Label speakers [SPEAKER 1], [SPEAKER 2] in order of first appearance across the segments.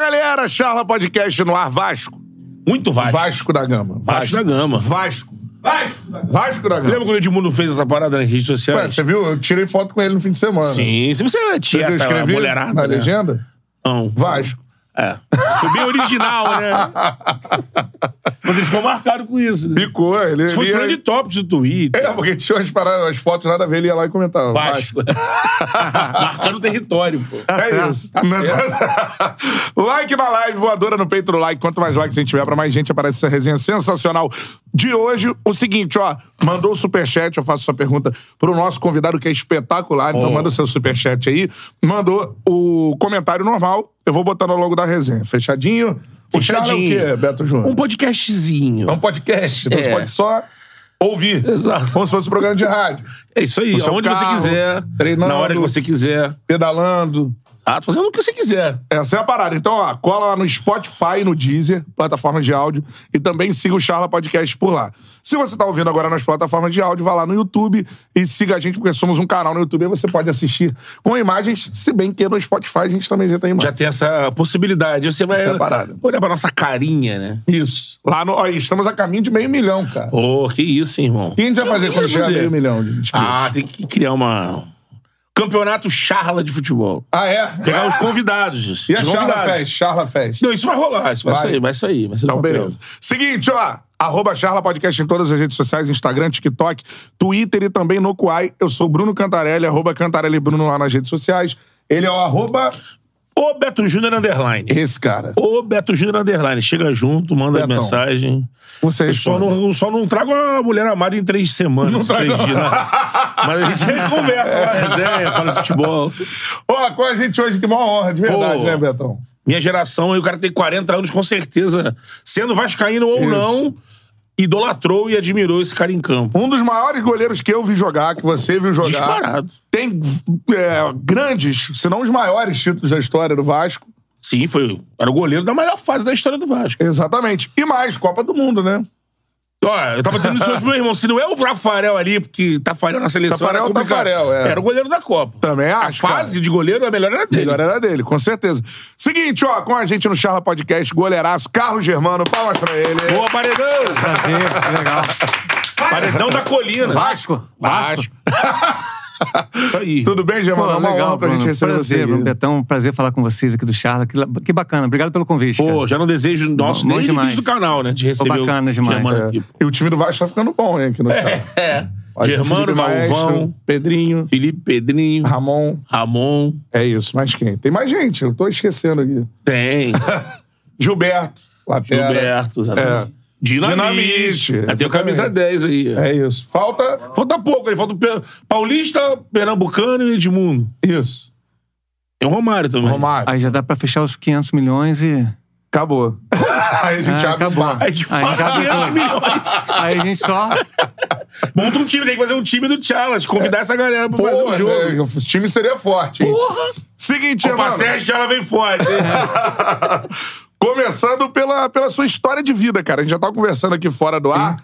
[SPEAKER 1] galera, Charla Podcast no ar, Vasco.
[SPEAKER 2] Muito Vasco.
[SPEAKER 1] Vasco da Gama.
[SPEAKER 2] Vasco da Gama.
[SPEAKER 1] Vasco.
[SPEAKER 2] Vasco da Gama.
[SPEAKER 1] Vasco da
[SPEAKER 2] Lembra
[SPEAKER 1] Gama.
[SPEAKER 2] quando o Edmundo fez essa parada nas redes
[SPEAKER 1] Ué,
[SPEAKER 2] sociais?
[SPEAKER 1] você viu? Eu tirei foto com ele no fim de semana.
[SPEAKER 2] Sim, se você é
[SPEAKER 1] Você viu que eu
[SPEAKER 2] tieta,
[SPEAKER 1] escrevi
[SPEAKER 2] mulherada.
[SPEAKER 1] na
[SPEAKER 2] né?
[SPEAKER 1] legenda?
[SPEAKER 2] Não.
[SPEAKER 1] Vasco.
[SPEAKER 2] É. Foi bem original, né? Mas ele ficou marcado com isso. Né?
[SPEAKER 1] Ficou, ele.
[SPEAKER 2] Isso foi
[SPEAKER 1] ele ia-
[SPEAKER 2] trend topics do Twitter.
[SPEAKER 1] É, porque tinha umas, paradas, umas fotos nada a ver, ele ia lá e comentava.
[SPEAKER 2] Vasco. Marcando o território, pô.
[SPEAKER 1] É isso. like na live, voadora no peito do like. Quanto mais likes a gente tiver, pra mais gente aparece essa resenha sensacional de hoje. O seguinte, ó, mandou o superchat, eu faço sua pergunta pro nosso convidado, que é espetacular. Então
[SPEAKER 2] Oh.
[SPEAKER 1] manda o seu superchat aí. Mandou o comentário normal, eu vou botando ao longo da resenha. Fechadinho? O
[SPEAKER 2] Fechadinho.
[SPEAKER 1] Charla é o quê, Beto Júnior?
[SPEAKER 2] Um podcastzinho.
[SPEAKER 1] É um podcast, então
[SPEAKER 2] É.
[SPEAKER 1] você pode só ouvir.
[SPEAKER 2] Exato.
[SPEAKER 1] Como se fosse um programa de rádio.
[SPEAKER 2] É isso aí.
[SPEAKER 1] No seu
[SPEAKER 2] Onde você
[SPEAKER 1] um carro,
[SPEAKER 2] quiser.
[SPEAKER 1] treinando.
[SPEAKER 2] Na hora que você quiser.
[SPEAKER 1] Pedalando.
[SPEAKER 2] Ah, tô fazendo o que você quiser.
[SPEAKER 1] Essa é a parada. Então, ó, cola lá no Spotify, no Deezer, plataformas de áudio, e também siga o Charla Podcast por lá. Se você tá ouvindo agora nas plataformas de áudio, vá lá no YouTube e siga a gente, porque somos um canal no YouTube e você pode assistir com imagens, se bem que no Spotify a gente também já tem imagem.
[SPEAKER 2] Já tem essa possibilidade. Você vai
[SPEAKER 1] Essa é a parada.
[SPEAKER 2] olhar pra nossa carinha, né?
[SPEAKER 1] Isso. Lá no, ó, estamos a caminho de meio milhão, cara.
[SPEAKER 2] Pô, que isso, hein, irmão.
[SPEAKER 1] O que a gente vai fazer
[SPEAKER 2] Que
[SPEAKER 1] quando
[SPEAKER 2] isso,
[SPEAKER 1] chegar a
[SPEAKER 2] Zé?
[SPEAKER 1] meio milhão de inscritos?
[SPEAKER 2] Ah, tem que criar uma... Campeonato charla de futebol.
[SPEAKER 1] Ah, é?
[SPEAKER 2] Pegar os convidados.
[SPEAKER 1] E a
[SPEAKER 2] os
[SPEAKER 1] Charla
[SPEAKER 2] convidados.
[SPEAKER 1] Fest? Charla Fest.
[SPEAKER 2] Não, isso vai rolar. Isso vai,
[SPEAKER 1] Vai.
[SPEAKER 2] sair, vai sair. Vai sair
[SPEAKER 1] Então,
[SPEAKER 2] no papel.
[SPEAKER 1] beleza. Seguinte, ó. Arroba Charla Podcast em todas as redes sociais, Instagram, TikTok, Twitter e também no Kuai. Eu sou Bruno Cantarelli, arroba Cantarelli Bruno lá nas redes sociais. Ele é o arroba
[SPEAKER 2] O Beto Júnior Underline.
[SPEAKER 1] esse cara.
[SPEAKER 2] O Beto Júnior Underline. Chega junto, manda
[SPEAKER 1] Betão.
[SPEAKER 2] mensagem.
[SPEAKER 1] Você
[SPEAKER 2] Eu só
[SPEAKER 1] responde.
[SPEAKER 2] não, só não trago a mulher amada em três semanas.
[SPEAKER 1] Não traz,
[SPEAKER 2] três
[SPEAKER 1] não.
[SPEAKER 2] dias, né? Mas a gente conversa, fala resenha, fala de futebol.
[SPEAKER 1] Ó, com a gente hoje, que maior honra, de verdade,
[SPEAKER 2] Pô.
[SPEAKER 1] né, Betão?
[SPEAKER 2] Minha geração, aí o cara tem 40 anos, com certeza, sendo vascaíno ou
[SPEAKER 1] Isso.
[SPEAKER 2] não, idolatrou e admirou esse cara em campo.
[SPEAKER 1] Um dos maiores goleiros que eu vi jogar, que você viu jogar.
[SPEAKER 2] Disparado.
[SPEAKER 1] Tem é, grandes, se não os maiores títulos da história do Vasco.
[SPEAKER 2] Sim, foi, era o goleiro da melhor fase da história do Vasco.
[SPEAKER 1] Exatamente. E mais, Copa do Mundo, né?
[SPEAKER 2] Ó, eu tava dizendo isso hoje pro meu irmão, se não é o Tafarel ali, porque Tafarel na seleção
[SPEAKER 1] Tafarel,
[SPEAKER 2] era complicado.
[SPEAKER 1] Tafarel, é.
[SPEAKER 2] Era o goleiro da Copa.
[SPEAKER 1] Também
[SPEAKER 2] a
[SPEAKER 1] acho,
[SPEAKER 2] fase de goleiro, a melhor era dele.
[SPEAKER 1] Melhor era dele, com certeza. Seguinte, ó, com a gente no Charla Podcast, goleiraço, Carlos Germano, palmas pra ele.
[SPEAKER 2] Boa, Paredão!
[SPEAKER 3] Prazer, que legal.
[SPEAKER 2] Paredão da colina.
[SPEAKER 3] Vasco.
[SPEAKER 2] Vasco. Isso aí.
[SPEAKER 1] Tudo bem, Germano? é uma honra pra
[SPEAKER 3] Bruno.
[SPEAKER 1] gente receber
[SPEAKER 3] prazer,
[SPEAKER 1] você.
[SPEAKER 3] Bruno
[SPEAKER 1] aqui.
[SPEAKER 3] Betão. Prazer falar com vocês aqui do Charla. Que, la- que bacana. Obrigado pelo convite. cara.
[SPEAKER 2] Pô, já não desejo nosso
[SPEAKER 3] Bom
[SPEAKER 2] desde o
[SPEAKER 3] demais.
[SPEAKER 2] início do canal, né? De receber
[SPEAKER 3] bacana
[SPEAKER 2] o
[SPEAKER 3] demais.
[SPEAKER 2] Germano
[SPEAKER 1] É.
[SPEAKER 2] aqui. pô.
[SPEAKER 1] E o time do Vasco tá ficando bom, hein, aqui no Charla.
[SPEAKER 2] É.
[SPEAKER 1] Ó,
[SPEAKER 2] Germano,
[SPEAKER 1] Felipe Maestro,
[SPEAKER 2] Galvão,
[SPEAKER 1] Pedrinho,
[SPEAKER 2] Felipe Pedrinho,
[SPEAKER 1] Ramon.
[SPEAKER 2] Ramon.
[SPEAKER 1] É isso, mas quem? Tem mais gente, eu tô esquecendo aqui.
[SPEAKER 2] Tem.
[SPEAKER 1] Gilberto, Latera.
[SPEAKER 2] Gilberto, exatamente.
[SPEAKER 1] É. Dinamite,
[SPEAKER 2] Dinamite. Até o
[SPEAKER 1] exatamente.
[SPEAKER 2] camisa 10 aí.
[SPEAKER 1] É isso. Falta.
[SPEAKER 2] Falta pouco, ele falta o Pe- Paulista, Pernambucano e Edmundo.
[SPEAKER 1] Isso.
[SPEAKER 2] Tem o Romário também.
[SPEAKER 1] Romário.
[SPEAKER 3] Aí já dá pra fechar os 500 milhões e...
[SPEAKER 1] Acabou. Aí a gente
[SPEAKER 3] Ah,
[SPEAKER 1] abre o
[SPEAKER 3] acabou.
[SPEAKER 1] bar.
[SPEAKER 2] Aí de
[SPEAKER 3] Aí
[SPEAKER 2] fato,
[SPEAKER 3] já
[SPEAKER 2] 500
[SPEAKER 3] abriu.
[SPEAKER 2] milhões.
[SPEAKER 3] Aí a gente só...
[SPEAKER 2] Monta um time, tem que fazer um time do Challenge, convidar essa galera pra fazer um
[SPEAKER 1] Porra,
[SPEAKER 2] jogo.
[SPEAKER 1] né, o time seria forte. hein? Seguinte,
[SPEAKER 2] O
[SPEAKER 1] Germano.
[SPEAKER 2] Passete, ela vem forte.
[SPEAKER 1] Começando pela, pela sua história de vida, cara. A gente já tava conversando aqui fora do ar.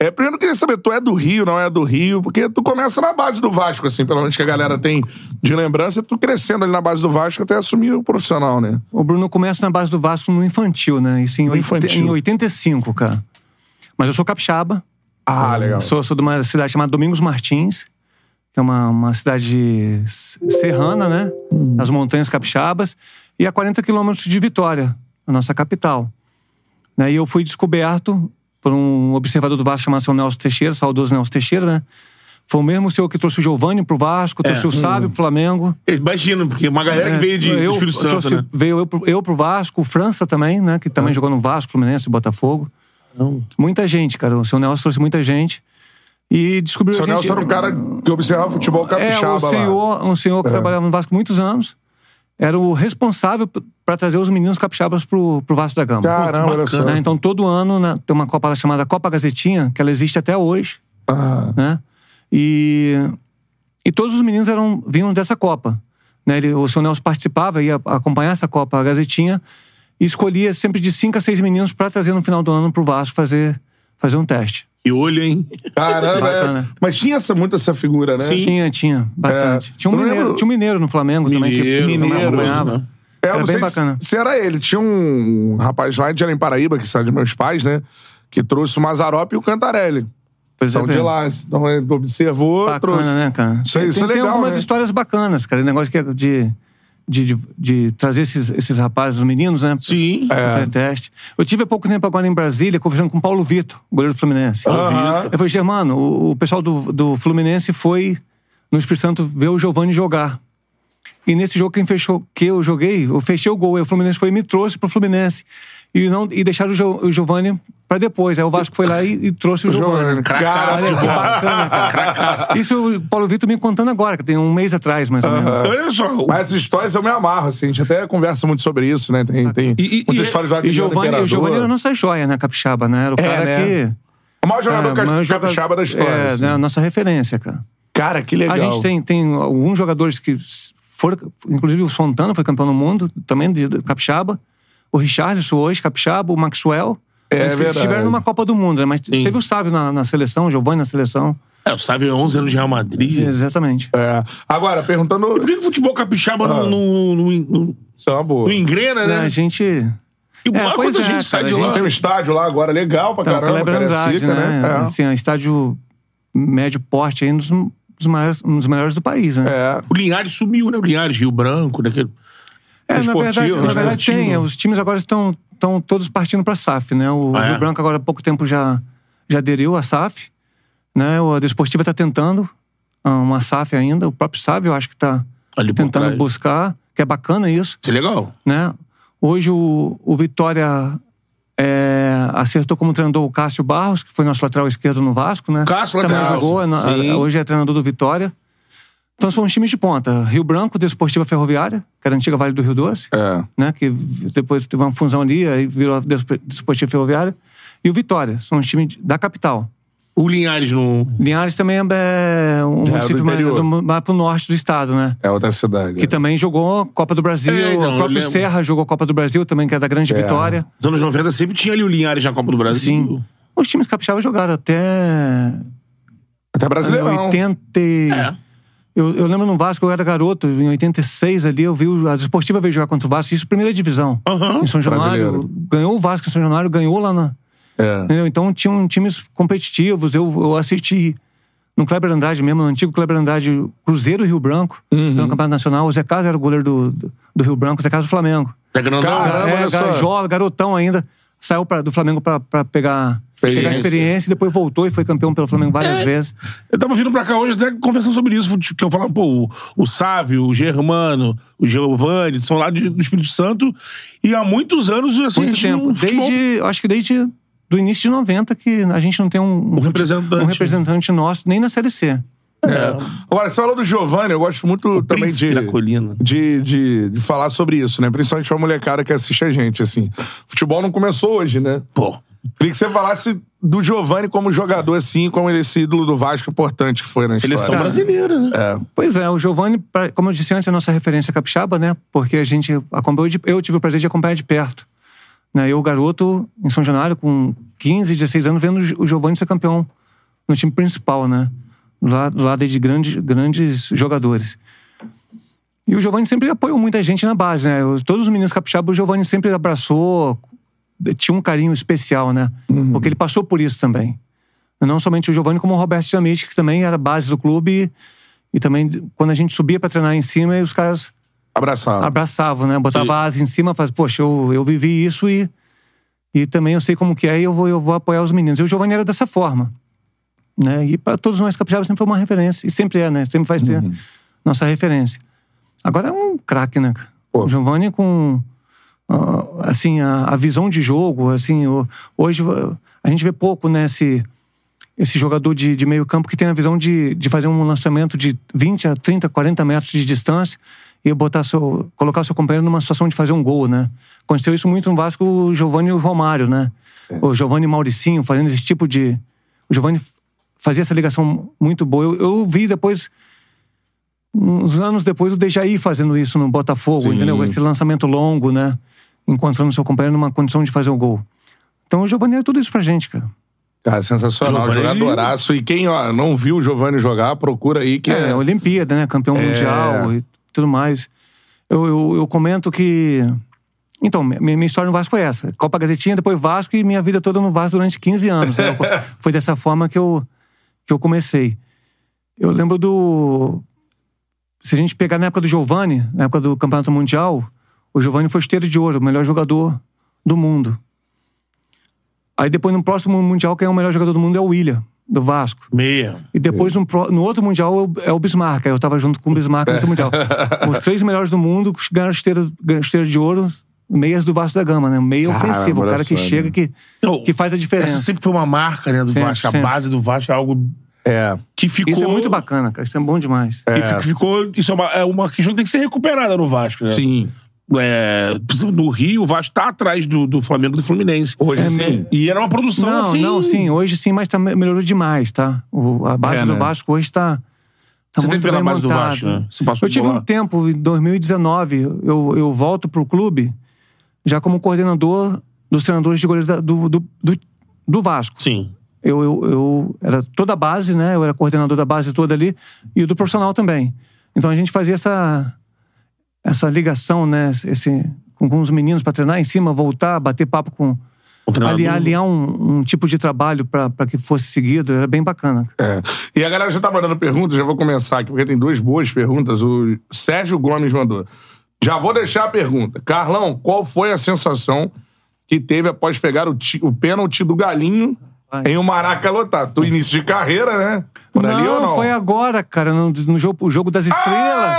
[SPEAKER 1] É, primeiro eu queria saber, tu é do Rio, não é do Rio? Porque tu começa na base do Vasco, assim, pelo menos que a galera tem de lembrança, tu crescendo ali na base do Vasco até assumir o profissional, né?
[SPEAKER 3] O Bruno começa na base do Vasco no infantil, né? Isso em, oit-
[SPEAKER 1] infantil.
[SPEAKER 3] em 85, cara. Mas eu sou capixaba.
[SPEAKER 1] Ah, legal.
[SPEAKER 3] Sou, sou de uma cidade chamada Domingos Martins, que é uma, uma cidade s- serrana, né? Nas montanhas capixabas, e a 40 quilômetros de Vitória, a nossa capital. Né, E eu fui descoberto por um observador do Vasco chamado seu Nelson Teixeira, saudoso Nelson Teixeira, né? Foi o mesmo senhor que trouxe o Giovanni pro Vasco, trouxe o Sábio pro Flamengo.
[SPEAKER 2] Imagino, porque uma galera É que veio de do
[SPEAKER 3] É. eu,
[SPEAKER 2] Espírito
[SPEAKER 3] eu
[SPEAKER 2] Santo,
[SPEAKER 3] trouxe-
[SPEAKER 2] né? É.
[SPEAKER 3] Veio eu pro, eu pro Vasco, o França também, né? Que também jogou no Vasco, Fluminense, Botafogo. Muita gente, cara. O seu Nelson trouxe muita gente. E descobriu
[SPEAKER 1] O seu
[SPEAKER 3] a gente...
[SPEAKER 1] Nelson era um cara que observava futebol
[SPEAKER 3] É, um
[SPEAKER 1] capixaba lá. É.
[SPEAKER 3] senhor, um senhor que trabalhava no Vasco muitos anos. Era o responsável p- pra trazer os meninos capixabas pro, pro Vasco da Gama.
[SPEAKER 1] Caramba, olha só.
[SPEAKER 3] Né? Então, todo ano né, tem uma Copa chamada Copa Gazetinha, que ela existe até hoje,
[SPEAKER 1] Ah,
[SPEAKER 3] né? E, e todos os meninos eram, vinham dessa Copa. Né? Ele, o seu Nelson participava, ia acompanhar essa Copa Gazetinha e escolhia sempre de cinco a seis meninos pra trazer no final do ano pro Vasco fazer, fazer um teste.
[SPEAKER 2] E olho, hein?
[SPEAKER 1] caramba. é.
[SPEAKER 3] Bacana.
[SPEAKER 1] Mas tinha essa, muito essa figura, né?
[SPEAKER 3] Tinha, tinha, bastante.
[SPEAKER 1] É,
[SPEAKER 3] Tinha, um
[SPEAKER 1] eu
[SPEAKER 3] mineiro,
[SPEAKER 1] lembro-
[SPEAKER 3] tinha um mineiro no Flamengo também. Que,
[SPEAKER 2] Mineiro,
[SPEAKER 3] que também
[SPEAKER 1] Mineiro,
[SPEAKER 3] acompanhava.
[SPEAKER 2] né?
[SPEAKER 1] É, É, eu
[SPEAKER 3] Era
[SPEAKER 1] não
[SPEAKER 3] bem
[SPEAKER 1] sei se-
[SPEAKER 3] bacana.
[SPEAKER 1] Se, era ele. Tinha um rapaz lá de Além Paraíba, que saiu de meus pais, né? Que trouxe o Mazarope e o Cantarelli.
[SPEAKER 3] Pois é,
[SPEAKER 1] São de
[SPEAKER 3] Pedro.
[SPEAKER 1] lá. Então ele observou,
[SPEAKER 3] Bacana,
[SPEAKER 1] trouxe.
[SPEAKER 3] né, cara?
[SPEAKER 1] Isso, é- isso
[SPEAKER 3] tem,
[SPEAKER 1] é legal,
[SPEAKER 3] Tem algumas
[SPEAKER 1] né?
[SPEAKER 3] histórias bacanas, cara. O negócio que é de, de, de, de trazer esses, esses rapazes, os meninos, né?
[SPEAKER 2] Sim.
[SPEAKER 1] É.
[SPEAKER 3] pra fazer teste. Eu tive há pouco tempo agora em Brasília, conversando com o Paulo Vitor, goleiro do Fluminense.
[SPEAKER 1] Aham.
[SPEAKER 3] Eu falei, Germano, o, o pessoal do, do Fluminense foi no Espírito Santo ver o Giovani jogar. E nesse jogo, quem fechou, que eu joguei, eu fechei o gol. E o Fluminense foi e me trouxe pro Fluminense. E, não, e deixaram o, Gio, o Giovani pra depois. Aí o Vasco foi lá e, e trouxe o Giovani.
[SPEAKER 1] Giovani, né? cara,
[SPEAKER 2] Cracaço de
[SPEAKER 1] olha,
[SPEAKER 2] bola.
[SPEAKER 3] né? Bacana, cara. Isso o Paulo Vitor me contando agora, que tem um mês atrás, mais ou menos.
[SPEAKER 2] Olha só. o-
[SPEAKER 1] Mas essas histórias eu me amarro, assim. A gente até conversa muito sobre isso, né? Tem, tem
[SPEAKER 2] E- e-
[SPEAKER 1] muitas
[SPEAKER 2] e-
[SPEAKER 1] histórias lá de
[SPEAKER 3] E Giovani,
[SPEAKER 1] Imperador.
[SPEAKER 3] o Giovani era a nossa joia, né, capixaba, né? Era o cara
[SPEAKER 1] né?
[SPEAKER 3] que...
[SPEAKER 1] O maior jogador
[SPEAKER 3] É, mas
[SPEAKER 1] ca-
[SPEAKER 3] joga-
[SPEAKER 1] capixaba da história.
[SPEAKER 3] É,
[SPEAKER 1] assim.
[SPEAKER 3] né, a nossa referência, cara.
[SPEAKER 1] Cara, que legal.
[SPEAKER 3] A gente tem, tem alguns jogadores que s- foram. Inclusive o Fontana foi campeão do mundo, também de do capixaba. O Richarlison hoje, capixaba, o Maxwell.
[SPEAKER 1] É
[SPEAKER 3] Eles
[SPEAKER 1] verdade.
[SPEAKER 3] estiveram numa Copa do Mundo, né? Mas teve o Sávio na, na seleção, o Giovanni na seleção.
[SPEAKER 2] É, o Sávio é 11 anos de Real Madrid.
[SPEAKER 3] Exatamente.
[SPEAKER 1] É. Agora, perguntando.
[SPEAKER 2] Por que que o futebol capixaba não, não, não, não-
[SPEAKER 1] Isso é uma boa.
[SPEAKER 2] não engrena,
[SPEAKER 3] A
[SPEAKER 2] né?
[SPEAKER 3] gente.
[SPEAKER 2] Que
[SPEAKER 3] É,
[SPEAKER 2] lá
[SPEAKER 3] pois
[SPEAKER 2] quando a
[SPEAKER 3] é,
[SPEAKER 2] gente sai
[SPEAKER 3] cara,
[SPEAKER 2] de
[SPEAKER 3] a
[SPEAKER 2] lá.
[SPEAKER 1] Tem um estádio lá agora legal pra
[SPEAKER 3] Então, o
[SPEAKER 1] caramba,
[SPEAKER 3] Kleber Andrade,
[SPEAKER 1] Cariacica,
[SPEAKER 3] né?
[SPEAKER 1] né?
[SPEAKER 3] Assim, é um estádio médio porte aí, um dos, dos maiores, um dos maiores do país, né?
[SPEAKER 1] É.
[SPEAKER 2] O Linhares sumiu, né? O Linhares, Rio Branco, né? Que-
[SPEAKER 3] É, na verdade,
[SPEAKER 1] Esportivo,
[SPEAKER 3] na verdade
[SPEAKER 2] esportivo.
[SPEAKER 3] tem. Os times agora estão, estão todos partindo para a SAF, né? O
[SPEAKER 2] Ah, é?
[SPEAKER 3] Rio Branco agora há pouco tempo já, já aderiu à SAF, né? O a Desportiva está tentando ah, uma SAF ainda. O próprio Sávio, eu acho que está
[SPEAKER 2] Ali por
[SPEAKER 3] tentando
[SPEAKER 2] trás.
[SPEAKER 3] buscar, que é bacana isso,
[SPEAKER 2] Isso é legal.
[SPEAKER 3] né? Hoje o, o Vitória é, acertou como treinador o Cássio Barros, que foi nosso lateral esquerdo no Vasco, né?
[SPEAKER 2] Cássio,
[SPEAKER 3] Também
[SPEAKER 2] lateral.
[SPEAKER 3] jogou, é no-
[SPEAKER 2] Sim.
[SPEAKER 3] hoje é treinador do Vitória. Então são os times de ponta. Rio Branco, Desportiva Ferroviária, que era a antiga Vale do Rio Doce
[SPEAKER 1] É.
[SPEAKER 3] né? Que v- depois teve uma fusão ali, aí virou a Desp- Desportiva Ferroviária. E o Vitória, são os times de- da capital.
[SPEAKER 2] O Linhares não.
[SPEAKER 3] Linhares também é um
[SPEAKER 1] Já é do
[SPEAKER 3] município mais,
[SPEAKER 1] interior.
[SPEAKER 3] do, mais pro norte do estado, né?
[SPEAKER 1] É outra cidade.
[SPEAKER 3] Que também jogou Copa do Brasil,
[SPEAKER 2] É, então, eu
[SPEAKER 3] o próprio
[SPEAKER 2] lembro.
[SPEAKER 3] Serra jogou Copa do Brasil também, que é da Grande Vitória.
[SPEAKER 2] Nos anos 90 sempre tinha ali o Linhares na Copa do Brasil.
[SPEAKER 3] Sim. Os times capixabas jogaram até
[SPEAKER 1] Até brasileirão.
[SPEAKER 3] 80. e-
[SPEAKER 2] É.
[SPEAKER 3] Eu, eu lembro no Vasco, eu era garoto, em 86 ali, eu vi o- a Desportiva veio jogar contra o Vasco, isso primeira divisão.
[SPEAKER 2] Aham.
[SPEAKER 3] Em São Januário,
[SPEAKER 1] Brasileiro.
[SPEAKER 3] ganhou o Vasco em São Januário, ganhou lá na,
[SPEAKER 1] É.
[SPEAKER 3] Entendeu? Então tinham times competitivos. Eu, eu assisti no Kleber Andrade mesmo, no antigo Kleber Andrade, Cruzeiro e Rio Branco,
[SPEAKER 2] Uhum.
[SPEAKER 3] no Campeonato Nacional. O Zé Carlos era o goleiro do, do, do Rio Branco, o Zé Carlos do Flamengo.
[SPEAKER 2] Tá grandão.
[SPEAKER 1] Cara, Caramba,
[SPEAKER 3] é,
[SPEAKER 1] olha só.
[SPEAKER 3] gar- jovem, garotão ainda. Saiu pra, do Flamengo pra, pra pegar
[SPEAKER 2] Experiência.
[SPEAKER 3] pegar experiência e depois voltou e foi campeão pelo Flamengo várias vezes.
[SPEAKER 2] Eu tava vindo pra cá hoje até conversando sobre isso, tipo, que eu falava, pô, o, o Sávio, o Germano, o Giovanni, são lá de- do Espírito Santo, e há muitos anos, assim, a
[SPEAKER 3] Muito
[SPEAKER 2] gente
[SPEAKER 3] tempo.
[SPEAKER 2] não- futebol-
[SPEAKER 3] Desde, acho que desde do início de 90 que a gente não tem um,
[SPEAKER 2] Um representante.
[SPEAKER 3] um representante nosso, nem na Série C.
[SPEAKER 1] Agora, você falou do Giovanni, eu gosto muito também
[SPEAKER 2] príncipe
[SPEAKER 1] de,
[SPEAKER 2] da colina.
[SPEAKER 1] De, de, de falar sobre isso, né? Principalmente pra molecada que assiste a gente, assim. Futebol não começou hoje, né?
[SPEAKER 2] Pô,
[SPEAKER 1] Queria que você falasse do Giovanni como jogador, assim, como ele esse ídolo do Vasco importante que foi na história.
[SPEAKER 2] seleção brasileira, né?
[SPEAKER 1] É.
[SPEAKER 3] Pois é, o Giovanni, pra- como eu disse antes, é a nossa referência capixaba, né? Porque a gente acompanhou, de- eu tive o prazer de acompanhar de perto. Né? Eu, garoto, em São Januário, com 15, 16 anos, vendo o Gi- o Giovanni ser campeão no time principal, né? Lá, do lado aí de grandes, grandes jogadores. E o Giovanni sempre apoiou muita gente na base, né? Eu- todos os meninos capixabas, o Giovanni sempre abraçou, tinha um carinho especial, né? Porque ele passou por isso também. Não somente o Giovanni, como o Roberto Dinamite, que também era base do clube. E, e também, quando a gente subia pra treinar em cima, os caras
[SPEAKER 1] Abraçado.
[SPEAKER 3] abraçavam, né?
[SPEAKER 2] Sim.
[SPEAKER 3] Botava a asa em cima, faz, poxa, eu, eu vivi isso e, e também eu sei como que é e eu vou, eu vou apoiar os meninos. E o Giovanni era dessa forma. Né? E para todos nós capixabas sempre foi uma referência. E sempre é, né? Sempre vai ser nossa referência. Agora é um craque, né? cara?
[SPEAKER 1] Pô.
[SPEAKER 3] O Giovanni com ah, assim, a, a visão de jogo, assim, o- hoje ah, a gente vê pouco, né, esse, esse jogador de, de meio campo que tem a visão de, de fazer um lançamento de 20 a 30, 40 metros de distância e botar seu, colocar seu companheiro numa situação de fazer um gol, né? Aconteceu isso muito no Vasco, o Giovanni e o Romário, né? O Giovanni Mauricinho fazendo esse tipo de... O Giovanni fazia essa ligação muito boa. Eu, eu vi depois, uns anos depois, o Dejaí fazendo isso no Botafogo,
[SPEAKER 1] Sim.
[SPEAKER 3] entendeu? Esse lançamento longo, né? Encontrando seu companheiro numa condição de fazer o gol. Então o Giovanni é tudo isso pra gente, cara.
[SPEAKER 1] Cara, sensacional.
[SPEAKER 2] Giovanni-
[SPEAKER 1] Jogadoraço. E quem ó, não viu o Giovanni jogar, procura aí que
[SPEAKER 3] É,
[SPEAKER 1] é.
[SPEAKER 3] Olimpíada, né? Campeão mundial e tudo mais. eu, eu, eu comento que. Então, mi- minha história no Vasco foi essa. Copa Gazetinha, depois Vasco e minha vida toda no Vasco durante 15 anos. né? Eu- Foi dessa forma que eu, que eu comecei. Eu lembro do. Se a gente pegar na época do Giovani, na época do Campeonato Mundial, o Giovani foi esteiro de ouro, o melhor jogador do mundo. Aí depois, no próximo Mundial, quem é o melhor jogador do mundo é o William, do Vasco.
[SPEAKER 2] Meia.
[SPEAKER 3] E depois, no, pro- no outro Mundial, é o- é o Bismarck. Aí eu tava junto com o Bismarck nesse Mundial. Os três melhores do mundo ganharam esteira, ganharam esteira de ouro, meias do Vasco da Gama, né? Meia
[SPEAKER 4] Caramba,
[SPEAKER 3] ofensiva, o
[SPEAKER 4] olha
[SPEAKER 3] cara que
[SPEAKER 4] só,
[SPEAKER 3] chega,
[SPEAKER 4] né?
[SPEAKER 3] que,
[SPEAKER 2] Não,
[SPEAKER 3] que faz
[SPEAKER 2] Então,
[SPEAKER 3] a
[SPEAKER 2] Essa
[SPEAKER 3] diferença.
[SPEAKER 2] sempre foi uma marca, né, do
[SPEAKER 3] Sempre,
[SPEAKER 2] Vasco. A
[SPEAKER 3] sempre.
[SPEAKER 2] base do Vasco é algo
[SPEAKER 4] É.
[SPEAKER 2] que ficou.
[SPEAKER 3] Isso é muito bacana, cara. Isso é bom demais.
[SPEAKER 2] E fi- ficou. Isso é uma, é uma questão que tem que ser recuperada no Vasco, né?
[SPEAKER 1] Sim.
[SPEAKER 2] É, no Rio, o Vasco tá atrás do, do Flamengo e do Fluminense.
[SPEAKER 4] Hoje
[SPEAKER 3] É,
[SPEAKER 4] sim.
[SPEAKER 2] E era uma produção
[SPEAKER 3] não,
[SPEAKER 2] assim.
[SPEAKER 3] não, sim. Hoje sim, mas tá, me- melhorou demais, tá? O- a base
[SPEAKER 2] É,
[SPEAKER 3] do
[SPEAKER 2] né?
[SPEAKER 3] Vasco hoje tá, tá
[SPEAKER 2] Você
[SPEAKER 3] muito
[SPEAKER 2] teve pela
[SPEAKER 3] bem
[SPEAKER 2] base do
[SPEAKER 3] montada.
[SPEAKER 2] Vasco, né? Você passou
[SPEAKER 3] Eu tive
[SPEAKER 2] por lá.
[SPEAKER 3] um tempo, em 2019, eu, eu volto pro clube já como coordenador dos treinadores de goleiros da- do, do, do, do Vasco.
[SPEAKER 2] Sim.
[SPEAKER 3] eu, eu, eu era toda a base, né? Eu era coordenador da base toda ali e do profissional também. Então a gente fazia essa essa ligação, né? Esse, com, com os meninos para treinar em cima, voltar, bater papo com.
[SPEAKER 2] O treinador-
[SPEAKER 3] Aliar, aliar um, um tipo de trabalho para que fosse seguido, era bem bacana.
[SPEAKER 1] É. E a galera já tá mandando perguntas, já vou começar aqui, porque tem duas boas perguntas. O Sérgio Gomes mandou. Já vou deixar a pergunta. Carlão, qual foi a sensação que teve após pegar o, ti- o pênalti do Galinho
[SPEAKER 3] Vai.
[SPEAKER 1] em um Maraca lotado? Tu início de carreira, né? Por
[SPEAKER 3] não,
[SPEAKER 1] ali ou não?
[SPEAKER 3] foi agora, cara, no, no jogo, o jogo das estrelas.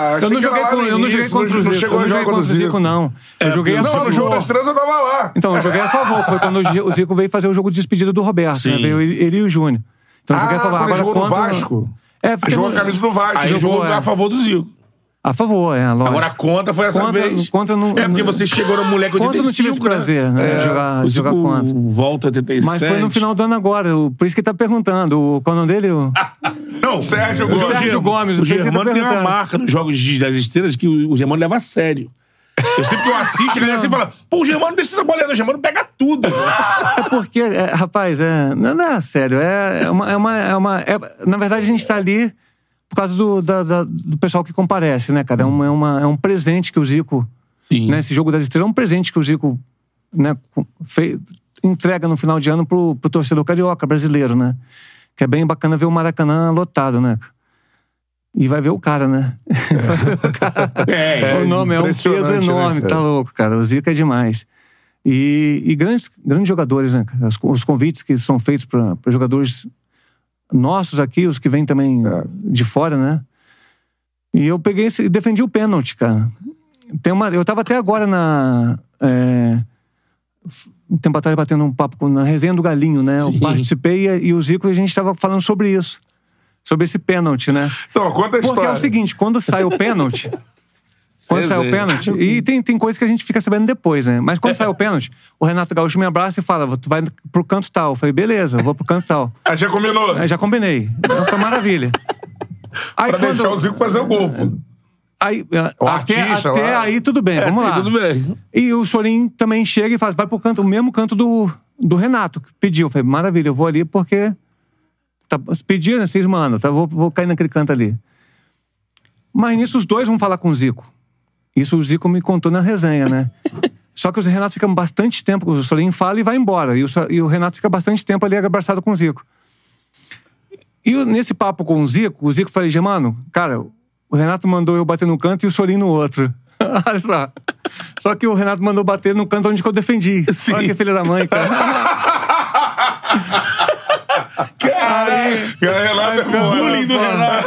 [SPEAKER 1] Ah, achei
[SPEAKER 3] eu não
[SPEAKER 1] que era
[SPEAKER 3] joguei
[SPEAKER 1] lá
[SPEAKER 3] com,
[SPEAKER 1] no
[SPEAKER 3] eu não joguei
[SPEAKER 1] início,
[SPEAKER 3] contra o
[SPEAKER 1] não
[SPEAKER 3] Zico. Eu
[SPEAKER 1] chegou
[SPEAKER 3] não
[SPEAKER 1] a
[SPEAKER 3] joguei
[SPEAKER 1] jogar
[SPEAKER 3] contra o Zico, não. Eu joguei a
[SPEAKER 1] Não, no jogo
[SPEAKER 3] favor.
[SPEAKER 1] das três eu tava lá.
[SPEAKER 3] Então, eu joguei a favor. Foi quando o Gi- o Zico veio fazer o jogo de despedida do Roberto.
[SPEAKER 2] Sim.
[SPEAKER 3] Né? Veio ele, ele e o Júnior. Então, eu joguei
[SPEAKER 1] Ah,
[SPEAKER 3] a favor.
[SPEAKER 1] quando ele
[SPEAKER 3] Agora,
[SPEAKER 1] jogou no
[SPEAKER 3] contra-
[SPEAKER 1] Vasco. Ah,
[SPEAKER 3] É, porque
[SPEAKER 1] Jogou a camisa do Vasco.
[SPEAKER 2] Aí jogou,
[SPEAKER 3] jogou, é.
[SPEAKER 2] a favor do Zico.
[SPEAKER 3] A favor, é, lógico.
[SPEAKER 2] Agora a conta foi essa
[SPEAKER 3] Contra-
[SPEAKER 2] vez.
[SPEAKER 3] contra não-
[SPEAKER 2] é porque
[SPEAKER 3] não-
[SPEAKER 2] você chegou no moleque
[SPEAKER 3] Contra eu
[SPEAKER 2] 85,
[SPEAKER 3] não tive esse
[SPEAKER 2] né?
[SPEAKER 3] prazer, né? de jogar,
[SPEAKER 2] o
[SPEAKER 3] de jogar
[SPEAKER 2] Zico
[SPEAKER 3] contra.
[SPEAKER 2] volta 87.
[SPEAKER 3] Mas foi no final do ano agora. o- Por isso que ele tá perguntando. O, qual é o nome dele? O-
[SPEAKER 2] Não,
[SPEAKER 1] Sérgio
[SPEAKER 2] o
[SPEAKER 1] Gomes.
[SPEAKER 3] Sérgio Gomes,
[SPEAKER 2] O
[SPEAKER 3] não sei se
[SPEAKER 2] Germano
[SPEAKER 3] tá
[SPEAKER 2] tem uma
[SPEAKER 3] perguntando.
[SPEAKER 2] marca nos jogos de- das estrelas que o, o Germano leva a sério. Eu sempre que eu assisto, a
[SPEAKER 1] assim
[SPEAKER 2] galera sempre fala: pô, o Germano não precisa bolear, não, o Germano pega tudo.
[SPEAKER 3] É porque, é, rapaz, é, não, não é sério. É, é uma. É uma, é uma- é- na verdade, a gente tá ali por causa do, da- da- do pessoal que comparece, né, cara? É, uma, é, uma- é um presente que o Zico.
[SPEAKER 2] Sim.
[SPEAKER 3] né, Esse jogo das estrelas é um presente que o Zico né, co- fe- entrega no final de ano pro, pro torcedor carioca brasileiro, né? Que é bem bacana ver o Maracanã lotado, né? E vai ver o cara, né?
[SPEAKER 2] É,
[SPEAKER 3] o nome é um peso
[SPEAKER 1] impressionante, né,
[SPEAKER 3] enorme,
[SPEAKER 1] cara?
[SPEAKER 3] tá louco, cara. O Zico é demais. E, e grandes, grandes jogadores, né? cara? As co- os convites que são feitos para jogadores nossos aqui, os que vêm também
[SPEAKER 1] É.
[SPEAKER 3] de fora, né? E eu peguei esse- e defendi o pênalti, cara. Tem uma, eu tava até agora na. é, f- um tempo atrás batendo um papo com- na resenha do Galinho, né?
[SPEAKER 2] Sim.
[SPEAKER 3] Eu participei e, e o Zico, a gente tava falando sobre isso. Sobre esse pênalti, né?
[SPEAKER 1] Então, conta a
[SPEAKER 3] Porque
[SPEAKER 1] história.
[SPEAKER 3] é o seguinte, quando sai o pênalti. quando sai
[SPEAKER 2] é.
[SPEAKER 3] o pênalti. E tem, tem coisa que a gente fica sabendo depois, né? Mas quando sai o pênalti, o Renato Gaúcho me abraça e fala: tu vai pro canto tal. Eu falei, beleza, eu vou pro canto tal.
[SPEAKER 1] Ah, já combinou.
[SPEAKER 3] Aí já combinei. Então foi maravilha. Aí
[SPEAKER 1] Pra deixar o
[SPEAKER 3] É quando.
[SPEAKER 1] Zico fazer o gol. pô.
[SPEAKER 3] Aí, é,
[SPEAKER 1] O
[SPEAKER 3] até
[SPEAKER 1] artista
[SPEAKER 3] até
[SPEAKER 1] lá. É,
[SPEAKER 3] aí, tudo bem, vamos lá.
[SPEAKER 2] tudo bem.
[SPEAKER 3] E o Sorin também chega e faz, vai pro canto, o mesmo canto do, do Renato, que pediu. Eu falei, maravilha, eu vou ali porque. Tá, pediram, vocês mandam, tá, vou, vou cair naquele canto ali. Mas nisso os dois vão falar com o Zico. Isso o Zico me contou na resenha, né? Só que o Renato fica bastante tempo, o Sorin fala e vai embora. E o, So- e o Renato fica bastante tempo ali abraçado com o Zico. E o- nesse papo com o Zico, o Zico falei, Germano, cara, o Renato mandou eu bater num canto e o Sorin no outro. Olha só. Só que o Renato mandou bater no canto onde que eu defendi.
[SPEAKER 2] Sim.
[SPEAKER 3] Olha que filha da mãe, cara.
[SPEAKER 1] Caralho! Renato é bom, né?
[SPEAKER 2] Bullying do
[SPEAKER 3] Porra.
[SPEAKER 2] Renato.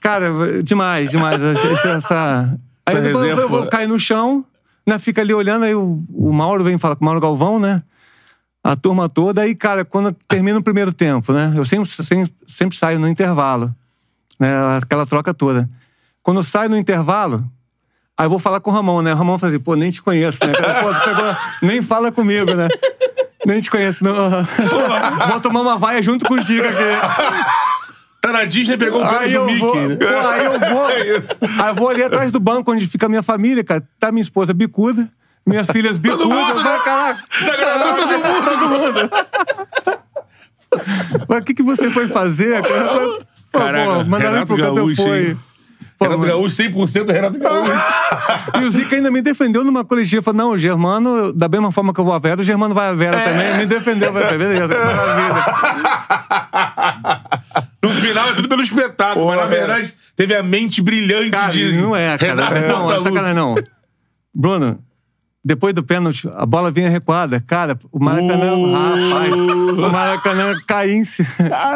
[SPEAKER 3] Cara, demais, demais. Essa. essa- Aí
[SPEAKER 2] Essa
[SPEAKER 3] depois eu,
[SPEAKER 2] resenha
[SPEAKER 3] eu,
[SPEAKER 2] foi-
[SPEAKER 3] eu caí no chão, né? Fica ali olhando, aí o, o Mauro vem falar com o Mauro Galvão, né? A turma toda, aí, cara, quando termina o primeiro tempo, né? Eu sempre, sempre, sempre saio no intervalo, né? Aquela troca toda. Quando eu saio no intervalo, aí eu vou falar com o Ramon, né? O Ramon fala assim, pô, nem te conheço, né? Cara, pô, tu pegou- nem fala comigo, né? Nem te conheço, não. Vou tomar uma vaia junto contigo aqui.
[SPEAKER 2] Tá na Disney, pegou o pênalti
[SPEAKER 3] Aí
[SPEAKER 2] do
[SPEAKER 3] eu,
[SPEAKER 2] Mickey.
[SPEAKER 3] vou,
[SPEAKER 2] né?
[SPEAKER 3] pô, aí eu vou. aí eu vou ali atrás do banco onde fica a minha família, cara. Tá minha esposa bicuda, minhas filhas bicudas.
[SPEAKER 2] mundo,
[SPEAKER 3] vai, caraca.
[SPEAKER 2] Desagradou todo mundo.
[SPEAKER 3] Todo mundo. Mas o que, que você foi fazer? Cara? Eu falei, Pô,
[SPEAKER 2] Caraca,
[SPEAKER 3] pô, mandaram
[SPEAKER 2] Renato
[SPEAKER 3] pro canto, eu
[SPEAKER 2] Gaúcho,
[SPEAKER 3] fui.
[SPEAKER 2] hein? Renato Gaúcho, 100% Renato Gaúcho.
[SPEAKER 3] E o Zica ainda me defendeu numa coletiva. Falou, não, o Germano, da mesma forma que eu vou a Vera, o Germano vai a Vera
[SPEAKER 2] É.
[SPEAKER 3] também. Me defendeu. Eu Falei, beleza, maravilha.
[SPEAKER 2] No final é tudo pelo espetáculo, mas na
[SPEAKER 1] velho.
[SPEAKER 2] verdade teve a mente brilhante
[SPEAKER 3] Cara,
[SPEAKER 2] de.
[SPEAKER 3] não é, cara.
[SPEAKER 2] Renato
[SPEAKER 3] não, é
[SPEAKER 2] Gaúcho.
[SPEAKER 3] sacanagem, não. Bruno, depois do pênalti, a bola vinha recuada. Cara, o Maracanã...
[SPEAKER 2] Uh.
[SPEAKER 3] Rapaz, o Maracanã caía em si.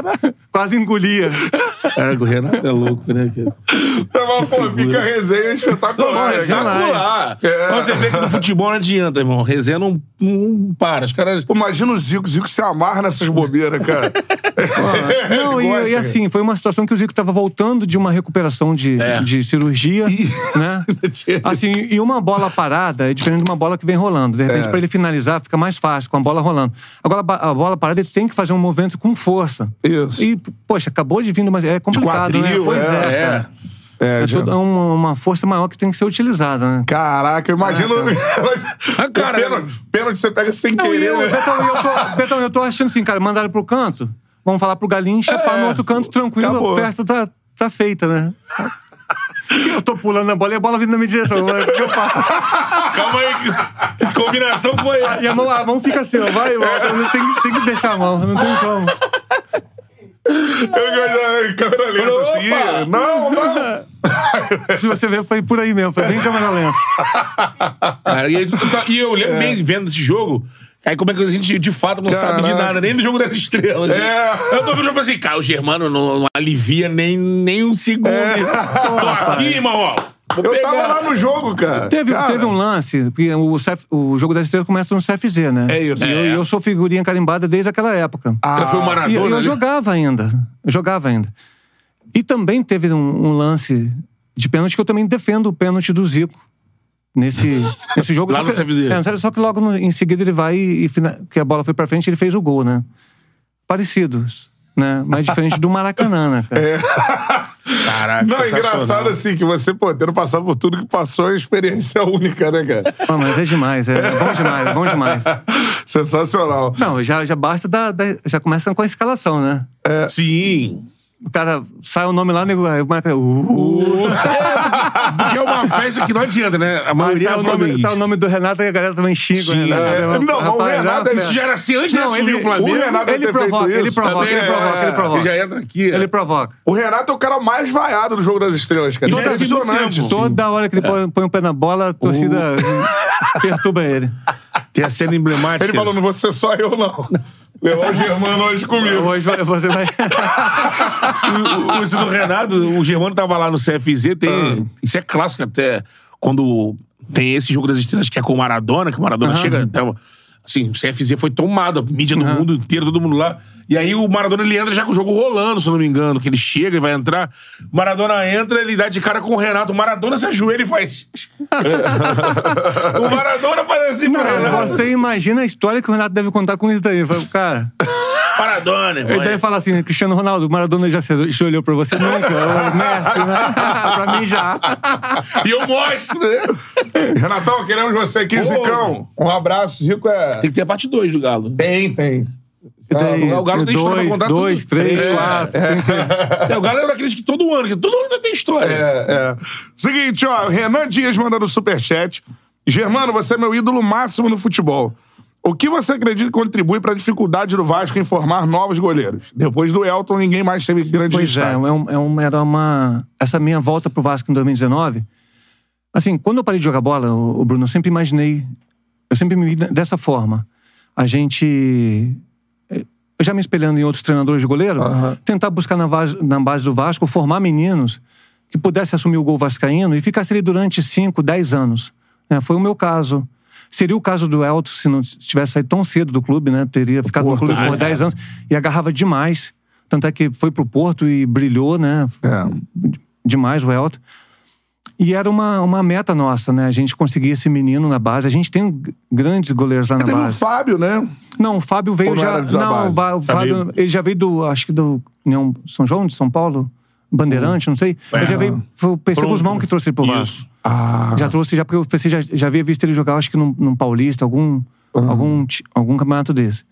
[SPEAKER 3] Quase engolia.
[SPEAKER 2] Caraca, o Renato é louco, né? cara?
[SPEAKER 1] Mas, "Tá pô,
[SPEAKER 2] figura.
[SPEAKER 1] fica a resenha espetacular.
[SPEAKER 3] Não,
[SPEAKER 1] né, cara?
[SPEAKER 3] demais.
[SPEAKER 2] Espetacular.
[SPEAKER 1] É.
[SPEAKER 2] Mas Você vê que no futebol não adianta, irmão. Resenha não, não para. Os caras.
[SPEAKER 1] Pô, Imagina o Zico. O Zico se amarra nessas bobeiras, cara.
[SPEAKER 3] Não, e,
[SPEAKER 1] Gosta,
[SPEAKER 3] e assim, foi uma situação que o Zico tava voltando de uma recuperação de,
[SPEAKER 2] É.
[SPEAKER 3] de cirurgia, né?
[SPEAKER 1] Tinha-
[SPEAKER 3] Assim, e uma bola parada é diferente de uma bola que vem rolando. De repente,
[SPEAKER 1] É.
[SPEAKER 3] pra ele finalizar, fica mais fácil com a bola rolando. Agora, a ba- a bola parada, ele tem que fazer um movimento com força.
[SPEAKER 1] Isso.
[SPEAKER 3] E, poxa, acabou de vindo, mas é complicado, né?
[SPEAKER 1] quadril,
[SPEAKER 3] Pois
[SPEAKER 1] é,
[SPEAKER 3] é.
[SPEAKER 2] É.
[SPEAKER 3] cara.
[SPEAKER 1] É,
[SPEAKER 3] É,
[SPEAKER 1] já-
[SPEAKER 3] tudo- é uma, uma força maior que tem que ser utilizada, né?
[SPEAKER 1] Caraca, eu imagino.
[SPEAKER 2] Ah, cara.
[SPEAKER 1] Pênalti, pênalti você pega sem
[SPEAKER 3] Não, e
[SPEAKER 1] querer.
[SPEAKER 3] eu,
[SPEAKER 1] né?
[SPEAKER 3] Betão, eu tô, Betão, eu tô achando assim, cara, mandaram pro canto, vamos falar pro Galincha, chapar no outro canto, tranquilo,
[SPEAKER 1] É, acabou.
[SPEAKER 3] a festa tá, tá feita, né? Eu tô pulando a bola e a bola vindo na minha direção. mas o que eu faço?
[SPEAKER 2] Calma aí, que a combinação foi.
[SPEAKER 3] E a mão, a mão fica assim, ó, vai, e volta. Não tem, tem que deixar a mão, não tem como.
[SPEAKER 1] Eu já- câmera lenta
[SPEAKER 2] Opa!
[SPEAKER 1] assim. Não, não.
[SPEAKER 3] Se você ver, foi por aí mesmo, foi bem câmera lenta.
[SPEAKER 2] Cara, e, aí tu tá- e eu lembro bem vendo esse jogo. Aí como é que a gente de fato não sabe de
[SPEAKER 1] Caraca.
[SPEAKER 2] nada, nem do jogo das estrelas. né?
[SPEAKER 1] É.
[SPEAKER 2] Eu tô vendo e falei assim, cara, o Germano não, não alivia nem, nem um segundo. Tô aqui, irmão, ó. Vou
[SPEAKER 1] Eu
[SPEAKER 2] pegar.
[SPEAKER 1] tava lá no jogo, cara.
[SPEAKER 3] Teve,
[SPEAKER 1] Cara,
[SPEAKER 3] teve um lance, porque o, CF o jogo da estrela começa no CFZ, né?
[SPEAKER 1] É Ah, isso.
[SPEAKER 3] E eu,
[SPEAKER 2] É.
[SPEAKER 3] eu sou figurinha carimbada desde aquela época.
[SPEAKER 2] Cara, foi o
[SPEAKER 3] E eu,
[SPEAKER 2] Maradona.
[SPEAKER 3] eu
[SPEAKER 2] né?
[SPEAKER 3] jogava ainda. Eu jogava ainda. E também teve um, um lance de pênalti que eu também defendo o pênalti do Zico. Nesse, nesse jogo.
[SPEAKER 2] Lá
[SPEAKER 3] Só
[SPEAKER 2] no
[SPEAKER 3] que-
[SPEAKER 2] CFZ.
[SPEAKER 3] é, só- só que logo no- em seguida ele vai e, e fina- que a bola foi pra frente ele fez o gol, né? Parecidos, né? Mas diferente do Maracanã, né,
[SPEAKER 2] É.
[SPEAKER 3] cara?
[SPEAKER 2] Caraca,
[SPEAKER 1] Não, é
[SPEAKER 2] sensacional.
[SPEAKER 1] engraçado assim, que você, pô, tendo passado por tudo que passou, é uma experiência única, né, cara?
[SPEAKER 3] Pô, mas é demais, é, é bom demais, é bom demais.
[SPEAKER 1] Sensacional.
[SPEAKER 3] Não, já, já basta da, da- Já começa com a escalação, né?
[SPEAKER 2] Sim.
[SPEAKER 3] O cara sai o nome lá, nego. aí o Maracanã, uh, uh,
[SPEAKER 2] Porque é uma festa que não adianta, né? A
[SPEAKER 3] Mas
[SPEAKER 2] maioria
[SPEAKER 3] sai
[SPEAKER 2] é
[SPEAKER 3] o, nome,
[SPEAKER 2] flamenguista.
[SPEAKER 3] sai o nome do Renato e a galera também xinga o
[SPEAKER 2] Xinga,
[SPEAKER 3] Renato.
[SPEAKER 2] é.
[SPEAKER 3] É uma-
[SPEAKER 1] Não, mas o
[SPEAKER 3] rapaz, é uma
[SPEAKER 1] Renato é
[SPEAKER 3] festa.
[SPEAKER 2] Isso já era assim antes de
[SPEAKER 3] Não,
[SPEAKER 2] assumir
[SPEAKER 3] ele-
[SPEAKER 2] o Flamengo.
[SPEAKER 1] o Renato
[SPEAKER 3] Ele
[SPEAKER 1] ter
[SPEAKER 3] provoca,
[SPEAKER 1] feito
[SPEAKER 3] ele
[SPEAKER 1] isso
[SPEAKER 3] provoca,
[SPEAKER 1] também
[SPEAKER 3] ele
[SPEAKER 1] é-
[SPEAKER 3] provoca, ele provoca.
[SPEAKER 2] Ele já entra aqui. ó.
[SPEAKER 3] Ele provoca.
[SPEAKER 1] O Renato é o cara mais vaiado do jogo das estrelas, cara. é
[SPEAKER 2] E nesse
[SPEAKER 1] Impressionante.
[SPEAKER 2] tempo,
[SPEAKER 3] Toda hora que ele põe- põe o pé na bola, a torcida perturba ele.
[SPEAKER 2] Tem a cena emblemática.
[SPEAKER 1] Ele falou, não vou ser só eu, não. Levar o Germano hoje comigo.
[SPEAKER 3] Hoje vai- você vai.
[SPEAKER 2] o, o, esse do Renato, o Germano tava lá no CFZ, tem. Isso é clássico até. Quando tem esse jogo das estrelas que é com o Maradona, que o Maradona chega. Tava, assim, o CFZ foi tomado, a mídia do mundo inteiro, todo mundo lá. E aí o Maradona ele entra já com o jogo rolando, se eu não me engano, que ele chega e vai entrar. O Maradona entra, ele dá de cara com o Renato. O Maradona se ajoelha e faz. o Maradona faz assim pro Renato.
[SPEAKER 3] Você imagina a história que o Renato deve contar com isso daí. Fala, Cara,
[SPEAKER 2] Maradona, irmão.
[SPEAKER 3] ele deve falar assim: Cristiano Ronaldo, Maradona já se já olhou pra você nunca. O Messi, né? pra mim já.
[SPEAKER 2] E eu mostro, né?
[SPEAKER 1] Renatão, queremos você aqui, Zicão. Um abraço, Zico é.
[SPEAKER 2] Tem que ter a parte 2 do Galo.
[SPEAKER 1] Tem, tem.
[SPEAKER 3] E daí,
[SPEAKER 1] É,
[SPEAKER 2] o Galo tem
[SPEAKER 1] tá
[SPEAKER 2] história pra
[SPEAKER 3] dois,
[SPEAKER 2] contar
[SPEAKER 3] dois,
[SPEAKER 2] tudo.
[SPEAKER 3] três,
[SPEAKER 2] É.
[SPEAKER 3] quatro.
[SPEAKER 2] É, o Galo é daqueles que todo ano, que todo ano tem história.
[SPEAKER 1] É, é. Seguinte, ó, Renan Dias mandando superchat. Germano, você é meu ídolo máximo no futebol. O que você acredita que contribui para a dificuldade do Vasco em formar novos goleiros? Depois do Elton, ninguém mais teve grande
[SPEAKER 3] Pois é, é
[SPEAKER 1] destaque.
[SPEAKER 3] um, é um- era uma. Essa minha volta pro Vasco em 2019. Assim, quando eu parei de jogar bola, o, Bruno, eu sempre imaginei. Eu sempre me vi de- dessa forma. A gente. eh, Eu já me espelhando em outros treinadores de goleiro, tentar buscar na, vas- na base do Vasco formar meninos que pudesse assumir o gol vascaíno e ficasse ali durante 5, 10 anos. né? Foi o meu caso. Seria o caso do Elton se não tivesse saído tão cedo do clube, né? Teria ficado no clube
[SPEAKER 2] Ah,
[SPEAKER 3] por 10 anos e agarrava demais. Tanto é que foi pro Porto e brilhou, né? demais o Elton. E era uma, uma meta nossa, né? A gente conseguir esse menino na base. A gente tem g- grandes goleiros lá na
[SPEAKER 1] Teve o
[SPEAKER 3] base.
[SPEAKER 1] Fábio, né?
[SPEAKER 3] Não, o Fábio veio
[SPEAKER 1] não
[SPEAKER 3] já.
[SPEAKER 1] era da
[SPEAKER 3] Não,
[SPEAKER 1] base?
[SPEAKER 3] o Ba- o
[SPEAKER 2] Tá
[SPEAKER 3] Fábio.
[SPEAKER 2] meio-
[SPEAKER 3] Ele já veio do. Acho que do União São João, de São Paulo?
[SPEAKER 1] Hum.
[SPEAKER 3] Bandeirante, não sei. Ele
[SPEAKER 1] É,
[SPEAKER 3] já veio. Foi o PC
[SPEAKER 2] Pronto.
[SPEAKER 3] Guzmão que trouxe ele pro Vasco.
[SPEAKER 2] Isso.
[SPEAKER 1] Ah,
[SPEAKER 3] Já trouxe, já porque o PC já, já havia visto ele jogar, acho que num, num Paulista, algum,
[SPEAKER 1] Ah.
[SPEAKER 3] algum, ti- algum campeonato desse.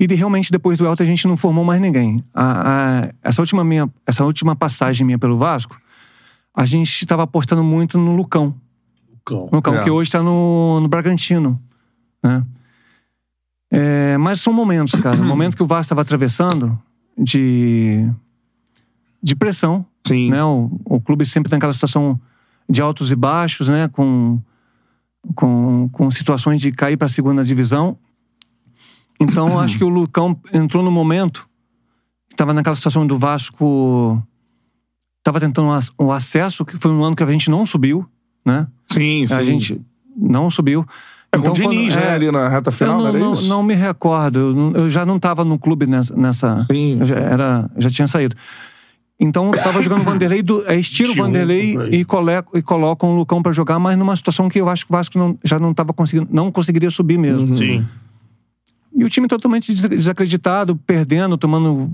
[SPEAKER 3] E de- realmente, depois do Elton, a gente não formou mais ninguém. A- a- essa, última minha, essa última passagem minha pelo Vasco a gente estava apostando muito no Lucão.
[SPEAKER 2] Cão.
[SPEAKER 3] No Lucão,
[SPEAKER 1] É.
[SPEAKER 3] que hoje está no, no Bragantino. Né? É, mas são momentos, cara. O momento que o Vasco estava atravessando de, de pressão.
[SPEAKER 1] Sim.
[SPEAKER 3] Né? O, o clube sempre tem aquela situação de altos e baixos, né? Com, com, com situações de cair para a segunda divisão. Então, eu acho que o Lucão entrou no momento que estava naquela situação do Vasco. Estava tentando o ac- o acesso, que foi um ano que a gente não subiu, né?
[SPEAKER 1] Sim, sim.
[SPEAKER 3] A gente não subiu.
[SPEAKER 1] É
[SPEAKER 3] Então,
[SPEAKER 1] com o Diniz, né? Ali na reta final,
[SPEAKER 3] eu
[SPEAKER 1] não,
[SPEAKER 3] não,
[SPEAKER 1] era
[SPEAKER 3] não,
[SPEAKER 1] isso?
[SPEAKER 3] não me recordo. Eu, não- eu já não estava no clube nessa. nessa
[SPEAKER 1] Sim.
[SPEAKER 3] eu já, era, já tinha saído. Então eu tava jogando o Vanderlei, do, é estilo
[SPEAKER 2] Tinha um
[SPEAKER 3] Vanderlei
[SPEAKER 2] pra
[SPEAKER 3] e, cole, e colocam o Lucão pra jogar, mas numa situação que eu acho que o Vasco não- já não tava conseguindo, não conseguiria subir mesmo.
[SPEAKER 1] Uhum.
[SPEAKER 2] Sim.
[SPEAKER 3] E o time totalmente des- desacreditado, perdendo, tomando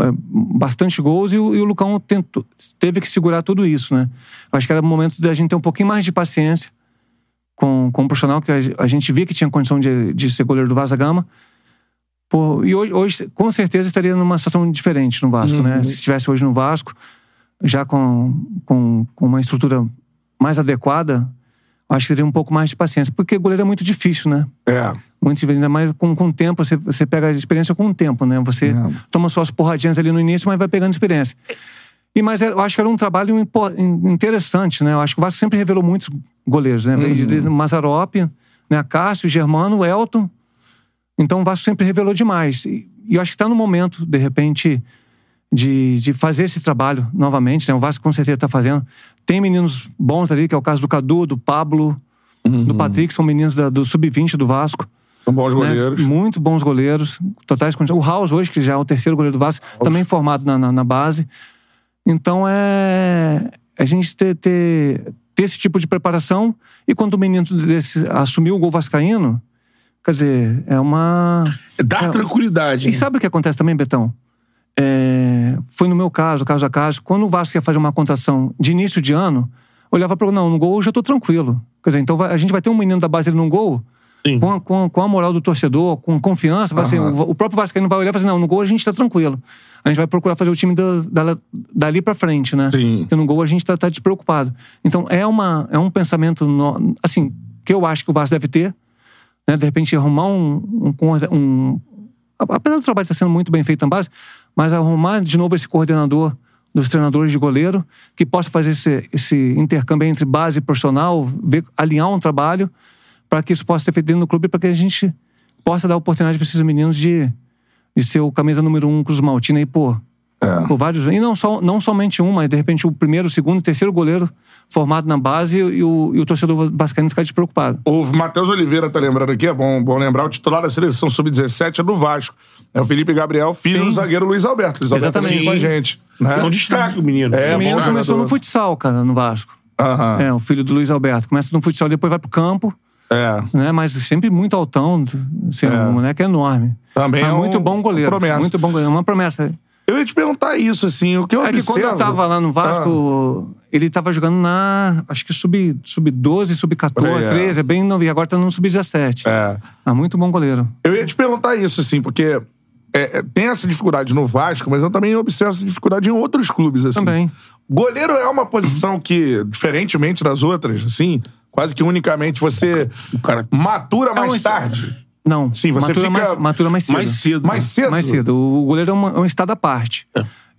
[SPEAKER 3] é, bastante gols, e o, e o Lucão tentou- teve que segurar tudo isso, né? Acho que era o momento da gente ter um pouquinho mais de paciência com, com o profissional, que a, ge- a gente via que tinha condição de, de ser goleiro do Vasco da Gama. Pô, e hoje, hoje, com certeza, estaria numa situação diferente no Vasco, né? Se estivesse hoje no Vasco, já com, com, com uma estrutura mais adequada, acho que teria um pouco mais de paciência. Porque goleiro é muito difícil, né?
[SPEAKER 1] É.
[SPEAKER 3] Muitas vezes, ainda mais com, com o tempo, você, você pega a experiência com o tempo, né? Você toma suas porradinhas ali no início, mas vai pegando experiência. E, mas eu acho que era um trabalho impo- in- interessante, né? Eu acho que o Vasco sempre revelou muitos goleiros, né? Veio de- de Mazarop, né? Cássio, Germano, Elton. Então o Vasco sempre revelou demais. E, e eu acho que está no momento, de repente, de, de fazer esse trabalho novamente, né? O Vasco com certeza está fazendo. Tem meninos bons ali, que é o caso do Cadu, do Pablo, do Patrick, são meninos da- do sub-20 do Vasco
[SPEAKER 1] São bons
[SPEAKER 3] né?
[SPEAKER 1] goleiros.
[SPEAKER 3] Muito bons goleiros, totais condições. O House, hoje, que já é o terceiro goleiro do Vasco, também formado na, na, na base. Então é. A gente ter, ter, ter esse tipo de preparação. E quando o menino desse assumiu o gol vascaíno, quer dizer, é uma.
[SPEAKER 2] Dar
[SPEAKER 3] É.
[SPEAKER 2] tranquilidade.
[SPEAKER 3] E sabe o que acontece também, Betão? É, foi no meu caso, caso a caso, quando o Vasco ia fazer uma contratação de início de ano, olhava para não, no gol hoje eu tô tranquilo. Quer dizer, então vai- a gente vai ter um menino da base ali no gol,
[SPEAKER 2] Sim.
[SPEAKER 3] com a, com, a- com a moral do torcedor, com confiança, vai ser, o, o próprio Vascaíno vai olhar e vai não, no gol a gente tá tranquilo. A gente vai procurar fazer o time da- da- dali para frente, né?
[SPEAKER 1] Sim.
[SPEAKER 3] Porque no gol a gente tá, tá despreocupado. Então é, uma, é um pensamento, no- assim, que eu acho que o Vasco deve ter, né? De repente arrumar um, um coorden- um- a- apesar do trabalho estar sendo muito bem feito na base, mas arrumar de novo esse coordenador dos treinadores de goleiro, que possa fazer esse, esse intercâmbio entre base e profissional, ver, alinhar um trabalho, para que isso possa ser feito dentro do clube, para que a gente possa dar oportunidade para esses meninos de, de ser o camisa número um Cruz Maltina e, pô,
[SPEAKER 1] É.
[SPEAKER 3] por vários. E não, só, não somente um, mas de repente o primeiro, o segundo, o terceiro goleiro formado na base e o, e o torcedor vascaíno ficar despreocupado.
[SPEAKER 1] O Matheus Oliveira tá lembrando aqui, é bom, bom lembrar, o titular da seleção sub-17 é do Vasco. É o Felipe Gabriel, filho
[SPEAKER 3] Sim.
[SPEAKER 1] do zagueiro Luiz Alberto. Luiz Alberto
[SPEAKER 3] Exatamente.
[SPEAKER 1] aqui com a gente. Né?
[SPEAKER 2] É um destaque o menino.
[SPEAKER 1] É,
[SPEAKER 3] o menino
[SPEAKER 1] bom
[SPEAKER 3] começou
[SPEAKER 1] jogador. Ah.
[SPEAKER 3] no futsal, cara, no Vasco.
[SPEAKER 1] Aham.
[SPEAKER 3] É, o filho do Luiz Alberto. Começa no futsal, depois vai pro campo,
[SPEAKER 1] É.
[SPEAKER 3] né? Mas sempre muito altão, assim, um moleque enorme.
[SPEAKER 1] Também
[SPEAKER 3] Mas
[SPEAKER 1] é um-
[SPEAKER 3] muito bom goleiro.
[SPEAKER 1] uma promessa.
[SPEAKER 3] Muito bom goleiro, uma promessa.
[SPEAKER 1] Eu ia te perguntar isso, assim, o que eu
[SPEAKER 3] É que
[SPEAKER 1] observo...
[SPEAKER 3] quando eu tava lá no Vasco,
[SPEAKER 1] Ah.
[SPEAKER 3] ele tava jogando na, acho que sub, sub 12, sub 14,
[SPEAKER 1] É.
[SPEAKER 3] 13, é bem novinho. Agora tá no sub 17.
[SPEAKER 1] É.
[SPEAKER 3] Ah, muito bom goleiro.
[SPEAKER 1] Eu ia te perguntar isso, assim, porque é, é, tem essa dificuldade no Vasco, mas eu também observo essa dificuldade em outros clubes, assim.
[SPEAKER 3] Também.
[SPEAKER 1] Goleiro é uma posição que, diferentemente das outras, assim, quase que unicamente você
[SPEAKER 2] cara-
[SPEAKER 1] matura mais
[SPEAKER 3] um-
[SPEAKER 1] tarde.
[SPEAKER 3] Não.
[SPEAKER 1] Sim, você
[SPEAKER 3] matura
[SPEAKER 1] fica
[SPEAKER 3] mais, matura mais cedo.
[SPEAKER 2] Mais cedo.
[SPEAKER 1] Mais cedo.
[SPEAKER 3] Mais cedo. O goleiro é, uma- é um estado à parte.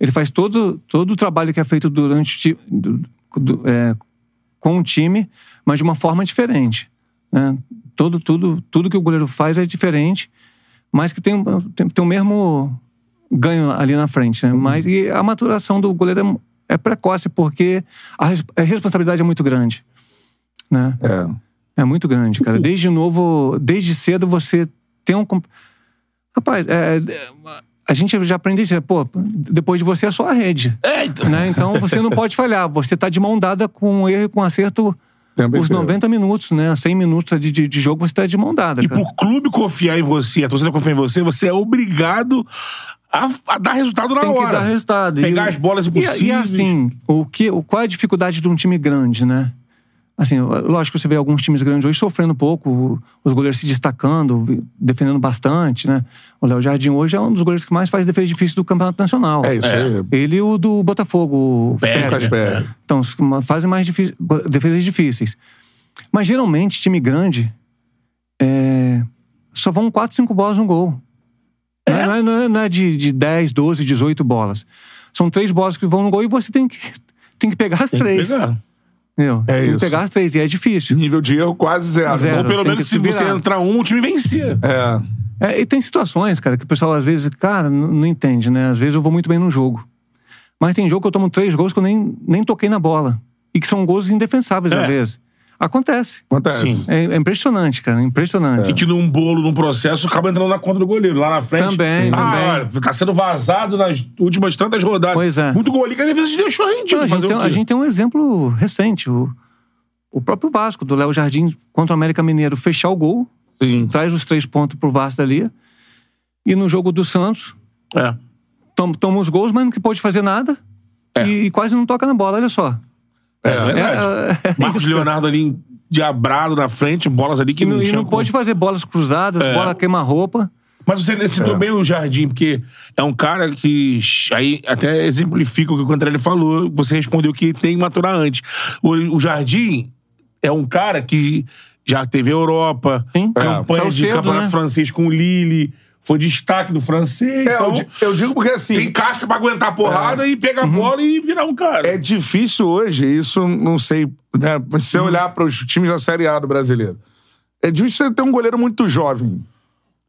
[SPEAKER 3] Ele faz todo, todo o trabalho que é feito durante o ti- do- do- é, com o time, mas de uma forma diferente. né? Todo, tudo, tudo que o goleiro faz é diferente, mas que tem, tem, tem o mesmo ganho ali na frente. Né? Mas e a maturação do goleiro é, é precoce, porque a, res- a responsabilidade é muito grande. Né?
[SPEAKER 1] É.
[SPEAKER 3] É muito grande, cara. Desde novo, desde cedo você tem um. comp- Rapaz, é, é, a gente já aprende isso, né? pô, depois de você é só a rede.
[SPEAKER 2] É, então.
[SPEAKER 3] Né? Então você não pode falhar. Você tá de mão dada com um erro e com um acerto
[SPEAKER 1] Tempo
[SPEAKER 3] os
[SPEAKER 1] inteiro.
[SPEAKER 3] 90 minutos, né? 100 minutos de, de, de jogo você tá de mão dada.
[SPEAKER 2] E
[SPEAKER 3] cara.
[SPEAKER 2] pro clube confiar em você, a torcida confiar em você, você é obrigado a, a dar resultado na
[SPEAKER 3] tem que
[SPEAKER 2] hora.
[SPEAKER 3] dar resultado.
[SPEAKER 2] Pegar
[SPEAKER 3] E-
[SPEAKER 2] as bolas
[SPEAKER 3] e-
[SPEAKER 2] impossíveis.
[SPEAKER 3] E, assim, o que, o- qual é a dificuldade de um time grande, né? Assim, lógico que você vê alguns times grandes hoje sofrendo um pouco, os goleiros se destacando, defendendo bastante, né? O Léo Jardim hoje é um dos goleiros que mais faz defesa difícil do Campeonato Nacional.
[SPEAKER 1] É isso aí.
[SPEAKER 3] Ele e o do Botafogo. o
[SPEAKER 2] Pérez,
[SPEAKER 3] Pérez.
[SPEAKER 1] Lucas Pérez.
[SPEAKER 3] Então, os que ma- fazem mais difí- go- defesas difíceis. Mas geralmente, time grande, é, só vão 4, 5 bolas no gol. Não é- Não, é, não é- não é de, de 10, 12, 18 bolas. São três bolas que vão no gol e você tem que, tem que pegar as
[SPEAKER 2] Tem que
[SPEAKER 3] três.
[SPEAKER 2] pegar.
[SPEAKER 3] entendeu?
[SPEAKER 1] É
[SPEAKER 3] tem que
[SPEAKER 1] isso.
[SPEAKER 3] pegar as três, e é difícil.
[SPEAKER 1] Nível de erro quase zero.
[SPEAKER 3] Zero.
[SPEAKER 2] Ou
[SPEAKER 3] Tem
[SPEAKER 2] pelo
[SPEAKER 3] que
[SPEAKER 2] menos
[SPEAKER 3] se
[SPEAKER 2] se você
[SPEAKER 3] virar.
[SPEAKER 2] entrar um, o time vencia.
[SPEAKER 1] É.
[SPEAKER 3] É, e tem situações, cara, que o pessoal às vezes, cara, n- não entende, né? Às vezes eu vou muito bem num jogo. Mas tem jogo que eu tomo três gols que eu nem, nem toquei na bola. E que são gols indefensáveis,
[SPEAKER 2] É.
[SPEAKER 3] às vezes. Acontece.
[SPEAKER 1] Acontece.
[SPEAKER 2] Sim.
[SPEAKER 3] É, é impressionante, cara. Impressionante.
[SPEAKER 1] É.
[SPEAKER 2] E que num bolo, num processo, acaba entrando na conta do goleiro. Lá na frente.
[SPEAKER 3] Também, também.
[SPEAKER 2] Ah, olha, tá sendo vazado nas últimas tantas rodadas.
[SPEAKER 3] Pois é.
[SPEAKER 2] Muito goleiro que a defesa se deixou rendido.
[SPEAKER 3] Não, a,
[SPEAKER 1] é
[SPEAKER 3] gente
[SPEAKER 2] fazer
[SPEAKER 3] tem,
[SPEAKER 2] o
[SPEAKER 3] a
[SPEAKER 2] quê?
[SPEAKER 3] gente tem um exemplo recente. O, o próprio Vasco, do Léo Jardim contra o América Mineiro, fechar o gol,
[SPEAKER 1] Sim.
[SPEAKER 3] traz os três pontos pro Vasco dali. E no jogo do Santos,
[SPEAKER 2] É.
[SPEAKER 3] tom- toma, os gols, mas não que pôde fazer nada. E, e quase não toca na bola, olha só.
[SPEAKER 2] É,
[SPEAKER 1] É,
[SPEAKER 3] É,
[SPEAKER 2] verdade.
[SPEAKER 3] é,
[SPEAKER 2] Marcos Leonardo ali diabrado na frente, bolas ali que
[SPEAKER 3] e não,
[SPEAKER 2] não,
[SPEAKER 3] e
[SPEAKER 2] tinha
[SPEAKER 3] não
[SPEAKER 2] como.
[SPEAKER 3] pôde É. fazer bolas cruzadas,
[SPEAKER 1] É.
[SPEAKER 3] bola queima-roupa.
[SPEAKER 2] Mas você citou bem o Jardim, porque é um cara que aí até exemplifica o que o Cantarelli falou. Você respondeu que tem que maturar antes. O, o Jardim é um cara que já teve Europa,
[SPEAKER 3] Sim.
[SPEAKER 2] campanha
[SPEAKER 3] É, saiu
[SPEAKER 2] de
[SPEAKER 3] cedo,
[SPEAKER 2] campeonato
[SPEAKER 3] né?
[SPEAKER 2] francês com o Lille, foi destaque do francês.
[SPEAKER 1] É, eu,
[SPEAKER 2] então
[SPEAKER 1] di- eu digo porque assim.
[SPEAKER 2] Tem casca pra aguentar a
[SPEAKER 3] É.
[SPEAKER 2] porrada e
[SPEAKER 3] Uhum.
[SPEAKER 2] pegar a bola e virar um cara.
[SPEAKER 1] É difícil hoje, isso não sei. Né? Se você olhar para os times da Série A do brasileiro, é difícil você ter um goleiro muito jovem.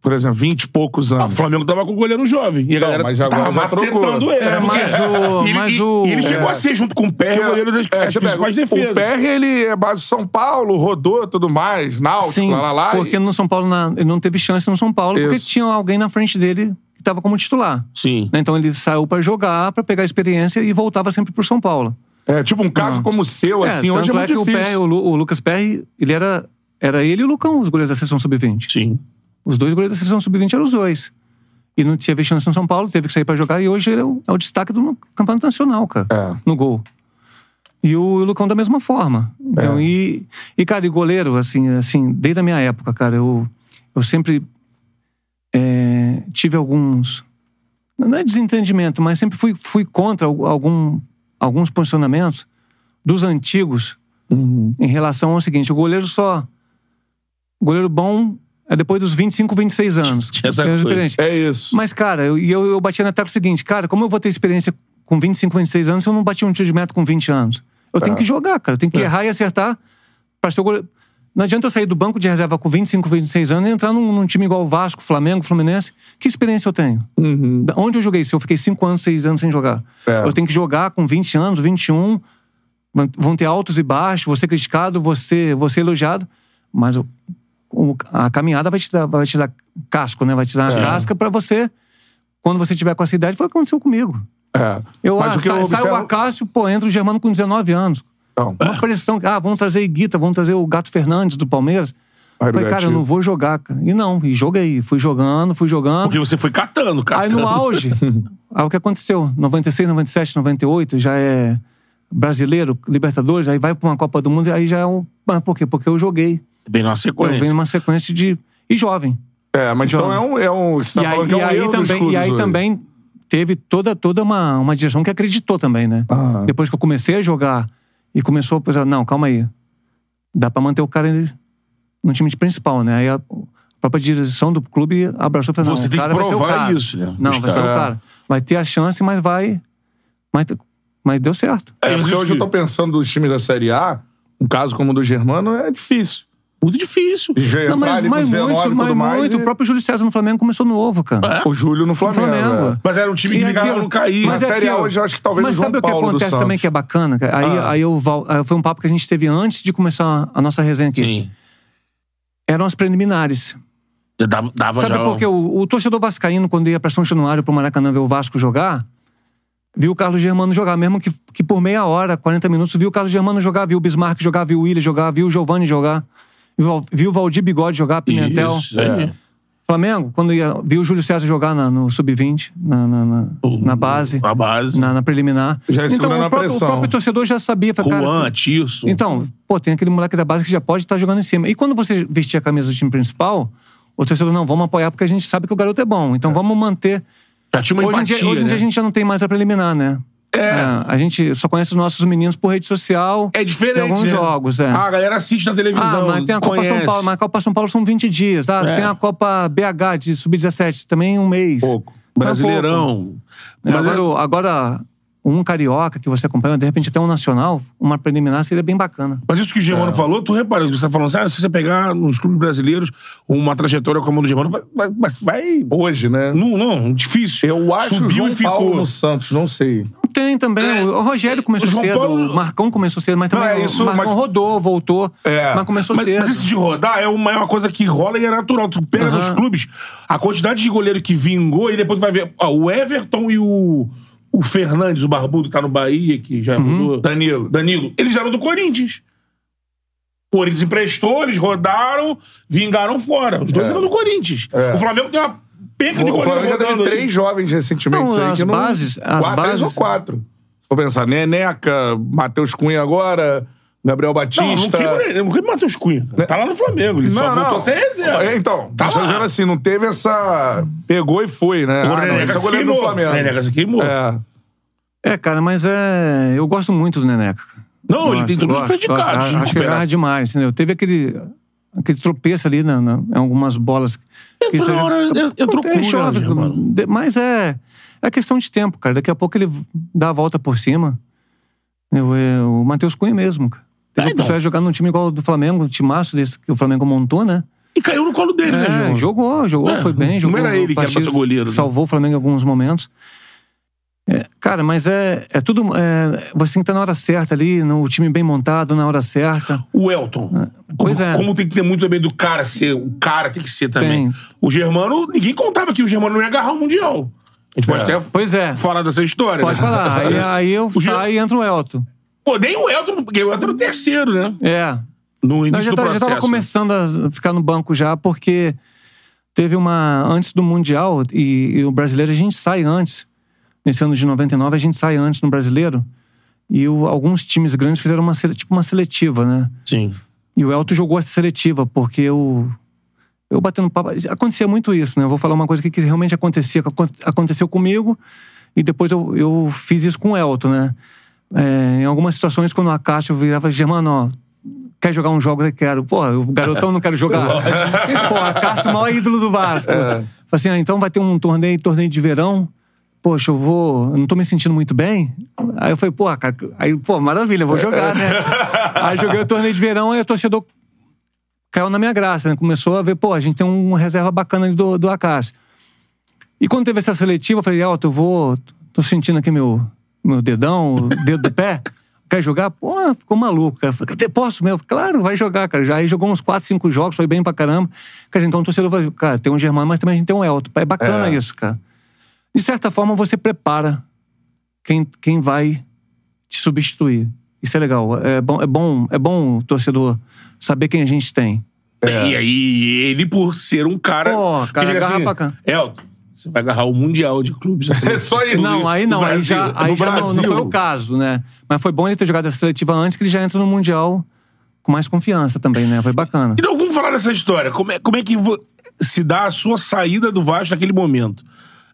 [SPEAKER 1] Por exemplo, 20 e poucos
[SPEAKER 2] Ah, O
[SPEAKER 1] anos.
[SPEAKER 2] Flamengo tava com o goleiro jovem. E a
[SPEAKER 1] Não,
[SPEAKER 2] galera
[SPEAKER 1] mas agora
[SPEAKER 2] tava
[SPEAKER 1] já trocou.
[SPEAKER 2] macetando ele.
[SPEAKER 1] É,
[SPEAKER 2] né?
[SPEAKER 3] mas o-
[SPEAKER 2] E ele,
[SPEAKER 3] mas
[SPEAKER 2] e-
[SPEAKER 3] o-
[SPEAKER 2] e ele chegou
[SPEAKER 1] É.
[SPEAKER 2] a ser, junto com o PR, é, o goleiro das, das
[SPEAKER 1] você pega,
[SPEAKER 2] principais defesas.
[SPEAKER 1] o PR, ele é base de São Paulo, rodou tudo mais, náutico,
[SPEAKER 3] Sim,
[SPEAKER 1] Ah, lá, lá, lá.
[SPEAKER 3] porque
[SPEAKER 1] e-
[SPEAKER 3] no São Paulo na- ele não teve chance no São Paulo, porque
[SPEAKER 1] Isso.
[SPEAKER 3] tinha alguém na frente dele que estava como titular.
[SPEAKER 2] Sim.
[SPEAKER 3] né? Então ele saiu pra jogar, pra pegar experiência e voltava sempre pro São Paulo.
[SPEAKER 1] É tipo um caso como o seu, assim,
[SPEAKER 3] é,
[SPEAKER 1] hoje é
[SPEAKER 3] tanto
[SPEAKER 1] muito
[SPEAKER 3] que o,
[SPEAKER 1] difícil.
[SPEAKER 3] Perry, o, Lu- o Lucas Perry, ele era, era ele e o Lucão, os goleiros da seleção sub-20.
[SPEAKER 2] Sim.
[SPEAKER 3] Os dois goleiros da seleção sub-20 eram os dois. E não teve chance no São Paulo, teve que sair pra jogar e hoje ele é o, é o destaque do campeonato nacional, cara.
[SPEAKER 1] É.
[SPEAKER 3] No gol. E o Lucão da mesma forma. Então, e, e, cara, e goleiro, assim, assim, desde a minha época, cara, eu, eu sempre é, tive alguns. Não é desentendimento, mas sempre fui, fui contra al- algum, alguns posicionamentos dos antigos em relação ao seguinte: o goleiro só. O goleiro bom é depois dos 25, 26 anos.
[SPEAKER 2] Tinha essa
[SPEAKER 3] Goleiro
[SPEAKER 2] coisa.
[SPEAKER 3] experiente.
[SPEAKER 1] É isso.
[SPEAKER 3] Mas, cara, eu, e eu, eu batia na tecla seguinte, cara, como eu vou ter experiência com 25, 26 anos se eu não bati um tiro de meta com 20 anos? Eu tenho que jogar, cara. Eu tenho que errar e acertar para ser o goleiro. é? Não adianta eu sair do banco de reserva com 25, 26 anos e entrar num, num time igual o Vasco, Flamengo, Fluminense. Que experiência eu tenho? Da- Onde eu joguei? Se eu fiquei 5 anos, 6 anos sem jogar.
[SPEAKER 1] Uhum. É.
[SPEAKER 3] Eu tenho que jogar com 20 anos, 21. Vão- Vão ter altos e baixos, você criticado, você, você elogiado. Mas o- o- a caminhada vai te dar, vai te dar casco, né? Vai
[SPEAKER 1] É.
[SPEAKER 3] te dar uma casca pra você, quando você tiver com essa idade, foi o que aconteceu comigo.
[SPEAKER 1] É.
[SPEAKER 3] Eu,
[SPEAKER 1] Mas
[SPEAKER 3] ah,
[SPEAKER 1] o que eu
[SPEAKER 3] sa-
[SPEAKER 1] observo...
[SPEAKER 3] sai o Acácio, pô, entra o Germano com 19 anos.
[SPEAKER 1] Não,
[SPEAKER 3] Uma pressão, ah, vamos trazer Iguita, vamos trazer o Gato Fernandes do Palmeiras.
[SPEAKER 1] Aí,
[SPEAKER 3] Falei, cara, eu
[SPEAKER 1] negativo.
[SPEAKER 3] não vou jogar, cara. E não, e joguei. Fui jogando, fui jogando.
[SPEAKER 2] Porque você foi catando,
[SPEAKER 3] Aí
[SPEAKER 2] catando.
[SPEAKER 3] no auge, aí o que aconteceu? 96, 97, 98, já é brasileiro, Libertadores, aí vai pra uma Copa do Mundo, e aí já é um. Mas por quê? Porque eu joguei.
[SPEAKER 2] Vem numa
[SPEAKER 3] Eu venho
[SPEAKER 2] sequência.
[SPEAKER 3] numa sequência de. E jovem.
[SPEAKER 1] é, mas então é um. É um você tá
[SPEAKER 3] e aí,
[SPEAKER 1] falando que
[SPEAKER 3] e
[SPEAKER 1] é um
[SPEAKER 3] aí
[SPEAKER 1] erro dos
[SPEAKER 3] também,
[SPEAKER 1] clubes
[SPEAKER 3] e aí
[SPEAKER 1] hoje.
[SPEAKER 3] também teve toda, toda uma, uma direção que acreditou também, né?
[SPEAKER 1] Ah.
[SPEAKER 3] Depois que eu comecei a jogar e começou a pensar, não, calma aí. Dá pra manter o cara ele- no time de principal, né? Aí a própria direção do clube abraçou e falou, não,
[SPEAKER 2] Você
[SPEAKER 3] o
[SPEAKER 2] tem que
[SPEAKER 3] cara vai ser o
[SPEAKER 2] provar
[SPEAKER 3] cara.
[SPEAKER 2] isso, né?
[SPEAKER 3] Não,
[SPEAKER 2] Os
[SPEAKER 3] vai ser o
[SPEAKER 1] caras.
[SPEAKER 3] cara. Vai ter a chance, mas vai... Mas, mas deu certo.
[SPEAKER 2] É,
[SPEAKER 1] É,
[SPEAKER 2] mas
[SPEAKER 1] porque
[SPEAKER 2] isso
[SPEAKER 1] hoje eu tô pensando dos times da Série A, um caso como o do Germano é difícil.
[SPEAKER 2] Muito difícil.
[SPEAKER 1] Já entrar
[SPEAKER 3] Não, mas,
[SPEAKER 1] ali com
[SPEAKER 3] mas
[SPEAKER 1] 19
[SPEAKER 3] muito,
[SPEAKER 1] e
[SPEAKER 3] mas
[SPEAKER 1] tudo mais.
[SPEAKER 3] muito.
[SPEAKER 1] e-
[SPEAKER 3] O próprio Júlio César no Flamengo começou novo, cara.
[SPEAKER 1] O Júlio no Flamengo.
[SPEAKER 3] Flamengo.
[SPEAKER 1] é.
[SPEAKER 2] É. Mas era um time
[SPEAKER 3] Sim,
[SPEAKER 2] que brigava pra
[SPEAKER 3] aquilo.
[SPEAKER 2] não cair.
[SPEAKER 1] Mas
[SPEAKER 2] né?
[SPEAKER 1] é- Série A hoje, eu acho que talvez
[SPEAKER 3] Mas
[SPEAKER 1] o João
[SPEAKER 3] sabe o
[SPEAKER 1] Paulo
[SPEAKER 3] que
[SPEAKER 1] do
[SPEAKER 3] acontece
[SPEAKER 1] Santos.
[SPEAKER 3] também que é bacana? cara? Aí,
[SPEAKER 1] Ah.
[SPEAKER 3] aí eu, val- ah, foi um papo que a gente teve antes de começar a nossa resenha aqui.
[SPEAKER 2] Sim.
[SPEAKER 3] Eram as preliminares.
[SPEAKER 2] Já dava, dava
[SPEAKER 3] sabe
[SPEAKER 2] já um-
[SPEAKER 3] por quê? O, o torcedor vascaíno, quando ia pra São Januário, pro Maracanã ver o Vasco jogar, viu o Carlos Germano jogar. Mesmo que, que por meia hora, 40 minutos, viu o Carlos Germano jogar, viu o Bismarck jogar, viu o Willian jogar, viu o Giovanni jogar, viu, o Val- viu o Valdir Bigode jogar, Pimentel. É.
[SPEAKER 2] Isso, é. aí.
[SPEAKER 3] Flamengo, quando ia, viu o Júlio César jogar na- no Sub-20, na, na, na, na base,
[SPEAKER 2] Na base.
[SPEAKER 3] na, na preliminar.
[SPEAKER 1] Já ia
[SPEAKER 3] então
[SPEAKER 1] segurando
[SPEAKER 3] o
[SPEAKER 1] a
[SPEAKER 3] próprio, o
[SPEAKER 1] pressão.
[SPEAKER 3] próprio torcedor já sabia. Falei,
[SPEAKER 2] Juan,
[SPEAKER 3] cara,
[SPEAKER 2] Tirso.
[SPEAKER 3] então, pô, tem aquele moleque da base que já pode estar jogando em cima. E quando você vestir a camisa do time principal, o torcedor, não, vamos apoiar porque a gente sabe que o garoto é bom. Então vamos manter.
[SPEAKER 2] já tinha uma
[SPEAKER 3] hoje, em
[SPEAKER 2] empatia,
[SPEAKER 3] dia, hoje em
[SPEAKER 2] né?
[SPEAKER 3] dia a gente já não tem mais a preliminar, né? É. A gente só conhece os nossos meninos por rede social.
[SPEAKER 2] É diferente,
[SPEAKER 3] Tem alguns
[SPEAKER 2] né?
[SPEAKER 3] jogos, é.
[SPEAKER 2] Ah, a galera assiste na televisão.
[SPEAKER 3] Ah, mas tem um a Copa
[SPEAKER 2] conhece.
[SPEAKER 3] São Paulo. Mas a Copa São Paulo são 20 dias. Ah,
[SPEAKER 2] É.
[SPEAKER 3] Tem a Copa BH de sub-17, também um mês.
[SPEAKER 1] Pouco. Tá
[SPEAKER 3] Então é
[SPEAKER 2] Brasileirão.
[SPEAKER 3] É,
[SPEAKER 2] Mas
[SPEAKER 3] agora, o- agora, um carioca que você acompanha, de repente até um nacional, uma preliminar seria bem bacana.
[SPEAKER 2] Mas isso que o Germano
[SPEAKER 1] É.
[SPEAKER 2] falou, tu repara, você tá falando assim, ah, se você pegar nos clubes brasileiros uma trajetória como a do Germano, vai. vai, vai- vai-
[SPEAKER 1] Hoje, né?
[SPEAKER 2] não, não, difícil.
[SPEAKER 1] Eu acho
[SPEAKER 2] Subiu
[SPEAKER 1] o João
[SPEAKER 2] e ficou.
[SPEAKER 1] Paulo no Santos, não sei.
[SPEAKER 3] Tem também. O Rogério começou
[SPEAKER 2] É. O João
[SPEAKER 3] cedo,
[SPEAKER 2] Paulo-
[SPEAKER 3] o Marcão começou cedo, mas também
[SPEAKER 1] Não, é isso,
[SPEAKER 3] o Marcão
[SPEAKER 1] mas-
[SPEAKER 3] rodou, voltou,
[SPEAKER 1] É,
[SPEAKER 3] mas começou
[SPEAKER 2] Mas,
[SPEAKER 3] cedo.
[SPEAKER 2] mas isso de rodar é uma, é uma coisa que rola e é natural. Tu pega
[SPEAKER 3] Aham.
[SPEAKER 2] nos clubes a quantidade de goleiro que vingou e depois tu vai ver. ó, o Everton e o, o Fernandes, o Barbudo, tá no Bahia, que já
[SPEAKER 3] Uhum.
[SPEAKER 2] mudou.
[SPEAKER 1] Danilo.
[SPEAKER 2] Danilo, eles eram do Corinthians. O Corinthians emprestou, eles rodaram, vingaram fora. Os dois
[SPEAKER 1] É.
[SPEAKER 2] eram do Corinthians.
[SPEAKER 1] É.
[SPEAKER 2] O Flamengo tem uma penca de
[SPEAKER 1] O Flamengo
[SPEAKER 2] goleiro
[SPEAKER 1] já teve
[SPEAKER 2] rodando. aí.
[SPEAKER 1] três jovens recentemente.
[SPEAKER 3] Não,
[SPEAKER 1] isso aí
[SPEAKER 3] as
[SPEAKER 1] que não...
[SPEAKER 3] bases- as
[SPEAKER 1] quatro, Três
[SPEAKER 3] bases-
[SPEAKER 1] ou quatro. Se for pensar, Neneca, Matheus Cunha agora, Gabriel Batista...
[SPEAKER 2] Não, não queima nem- não queima o Matheus Cunha. cara. Tá lá no Flamengo. Ele só voltou sem reserva.
[SPEAKER 1] É, Então,
[SPEAKER 2] Tá
[SPEAKER 1] tá
[SPEAKER 2] lá.
[SPEAKER 1] dizendo assim, não teve essa... Pegou e foi, né? Ah,
[SPEAKER 2] Agora o
[SPEAKER 1] não,
[SPEAKER 2] Neneca
[SPEAKER 1] esse é o
[SPEAKER 2] se
[SPEAKER 1] goleiro do
[SPEAKER 2] queimou.
[SPEAKER 1] Flamengo.
[SPEAKER 2] O Neneca se queimou.
[SPEAKER 1] É.
[SPEAKER 3] É, cara, mas é. Eu gosto muito do Neneca.
[SPEAKER 2] Não, ele
[SPEAKER 3] Gosto,
[SPEAKER 2] tem todos os
[SPEAKER 3] gosto,
[SPEAKER 2] predicados.
[SPEAKER 3] gosto. Acho que ele erra demais, entendeu? Teve aquele. Aquele tropeço ali na, na- em algumas bolas. que
[SPEAKER 2] Entrou na hora, entrou
[SPEAKER 3] Acontece,
[SPEAKER 2] cru, né,
[SPEAKER 3] óbvio,
[SPEAKER 2] Germano?
[SPEAKER 3] de- Mas é, é questão de tempo, cara. Daqui a pouco ele v- dá a volta por cima. Eu, é, o Matheus Cunha mesmo, cara. Teve
[SPEAKER 2] Ah, então.
[SPEAKER 3] que vai jogar num time igual ao do Flamengo, um timaço desse que o Flamengo montou, né?
[SPEAKER 2] E caiu no colo dele, né,
[SPEAKER 3] É,
[SPEAKER 2] Germano?
[SPEAKER 3] jogou, jogou,
[SPEAKER 2] É,
[SPEAKER 3] foi bem.
[SPEAKER 2] não
[SPEAKER 3] Jogou
[SPEAKER 2] era ele que era pra ser
[SPEAKER 3] partidas,
[SPEAKER 2] goleiro, né?
[SPEAKER 3] Salvou o Flamengo em alguns momentos. É, cara, mas é, é tudo. é, você tem que estar na hora certa ali, no o time bem montado, na hora certa.
[SPEAKER 2] O Elton.
[SPEAKER 3] Pois
[SPEAKER 2] como,
[SPEAKER 3] é.
[SPEAKER 2] como tem que ter muito também do cara ser. O cara tem que ser também.
[SPEAKER 3] Tem.
[SPEAKER 2] O Germano, ninguém contava que o Germano não ia agarrar o Mundial. A gente pode até
[SPEAKER 3] Pois é.
[SPEAKER 2] falar dessa história.
[SPEAKER 3] Pode
[SPEAKER 2] né?
[SPEAKER 3] falar. Aí, é aí eu
[SPEAKER 2] O Gil-
[SPEAKER 3] saio e entra o Elton.
[SPEAKER 2] Pô, nem o Elton, porque o Elton era o terceiro, né?
[SPEAKER 3] É.
[SPEAKER 2] No
[SPEAKER 3] Não,
[SPEAKER 2] início
[SPEAKER 3] já,
[SPEAKER 2] do
[SPEAKER 3] tá- já
[SPEAKER 2] processo. né?
[SPEAKER 3] tava começando a ficar no banco já, porque teve uma. Antes do Mundial, e, e o brasileiro a gente sai antes. Nesse ano de 99, a gente sai antes no brasileiro. E o- alguns times grandes fizeram uma, sele- tipo uma seletiva, né?
[SPEAKER 2] Sim.
[SPEAKER 3] E o Elton jogou essa seletiva, porque eu. Eu batendo um papo. Acontecia muito isso, né? Eu vou falar uma coisa aqui que realmente acontecia, que acon- aconteceu comigo, e depois eu, eu fiz isso com o Elton, né? É, em algumas situações, quando a Caixa virava, Germano, ó, quer jogar um jogo? Eu quero. Pô, o garotão não quero jogar. Pô, a Caixa, o maior ídolo do Vasco. Falei assim, ah, então vai ter um torneio, torneio de verão. Poxa, eu vou. Eu não tô me sentindo muito bem. Aí eu falei, pô, cara, aí, pô, maravilha, eu vou jogar, né? Aí joguei o torneio de verão, aí o torcedor caiu na minha graça, né? Começou a ver, pô, a gente tem um reserva bacana ali do, do Acácio. E quando teve essa seletiva, eu falei, Alto, eu vou. tô sentindo aqui meu, meu dedão, o dedo do pé. Quer jogar? Pô, ficou maluco, cara. Falei, "Cadê? posso mesmo? Claro, vai jogar, cara. Já aí jogou uns 4, 5 jogos, foi bem pra caramba. Cara, então o torcedor vai, cara, tem um Germano, mas também a gente tem um Elton. É bacana isso, cara. De certa forma, você prepara quem, quem vai te substituir. Isso é legal. É bom, é bom, é bom o torcedor saber quem a gente tem.
[SPEAKER 2] É, E aí, ele, por ser um cara.
[SPEAKER 3] Pô,
[SPEAKER 2] que
[SPEAKER 3] cara,
[SPEAKER 2] diga
[SPEAKER 3] agarra pra cá.
[SPEAKER 2] Elton, você vai agarrar o Mundial de clubes.
[SPEAKER 1] É só isso.
[SPEAKER 3] Não, aí não, aí já,
[SPEAKER 1] No
[SPEAKER 3] aí já não, não
[SPEAKER 1] Brasil.
[SPEAKER 3] foi o caso, né? Mas foi bom ele ter jogado essa seletiva antes, que ele já entra no Mundial com mais confiança também, né? Foi bacana.
[SPEAKER 2] Então vamos falar dessa história. Como é, como é que vo- se dá a sua saída do Vasco naquele momento?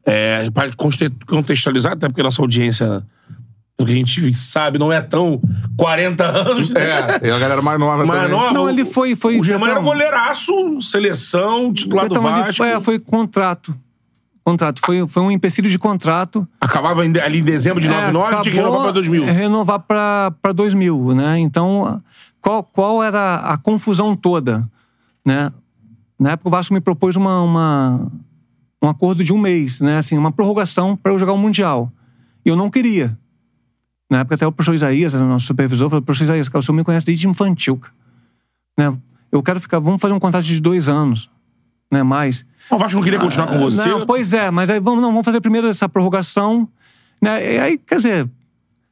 [SPEAKER 2] É, para conste- contextualizar, até porque nossa audiência, pelo que a gente sabe, não é tão 40 anos. né?
[SPEAKER 1] É, e a galera mais nova
[SPEAKER 2] Mas
[SPEAKER 1] também.
[SPEAKER 2] nova,
[SPEAKER 3] Não,
[SPEAKER 2] o-
[SPEAKER 3] ele foi- foi-
[SPEAKER 2] o Germano era
[SPEAKER 3] então-
[SPEAKER 2] goleiraço, seleção, titular do
[SPEAKER 3] ele
[SPEAKER 2] Vasco.
[SPEAKER 3] foi, é, foi contrato. Contrato. Foi, foi um empecilho de contrato.
[SPEAKER 2] Acabava em de- ali em dezembro de
[SPEAKER 3] É,
[SPEAKER 2] 99, tinha que
[SPEAKER 3] acabou,
[SPEAKER 2] renovar pra 2000.
[SPEAKER 3] é, Renovar para 2000, né? Então, qual, qual era a confusão toda, né? Na época o Vasco me propôs uma, uma- um acordo de um mês, né? Assim, uma prorrogação para eu jogar o Mundial. E eu não queria. Na época até o professor Isaías, era o nosso supervisor, falou, professor Isaías, cara, o senhor me conhece desde infantil, cara. né? Eu quero ficar, vamos fazer um contrato de dois anos, né? Mais.
[SPEAKER 2] O Vasco não queria continuar com você.
[SPEAKER 3] Ah, Não, pois é, mas aí vamos, não, vamos fazer primeiro essa prorrogação. Né? E aí, quer dizer,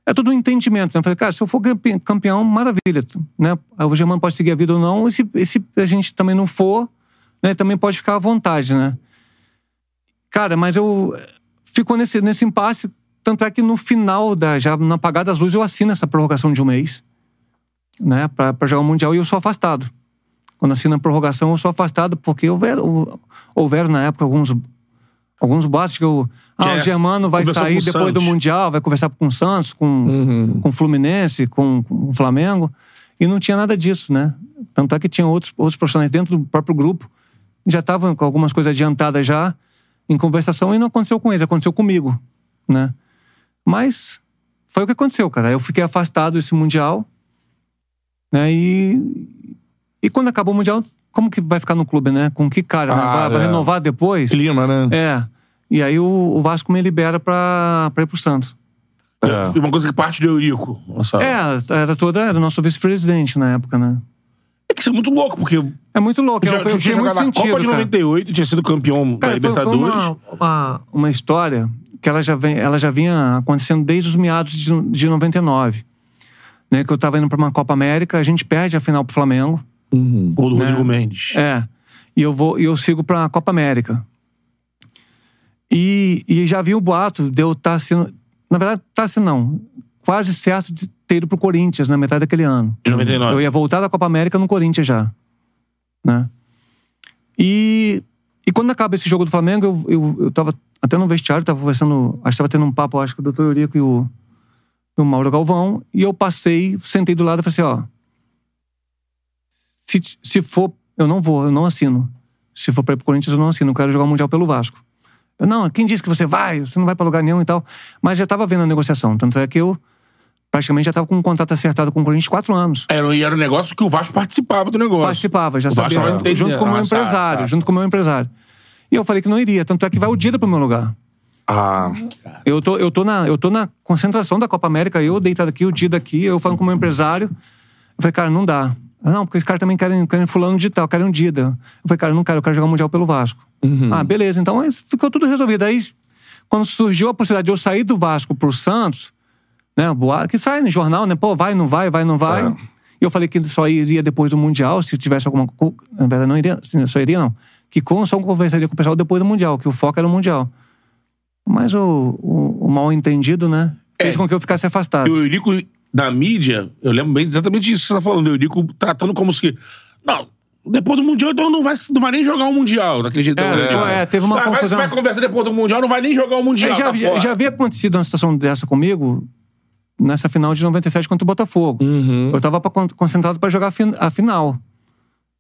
[SPEAKER 3] é tudo um entendimento. Né? Eu falei, cara, se eu for campe- campeão, maravilha. Né? Aí O Germano pode seguir a vida ou não. E se, e se a gente também não for, né, também pode ficar à vontade, né? Cara, mas eu fico nesse, nesse impasse. Tanto é que no final, da, já no apagar das luzes, eu assino essa prorrogação de um mês, né? Pra, pra jogar o Mundial e eu sou afastado. Quando assino a prorrogação, eu sou afastado porque houveram, hou- houveram na época alguns, alguns boatos que eu.
[SPEAKER 2] Que
[SPEAKER 3] Ah,
[SPEAKER 2] é,
[SPEAKER 3] o Germano vai
[SPEAKER 2] conversou com
[SPEAKER 3] sair
[SPEAKER 2] o
[SPEAKER 3] depois do
[SPEAKER 2] Santos. Uhum.
[SPEAKER 3] Mundial, vai conversar com o Santos, com com o Fluminense, com, com o Flamengo, e não tinha nada disso, né? Tanto é que tinha outros, outros profissionais dentro do próprio grupo, já estavam com algumas coisas adiantadas já em conversação, e não aconteceu com eles, aconteceu comigo, né? Mas foi o que aconteceu, cara. Eu fiquei afastado desse Mundial, né? E, e quando acabou o Mundial, como que vai ficar no clube, né? Com que cara? né?
[SPEAKER 1] Ah,
[SPEAKER 3] Vai- vai
[SPEAKER 1] é.
[SPEAKER 3] renovar depois?
[SPEAKER 1] Clima, né?
[SPEAKER 3] É. E aí o, o Vasco me libera pra, pra ir pro Santos.
[SPEAKER 1] É.
[SPEAKER 2] Uma coisa que parte do Eurico. Nossa.
[SPEAKER 3] É, era toda, era o nosso vice-presidente na época, né?
[SPEAKER 2] É que isso é muito louco, porque eu
[SPEAKER 3] É muito louco,
[SPEAKER 2] já
[SPEAKER 3] eu, eu
[SPEAKER 2] eu tinha
[SPEAKER 3] tinha muito
[SPEAKER 2] jogado na
[SPEAKER 3] sentido,
[SPEAKER 2] Copa de
[SPEAKER 3] cara.
[SPEAKER 2] 98, tinha sido campeão da
[SPEAKER 3] Cara, foi- um foi
[SPEAKER 2] Libertadores.
[SPEAKER 3] uma, uma, uma história que ela já, vem, ela já vinha acontecendo desde os meados de, de 99. Né, que eu tava indo pra uma Copa América, a gente perde a final pro Flamengo.
[SPEAKER 2] Gol do Rodrigo Mendes.
[SPEAKER 3] É. E eu vou e eu sigo pra Copa América. E, e já havia o boato de eu estar sendo. Na verdade, tá assim, não. Quase certo de ter ido pro Corinthians na metade daquele ano.
[SPEAKER 2] De 99.
[SPEAKER 3] Eu ia voltar da Copa América no Corinthians já. Né? E, e quando acaba esse jogo do Flamengo, eu, eu, eu tava até no vestiário, tava conversando. Acho que tava tendo um papo, acho que o doutor Eurico e o, e o Mauro Galvão. E eu passei, sentei do lado e falei assim: ó. Se, se for, eu não vou, eu não assino. Se for pra ir pro Corinthians, eu não assino. Eu quero jogar o Mundial pelo Vasco. Eu, não, quem disse que você vai? Você não vai pra lugar nenhum e tal. Mas já tava vendo a negociação. Tanto é que eu praticamente já tava com um contrato acertado com o Corinthians quatro anos
[SPEAKER 2] Era, e era um negócio que o Vasco participava do negócio.
[SPEAKER 3] participava, já
[SPEAKER 2] O
[SPEAKER 3] sabia. tá,
[SPEAKER 2] Vasco
[SPEAKER 3] Junto,
[SPEAKER 2] tem-
[SPEAKER 3] junto com o meu
[SPEAKER 2] Ah, sabe,
[SPEAKER 3] empresário,
[SPEAKER 2] sabe.
[SPEAKER 3] junto com o meu empresário. E eu falei que não iria, tanto é que vai o Dida pro meu lugar.
[SPEAKER 1] Ah,
[SPEAKER 3] Eu tô, eu, tô na, eu tô na concentração da Copa América, eu deitado aqui, o Dida aqui, eu falando com o meu empresário. Eu falei, cara, não dá. Ah, Não, porque os caras também querem, querem fulano de tal, querem um Dida. Eu falei, cara, eu não quero, eu quero jogar o Mundial pelo Vasco. Ah, beleza, então aí ficou tudo resolvido. Aí, quando surgiu a possibilidade de eu sair do Vasco pro Santos, né, boa- que sai no jornal, né, pô, vai, não vai, vai, não vai.
[SPEAKER 1] É.
[SPEAKER 3] E eu falei que só iria depois do Mundial, se tivesse alguma coisa. Na verdade, não iria, sim, só iria não. Que com, só conversaria com o pessoal depois do Mundial, que o foco era o Mundial. Mas o, o, o mal entendido, né? Fez com que eu ficasse
[SPEAKER 2] E
[SPEAKER 3] afastado.
[SPEAKER 2] o Eurico, da mídia, eu lembro bem exatamente isso que você tá falando. O Eurico tratando como se. Não, depois do Mundial, então não vai, não vai nem jogar o Mundial, naquele jeito.
[SPEAKER 3] É,
[SPEAKER 2] do Eurico.
[SPEAKER 3] pô, é, teve uma
[SPEAKER 2] ah, vai- Você
[SPEAKER 3] confusão.
[SPEAKER 2] vai conversar depois do Mundial, não vai nem jogar o Mundial.
[SPEAKER 3] Eu já,
[SPEAKER 2] tá
[SPEAKER 3] já,
[SPEAKER 2] fora.
[SPEAKER 3] já havia acontecido uma situação dessa comigo nessa final de 97 contra o Botafogo.
[SPEAKER 1] Uhum.
[SPEAKER 3] Eu tava pra con- concentrado para jogar a, fin- a final.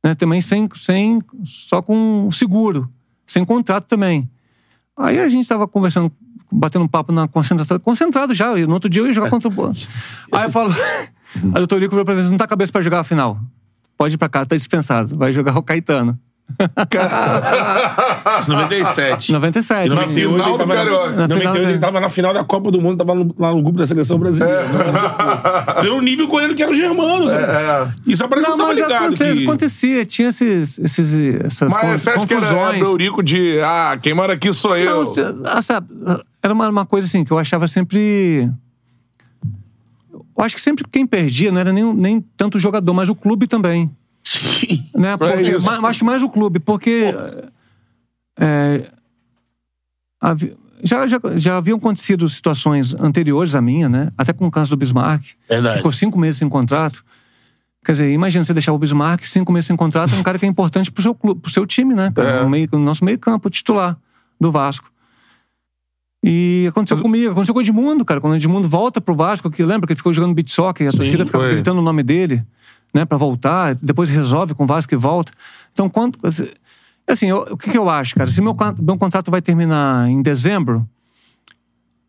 [SPEAKER 3] Né? Também sem, sem. Só com seguro. Sem contrato também. Aí a gente tava conversando, batendo um papo na concentração. Concentrado já. e No outro dia eu ia jogar contra o. Bo- Aí eu falo. Aí o doutor Lico falou pra mim: não tá cabeça pra jogar a final. Pode ir pra casa, tá dispensado. Vai jogar o Caetano.
[SPEAKER 2] Isso, 97.
[SPEAKER 3] 97.
[SPEAKER 1] Na
[SPEAKER 3] né?
[SPEAKER 1] final do Carioca.
[SPEAKER 2] Na
[SPEAKER 3] Na
[SPEAKER 2] 98
[SPEAKER 3] final,
[SPEAKER 2] ele
[SPEAKER 3] né?
[SPEAKER 2] tava na final da Copa do Mundo, tava no- lá no grupo da seleção brasileira. Pelo É. um nível goleiro que era o Germano, sabe?
[SPEAKER 1] é.
[SPEAKER 2] E só pra ele
[SPEAKER 3] Não,
[SPEAKER 2] não tava
[SPEAKER 3] mas
[SPEAKER 2] ligado
[SPEAKER 3] aconte-
[SPEAKER 2] que...
[SPEAKER 3] acontecia, tinha esses, esses, essas con-
[SPEAKER 1] Mas você acha que era
[SPEAKER 3] confusões.
[SPEAKER 1] do Eurico de. Ah, quem mora aqui sou eu.
[SPEAKER 3] Não, ah, sabe, era uma, uma coisa assim que eu achava sempre. Eu acho que sempre quem perdia não era nem, nem tanto o jogador, mas o clube também. Né? Porque-
[SPEAKER 1] É isso.
[SPEAKER 3] ma- acho que mais o clube, porque. é, havi- já, já, já haviam acontecido situações anteriores à minha, né? Até com o caso do Bismarck.
[SPEAKER 2] Verdade.
[SPEAKER 3] Ficou cinco meses sem contrato. Quer dizer, imagina você deixar o Bismarck cinco meses sem contrato, um cara que é importante pro seu clube, pro seu time, né? cara?
[SPEAKER 1] É.
[SPEAKER 3] No, meio, no nosso meio campo, titular do Vasco. E aconteceu comigo, aconteceu com o Edmundo, cara. Quando o Edmundo volta pro Vasco, que lembra que ele ficou jogando beat soccer e a torcida ficava
[SPEAKER 1] foi.
[SPEAKER 3] gritando o nome dele, né, pra voltar, depois resolve com o Vasco e volta. Então, quanto. Assim, eu- o que, que eu acho, cara? Se meu, con- meu contrato vai terminar em dezembro,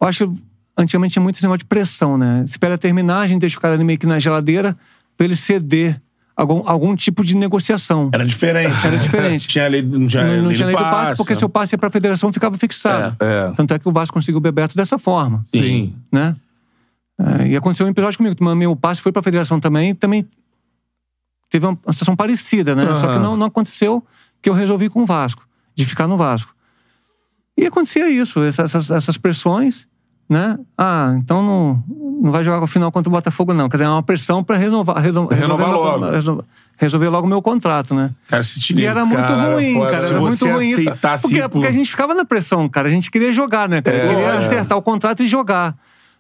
[SPEAKER 3] eu acho que antigamente tinha muito esse negócio de pressão, né? Espera terminar, a gente deixa o cara ali meio que na geladeira pra ele ceder algum, algum tipo de negociação.
[SPEAKER 2] Era diferente. né?
[SPEAKER 3] Era diferente.
[SPEAKER 2] Tinha lei, não tinha,
[SPEAKER 3] Não, não
[SPEAKER 2] lei
[SPEAKER 3] tinha
[SPEAKER 2] do
[SPEAKER 3] lei do passe,
[SPEAKER 2] passe,
[SPEAKER 3] porque
[SPEAKER 2] né?
[SPEAKER 3] se eu passe para a federação ficava fixado.
[SPEAKER 1] É.
[SPEAKER 3] Tanto é que o Vasco conseguiu o Bebeto dessa forma,
[SPEAKER 2] Sim.
[SPEAKER 3] né? É, e aconteceu um episódio comigo. mas Meu passe foi para a federação também, também teve uma uma situação parecida, né? Só que
[SPEAKER 1] Aham.
[SPEAKER 3] não, não aconteceu que eu resolvi com o Vasco, de ficar no Vasco. E acontecia isso, essa- essas, essas pressões, né? Ah, então não, não vai jogar com a final contra o Botafogo, não. Quer dizer, é uma pressão para renovar, reno-
[SPEAKER 1] Renovar
[SPEAKER 3] resolver-
[SPEAKER 1] logo.
[SPEAKER 3] renovar- resolver logo o meu contrato, né?
[SPEAKER 2] Cara, se te
[SPEAKER 3] E era muito
[SPEAKER 4] Cara,
[SPEAKER 3] ruim,
[SPEAKER 4] foda.
[SPEAKER 3] cara.
[SPEAKER 4] Se
[SPEAKER 3] Era muito
[SPEAKER 2] você
[SPEAKER 3] ruim isso.
[SPEAKER 2] aceitasse
[SPEAKER 3] Porque,
[SPEAKER 2] por- É.
[SPEAKER 3] porque a gente ficava na pressão, cara. A gente queria jogar, né? cara? queria acertar o contrato e jogar.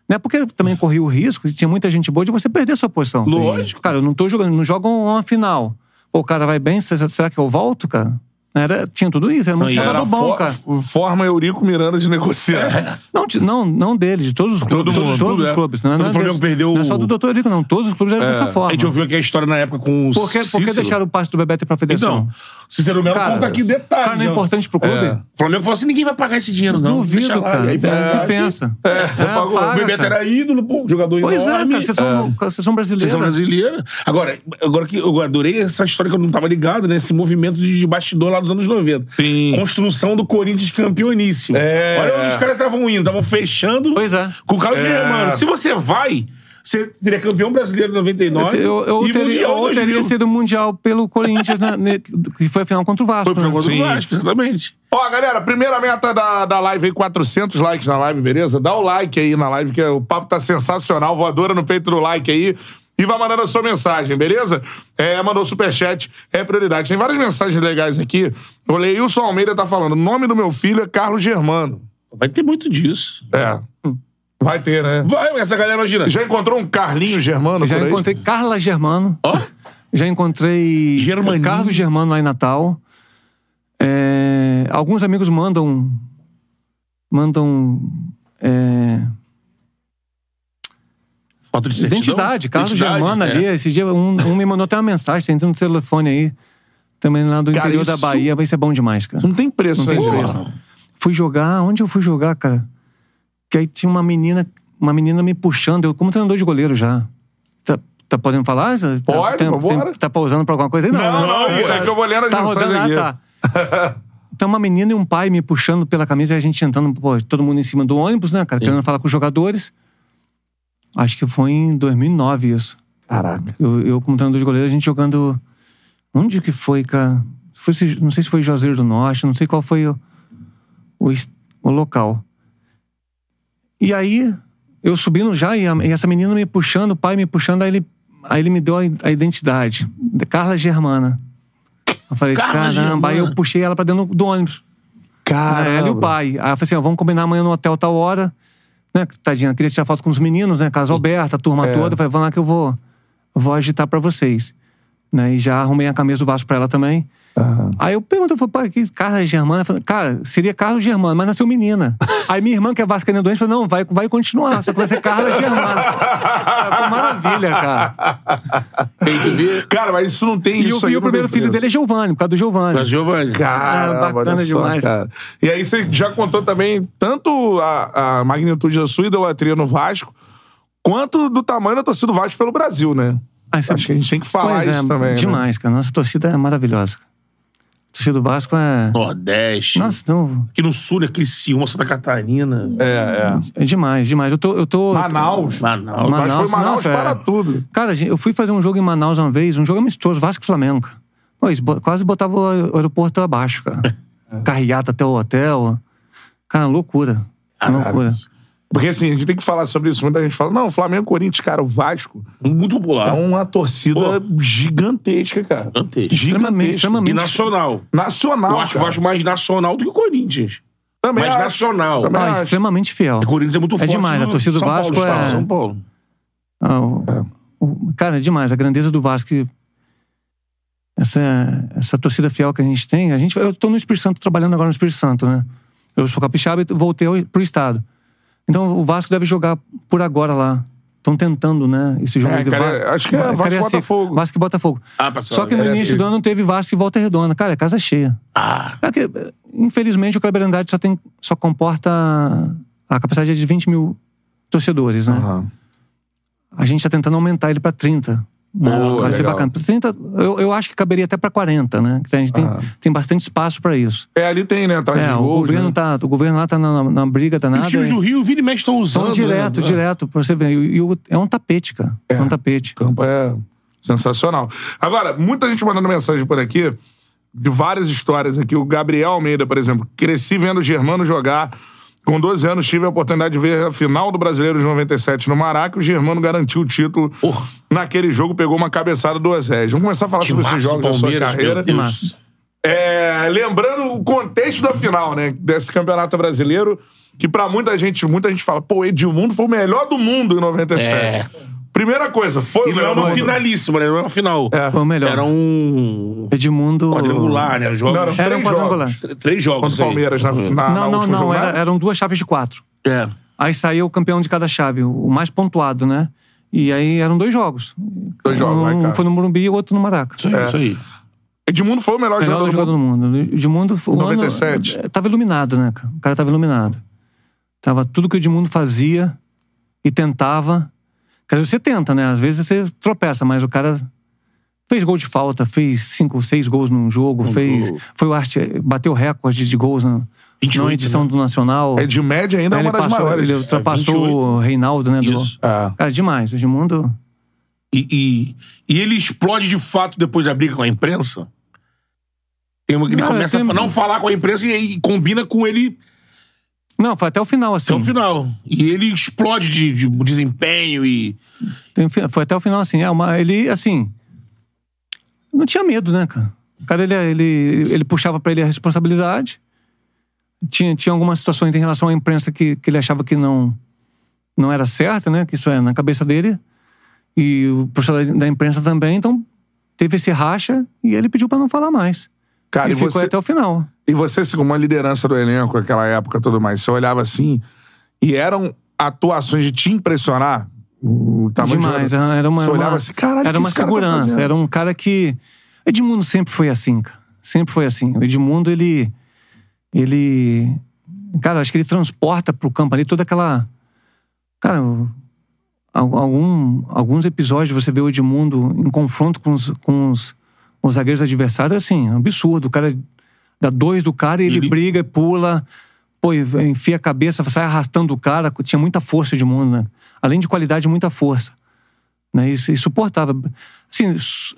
[SPEAKER 3] Né? Porque também corria o risco, e tinha muita gente boa, de você perder a sua posição.
[SPEAKER 2] Lógico.
[SPEAKER 3] Cara, eu não tô jogando, não jogam uma final. Pô, o cara vai bem, se- será que eu volto, cara? Era, tinha tudo isso, era muito
[SPEAKER 2] Não, e
[SPEAKER 3] jogador
[SPEAKER 2] era
[SPEAKER 3] bom,
[SPEAKER 1] For-
[SPEAKER 3] cara.
[SPEAKER 1] Forma Eurico Miranda de
[SPEAKER 2] É.
[SPEAKER 1] negociar.
[SPEAKER 3] Não, de- não, não deles, de todos os clubes.
[SPEAKER 2] Todo mundo,
[SPEAKER 3] todos
[SPEAKER 2] clube,
[SPEAKER 3] os
[SPEAKER 2] é.
[SPEAKER 3] clubes. Não, é-
[SPEAKER 2] Então
[SPEAKER 3] não é
[SPEAKER 2] o Flamengo
[SPEAKER 3] deles.
[SPEAKER 2] perdeu
[SPEAKER 3] Não é
[SPEAKER 2] o- É.
[SPEAKER 3] só do doutor Eurico, não. Todos os clubes eram dessa forma.
[SPEAKER 2] A gente ouviu aqui a história na época com o
[SPEAKER 3] Por que, por que
[SPEAKER 2] Cícero.
[SPEAKER 3] deixaram o passe do Bebeto ir pra federação?
[SPEAKER 2] Então, Cícero Melo
[SPEAKER 3] Cara,
[SPEAKER 2] conta aqui
[SPEAKER 3] cara,
[SPEAKER 2] detalhes.
[SPEAKER 3] não é
[SPEAKER 2] ó.
[SPEAKER 3] importante pro clube?
[SPEAKER 2] O Flamengo falou assim, ninguém vai pagar esse dinheiro, não. Deixa
[SPEAKER 3] Duvido,
[SPEAKER 2] lá.
[SPEAKER 3] cara.
[SPEAKER 2] E aí,
[SPEAKER 3] Você
[SPEAKER 2] é,
[SPEAKER 3] pensa. É,
[SPEAKER 2] pagou. o
[SPEAKER 3] paga,
[SPEAKER 2] Bebeto
[SPEAKER 3] cara.
[SPEAKER 2] era ídolo, pô, jogador
[SPEAKER 3] Pois é, cara.
[SPEAKER 2] enorme.
[SPEAKER 3] Vocês são, vocês são brasileiros.
[SPEAKER 2] Seleção brasileira. Agora, agora que eu adorei essa história que eu não tava ligado, né? Esse movimento de bastidor lá dos anos 90.
[SPEAKER 1] Sim.
[SPEAKER 2] Construção do Corinthians campeoníssimo.
[SPEAKER 1] É.
[SPEAKER 2] Olha onde os caras estavam indo, estavam fechando.
[SPEAKER 3] Pois é.
[SPEAKER 2] Com o cara que,
[SPEAKER 1] É.
[SPEAKER 2] mano, se você vai, você teria campeão brasileiro em 99
[SPEAKER 3] Eu, eu
[SPEAKER 2] e
[SPEAKER 3] teria,
[SPEAKER 2] mundial né, em
[SPEAKER 3] eu teria
[SPEAKER 2] 2000.
[SPEAKER 3] sido mundial pelo Corinthians, né, ne- que foi a final contra o Vasco.
[SPEAKER 2] Foi pro
[SPEAKER 3] né?
[SPEAKER 2] jogo do
[SPEAKER 1] Sim.
[SPEAKER 2] Vasco, exatamente.
[SPEAKER 1] Ó, galera, primeira meta da, da live aí, 400 likes na live, beleza? Dá o like aí na live, que o papo tá sensacional. Voadora no peito do like aí. E vai mandando a sua mensagem, beleza? É, mandou superchat, é prioridade. Tem várias mensagens legais aqui. O Leilson Almeida tá falando, o nome do meu filho é Carlos Germano.
[SPEAKER 2] Vai ter muito disso.
[SPEAKER 1] É. Vai ter, né?
[SPEAKER 2] Vai, essa galera imagina.
[SPEAKER 1] Já encontrou um Carlinho Germano
[SPEAKER 3] Já
[SPEAKER 1] por aí?
[SPEAKER 3] encontrei Carla Germano.
[SPEAKER 2] Ó,
[SPEAKER 3] Já encontrei
[SPEAKER 2] Germaninho.
[SPEAKER 3] Carlos Germano lá em Natal. É, alguns amigos mandam. Mandam. é,
[SPEAKER 2] foto de certidão.
[SPEAKER 3] identidade, Carlos
[SPEAKER 2] Identidade,
[SPEAKER 3] Germano
[SPEAKER 2] é.
[SPEAKER 3] ali. Esse dia um, um me mandou até uma mensagem, você entra no telefone aí. Também lá do
[SPEAKER 1] Cara,
[SPEAKER 3] interior da
[SPEAKER 1] isso-
[SPEAKER 3] Bahia, mas isso é bom demais, cara.
[SPEAKER 1] Não tem preço,
[SPEAKER 3] Não tem
[SPEAKER 1] né,
[SPEAKER 3] preço.
[SPEAKER 1] gente?
[SPEAKER 3] fui jogar, onde eu fui jogar, cara? Que aí tinha uma menina, uma menina me puxando, eu como treinador de goleiro já. Tá, tá podendo falar? Tá-
[SPEAKER 1] Pode,
[SPEAKER 3] tem-
[SPEAKER 1] vambora.
[SPEAKER 3] tem- Tá pausando pra alguma coisa? aí? Não,
[SPEAKER 1] Não, não, é que eu vou lendo as
[SPEAKER 3] tá
[SPEAKER 1] mensagens
[SPEAKER 3] rodando,
[SPEAKER 1] aqui.
[SPEAKER 3] Ah, tá. Então uma menina e um pai me puxando pela camisa e a gente entrando, pô, todo mundo em cima do ônibus, né, cara? Querendo falar com os jogadores. Acho que foi em 2009 isso.
[SPEAKER 1] Caraca.
[SPEAKER 3] Eu, eu como treinador de goleiro, a gente jogando... Onde que foi, cara? Foi se- não sei se foi Juazeiro do Norte, não sei qual foi o, o, es- o local. E aí, eu subindo já, e, a- e essa menina me puxando, o pai me puxando, aí ele, aí ele me deu a, i- a identidade. De Carla Germana. Eu falei,
[SPEAKER 2] Carla
[SPEAKER 3] caramba,
[SPEAKER 2] Germana.
[SPEAKER 3] aí eu puxei ela pra dentro do ônibus.
[SPEAKER 1] Caramba.
[SPEAKER 3] Ela e o pai. Aí eu falei assim, ó, vamos combinar amanhã no hotel tal hora. Né? Tadinha, eu queria tirar foto com os meninos, né? Casa Alberta, a turma
[SPEAKER 1] É.
[SPEAKER 3] toda. Eu falei, vamos lá que eu vou, vou agitar pra vocês. Né? E já arrumei a camisa do Vasco pra ela também. Aí eu pergunto, eu falei, pai, que Carla é Germana? Eu falei, cara, seria Carlos Germano, mas nasceu menina. Aí minha irmã, que é vascaína doente, falou, não, vai, vai continuar, só que vai ser Carla Germana. Cara, que maravilha, cara.
[SPEAKER 1] Cara, mas isso não tem
[SPEAKER 3] tá. E
[SPEAKER 1] isso
[SPEAKER 3] o,
[SPEAKER 1] aí
[SPEAKER 3] e o
[SPEAKER 1] não
[SPEAKER 3] primeiro
[SPEAKER 1] tem
[SPEAKER 3] filho
[SPEAKER 1] preço.
[SPEAKER 3] dele é Giovanni, por causa do Giovanni.
[SPEAKER 2] Mas, Giovanni.
[SPEAKER 1] Caramba,
[SPEAKER 3] Ah, bacana
[SPEAKER 1] olha só,
[SPEAKER 3] demais.
[SPEAKER 1] cara. E aí você já contou também tanto a, a magnitude da sua idolatria no Vasco, quanto do tamanho da torcida do Vasco pelo Brasil, né?
[SPEAKER 3] Ah, isso é-
[SPEAKER 1] Acho que a gente tem que falar
[SPEAKER 3] Pois é,
[SPEAKER 1] isso também. Né?
[SPEAKER 3] Demais, cara. Nossa torcida é maravilhosa. A torcida do Vasco é.
[SPEAKER 2] Nordeste.
[SPEAKER 3] Nossa, não.
[SPEAKER 2] Aqui no sul, né? Criciúma, Santa Catarina.
[SPEAKER 1] É, é.
[SPEAKER 3] É demais, demais. Eu tô. Eu tô
[SPEAKER 1] Manaus. Mas foi
[SPEAKER 2] Manaus.
[SPEAKER 3] Manaus,
[SPEAKER 1] Manaus
[SPEAKER 3] nossa,
[SPEAKER 1] para
[SPEAKER 3] é.
[SPEAKER 1] tudo.
[SPEAKER 3] Cara, gente, eu fui fazer um jogo em Manaus uma vez, um jogo amistoso, Vasco e Flamengo. cara. Pô, eles bo- quase botava o aer- o aeroporto abaixo, cara.
[SPEAKER 1] É.
[SPEAKER 3] Carreata até o hotel. Cara, loucura. loucura.
[SPEAKER 1] Porque assim, a gente tem que falar sobre isso. Muita gente fala, não, Flamengo, Corinthians, cara, o Vasco
[SPEAKER 2] Muito
[SPEAKER 1] é
[SPEAKER 2] popular.
[SPEAKER 1] uma
[SPEAKER 3] Então,
[SPEAKER 1] torcida gigantesca, cara.
[SPEAKER 2] Gigantesco.
[SPEAKER 3] Extremamente,
[SPEAKER 2] E
[SPEAKER 3] extremamente.
[SPEAKER 2] nacional.
[SPEAKER 1] Nacional,
[SPEAKER 2] Eu acho o
[SPEAKER 1] Ah, cara.
[SPEAKER 2] Vasco mais nacional do que o Corinthians.
[SPEAKER 1] também
[SPEAKER 2] mais
[SPEAKER 1] acho.
[SPEAKER 2] nacional.
[SPEAKER 1] Também
[SPEAKER 3] Ah,
[SPEAKER 1] acho.
[SPEAKER 3] extremamente fiel.
[SPEAKER 2] O Corinthians é muito forte.
[SPEAKER 3] demais,
[SPEAKER 2] no
[SPEAKER 3] a torcida do
[SPEAKER 2] São
[SPEAKER 3] Vasco
[SPEAKER 2] Paulo, estado,
[SPEAKER 3] é-
[SPEAKER 2] São Paulo.
[SPEAKER 3] Ah, o- o- cara, é demais. A grandeza do Vasco. e Essa, essa torcida fiel que a gente tem. A gente, eu estou no Espírito Santo, trabalhando agora no Espírito Santo, né? Eu sou capixaba e voltei ao- pro Estado. Então o Vasco deve jogar por agora lá. Estão tentando, né? Esse jogo
[SPEAKER 1] É,
[SPEAKER 3] aí do
[SPEAKER 1] cara,
[SPEAKER 3] Vasco.
[SPEAKER 1] acho que é
[SPEAKER 3] Ba-
[SPEAKER 1] Vasco e
[SPEAKER 3] Cariacica.
[SPEAKER 1] Botafogo.
[SPEAKER 3] Vasco e Botafogo.
[SPEAKER 2] Ah, passou.
[SPEAKER 3] Só que no
[SPEAKER 1] é,
[SPEAKER 3] início
[SPEAKER 1] sim.
[SPEAKER 3] do ano teve Vasco e Volta Redonda. Cara, é casa cheia.
[SPEAKER 2] Ah,
[SPEAKER 3] É que, eh, infelizmente, o Kleber Andrade só, tem, só comporta a capacidade de 20 mil torcedores, né?
[SPEAKER 1] Aham.
[SPEAKER 3] A gente tá tentando aumentar ele pra 30. né?
[SPEAKER 1] Boa,
[SPEAKER 3] Vai ser
[SPEAKER 1] legal.
[SPEAKER 3] bacana. Pra 30, eu, eu acho que caberia até pra 40, né? Que A gente tem,
[SPEAKER 1] Ah.
[SPEAKER 3] tem bastante espaço pra isso.
[SPEAKER 1] É, ali tem, né? Atrás
[SPEAKER 3] É,
[SPEAKER 1] dos
[SPEAKER 3] o
[SPEAKER 1] gols.
[SPEAKER 3] governo,
[SPEAKER 1] né?
[SPEAKER 3] tá, o governo lá tá na, na briga
[SPEAKER 2] e
[SPEAKER 3] danada.
[SPEAKER 2] os times do Rio, vira e mexe, estão usando.
[SPEAKER 3] Então,
[SPEAKER 2] né?
[SPEAKER 3] direto, direto, pra você ver. E, e o- é um tapete, cara. É, um tapete.
[SPEAKER 1] campo é sensacional. Agora, muita gente mandando mensagem por aqui, de várias histórias aqui. O Gabriel Almeida, por exemplo, cresci vendo o Germano jogar. Com 12 anos, tive a oportunidade de ver a final do Brasileiro de 97 no Mará, que o Germano garantiu o título.
[SPEAKER 2] Porra.
[SPEAKER 1] Naquele jogo, pegou uma cabeçada do Azés. Vamos começar a falar sobre esses
[SPEAKER 2] Timaço do
[SPEAKER 1] jogos da sua
[SPEAKER 2] Palmeiras,
[SPEAKER 1] carreira.
[SPEAKER 2] meu Deus.
[SPEAKER 1] É, lembrando o contexto da final, né? Desse campeonato brasileiro, que pra muita gente, muita gente fala, pô, Edmundo foi o melhor do mundo em 97.
[SPEAKER 2] É.
[SPEAKER 1] Primeira coisa, foi
[SPEAKER 2] E
[SPEAKER 1] o
[SPEAKER 2] não
[SPEAKER 1] melhor
[SPEAKER 2] era
[SPEAKER 1] do
[SPEAKER 2] uma
[SPEAKER 1] mundo.
[SPEAKER 2] finalíssima, né? Não era uma final.
[SPEAKER 3] Foi o melhor.
[SPEAKER 2] Era um
[SPEAKER 3] Edmundo.
[SPEAKER 2] quadrangular, né? Jogos,
[SPEAKER 1] Não, era
[SPEAKER 3] Era um
[SPEAKER 1] Três um
[SPEAKER 3] quadrangular.
[SPEAKER 2] tr- Três jogos.
[SPEAKER 1] Contra o Palmeiras né? na,
[SPEAKER 2] aí.
[SPEAKER 1] na, na
[SPEAKER 3] Não, não,
[SPEAKER 1] última
[SPEAKER 3] não.
[SPEAKER 1] jornada.
[SPEAKER 3] era- eram duas chaves de quatro.
[SPEAKER 2] É.
[SPEAKER 3] Aí saiu o campeão de cada chave, o mais pontuado, né? E aí eram dois jogos.
[SPEAKER 1] Dois jogos, vai,
[SPEAKER 3] um
[SPEAKER 1] cara.
[SPEAKER 3] foi no Morumbi e o outro no Maraca.
[SPEAKER 2] Isso aí, isso aí.
[SPEAKER 3] É
[SPEAKER 1] Edmundo foi o melhor,
[SPEAKER 3] Melhor
[SPEAKER 1] jogador do
[SPEAKER 3] jogador
[SPEAKER 1] mundo.
[SPEAKER 3] do mundo. Edmundo, o
[SPEAKER 1] 97.
[SPEAKER 3] ano eh, tava iluminado, né, cara? O cara tava iluminado. Tava tudo que o Edmundo fazia e tentava. Quer dizer, você tenta, né? Às vezes você tropeça, mas o cara fez gol de falta, fez cinco ou seis gols num jogo, fez.
[SPEAKER 2] jogo.
[SPEAKER 3] Foi o arte, bateu recorde de gols na,
[SPEAKER 2] 28,
[SPEAKER 3] na edição
[SPEAKER 2] né?
[SPEAKER 3] do Nacional.
[SPEAKER 1] É de média ainda, é
[SPEAKER 3] Aí
[SPEAKER 1] uma
[SPEAKER 3] ele
[SPEAKER 1] das
[SPEAKER 3] passou-
[SPEAKER 1] maiores.
[SPEAKER 3] Ele ultrapassou o Reinaldo, né? Do...
[SPEAKER 2] Isso.
[SPEAKER 1] É.
[SPEAKER 3] Cara, demais. O Edmundo.
[SPEAKER 2] E, e, e ele explode de fato depois da briga com a imprensa? Tem uma- ele
[SPEAKER 3] Cara,
[SPEAKER 2] começa
[SPEAKER 3] tem-
[SPEAKER 2] a fa- não falar com a imprensa e, aí combina com ele
[SPEAKER 3] Não, foi até o final, assim.
[SPEAKER 2] até o final. E ele explode de, de desempenho e.
[SPEAKER 3] Tem- um foi até o final, assim. É uma, ele, assim. Não tinha medo, né, cara? O cara, ele, ele, ele puxava pra ele a responsabilidade. Tinha, tinha algumas situações em relação à imprensa que, que ele achava que não, não era certa, né? Que isso é na cabeça dele. E o puxador da imprensa também. Então, teve esse racha e ele pediu pra não falar mais.
[SPEAKER 1] Cara,
[SPEAKER 3] e
[SPEAKER 1] e
[SPEAKER 3] ficou
[SPEAKER 1] você,
[SPEAKER 3] até o final.
[SPEAKER 1] e você, assim, como uma liderança do elenco naquela época e tudo mais, você olhava assim e eram atuações de te impressionar? O tamanho de
[SPEAKER 3] Demais,
[SPEAKER 1] jogador.
[SPEAKER 3] aham, era
[SPEAKER 1] Você
[SPEAKER 3] uma, era uma-
[SPEAKER 1] olhava assim, caralho,
[SPEAKER 3] era
[SPEAKER 1] que
[SPEAKER 3] uma
[SPEAKER 1] esse cara tá
[SPEAKER 3] segurança,
[SPEAKER 1] fazendo?
[SPEAKER 3] era um cara que Edmundo sempre foi assim, cara. Sempre foi assim. O Edmundo ele ele cara, acho que ele transporta pro campo ali toda aquela cara, o- al- algum alguns episódios você vê o Edmundo em confronto com os com os, os zagueiros adversários assim, é um absurdo. O cara dá dois do cara e ele,
[SPEAKER 2] Ele-
[SPEAKER 3] briga, pula, pô, enfia a cabeça, sai arrastando o cara. Tinha muita força de mundo, né? Além de qualidade, muita força. Né? E, e suportava. Assim, s-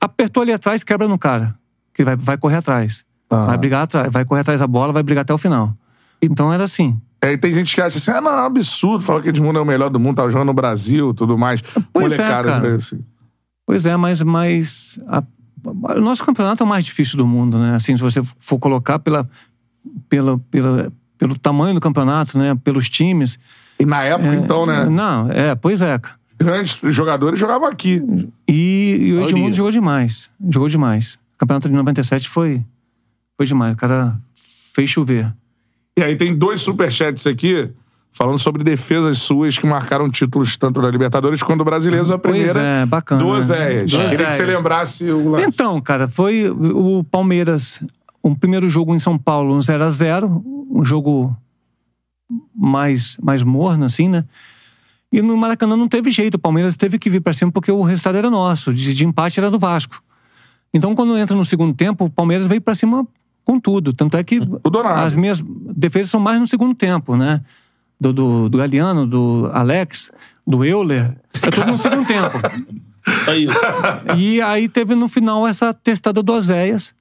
[SPEAKER 3] apertou ali atrás, quebra no cara. Que vai, vai correr atrás.
[SPEAKER 1] Ah.
[SPEAKER 3] Vai brigar atrás, vai correr atrás da bola, vai brigar até o final. Então era assim.
[SPEAKER 1] E Aí tem gente que acha assim, ah, não, é um absurdo falar que Edmundo é o melhor do mundo, tá jogando no Brasil tudo mais.
[SPEAKER 3] Pois é,
[SPEAKER 1] Molecada,
[SPEAKER 3] cara.
[SPEAKER 1] assim.
[SPEAKER 3] Pois é, mas, mas a- a- o nosso campeonato é o mais difícil do mundo, né? Assim, se você for colocar pela, pela, pela, pelo tamanho do campeonato, né? Pelos times.
[SPEAKER 1] E na época, então, né?
[SPEAKER 3] É, Não, é, pois é, cara.
[SPEAKER 1] Grandes jogadores jogavam aqui.
[SPEAKER 3] E, e o
[SPEAKER 2] Maioria.
[SPEAKER 3] Edmundo jogou demais. Jogou demais. O campeonato de 97 foi, foi demais. O cara fez chover.
[SPEAKER 1] E aí tem dois superchats aqui falando sobre defesas suas que marcaram títulos tanto da Libertadores quanto do Brasileiros. A
[SPEAKER 3] Pois
[SPEAKER 1] primeira,
[SPEAKER 3] é, bacana.
[SPEAKER 1] duas
[SPEAKER 3] né?
[SPEAKER 1] Eias.
[SPEAKER 3] Duas
[SPEAKER 1] Queria que você
[SPEAKER 3] Eias.
[SPEAKER 1] lembrasse o lance.
[SPEAKER 3] Então, cara, foi o Palmeiras, um primeiro jogo em São Paulo, um 0 a 0 um jogo mais, mais morno, assim, né? E no Maracanã não teve jeito, o Palmeiras teve que vir pra cima porque o resultado era nosso, de, de empate era do Vasco. Então, quando entra no segundo tempo, o Palmeiras veio pra cima com tudo. Tanto é que
[SPEAKER 1] ou nada.
[SPEAKER 3] as minhas defesas são mais no segundo tempo, né? Do, do, do Galeano, do Alex, do Euler. É tudo no segundo tempo.
[SPEAKER 2] Aí,
[SPEAKER 3] E aí teve no final essa testada do Oséias.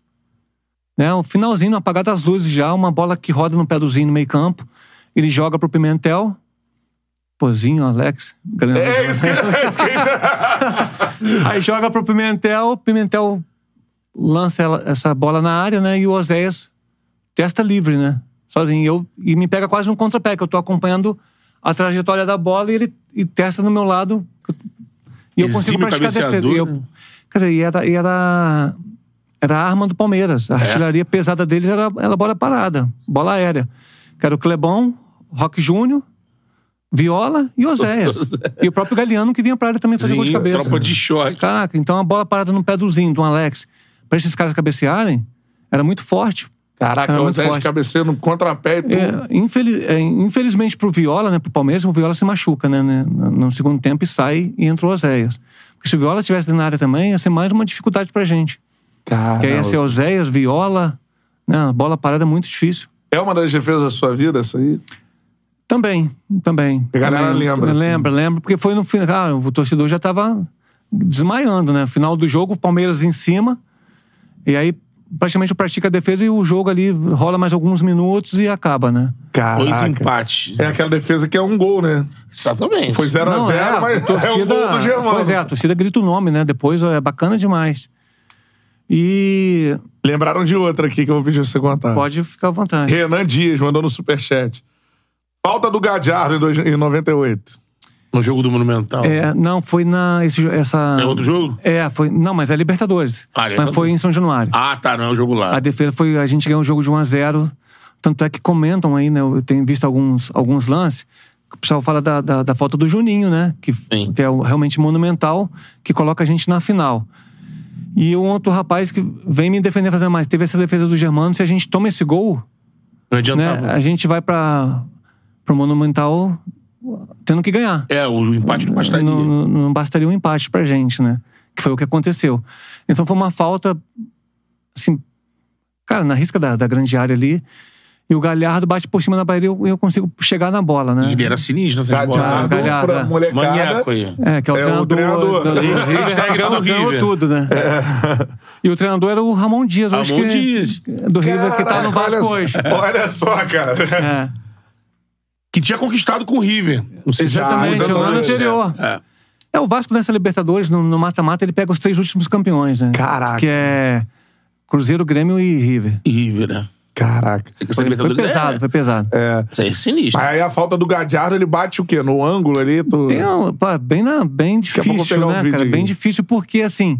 [SPEAKER 3] Né? O finalzinho, no apagar das luzes já, uma bola que roda no pé do Zinho no meio campo. Ele joga pro Pimentel. Pozinho, Alex. Galera,
[SPEAKER 1] É isso que é isso que-
[SPEAKER 3] Aí joga pro Pimentel, o Pimentel lança ela- essa bola na área, né? E o Oséias testa livre, né? Sozinho. E Eu, e me pega quase no contrapé, que eu tô acompanhando a trajetória da bola e ele e testa no meu lado. E eu consigo
[SPEAKER 2] Exímio
[SPEAKER 3] praticar a defesa.
[SPEAKER 2] cabeceador,
[SPEAKER 3] E eu-
[SPEAKER 2] né?
[SPEAKER 3] quer dizer, e era, e era, era a arma do Palmeiras.
[SPEAKER 2] É?
[SPEAKER 3] A artilharia pesada deles era, era bola parada, bola aérea. Que era o Clebão, Roque Júnior, Viola e Oséias. e o próprio Galeano que vinha pra área também fazer gol de
[SPEAKER 2] Zinho,
[SPEAKER 3] cabeça.
[SPEAKER 2] tropa de choque.
[SPEAKER 3] Caraca, então a bola parada no pé do Zinho, do Alex, pra esses caras cabecearem, era muito forte.
[SPEAKER 1] Caraca,
[SPEAKER 3] Era
[SPEAKER 1] o
[SPEAKER 3] É muito
[SPEAKER 1] Zé de
[SPEAKER 3] forte.
[SPEAKER 1] cabeceio no contrapé e tudo.
[SPEAKER 3] É, infeli- é, infelizmente pro Viola, né, pro Palmeiras, o Viola se machuca, né, né, no no segundo tempo e sai e entra o Oséias. Porque se o Viola tivesse na área também, ia ser mais uma dificuldade pra gente.
[SPEAKER 1] Cara,
[SPEAKER 3] que aí ia ser Oséias, Viola, né, a bola parada é muito difícil.
[SPEAKER 1] é uma das defesas da sua vida, essa aí?
[SPEAKER 3] Também, também.
[SPEAKER 1] A galera
[SPEAKER 3] Também.
[SPEAKER 1] lembra, assim.
[SPEAKER 3] Lembra, lembra, porque foi no final. Cara, o torcedor já tava desmaiando, né? Final do jogo, o Palmeiras em cima. E aí praticamente pratica a defesa e o jogo ali rola mais alguns minutos e acaba, né?
[SPEAKER 2] Dois
[SPEAKER 1] Caraca.
[SPEAKER 2] empates.
[SPEAKER 1] É aquela defesa que é um gol, né?
[SPEAKER 2] Exatamente.
[SPEAKER 1] Foi 0x0,
[SPEAKER 3] Não, é,
[SPEAKER 1] mas
[SPEAKER 3] a torcida,
[SPEAKER 1] é o gol do Germano.
[SPEAKER 3] Pois é, a torcida grita o nome, né? Depois ó, é bacana demais. E
[SPEAKER 1] Lembraram de outra aqui que eu vou pedir pra você contar.
[SPEAKER 3] pode ficar à vontade.
[SPEAKER 1] Renan Dias mandou no superchat. Falta do Gadiardo em dois- em 98.
[SPEAKER 2] No jogo do Monumental.
[SPEAKER 3] É, não, foi na. esse jo- essa,
[SPEAKER 2] É outro jogo?
[SPEAKER 3] É, foi. Não, mas é Libertadores.
[SPEAKER 2] Ah,
[SPEAKER 3] mas
[SPEAKER 2] Libertadores.
[SPEAKER 3] foi em São Januário.
[SPEAKER 2] Ah, tá, não é o jogo lá.
[SPEAKER 3] A defesa foi. A gente ganhou o jogo de 1x0. Tanto é que comentam aí, né? Eu tenho visto alguns, alguns lances. O pessoal fala da, da, da falta do Juninho, né? Que,
[SPEAKER 2] Sim.
[SPEAKER 3] que é o- realmente monumental, que coloca a gente na final. E um outro rapaz que vem me defender fazendo mais. Teve essa defesa do Germano. Se a gente toma esse gol,
[SPEAKER 2] Não
[SPEAKER 3] né?
[SPEAKER 2] adiantava.
[SPEAKER 3] A gente vai para pro Monumental tendo que ganhar
[SPEAKER 2] É, o empate não bastaria.
[SPEAKER 3] não, não- não bastaria um empate pra gente, né? Que foi o que aconteceu. Então foi uma falta, assim, cara, na risca da, da grande área ali. E o Galhardo bate por cima da barreira e eu, eu consigo chegar na bola, né?
[SPEAKER 2] Ele era sinistro nessa
[SPEAKER 1] Gadiardo
[SPEAKER 2] bola.
[SPEAKER 3] Galhardo,
[SPEAKER 1] pra
[SPEAKER 3] é.
[SPEAKER 1] molecada.
[SPEAKER 2] Maníaco aí.
[SPEAKER 3] É, que é o
[SPEAKER 1] É,
[SPEAKER 3] treinador.
[SPEAKER 1] o treinador. É.
[SPEAKER 3] do- do- do-
[SPEAKER 2] Instagram do
[SPEAKER 3] ganhou
[SPEAKER 2] River.
[SPEAKER 3] tudo, né? E o treinador era o Ramon Dias, eu acho
[SPEAKER 2] Ramon
[SPEAKER 3] que, é.
[SPEAKER 2] Dias.
[SPEAKER 3] do River, que tá no
[SPEAKER 1] Caraca, olha
[SPEAKER 3] Vasco
[SPEAKER 1] só-
[SPEAKER 3] hoje.
[SPEAKER 1] Olha só, cara.
[SPEAKER 3] É,
[SPEAKER 2] Que tinha conquistado com o River. Não sei
[SPEAKER 1] Ah,
[SPEAKER 2] se já
[SPEAKER 3] exatamente,
[SPEAKER 1] anos
[SPEAKER 3] o ano
[SPEAKER 1] antes,
[SPEAKER 3] anterior.
[SPEAKER 2] É.
[SPEAKER 3] É, o Vasco nessa Libertadores, no no mata-mata, ele pega os três últimos campeões, né?
[SPEAKER 1] Caraca.
[SPEAKER 3] Que é Cruzeiro, Grêmio e River.
[SPEAKER 2] River, né?
[SPEAKER 1] Caraca.
[SPEAKER 2] Essa
[SPEAKER 3] Foi, foi
[SPEAKER 2] Libertadores
[SPEAKER 3] pesado,
[SPEAKER 2] é-
[SPEAKER 3] foi pesado.
[SPEAKER 2] Isso aí é sinistro.
[SPEAKER 1] Mas aí a falta do Gadiardo, ele bate o quê? No ângulo ali? Tu...
[SPEAKER 3] Tem um- pá, bem, na, bem
[SPEAKER 1] a pouco eu vou
[SPEAKER 3] difícil,
[SPEAKER 1] pegar um
[SPEAKER 3] né,
[SPEAKER 1] vídeo
[SPEAKER 3] cara?
[SPEAKER 1] aí.
[SPEAKER 3] Bem difícil porque, assim,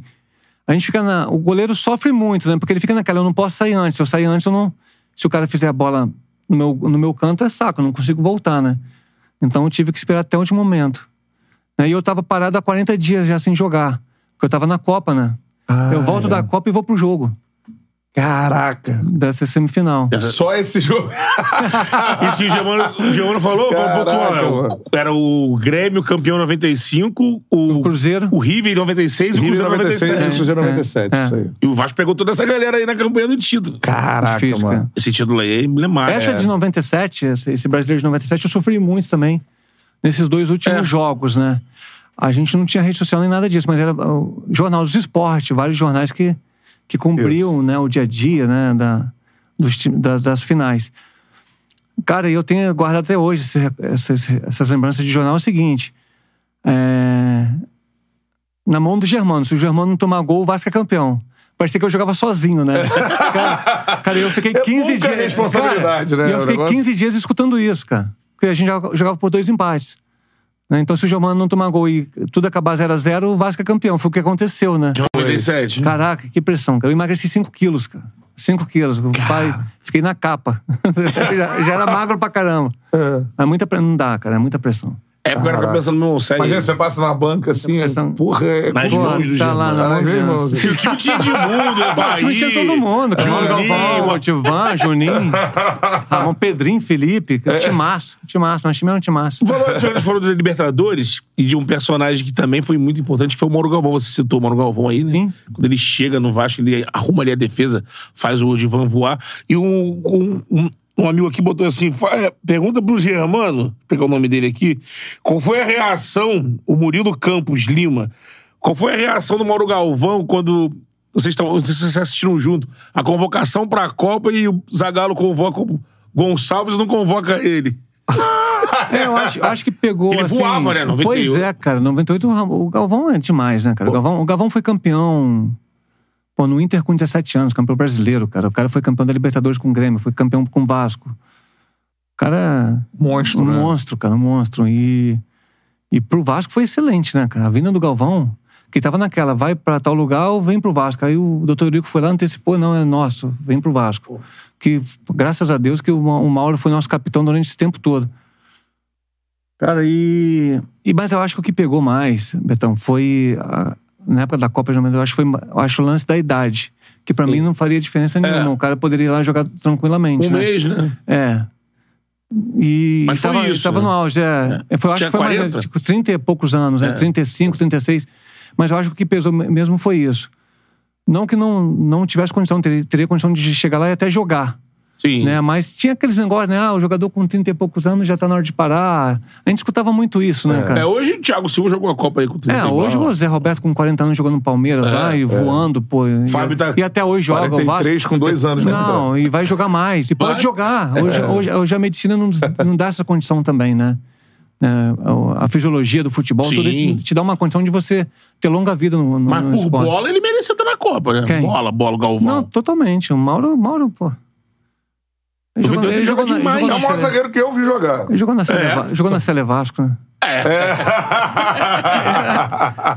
[SPEAKER 3] a gente fica na... O goleiro sofre muito, né? Porque ele fica naquela, eu não posso sair antes. Se eu sair antes, eu não... Se o cara fizer a bola no meu, no meu canto, é saco. Eu não consigo voltar, né? Então eu tive que esperar até o último momento. Né, E eu tava parado há 40 dias já sem jogar. Porque eu tava na Copa, né?
[SPEAKER 1] Ah,
[SPEAKER 3] eu
[SPEAKER 1] é.
[SPEAKER 3] volto da Copa e vou pro jogo.
[SPEAKER 1] Caraca.
[SPEAKER 3] Dessa semifinal.
[SPEAKER 1] Só esse jogo.
[SPEAKER 2] Isso que o Germano, o Germano falou,
[SPEAKER 1] Caraca,
[SPEAKER 2] botou,
[SPEAKER 1] mano.
[SPEAKER 2] ó, é era o Grêmio campeão 95, o,
[SPEAKER 1] um
[SPEAKER 3] O Cruzeiro.
[SPEAKER 2] o River em 96 e né? o
[SPEAKER 1] Rio
[SPEAKER 2] Cruzeiro
[SPEAKER 1] 96,
[SPEAKER 2] 97.
[SPEAKER 1] Rio 97.
[SPEAKER 3] é.
[SPEAKER 1] Isso aí.
[SPEAKER 2] E o Vasco pegou toda essa galera aí na campanha do título.
[SPEAKER 1] Caraca,
[SPEAKER 3] Difícil, cara.
[SPEAKER 1] mano.
[SPEAKER 2] Esse título aí é emblemático.
[SPEAKER 3] Essa
[SPEAKER 2] é.
[SPEAKER 3] de 97, esse, esse brasileiro de 97, eu sofri muito também nesses dois últimos
[SPEAKER 2] É.
[SPEAKER 3] jogos, né? A gente não tinha rede social nem nada disso, mas era ah, o Jornal dos Esporte, vários jornais que, que cumpriam
[SPEAKER 1] Isso.
[SPEAKER 3] né, o dia a dia né, da, dos, ti- da- das finais. Cara, e eu tenho guardado até hoje esse- essas, essas lembranças de jornal. É o seguinte: é, na mão do Germano, se o Germano não tomar gol, o Vasco é campeão. Parecia que eu jogava sozinho, né? cara, cara, eu fiquei
[SPEAKER 1] É
[SPEAKER 3] 15
[SPEAKER 1] pouca
[SPEAKER 3] dias.
[SPEAKER 1] responsabilidade,
[SPEAKER 3] cara,
[SPEAKER 1] né,
[SPEAKER 3] e Eu
[SPEAKER 1] o
[SPEAKER 3] fiquei
[SPEAKER 1] negócio.
[SPEAKER 3] 15 dias escutando isso, cara. Porque a gente joga- jogava por dois empates. né? Então, se o Germano não tomar gol e tudo acabar 0x0, o Vasco é campeão. Foi o que aconteceu, né?
[SPEAKER 2] É. 97.
[SPEAKER 3] Caraca, que pressão, cara. Eu emagreci 5 quilos, cara. 5 quilos. O Pai, fiquei na capa. já, já era magro pra caramba. É muita pre- Não dá, cara. É muita pressão.
[SPEAKER 2] É porque o cara fica pensando, meu, sério.
[SPEAKER 1] Imagina, você passa na banca assim,
[SPEAKER 3] Pressão.
[SPEAKER 1] porra, é
[SPEAKER 2] Nas
[SPEAKER 1] com os
[SPEAKER 2] mãos
[SPEAKER 1] mãos
[SPEAKER 2] do
[SPEAKER 1] do
[SPEAKER 3] tá lá
[SPEAKER 1] Germano.
[SPEAKER 3] na mão
[SPEAKER 1] Nas
[SPEAKER 3] do
[SPEAKER 1] mãos.
[SPEAKER 3] Germano.
[SPEAKER 2] Se o time tinha Edmundo,
[SPEAKER 3] O time tinha
[SPEAKER 2] Havaí,
[SPEAKER 3] todo mundo. cara.
[SPEAKER 2] Juninho,
[SPEAKER 3] Galvão, Otivan, Juninho, Ramon Pedrinho, Felipe. cara. Timaço, timaço. Nós tivemos um timaço.
[SPEAKER 2] Falou, você falou da Libertadores e de um personagem que também foi muito importante, que foi o Mauro Galvão. Você citou o Mauro Galvão aí, né?
[SPEAKER 3] Sim.
[SPEAKER 2] Quando ele chega no Vasco, ele arruma ali a defesa, faz o Odivan voar. E um, um- um- um amigo aqui botou assim: "Fa- pergunta pro Germano, vou pegar o nome dele aqui, qual foi a reação, o Murilo Campos Lima, qual foi a reação do Mauro Galvão quando. Vocês estão. não sei se Vocês assistiram junto. A convocação pra Copa e o Zagallo convoca o Gonçalves e não convoca ele.
[SPEAKER 3] É, eu acho, eu acho que pegou.
[SPEAKER 2] Ele
[SPEAKER 3] assim,
[SPEAKER 2] voava, né, 98.
[SPEAKER 3] Pois é, cara. 98, o Ram- o Galvão é demais, né, cara? O Galvão, o Galvão foi campeão. Pô, no Inter com 17 anos, campeão brasileiro, cara. O cara foi campeão da Libertadores com o Grêmio, foi campeão com o Vasco. O cara.
[SPEAKER 1] Monstro,
[SPEAKER 3] Um
[SPEAKER 1] né?
[SPEAKER 3] monstro, cara, um monstro. E, e pro Vasco foi excelente, né, cara? A vinda do Galvão, que tava naquela, vai pra tal lugar ou vem pro Vasco. Aí o doutor Rico foi lá, antecipou, não, é nosso, vem pro Vasco. Que, graças a Deus, que o, Ma- o Mauro foi nosso capitão durante esse tempo todo. Cara, e, e. Mas eu acho que o que pegou mais, Betão, foi. a- na época da Copa de 90, eu acho, que foi, eu acho o lance da idade. Que pra mim não faria diferença
[SPEAKER 2] É.
[SPEAKER 3] nenhuma. O cara poderia ir lá jogar tranquilamente.
[SPEAKER 2] Um
[SPEAKER 3] né?
[SPEAKER 2] mês, né?
[SPEAKER 3] É. E
[SPEAKER 2] Mas foi
[SPEAKER 3] estava
[SPEAKER 2] isso,
[SPEAKER 3] tava
[SPEAKER 2] né?
[SPEAKER 3] no auge. É. Eu Foi, eu acho
[SPEAKER 2] Tinha É.
[SPEAKER 3] que foi mais
[SPEAKER 2] 40?
[SPEAKER 3] tipo, 30 e poucos anos, né? 35, 36. Mas eu acho que o que pesou me- mesmo foi isso. Não que não, não tivesse condição, teria, teria condição de chegar lá e até jogar.
[SPEAKER 2] Sim.
[SPEAKER 3] né? Mas tinha aqueles negócios, né? Ah, o jogador com 30 e poucos anos já tá na hora de parar. A gente escutava muito isso, né, cara?
[SPEAKER 2] É, hoje o Thiago Silva jogou a Copa aí com o É,
[SPEAKER 3] É, hoje o Zé Roberto com 40 anos jogando no Palmeiras lá e voando, pô. E-
[SPEAKER 2] Fábio tá
[SPEAKER 3] E até hoje joga o Vasco.
[SPEAKER 1] 43 com dois anos, né?
[SPEAKER 3] Não, e vai jogar mais. E pode
[SPEAKER 2] Vai. É.
[SPEAKER 3] jogar. Hoje, hoje, hoje a medicina não, não dá essa condição também, né? É, a fisiologia do futebol,
[SPEAKER 2] Sim.
[SPEAKER 3] tudo isso te dá uma condição de você ter longa vida no, no,
[SPEAKER 2] Mas
[SPEAKER 3] no
[SPEAKER 2] por
[SPEAKER 3] esporte.
[SPEAKER 2] bola ele merecia estar na Copa, né?
[SPEAKER 3] Quem?
[SPEAKER 2] Bola, bola, Galvão.
[SPEAKER 3] Não, totalmente. O Mauro, Mauro pô. Ele
[SPEAKER 2] 98 ele joga
[SPEAKER 3] na-
[SPEAKER 2] demais.
[SPEAKER 1] É o
[SPEAKER 3] na
[SPEAKER 1] maior
[SPEAKER 3] Sele-
[SPEAKER 1] zagueiro que eu vi jogar.
[SPEAKER 3] ele jogou na Sele-
[SPEAKER 2] É.
[SPEAKER 3] jogou na Sele Vasco, né?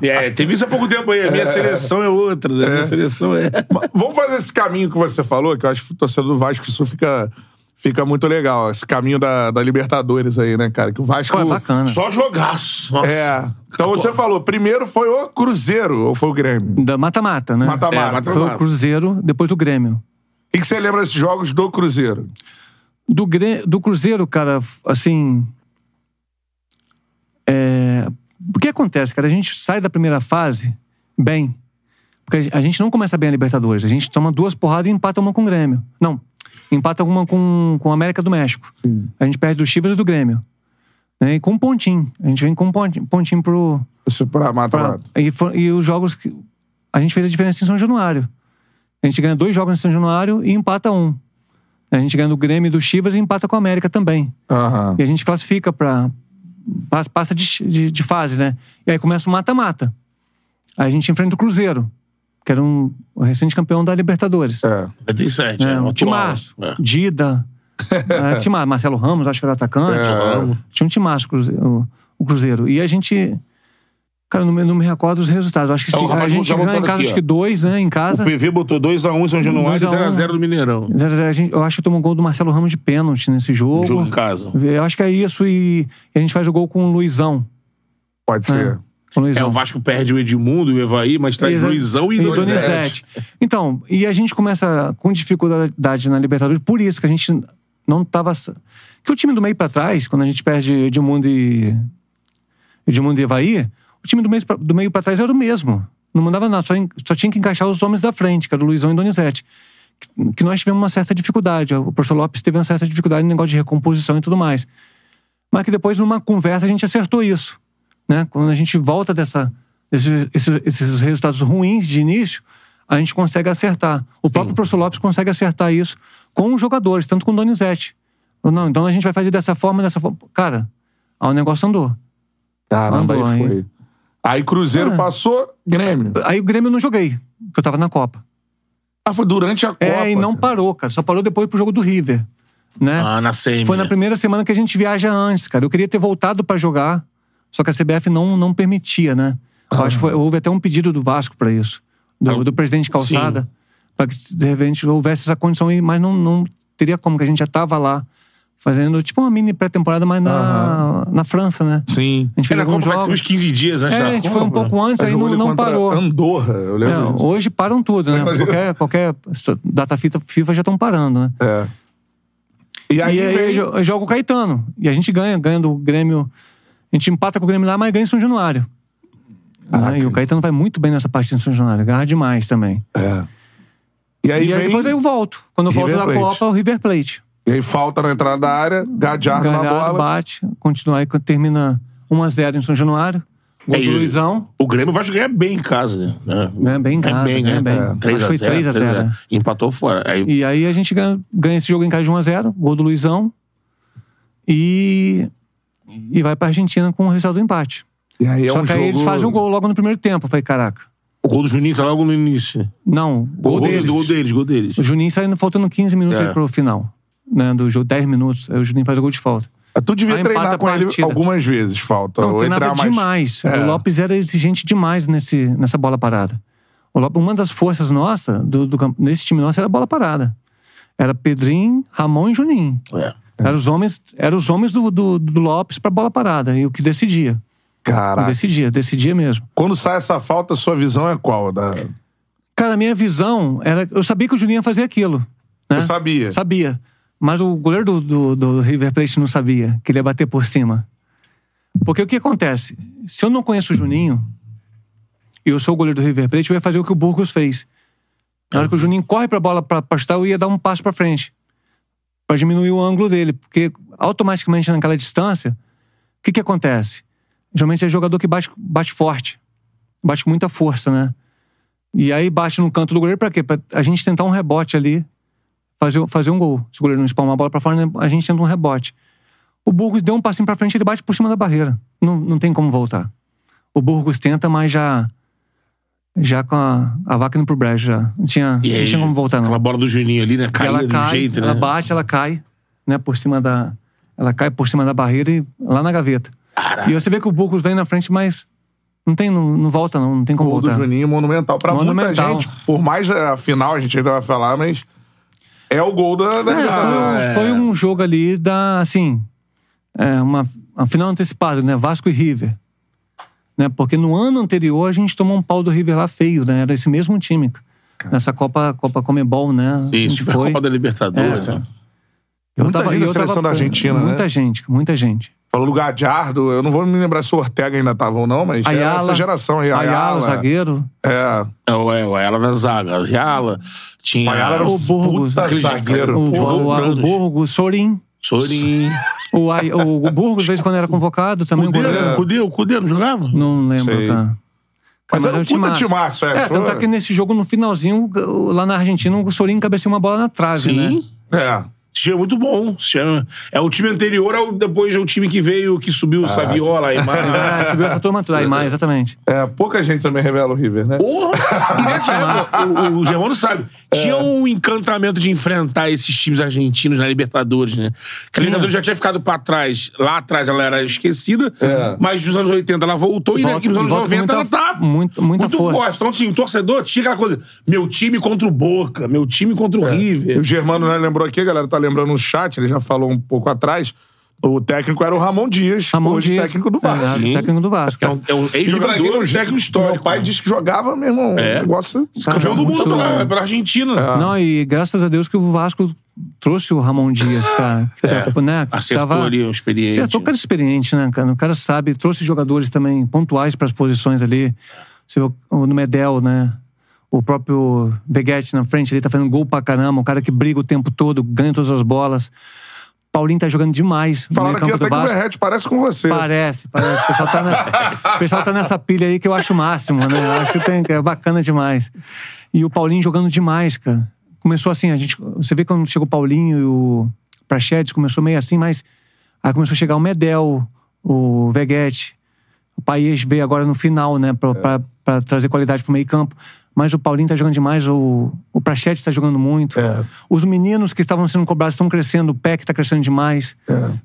[SPEAKER 2] É, teve isso há pouco tempo aí. A minha seleção é outra, né? A minha seleção é.
[SPEAKER 1] Mas Vamos fazer esse caminho que você falou, que eu acho que o torcedor do Vasco isso fica, fica muito legal. Esse caminho da, da Libertadores aí, né, cara? Que o Vasco.
[SPEAKER 3] Pô, é bacana.
[SPEAKER 2] Só jogaço. Nossa.
[SPEAKER 1] É. Então você falou, primeiro foi o Cruzeiro ou foi o Grêmio?
[SPEAKER 3] Da mata-mata, né?
[SPEAKER 1] Mata-mata.
[SPEAKER 2] É, mata-
[SPEAKER 3] Foi o Cruzeiro, depois do Grêmio.
[SPEAKER 1] E que você lembra desses jogos do Cruzeiro?
[SPEAKER 3] do, Grê- do Cruzeiro, cara, assim. é, o que acontece, cara? A gente sai da primeira fase bem. Porque a gente não começa bem a Libertadores. A gente toma duas porradas e empata uma com o Grêmio. Não. Empata uma com, com a América do México. A gente perde do Chivas e do Grêmio. né? E com um pontinho. A gente vem com um pontinho, pontinho pro,
[SPEAKER 1] Isso pra
[SPEAKER 3] Pra-
[SPEAKER 1] mata-mata.
[SPEAKER 3] e, for- e os jogos que. A gente fez a diferença em São Januário. A gente ganha dois jogos em São Januário e empata um. A gente ganha do Grêmio e do Chivas e empata com a América também.
[SPEAKER 1] Aham.
[SPEAKER 3] E a gente classifica pra. pas- Passa de, ch- de- de fase, né? E aí começa o mata-mata. Aí a gente enfrenta o Cruzeiro, que era um o recente campeão da Libertadores.
[SPEAKER 1] É.
[SPEAKER 2] 97.
[SPEAKER 3] É,
[SPEAKER 2] é,
[SPEAKER 3] um
[SPEAKER 2] atual.
[SPEAKER 3] timaço.
[SPEAKER 2] É.
[SPEAKER 3] Dida. É, timaço. Marcelo Ramos, acho que era atacante.
[SPEAKER 1] É.
[SPEAKER 3] Tinha um timaço o Cruzeiro- o, o Cruzeiro. E a gente. Cara, não me, não me recordo os resultados. Acho que
[SPEAKER 2] É, o
[SPEAKER 3] se- a
[SPEAKER 2] rapaz
[SPEAKER 3] gente
[SPEAKER 2] já
[SPEAKER 3] ganha em
[SPEAKER 2] botando
[SPEAKER 3] casa,
[SPEAKER 2] aqui,
[SPEAKER 3] acho
[SPEAKER 2] ó.
[SPEAKER 3] que dois, né? Em
[SPEAKER 2] O
[SPEAKER 3] casa.
[SPEAKER 2] PV botou 2x1 em São Januário e
[SPEAKER 3] 2 a 1.
[SPEAKER 2] 0x0 do Mineirão.
[SPEAKER 3] A gente- Eu acho que tomou um gol do Marcelo Ramos de pênalti nesse jogo.
[SPEAKER 2] Jogo em casa.
[SPEAKER 3] Eu acho que é isso. E, e a gente faz o gol com o Luizão. né?
[SPEAKER 1] Pode ser.
[SPEAKER 3] Com o Luizão.
[SPEAKER 2] É, o Vasco perde o Edmundo, o Evaí, mas traz
[SPEAKER 3] um. Exa-
[SPEAKER 2] Luizão e
[SPEAKER 3] e
[SPEAKER 2] Donizete.
[SPEAKER 3] Donizete. Então, e a gente começa com dificuldade na Libertadores, por isso que a gente não tava. Que o time do meio pra trás, quando a gente perde Edmundo e. Edmundo e Evaí, o time do meio, pra- do meio pra trás era o mesmo. Não mandava nada, só, en- só tinha que encaixar os homens da frente, que era o Luizão e Donizete. Que, que nós tivemos uma certa dificuldade. O professor Lopes teve uma certa dificuldade no negócio de recomposição e tudo mais. Mas que depois, numa conversa, a gente acertou isso. Né? Quando a gente volta dessa, desses, esses, esses resultados ruins de início, a gente consegue acertar. O próprio professor Lopes consegue acertar isso com os jogadores, tanto com o Donizete. Falou, Não, então a gente vai fazer dessa forma, dessa forma. Cara, aí o negócio andou.
[SPEAKER 1] Caramba,
[SPEAKER 3] Mandou,
[SPEAKER 1] aí
[SPEAKER 3] hein?
[SPEAKER 1] foi. Aí Cruzeiro
[SPEAKER 3] Ah.
[SPEAKER 1] passou, Grêmio.
[SPEAKER 3] Aí o Grêmio eu não joguei, porque eu tava na Copa.
[SPEAKER 1] Ah, foi durante a Copa.
[SPEAKER 3] É, e não
[SPEAKER 1] cara.
[SPEAKER 3] parou, cara. Só parou depois pro jogo do River. Né?
[SPEAKER 2] Ah, na semi.
[SPEAKER 3] Foi na
[SPEAKER 2] né?
[SPEAKER 3] primeira semana que a gente viaja antes, cara. Eu queria ter voltado pra jogar, só que a CBF não, não permitia, né? Eu acho que foi- houve até um pedido do Vasco pra isso, do,
[SPEAKER 2] Ah,
[SPEAKER 3] do presidente Calçada, pra que de repente houvesse essa condição, aí, mas não, não teria como, que a gente já tava lá fazendo tipo uma mini pré-temporada, mas na, na França, né?
[SPEAKER 1] Sim.
[SPEAKER 3] A gente
[SPEAKER 2] É,
[SPEAKER 3] fez
[SPEAKER 2] na
[SPEAKER 3] alguns
[SPEAKER 2] Copa vai ser
[SPEAKER 3] jogos.
[SPEAKER 2] uns 15 dias
[SPEAKER 3] É,
[SPEAKER 2] antes
[SPEAKER 3] a
[SPEAKER 2] da
[SPEAKER 3] gente
[SPEAKER 2] Copa.
[SPEAKER 3] foi um pouco antes, aí
[SPEAKER 1] Jogou
[SPEAKER 3] não,
[SPEAKER 1] ele
[SPEAKER 3] não
[SPEAKER 1] Tá É contra né?
[SPEAKER 3] parou.
[SPEAKER 1] Andorra, eu lembro
[SPEAKER 3] Não,
[SPEAKER 1] disso.
[SPEAKER 3] hoje param tudo, né? Qualquer, qualquer data fita FIFA já estão parando, né?
[SPEAKER 1] É. E aí,
[SPEAKER 3] e aí
[SPEAKER 1] veio...
[SPEAKER 3] jo- joga o Caetano. E a gente ganha, ganha do Grêmio. A gente empata com o Grêmio lá, mas ganha em São Januário.
[SPEAKER 1] Caraca.
[SPEAKER 3] Ah, E o Caetano vai muito bem nessa partida em São Januário. Agarra demais também.
[SPEAKER 1] É. E aí
[SPEAKER 3] e aí
[SPEAKER 1] vem...
[SPEAKER 3] depois eu volto. Quando eu volto
[SPEAKER 1] River
[SPEAKER 3] da
[SPEAKER 1] Plate.
[SPEAKER 3] Copa, o River Plate.
[SPEAKER 1] E aí falta na entrada da área, Gadiardo na
[SPEAKER 3] Galhardo
[SPEAKER 1] bola.
[SPEAKER 3] bate, continua aí quando termina 1x0 em São Januário. Gol
[SPEAKER 2] É,
[SPEAKER 3] do
[SPEAKER 2] e-
[SPEAKER 3] Luizão.
[SPEAKER 2] O Grêmio vai ganhar bem em casa, né?
[SPEAKER 3] Ganha É, bem em casa, ganha bem. Acho que
[SPEAKER 2] É.
[SPEAKER 3] foi 3 a 0,
[SPEAKER 2] 3x0.
[SPEAKER 3] né?
[SPEAKER 2] Empatou fora. Aí,
[SPEAKER 3] E aí a gente ganha, ganha esse jogo em casa de 1x0. Gol do Luizão. E... E vai pra Argentina com o resultado do empate.
[SPEAKER 1] E aí é
[SPEAKER 3] Só
[SPEAKER 1] um
[SPEAKER 3] que
[SPEAKER 1] jogo...
[SPEAKER 3] aí eles fazem um gol logo no primeiro tempo. Eu falei, caraca.
[SPEAKER 2] o gol do Juninho tá logo no início.
[SPEAKER 3] Não, gol, deles.
[SPEAKER 2] Gol deles, gol deles.
[SPEAKER 3] O Juninho saindo faltando 15 minutos
[SPEAKER 2] É.
[SPEAKER 3] aí pro final. Né, do jogo, 10 minutos. Aí o Juninho faz o gol de falta.
[SPEAKER 1] Ah, Tu devia
[SPEAKER 3] Aí
[SPEAKER 1] treinar
[SPEAKER 3] empata a
[SPEAKER 1] com ele
[SPEAKER 3] partida.
[SPEAKER 1] algumas vezes, falta.
[SPEAKER 3] Não,
[SPEAKER 1] ou
[SPEAKER 3] treinava
[SPEAKER 1] entrar mais.
[SPEAKER 3] demais.
[SPEAKER 1] É.
[SPEAKER 3] O Lopes era exigente demais nesse, nessa bola parada. O Lopes, uma das forças nossa, do, do campo- nesse time nosso, era a bola parada. Era Pedrinho, Ramon e Juninho.
[SPEAKER 2] É.
[SPEAKER 3] Eram os homens, eram os homens do, do, do Lopes pra bola parada. E o que decidia.
[SPEAKER 1] Caraca.
[SPEAKER 3] Decidia, decidia mesmo.
[SPEAKER 1] Quando sai essa falta, sua visão é qual? Da...
[SPEAKER 3] Cara, a minha visão era. Eu sabia que o Juninho ia fazer aquilo. Né?
[SPEAKER 1] Eu sabia.
[SPEAKER 3] Sabia. Mas o goleiro do, do- do River Plate não sabia que ele ia bater por cima. Porque o que acontece? Se eu não conheço o Juninho, e eu sou o goleiro do River Plate, eu ia fazer o que o Burgos fez. Na hora que o Juninho corre pra bola pra, pra chutar, eu ia dar um passo pra frente. para diminuir o ângulo dele, porque automaticamente naquela distância, o que, que acontece? Geralmente é jogador que bate, bate forte, bate com muita força, né? E aí bate no canto do goleiro para quê? Pra a gente tentar um rebote ali, fazer, fazer um gol. Se o goleiro não espalmar a bola pra fora, a gente tenta um rebote. O Burgos deu um passinho pra frente, ele bate por cima da barreira. Não, não tem como voltar. O Burgos tenta, mas já. Já com a, a vaca indo pro brejo, já. Não tinha,
[SPEAKER 2] E
[SPEAKER 3] não
[SPEAKER 2] aí,
[SPEAKER 3] tinha como voltar, não.
[SPEAKER 2] Aquela bola do Juninho ali, né?
[SPEAKER 3] E
[SPEAKER 2] Caía
[SPEAKER 3] ela
[SPEAKER 2] do
[SPEAKER 3] cai,
[SPEAKER 2] jeito,
[SPEAKER 3] ela
[SPEAKER 2] né?
[SPEAKER 3] bate, ela cai, né, por cima da. Ela cai por cima da barreira e lá na gaveta.
[SPEAKER 2] Caraca.
[SPEAKER 1] Tá.
[SPEAKER 3] E você vê que o Burgos vem na frente, mas não tem, não, não volta, não, não tem como
[SPEAKER 1] Gol do
[SPEAKER 3] voltar.
[SPEAKER 1] Juninho é monumental pra
[SPEAKER 3] né? Monumental.
[SPEAKER 1] muita gente. Por mais eh, a final, a gente ainda vai falar, mas é o gol da. da-
[SPEAKER 3] É, foi,
[SPEAKER 1] da-
[SPEAKER 3] foi um jogo ali da, assim, é, uma, uma final antecipada, né? Vasco e River. Né? Porque no ano anterior a gente tomou um pau do River lá feio, né? Era esse mesmo time. Nessa Copa, Copa Comebol, né?
[SPEAKER 2] Sim,
[SPEAKER 3] Onde
[SPEAKER 2] Supercopa da Libertadores.
[SPEAKER 3] É.
[SPEAKER 2] né?
[SPEAKER 3] Eu
[SPEAKER 1] Muita gente
[SPEAKER 3] e
[SPEAKER 1] da
[SPEAKER 3] eu
[SPEAKER 1] seleção da Argentina, né?
[SPEAKER 3] Muita gente, muita gente.
[SPEAKER 1] Falou do Gadiardo, eu não vou me lembrar se o Ortega ainda tava ou não, mas era
[SPEAKER 3] Ayala,
[SPEAKER 1] essa geração aí.
[SPEAKER 3] Ayala,
[SPEAKER 1] Ayala,
[SPEAKER 3] zagueiro.
[SPEAKER 1] É.
[SPEAKER 2] É, o é, o Ayala na zaga. A Ayala tinha.
[SPEAKER 1] O Ayala era um
[SPEAKER 3] O Burgos.
[SPEAKER 1] puta
[SPEAKER 2] Aquele
[SPEAKER 1] zagueiro.
[SPEAKER 3] O,
[SPEAKER 2] Porra,
[SPEAKER 3] o, o,
[SPEAKER 2] Brunos.
[SPEAKER 3] Burgo, o Sorin.
[SPEAKER 2] Sorin.
[SPEAKER 3] O, Ay- o, o Burgos, de vez em quando era convocado, também o
[SPEAKER 2] Cudê,
[SPEAKER 3] goleiro.
[SPEAKER 2] Cudê, o Cudê não jogava?
[SPEAKER 3] Não lembro,
[SPEAKER 1] Sei.
[SPEAKER 3] tá?
[SPEAKER 1] Mas era um puta
[SPEAKER 3] timaço.
[SPEAKER 1] timaço, é.
[SPEAKER 3] É,
[SPEAKER 1] só-
[SPEAKER 3] tanto é que nesse jogo, no finalzinho, o- lá na Argentina, o Sorin cabeceou uma bola na trave, né?
[SPEAKER 2] Sim.
[SPEAKER 1] É.
[SPEAKER 2] Esse time é muito bom. Esse time é- É o time anterior, ao, depois é o time que veio, que subiu o Saviola, a
[SPEAKER 3] Ah,
[SPEAKER 2] Imara.
[SPEAKER 3] subiu essa turma toda. Aymar, exatamente.
[SPEAKER 1] É, pouca gente também revela o River, né?
[SPEAKER 2] Porra! E nessa época, é, o, o Germano sabe,
[SPEAKER 1] É.
[SPEAKER 2] tinha um encantamento de enfrentar esses times argentinos na Libertadores, né?
[SPEAKER 1] Hum.
[SPEAKER 2] Que a Libertadores já tinha ficado pra trás. Lá atrás ela era esquecida,
[SPEAKER 1] É.
[SPEAKER 2] mas nos anos 80 ela voltou e,
[SPEAKER 3] Volta-
[SPEAKER 2] daqui nos anos
[SPEAKER 3] volta com
[SPEAKER 2] 90 ela
[SPEAKER 3] muita-
[SPEAKER 2] tá
[SPEAKER 3] muito- muita
[SPEAKER 2] muito
[SPEAKER 3] força.
[SPEAKER 2] forte. Então, assim, o torcedor tinha aquela coisa: meu time contra o Boca, meu time contra o
[SPEAKER 1] E O
[SPEAKER 2] River.
[SPEAKER 1] Germano né, lembrou aqui, a galera tá lembrando no chat, ele já falou um pouco atrás. O técnico era o Ramon Dias,
[SPEAKER 3] Ramon
[SPEAKER 1] hoje
[SPEAKER 3] Dias.
[SPEAKER 1] técnico do
[SPEAKER 3] É,
[SPEAKER 1] Vasco.
[SPEAKER 2] Sim.
[SPEAKER 3] técnico do Vasco.
[SPEAKER 2] É um, é um
[SPEAKER 1] E pra
[SPEAKER 2] ex-jogador,
[SPEAKER 1] quem
[SPEAKER 2] um
[SPEAKER 1] não-
[SPEAKER 2] técnico histórico.
[SPEAKER 1] Meu pai
[SPEAKER 2] né?
[SPEAKER 1] disse que jogava, meu irmão,
[SPEAKER 2] É.
[SPEAKER 1] um negócio...
[SPEAKER 3] Cara,
[SPEAKER 2] campeão do
[SPEAKER 3] muito-
[SPEAKER 2] mundo pela, pela
[SPEAKER 1] Ah. É.
[SPEAKER 2] Argentina.
[SPEAKER 3] Não, e graças a Deus que o Vasco trouxe o Ramon Dias, cara. Que tá- né, que
[SPEAKER 2] É. Acertou
[SPEAKER 3] tava-
[SPEAKER 2] ali o experiente.
[SPEAKER 3] Acertou, o cara é experiente, né, cara? O cara sabe, trouxe jogadores também pontuais para as posições ali. Você vê o no Medel, né? O próprio Beguete na frente ali tá fazendo gol pra caramba. O cara que briga o tempo todo, ganha todas as bolas. Paulinho tá jogando demais. no
[SPEAKER 1] Falaram aqui
[SPEAKER 3] meio-campo do
[SPEAKER 1] até que o
[SPEAKER 3] Vasco.
[SPEAKER 1] Verrete parece com você.
[SPEAKER 3] Parece, parece. O pessoal, tá nessa, o pessoal tá nessa pilha aí que eu acho o máximo, né? Eu acho que tem- que é bacana demais. E o Paulinho jogando demais, cara. Começou assim, a gente. Você vê quando chegou o Paulinho e o Prachedes, começou meio assim, mas. Aí começou a chegar o Medel, o Veguete. O Paes veio agora no final, né? Pra, pra- pra trazer qualidade pro meio-campo. Mas o Paulinho tá jogando demais, o, o Prachetes tá jogando muito.
[SPEAKER 1] É.
[SPEAKER 3] Os meninos que estavam sendo cobrados estão crescendo, o PEC tá crescendo demais.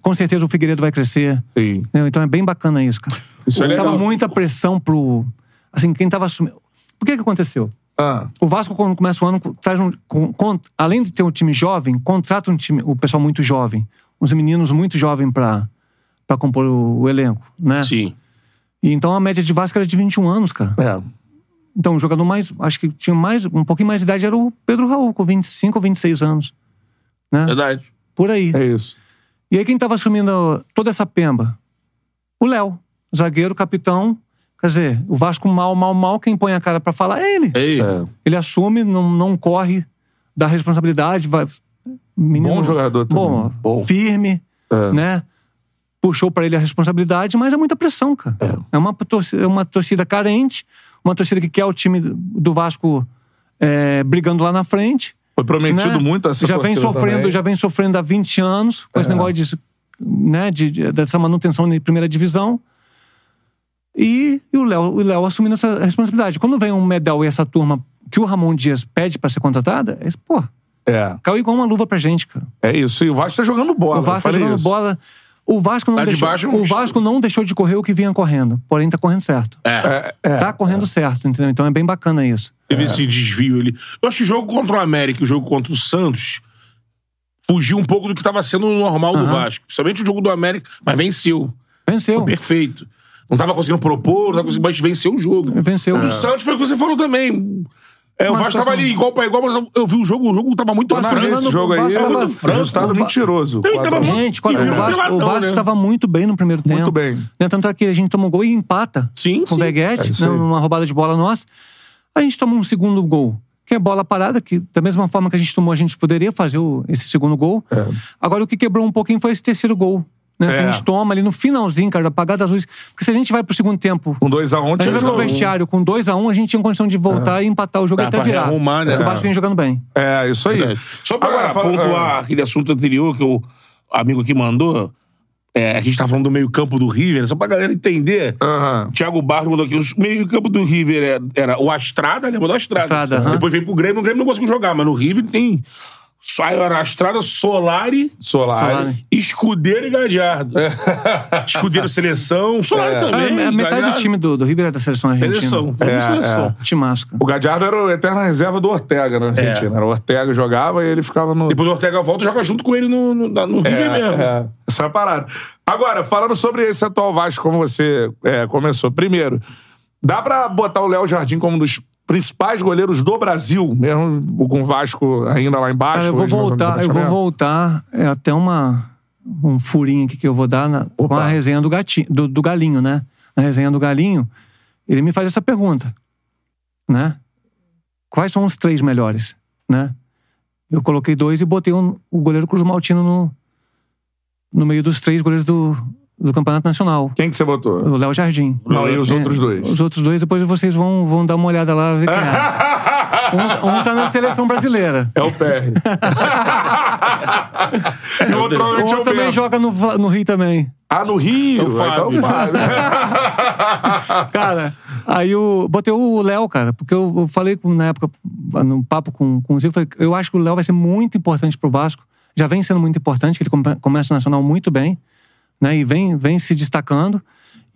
[SPEAKER 3] Com certeza o Figueiredo vai crescer.
[SPEAKER 1] Sim.
[SPEAKER 3] Entendeu? Então é bem bacana isso, cara.
[SPEAKER 1] Isso é
[SPEAKER 3] tava
[SPEAKER 1] legal.
[SPEAKER 3] muita pressão pro. Assim, quem tava assumindo. Por que que aconteceu?
[SPEAKER 1] Ah,
[SPEAKER 3] O Vasco, quando começa o ano, traz um, com- con- além de ter um time jovem, contrata um time, o pessoal muito jovem. Uns meninos muito jovens pra, pra compor o, o elenco, né?
[SPEAKER 2] Sim.
[SPEAKER 3] E então a média de Vasco era de 21 anos, cara.
[SPEAKER 1] é.
[SPEAKER 3] Então o jogador mais. Acho que tinha mais. Um pouquinho mais de idade era o Pedro Raul, com 25 ou 26 anos. Né?
[SPEAKER 2] Verdade.
[SPEAKER 3] Por aí.
[SPEAKER 1] É isso.
[SPEAKER 3] E aí quem tava assumindo toda essa pemba? O Léo, zagueiro, capitão. Quer dizer, o Vasco mal, mal, mal, quem põe a cara pra falar é ele.
[SPEAKER 2] Ei,
[SPEAKER 1] É.
[SPEAKER 3] Ele assume, não, não corre, dá responsabilidade, vai... Menino,
[SPEAKER 1] Bom jogador também.
[SPEAKER 3] Bom,
[SPEAKER 1] Bom.
[SPEAKER 3] firme,
[SPEAKER 1] É.
[SPEAKER 3] né? Puxou pra ele a responsabilidade, mas é muita pressão, cara. É, uma, torcida, é uma torcida carente, uma torcida que quer o time do Vasco é, brigando lá na frente
[SPEAKER 1] Foi prometido
[SPEAKER 3] né?
[SPEAKER 1] muito assim, essa
[SPEAKER 3] já vem
[SPEAKER 1] torcida
[SPEAKER 3] sofrendo
[SPEAKER 1] também. É.
[SPEAKER 3] já vem sofrendo há 20 anos com esse negócio de, né, de- de- dessa manutenção de primeira divisão e, e o Léo o Léo assumindo essa responsabilidade quando vem um Medel e essa turma que o Ramon Dias pede pra ser contratada é, isso, pô
[SPEAKER 1] É.
[SPEAKER 3] caiu igual uma luva pra gente cara
[SPEAKER 1] É isso. E o Vasco tá jogando bola.
[SPEAKER 3] o Vasco tá
[SPEAKER 1] eu falei
[SPEAKER 3] jogando
[SPEAKER 1] isso. Tá
[SPEAKER 3] bola o Vasco não
[SPEAKER 2] Lá de
[SPEAKER 3] deixou,
[SPEAKER 2] baixo é um
[SPEAKER 3] o Vasco não deixou de correr o que vinha correndo porém tá correndo certo
[SPEAKER 1] É, é.
[SPEAKER 3] tá correndo certo entendeu então é bem bacana isso
[SPEAKER 2] Teve esse desvio ali. Eu acho que o jogo contra o América e o jogo contra o Santos fugiu um pouco do que estava sendo o normal do
[SPEAKER 3] Aham.
[SPEAKER 2] Vasco. Principalmente o jogo do América, mas venceu.
[SPEAKER 3] venceu
[SPEAKER 2] Perfeito. Não tava conseguindo propor, não tava conseguindo, mas venceu o jogo.
[SPEAKER 3] venceu
[SPEAKER 2] O Santos foi o que você falou também. É, o
[SPEAKER 3] É. Mas
[SPEAKER 2] Vasco tava
[SPEAKER 3] tá-
[SPEAKER 2] ali igual pra igual, mas eu- eu vi o jogo, o jogo tava muito
[SPEAKER 3] Mas
[SPEAKER 1] Não,
[SPEAKER 2] franco.
[SPEAKER 1] esse
[SPEAKER 3] jogando
[SPEAKER 1] jogo
[SPEAKER 3] com o
[SPEAKER 1] aí
[SPEAKER 3] Vasco tava
[SPEAKER 1] é
[SPEAKER 3] franco.
[SPEAKER 1] resultado
[SPEAKER 3] O Va-
[SPEAKER 1] mentiroso.
[SPEAKER 2] Ele tava
[SPEAKER 1] 4 a 1.
[SPEAKER 2] muito-
[SPEAKER 3] Gente, quando
[SPEAKER 2] E
[SPEAKER 3] o
[SPEAKER 2] virou
[SPEAKER 3] Vasco, o
[SPEAKER 2] peladão,
[SPEAKER 3] Vasco
[SPEAKER 2] né?
[SPEAKER 3] tava muito bem no primeiro tempo.
[SPEAKER 1] bem.
[SPEAKER 3] Né? Tanto é que a gente tomou gol e empata
[SPEAKER 2] Sim,
[SPEAKER 3] com
[SPEAKER 2] sim.
[SPEAKER 3] o Beguete,
[SPEAKER 1] É isso
[SPEAKER 3] né?
[SPEAKER 1] aí.
[SPEAKER 3] numa roubada de bola nossa. A gente tomou um segundo gol. que é bola parada, que da mesma forma que a gente tomou, a gente poderia fazer o- esse segundo gol.
[SPEAKER 2] É.
[SPEAKER 3] Agora, o que quebrou um pouquinho foi esse terceiro gol. Né? Que
[SPEAKER 1] É.
[SPEAKER 3] a gente toma ali no finalzinho, cara, apagado das luzes. Porque se a gente vai pro segundo tempo,
[SPEAKER 1] Com 2x1, um,
[SPEAKER 3] a gente
[SPEAKER 1] tinha
[SPEAKER 3] vai pro
[SPEAKER 1] jogo.
[SPEAKER 3] vestiário com 2x1, a, gente tinha condição de voltar e empatar o jogo
[SPEAKER 2] Dá
[SPEAKER 3] e até
[SPEAKER 2] É. pra
[SPEAKER 3] virar.
[SPEAKER 2] rearrumar, né?
[SPEAKER 3] O Vasco vem jogando bem.
[SPEAKER 1] É, isso aí.
[SPEAKER 2] Só pra
[SPEAKER 1] Agora, fala-
[SPEAKER 3] é.
[SPEAKER 2] pontuar aquele assunto anterior que o amigo aqui mandou, é, a gente tá falando do meio-campo do River, só pra galera entender.
[SPEAKER 1] Aham.
[SPEAKER 2] Thiago Barros mandou aqui, o meio-campo do River era, era o Astrada, lembra do Astrada?
[SPEAKER 3] Astrada, aham.
[SPEAKER 2] Depois veio pro Grêmio, o Grêmio não conseguiu jogar, mas no River tem. Só era Astrada, Solari,
[SPEAKER 1] Solar.
[SPEAKER 3] Solari.
[SPEAKER 2] Escudeiro e Gadiardo. Escudeiro seleção, Solari
[SPEAKER 1] É.
[SPEAKER 2] também.
[SPEAKER 3] É, a metade do
[SPEAKER 2] Gadiardo.
[SPEAKER 3] time do, do Ribeirão da seleção argentina.
[SPEAKER 2] Seleção,
[SPEAKER 1] É,
[SPEAKER 2] é, seleção.
[SPEAKER 1] é.
[SPEAKER 3] Timasco.
[SPEAKER 1] O Gadiardo era o eterna reserva do Ortega na Argentina. Era O Ortega jogava e ele ficava no.
[SPEAKER 2] Depois o Ortega volta É. e joga junto com ele no, no, na- no River mesmo.
[SPEAKER 1] É, essa é a parada. Agora, falando sobre esse atual Vasco, como você é, começou. Primeiro, dá pra botar o Léo Jardim como um dos principais goleiros do Brasil, mesmo com o Vasco ainda lá
[SPEAKER 3] Cara,
[SPEAKER 1] embaixo.
[SPEAKER 3] Ah, eu vou
[SPEAKER 1] hoje na zona do
[SPEAKER 3] voltar, eu vou
[SPEAKER 1] rebaixamento?
[SPEAKER 3] voltar. É até uma, um furinho aqui que eu vou dar na, com
[SPEAKER 1] Opa.
[SPEAKER 3] a resenha do, gati, do, do Galinho, né? Na resenha do Galinho, ele me faz essa pergunta, né? Quais são os três melhores, né? Eu coloquei dois e botei um- o goleiro Cruz Maltino no, no meio dos três goleiros do, do Campeonato Nacional.
[SPEAKER 1] Quem que você botou?
[SPEAKER 3] O Léo Jardim.
[SPEAKER 1] Não, e os
[SPEAKER 3] É,
[SPEAKER 1] outros dois?
[SPEAKER 3] Os outros dois, depois vocês vão, vão dar uma olhada lá. Ver quem é. um, um tá na seleção brasileira.
[SPEAKER 1] É o PR. e o outro
[SPEAKER 3] O
[SPEAKER 1] provavelmente é
[SPEAKER 3] outro
[SPEAKER 1] o
[SPEAKER 3] também
[SPEAKER 1] Bento.
[SPEAKER 3] joga no, Vla- no Rio também.
[SPEAKER 1] Ah, no Rio.
[SPEAKER 2] É o Fábio.
[SPEAKER 1] Então, Fábio.
[SPEAKER 3] Cara, aí eu botei o Léo, cara, porque eu eu falei com- na época, num papo com, com o Zico, falei, eu acho que o Léo vai ser muito importante pro Vasco. Já vem sendo muito importante, que ele come- começa o Nacional muito bem, né? E vem, vem se destacando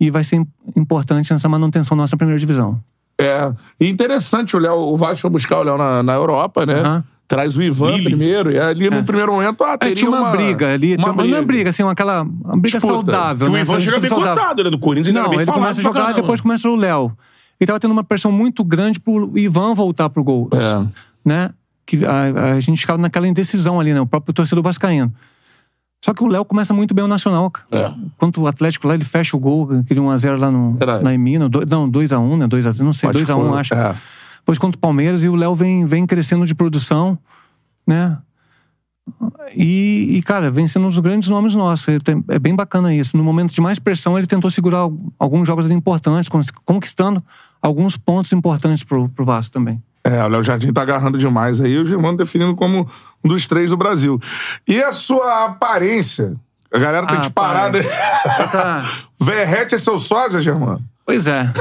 [SPEAKER 3] e vai ser im- importante nessa manutenção nossa primeira divisão.
[SPEAKER 1] É. E interessante o Léo, o Vasco foi buscar o Léo na, na Europa, né?
[SPEAKER 3] Aham.
[SPEAKER 1] Traz o Ivan
[SPEAKER 2] Lille.
[SPEAKER 1] primeiro. E ali no primeiro momento, ah,
[SPEAKER 3] É,
[SPEAKER 1] teria
[SPEAKER 3] tinha uma, briga ali, tinha uma, não é briga. assim, uma, aquela uma briga
[SPEAKER 1] Disputa.
[SPEAKER 3] saudável.
[SPEAKER 2] Que o
[SPEAKER 3] né?
[SPEAKER 2] Ivan
[SPEAKER 3] Essa
[SPEAKER 2] chega bem
[SPEAKER 3] disputa saudável.
[SPEAKER 2] cotado, né? Do Corinthians ele era
[SPEAKER 3] Não,
[SPEAKER 2] bem
[SPEAKER 3] ele
[SPEAKER 2] falado
[SPEAKER 3] começa a
[SPEAKER 2] pra
[SPEAKER 3] jogar,
[SPEAKER 2] caramba.
[SPEAKER 3] depois começa o Léo. Ele tava tendo uma pressão muito grande pro Ivan voltar pro gol.
[SPEAKER 1] É.
[SPEAKER 3] Né? Que a, a gente ficava naquela indecisão ali, né? O próprio torcedor vascaíno. Só que o Léo começa muito bem o Nacional, cara.
[SPEAKER 1] É.
[SPEAKER 3] Enquanto o Atlético lá, ele fecha o gol, aquele 1x0 lá no,
[SPEAKER 1] Verdade.
[SPEAKER 3] na Emina. do- não, 2x1, né? 2x0, não sei,
[SPEAKER 1] Acho que
[SPEAKER 3] 2x1,
[SPEAKER 1] foi-
[SPEAKER 3] acho.
[SPEAKER 1] é.
[SPEAKER 3] Depois contra o Palmeiras e o Léo vem, vem crescendo de produção, né? E, e, cara, vem sendo um dos grandes nomes nossos. Ele tem- é bem bacana isso. No momento de mais pressão, ele tentou segurar al- alguns jogos ali importantes, cons- conquistando alguns pontos importantes pro, pro Vasco também.
[SPEAKER 1] É, o Léo Jardim tá agarrando demais aí, o Germano definindo como um dos três do Brasil. E a sua aparência? A galera tem
[SPEAKER 3] Ah,
[SPEAKER 1] que parar. Né?
[SPEAKER 3] pai. Tá-
[SPEAKER 1] Verrete é seu sósia, Germano?
[SPEAKER 3] Pois é.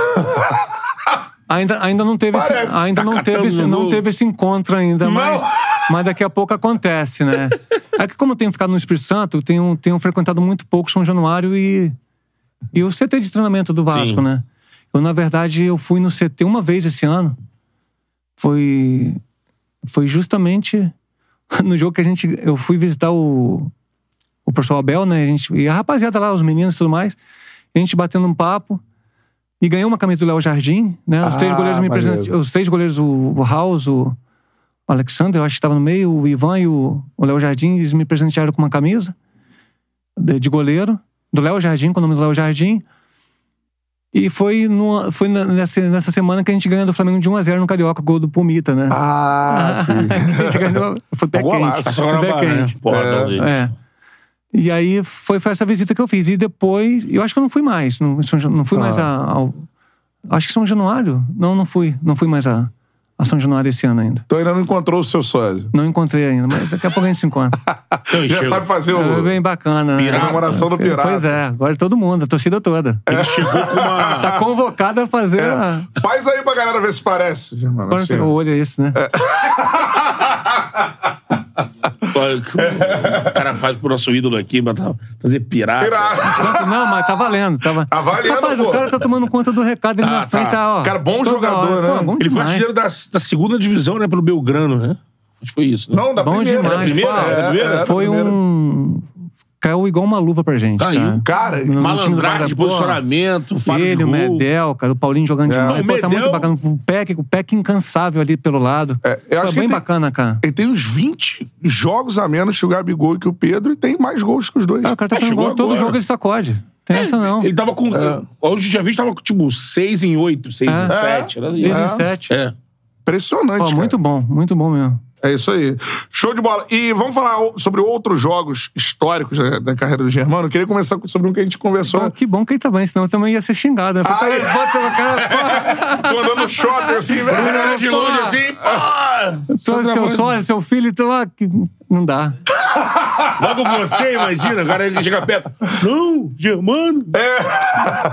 [SPEAKER 3] Ainda, ainda não teve esse,
[SPEAKER 1] Parece,
[SPEAKER 3] ainda
[SPEAKER 2] tá
[SPEAKER 3] não
[SPEAKER 2] catando
[SPEAKER 3] teve esse,
[SPEAKER 2] no-
[SPEAKER 3] não teve esse encontro ainda, mas,
[SPEAKER 1] Não.
[SPEAKER 3] mas daqui a pouco acontece, né? É que como eu tenho ficado no Espírito Santo, eu tenho, tenho um frequentado muito pouco São Januário e, e o CT de treinamento do Vasco,
[SPEAKER 2] Sim.
[SPEAKER 3] né? Eu, na verdade, eu fui no CT uma vez esse ano. Foi, foi justamente no jogo que a gente... Eu fui visitar o, o professor Abel, né? A gente, e a rapaziada lá, os meninos e tudo mais. A gente batendo um papo. E ganhou uma camisa do Léo Jardim, né? Os três
[SPEAKER 1] Ah,
[SPEAKER 3] goleiros me
[SPEAKER 1] maneiro.
[SPEAKER 3] presente, Os três goleiros, o, o House, o, o Alexander, eu acho que estava no meio, o Ivan e o, o Léo Jardim, eles me presentearam com uma camisa de, de goleiro, do Léo Jardim, com o nome do Léo Jardim. E foi, no, foi na- nessa, nessa semana que a gente ganhou do Flamengo de 1x0 no Carioca, gol do Pumita, né?
[SPEAKER 1] Ah,
[SPEAKER 3] a gente
[SPEAKER 1] sim.
[SPEAKER 3] ganhou, foi pé
[SPEAKER 1] Golaço.
[SPEAKER 3] quente.
[SPEAKER 2] Tá
[SPEAKER 1] Tá
[SPEAKER 2] só
[SPEAKER 3] Foi
[SPEAKER 2] na
[SPEAKER 3] pé
[SPEAKER 2] barra, né?
[SPEAKER 3] quente.
[SPEAKER 2] Porra,
[SPEAKER 1] É.
[SPEAKER 2] talvez.
[SPEAKER 3] É. E aí foi, foi essa visita que eu fiz. E depois, eu acho que eu não fui mais. Não, em São Jan- não fui
[SPEAKER 1] Ah.
[SPEAKER 3] mais a, ao. Acho que São Januário? Não, não fui. Não fui mais a, a São Januário esse ano ainda.
[SPEAKER 1] então ainda não encontrou o seu sósia.
[SPEAKER 3] Não encontrei ainda, mas daqui a pouco a gente se encontra.
[SPEAKER 2] Então,
[SPEAKER 1] Já
[SPEAKER 2] chega.
[SPEAKER 1] sabe fazer
[SPEAKER 3] É
[SPEAKER 1] o...
[SPEAKER 3] bem bacana, né?
[SPEAKER 1] a
[SPEAKER 2] Pirata.
[SPEAKER 1] comemoração do Pirata. É.
[SPEAKER 3] Pois é, agora todo mundo, a torcida toda.
[SPEAKER 2] Ele chegou com uma.
[SPEAKER 3] Tá convocada a fazer a.
[SPEAKER 1] Faz aí pra galera ver se parece, Germano.
[SPEAKER 3] Agora
[SPEAKER 1] assim.
[SPEAKER 3] o olho é esse, né?
[SPEAKER 2] Olha, que O cara faz pro nosso ídolo aqui, mas tá- fazer pirata.
[SPEAKER 1] Pirata.
[SPEAKER 3] Não, mas tá valendo. Tá, va-
[SPEAKER 1] Tá valendo,
[SPEAKER 3] Rapaz,
[SPEAKER 1] pô.
[SPEAKER 3] o cara tá tomando conta do recado ali
[SPEAKER 2] Tá,
[SPEAKER 3] na frente,
[SPEAKER 2] tá.
[SPEAKER 3] tá, ó.
[SPEAKER 1] Cara, bom
[SPEAKER 3] Toda
[SPEAKER 1] jogador,
[SPEAKER 3] hora.
[SPEAKER 1] né?
[SPEAKER 3] Pô, bom
[SPEAKER 2] Ele foi
[SPEAKER 3] demais.
[SPEAKER 2] artilheiro da, da segunda divisão, né? Pelo Belgrano, né? Acho que foi isso. Né?
[SPEAKER 1] Não, da
[SPEAKER 3] Bom
[SPEAKER 1] primeira.
[SPEAKER 3] demais,
[SPEAKER 1] primeira,
[SPEAKER 3] pô.
[SPEAKER 1] é,
[SPEAKER 2] Primeira? Tá
[SPEAKER 1] é, da
[SPEAKER 3] Foi
[SPEAKER 1] primeira.
[SPEAKER 3] um. Caiu igual uma luva pra gente.
[SPEAKER 2] Caiu.
[SPEAKER 3] Cara.
[SPEAKER 1] Cara,
[SPEAKER 3] No- no time do
[SPEAKER 2] Malandragem,
[SPEAKER 3] Vasco,
[SPEAKER 2] posicionamento,
[SPEAKER 3] pô,
[SPEAKER 2] falha
[SPEAKER 3] Ele,
[SPEAKER 2] de
[SPEAKER 3] o
[SPEAKER 2] gol.
[SPEAKER 3] Medel, cara, o Paulinho jogando
[SPEAKER 1] É.
[SPEAKER 3] demais.
[SPEAKER 2] O
[SPEAKER 3] Pô, tá muito
[SPEAKER 2] Medel-
[SPEAKER 3] bacana. O Peck, o Peck incansável ali pelo lado.
[SPEAKER 1] É, eu acho
[SPEAKER 3] Foi
[SPEAKER 1] que
[SPEAKER 3] bem
[SPEAKER 1] tem-
[SPEAKER 3] bacana, cara.
[SPEAKER 1] Ele tem uns 20 jogos a menos que o Gabigol e que o Pedro e tem mais gols que os dois.
[SPEAKER 3] Ah, o cara tá
[SPEAKER 2] É,
[SPEAKER 3] fazendo
[SPEAKER 2] chegou
[SPEAKER 3] gol, todo
[SPEAKER 2] agora.
[SPEAKER 3] jogo ele sacode. Tem essa não.
[SPEAKER 2] É, Ele tava
[SPEAKER 1] É.
[SPEAKER 2] com. Hoje já vi, tava com tipo 6 em 8, 6
[SPEAKER 3] É.
[SPEAKER 2] em 7. Era assim.
[SPEAKER 3] 6
[SPEAKER 1] É.
[SPEAKER 3] em 7.
[SPEAKER 2] É.
[SPEAKER 1] Impressionante,
[SPEAKER 3] Pô,
[SPEAKER 1] cara.
[SPEAKER 3] muito bom, muito bom mesmo.
[SPEAKER 1] É isso aí. Show de bola. E vamos falar o- sobre outros jogos históricos da, da carreira do Germano. Eu queria começar com- sobre um que a gente conversou.
[SPEAKER 3] Pô, que bom que ele tá bem, senão eu também ia ser xingado. Né? Pô,
[SPEAKER 1] Ai.
[SPEAKER 3] tá- bota na cara,
[SPEAKER 1] Tô andando no shopping assim,
[SPEAKER 2] Olhando
[SPEAKER 1] velho.
[SPEAKER 2] de longe assim, pá!
[SPEAKER 3] pô, sou seu sócio, seu filho, então, ah, que- não dá.
[SPEAKER 2] Logo você, imagina, o cara chega perto. Não, Germano.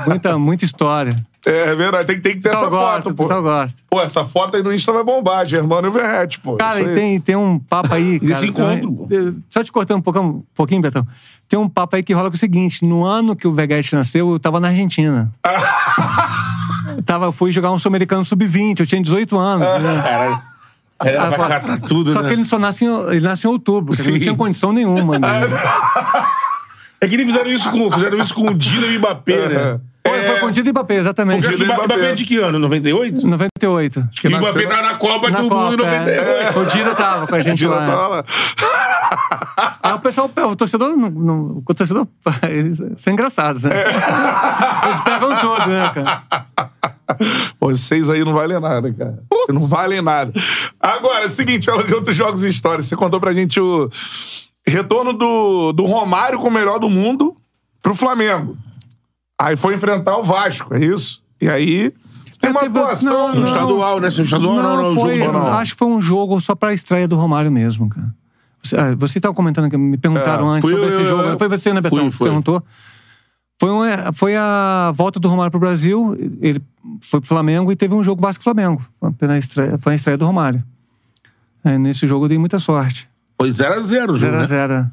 [SPEAKER 3] Muita, muita história.
[SPEAKER 1] É verdade, tem, tem que ter
[SPEAKER 3] O
[SPEAKER 1] essa
[SPEAKER 3] pessoal gosta,
[SPEAKER 1] foto,
[SPEAKER 3] o
[SPEAKER 1] pô.
[SPEAKER 3] pessoal gosta.
[SPEAKER 1] Pô, essa foto aí no Insta vai bombar, Germano e o Verrete, pô.
[SPEAKER 3] Cara,
[SPEAKER 1] Isso
[SPEAKER 3] e
[SPEAKER 1] aí.
[SPEAKER 3] tem, tem um papo aí. cara,
[SPEAKER 2] Desse encontro,
[SPEAKER 3] também- eh, Só te cortando um pouquinho, um pouquinho, Betão. Tem um papo aí que rola com o seguinte: no ano que o Vegetti nasceu, eu tava na Argentina. Eu tava, fui jogar um Sul-Americano Sub-20, eu tinha 18 anos. né?
[SPEAKER 2] Caralho. Ela vai É, catar tudo,
[SPEAKER 3] Ah, Só
[SPEAKER 2] né?
[SPEAKER 3] que ele só nasce em, ele nasce em outubro, quer dizer,
[SPEAKER 2] Sim.
[SPEAKER 3] não tinha condição nenhuma. né?
[SPEAKER 2] É que nem fizeram isso com, fizeram isso com o Dino e o Mbappé,
[SPEAKER 1] É.
[SPEAKER 2] né?
[SPEAKER 3] Foi, foi com o Dida e Mbappé, exatamente.
[SPEAKER 2] O
[SPEAKER 1] Dida e
[SPEAKER 2] Mbappé.
[SPEAKER 1] Mbappé
[SPEAKER 2] é de que ano? 98?
[SPEAKER 3] 98.
[SPEAKER 2] E o
[SPEAKER 1] nasceu-
[SPEAKER 2] Mbappé tá na Copa
[SPEAKER 3] Na
[SPEAKER 2] do Mundo
[SPEAKER 3] Copa,
[SPEAKER 2] em 98.
[SPEAKER 3] é. O Dida tava com a gente
[SPEAKER 1] Tira
[SPEAKER 3] lá. né?
[SPEAKER 1] tá lá.
[SPEAKER 3] Aí o pessoal, pô, o torcedor, não- não- o torcedor, eles são engraçados, né?
[SPEAKER 2] É.
[SPEAKER 3] Eles pegam tudo, né, cara?
[SPEAKER 1] Vocês aí não valem nada, cara. Não valem nada. Agora, é o seguinte, falando de outros jogos e histórias. Você contou pra gente o retorno do, do Romário com o melhor do mundo pro Flamengo. Aí foi enfrentar o Vasco, é isso? E aí tem
[SPEAKER 3] É,
[SPEAKER 1] uma
[SPEAKER 3] teve-
[SPEAKER 1] atuação.
[SPEAKER 3] não,
[SPEAKER 2] No
[SPEAKER 1] no estado-
[SPEAKER 2] estadual, né? Se no estadual, não, não,
[SPEAKER 3] foi,
[SPEAKER 2] jogo, não.
[SPEAKER 3] acho que foi um jogo só pra estreia do Romário mesmo, cara. Você, ah, você tava comentando que me perguntaram
[SPEAKER 2] É,
[SPEAKER 3] antes
[SPEAKER 2] fui
[SPEAKER 3] sobre
[SPEAKER 2] eu,
[SPEAKER 3] esse
[SPEAKER 2] eu,
[SPEAKER 3] jogo.
[SPEAKER 2] eu.
[SPEAKER 3] foi você, né, Betão?
[SPEAKER 2] Fui,
[SPEAKER 3] que
[SPEAKER 2] fui.
[SPEAKER 3] Perguntou. Foi, um, é, foi a volta do Romário pro Brasil, ele foi pro Flamengo e teve um jogo Vasco-Flamengo. Foi na estreia, foi a estreia do Romário. Aí, nesse jogo eu dei muita sorte.
[SPEAKER 2] Foi 0x0 o jogo, né?
[SPEAKER 3] 0x0.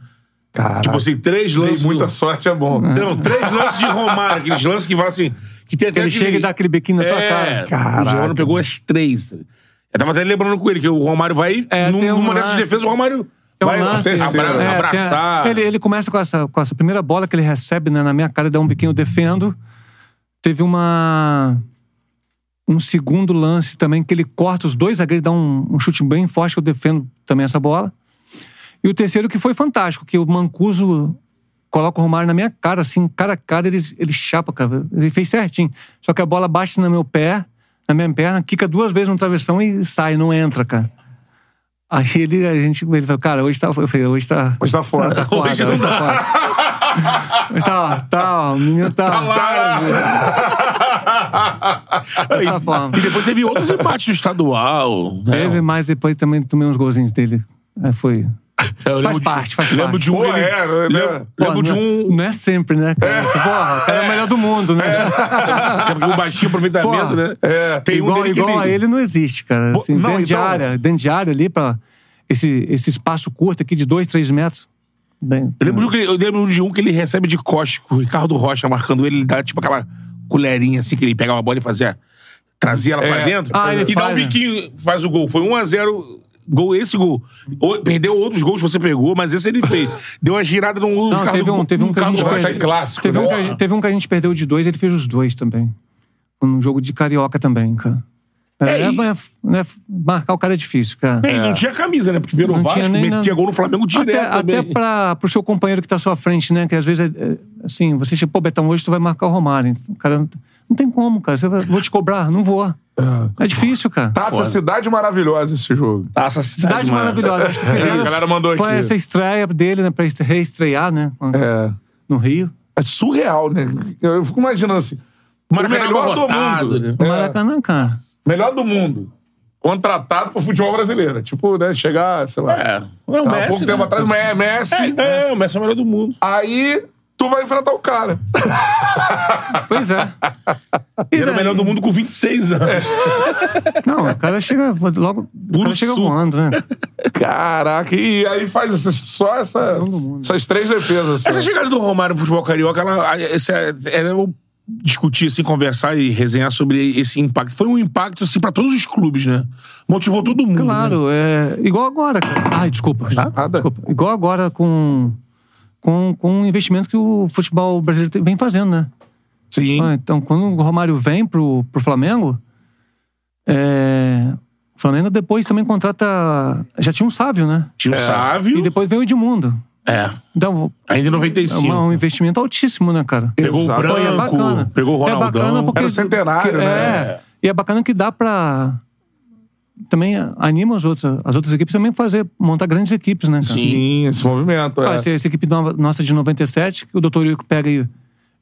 [SPEAKER 1] Caraca,
[SPEAKER 2] Tipo assim, três
[SPEAKER 1] tem
[SPEAKER 2] lances.
[SPEAKER 1] muita
[SPEAKER 2] do-
[SPEAKER 1] sorte, é bom.
[SPEAKER 2] Não, três lances de Romário, aqueles lances que vai assim. Que tem até aquele-
[SPEAKER 3] Ele
[SPEAKER 2] É.
[SPEAKER 3] chega e dá aquele bequinho na tua cara.
[SPEAKER 1] Caraca.
[SPEAKER 2] O Germano pegou as três. tá Eu tava até lembrando com ele que o Romário vai.
[SPEAKER 3] É,
[SPEAKER 2] num-
[SPEAKER 3] tem um
[SPEAKER 2] numa dessas
[SPEAKER 3] lance.
[SPEAKER 2] defesas, o Romário
[SPEAKER 3] É um
[SPEAKER 2] vai
[SPEAKER 3] lance.
[SPEAKER 2] abra-
[SPEAKER 1] É, tem
[SPEAKER 3] a-
[SPEAKER 2] abraçar.
[SPEAKER 3] ele, ele começa com essa, com essa primeira bola que ele recebe né, na minha cara, dá um biquinho, eu defendo. Teve uma. Um segundo lance também que ele corta os dois zagueiros, dá um, um chute bem forte, que eu defendo também essa bola. E o terceiro que foi fantástico, que o Mancuso coloca o Romário na minha cara, assim, cara a cara, ele, ele chapa, cara. Ele fez certinho. Só que a bola bate no meu pé, na minha perna, quica duas vezes no travessão e sai, não entra, cara. Aí ele, a gente, ele falou, cara, hoje tá. Eu falei, hoje tá.
[SPEAKER 1] Mas tá fora.
[SPEAKER 3] Tá foda, hoje tá foda. Hoje tá, ó, tá, ó, o menino tá. Dessa forma.
[SPEAKER 2] E depois teve outros empates do estadual. né?
[SPEAKER 3] Teve, mas depois também tomei uns golzinhos dele. Aí foi.
[SPEAKER 2] Eu lembro
[SPEAKER 3] Faz
[SPEAKER 2] de-
[SPEAKER 3] parte, faz
[SPEAKER 2] Lembro
[SPEAKER 3] parte.
[SPEAKER 2] de um.
[SPEAKER 1] Pô,
[SPEAKER 2] que ele-
[SPEAKER 1] é, né?
[SPEAKER 2] lembro-
[SPEAKER 3] Pô,
[SPEAKER 2] Lembro de
[SPEAKER 3] não, é-
[SPEAKER 2] um.
[SPEAKER 3] não é sempre, né? Cara? Porra, o cara é o melhor do mundo, né?
[SPEAKER 2] Sabe que o baixinho aproveitamento,
[SPEAKER 3] Pô,
[SPEAKER 2] né?
[SPEAKER 1] é.
[SPEAKER 2] É. Tem
[SPEAKER 3] igual
[SPEAKER 2] um dele
[SPEAKER 3] igual
[SPEAKER 2] que
[SPEAKER 3] a ele não existe, cara.
[SPEAKER 1] Pô,
[SPEAKER 3] Assim,
[SPEAKER 1] não,
[SPEAKER 3] dentro,
[SPEAKER 1] então-
[SPEAKER 3] de área, dentro de área ali, pra esse, esse espaço curto aqui de dois, três metros. né? Bem,
[SPEAKER 2] Eu lembro, de um que ele- eu lembro de um que ele recebe de costa, com o Ricardo Rocha marcando ele, ele dá tipo aquela colherinha assim que ele pegava a bola e fazia. Trazia ela pra
[SPEAKER 1] É.
[SPEAKER 2] dentro
[SPEAKER 3] Ah, ele
[SPEAKER 2] e dá um
[SPEAKER 3] faz, né?
[SPEAKER 2] biquinho, faz o gol. Foi 1x0, gol esse gol. O- perdeu outros gols, você pegou, mas esse ele fez. Deu uma girada no
[SPEAKER 3] Não,
[SPEAKER 2] Ricardo-
[SPEAKER 3] teve um, teve um,
[SPEAKER 2] no
[SPEAKER 3] que a
[SPEAKER 2] Ricardo
[SPEAKER 3] gente
[SPEAKER 2] Rocha.
[SPEAKER 1] perdeu. é clássico,
[SPEAKER 3] teve,
[SPEAKER 1] né?
[SPEAKER 3] um que a gente, teve um que a gente perdeu de dois, ele fez os dois também. Num jogo de carioca também, cara. É,
[SPEAKER 2] É, e-
[SPEAKER 3] é- né, marcar o cara é difícil, cara.
[SPEAKER 2] É, e Não tinha camisa, né? Porque virou
[SPEAKER 3] Não
[SPEAKER 2] Vasco,
[SPEAKER 3] tinha nem, né?
[SPEAKER 2] metia gol no Flamengo direto
[SPEAKER 3] Até,
[SPEAKER 2] também.
[SPEAKER 3] até pra, pro seu companheiro que tá à sua frente, né? Que às vezes, é, é, assim, você chega, pô, Betão, hoje tu vai marcar o Romário. O cara, não- não tem como, cara. Você vai, vou te cobrar, não vou. É difícil, cara.
[SPEAKER 1] Taça cidade maravilhosa esse jogo.
[SPEAKER 2] Taça Cidade,
[SPEAKER 3] Cidade
[SPEAKER 2] mano.
[SPEAKER 3] maravilhosa. Acho que fizeram-
[SPEAKER 1] a galera mandou
[SPEAKER 3] Foi
[SPEAKER 1] aqui.
[SPEAKER 3] essa estreia dele, né? Pra este- reestrear, né?
[SPEAKER 1] É.
[SPEAKER 3] No Rio.
[SPEAKER 1] É surreal, né? Eu fico imaginando assim. O
[SPEAKER 2] Maracanã
[SPEAKER 1] melhor do
[SPEAKER 2] abarrotado,
[SPEAKER 1] mundo.
[SPEAKER 2] né?
[SPEAKER 3] No
[SPEAKER 1] É.
[SPEAKER 3] Maracanã, cara.
[SPEAKER 1] melhor do mundo contratado pro futebol brasileiro. É Tipo, né, chegar, sei lá.
[SPEAKER 2] É, é
[SPEAKER 3] Tá
[SPEAKER 2] o
[SPEAKER 1] Há
[SPEAKER 3] um
[SPEAKER 1] Tá
[SPEAKER 2] Messi,
[SPEAKER 1] um pouco
[SPEAKER 2] né?
[SPEAKER 1] tempo atrás, é Messi.
[SPEAKER 2] É, é, o Messi é o melhor do mundo.
[SPEAKER 1] Aí tu vai enfrentar o cara.
[SPEAKER 3] Pois é.
[SPEAKER 2] E era é o
[SPEAKER 3] daí? É.
[SPEAKER 2] melhor do mundo com 26 anos.
[SPEAKER 3] Não, o cara chega logo. o cara chega
[SPEAKER 2] suco.
[SPEAKER 3] voando, né?
[SPEAKER 1] Caraca, e aí faz essa- só essa-
[SPEAKER 3] do mundo. né?
[SPEAKER 1] essas três defesas.
[SPEAKER 2] Essa
[SPEAKER 1] assim.
[SPEAKER 2] chegada do Romário no futebol carioca, ela, esse é, é eu discutir, assim, conversar e resenhar sobre esse impacto. Foi um impacto, assim, pra todos os clubes, né? Motivou todo mundo. né?
[SPEAKER 3] Claro, é. Igual agora, cara. Ai, desculpa.
[SPEAKER 1] nada.
[SPEAKER 3] Desculpa. Igual agora com. Com, com o investimento que o futebol brasileiro tem- vem fazendo, né?
[SPEAKER 1] Sim.
[SPEAKER 3] Ah, Então, quando o Romário vem pro, pro Flamengo, é, o Flamengo depois também contrata. Já tinha um Sávio, né?
[SPEAKER 2] Tinha o
[SPEAKER 3] E
[SPEAKER 2] Sávio.
[SPEAKER 3] depois veio o Edmundo.
[SPEAKER 2] É.
[SPEAKER 3] Então,
[SPEAKER 2] Ainda em
[SPEAKER 3] é
[SPEAKER 2] 95.
[SPEAKER 3] uma- um investimento altíssimo, né, cara?
[SPEAKER 2] Pegou
[SPEAKER 1] Exato.
[SPEAKER 2] o
[SPEAKER 3] Pô, e é
[SPEAKER 2] Branco,
[SPEAKER 3] bacana.
[SPEAKER 2] pegou o né?
[SPEAKER 3] É bacana é,
[SPEAKER 2] Ronaldão.
[SPEAKER 3] porque,
[SPEAKER 1] Era o centenário,
[SPEAKER 3] que-
[SPEAKER 1] né?
[SPEAKER 3] É. E é bacana que dá pra também anima os outros, as outras equipes também a fazer, montar grandes equipes, né? cara?
[SPEAKER 1] Sim, esse movimento.
[SPEAKER 3] Ah,
[SPEAKER 1] É.
[SPEAKER 3] essa, essa equipe nova- nossa de 97, que o doutor Ico pega e,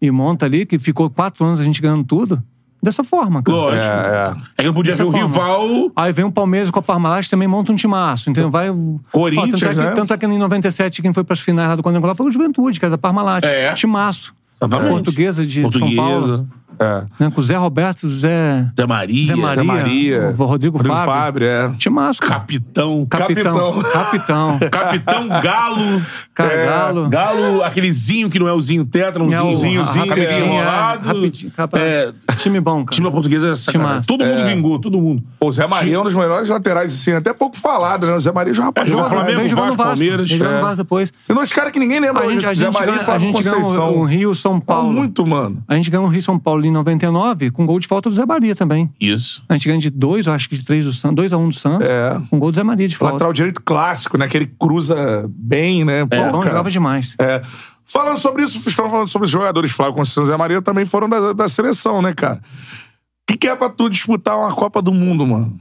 [SPEAKER 3] e monta ali, que ficou quatro anos a gente ganhando tudo. Dessa forma, cara.
[SPEAKER 2] Lógico.
[SPEAKER 1] É, é.
[SPEAKER 2] É que não podia
[SPEAKER 3] Dessa
[SPEAKER 2] ver o
[SPEAKER 3] forma.
[SPEAKER 2] rival.
[SPEAKER 3] Aí vem o Palmeiras com a Parmalat, também monta um timaço. Então vai o...
[SPEAKER 1] Corinthians,
[SPEAKER 3] Ó, tanto, é que,
[SPEAKER 1] né?
[SPEAKER 3] tanto é que em 97, quem foi para as finais lá do Quadrangular foi o Juventude, que era da Parmalat.
[SPEAKER 2] É.
[SPEAKER 3] Timaço.
[SPEAKER 2] Exatamente.
[SPEAKER 3] Portuguesa de São Paulo.
[SPEAKER 2] Portuguesa.
[SPEAKER 1] É.
[SPEAKER 3] Né? Com o Zé Roberto, Zé,
[SPEAKER 2] Zé Maria.
[SPEAKER 3] Zé Maria,
[SPEAKER 1] Maria,
[SPEAKER 3] o Rodrigo,
[SPEAKER 1] Rodrigo
[SPEAKER 3] Fábio.
[SPEAKER 1] Fábio, é.
[SPEAKER 3] Timaço, cara.
[SPEAKER 2] Capitão. É.
[SPEAKER 3] Capitão. Capitão.
[SPEAKER 2] Capitão Galo.
[SPEAKER 3] Cargalo.
[SPEAKER 2] Galo, aquele zinho que não é o zinho tetra, um
[SPEAKER 3] É o-
[SPEAKER 2] zinho, zinho,
[SPEAKER 3] rapidinho,
[SPEAKER 2] zinho,
[SPEAKER 3] é,
[SPEAKER 2] rapidinho enrolado.
[SPEAKER 3] rapidinho, capa-
[SPEAKER 2] É,
[SPEAKER 3] Time bom, cara.
[SPEAKER 2] time da portuguesa é sacanagem.
[SPEAKER 3] Timaço.
[SPEAKER 2] Todo mundo vingou, todo mundo.
[SPEAKER 1] Pô, O Zé Maria é um dos melhores laterais, assim, até pouco falado, né? O Zé Maria já rapaz.
[SPEAKER 2] É, jogou
[SPEAKER 1] joga,
[SPEAKER 2] Flamengo,
[SPEAKER 1] né?
[SPEAKER 3] Ele jogou no
[SPEAKER 2] Vasco,
[SPEAKER 3] Vasco.
[SPEAKER 2] Palmeiras,
[SPEAKER 3] Ele jogou
[SPEAKER 1] é.
[SPEAKER 3] no Vasco depois.
[SPEAKER 1] Tem dois caras que ninguém lembra
[SPEAKER 3] A
[SPEAKER 1] hoje. assim,
[SPEAKER 3] gente, a
[SPEAKER 1] Zé
[SPEAKER 3] gente,
[SPEAKER 1] Maria e
[SPEAKER 3] ganha, a
[SPEAKER 1] Fábio
[SPEAKER 3] gente ganhou
[SPEAKER 1] Conceição.
[SPEAKER 3] o Rio São
[SPEAKER 1] Pô,
[SPEAKER 3] Paulo.
[SPEAKER 1] Muito, mano.
[SPEAKER 3] A gente ganhou o Rio São Paulo em 99 com gol de falta do Zé Maria também.
[SPEAKER 2] Isso.
[SPEAKER 3] A gente ganha de 2, acho que de 3 do Santos, 2 a 1 um do Santos.
[SPEAKER 1] É.
[SPEAKER 3] Com gol do Zé Maria de falta.
[SPEAKER 1] Lateral direito clássico, né? Que ele cruza bem, né? Pô,
[SPEAKER 3] Então
[SPEAKER 1] cara.
[SPEAKER 3] jogava demais.
[SPEAKER 1] É. Falando sobre isso, estamos falando sobre os jogadores Flávio Conceição e Zé Maria também foram da, da seleção, né, cara? O que, que é pra tu disputar uma Copa do Mundo, mano?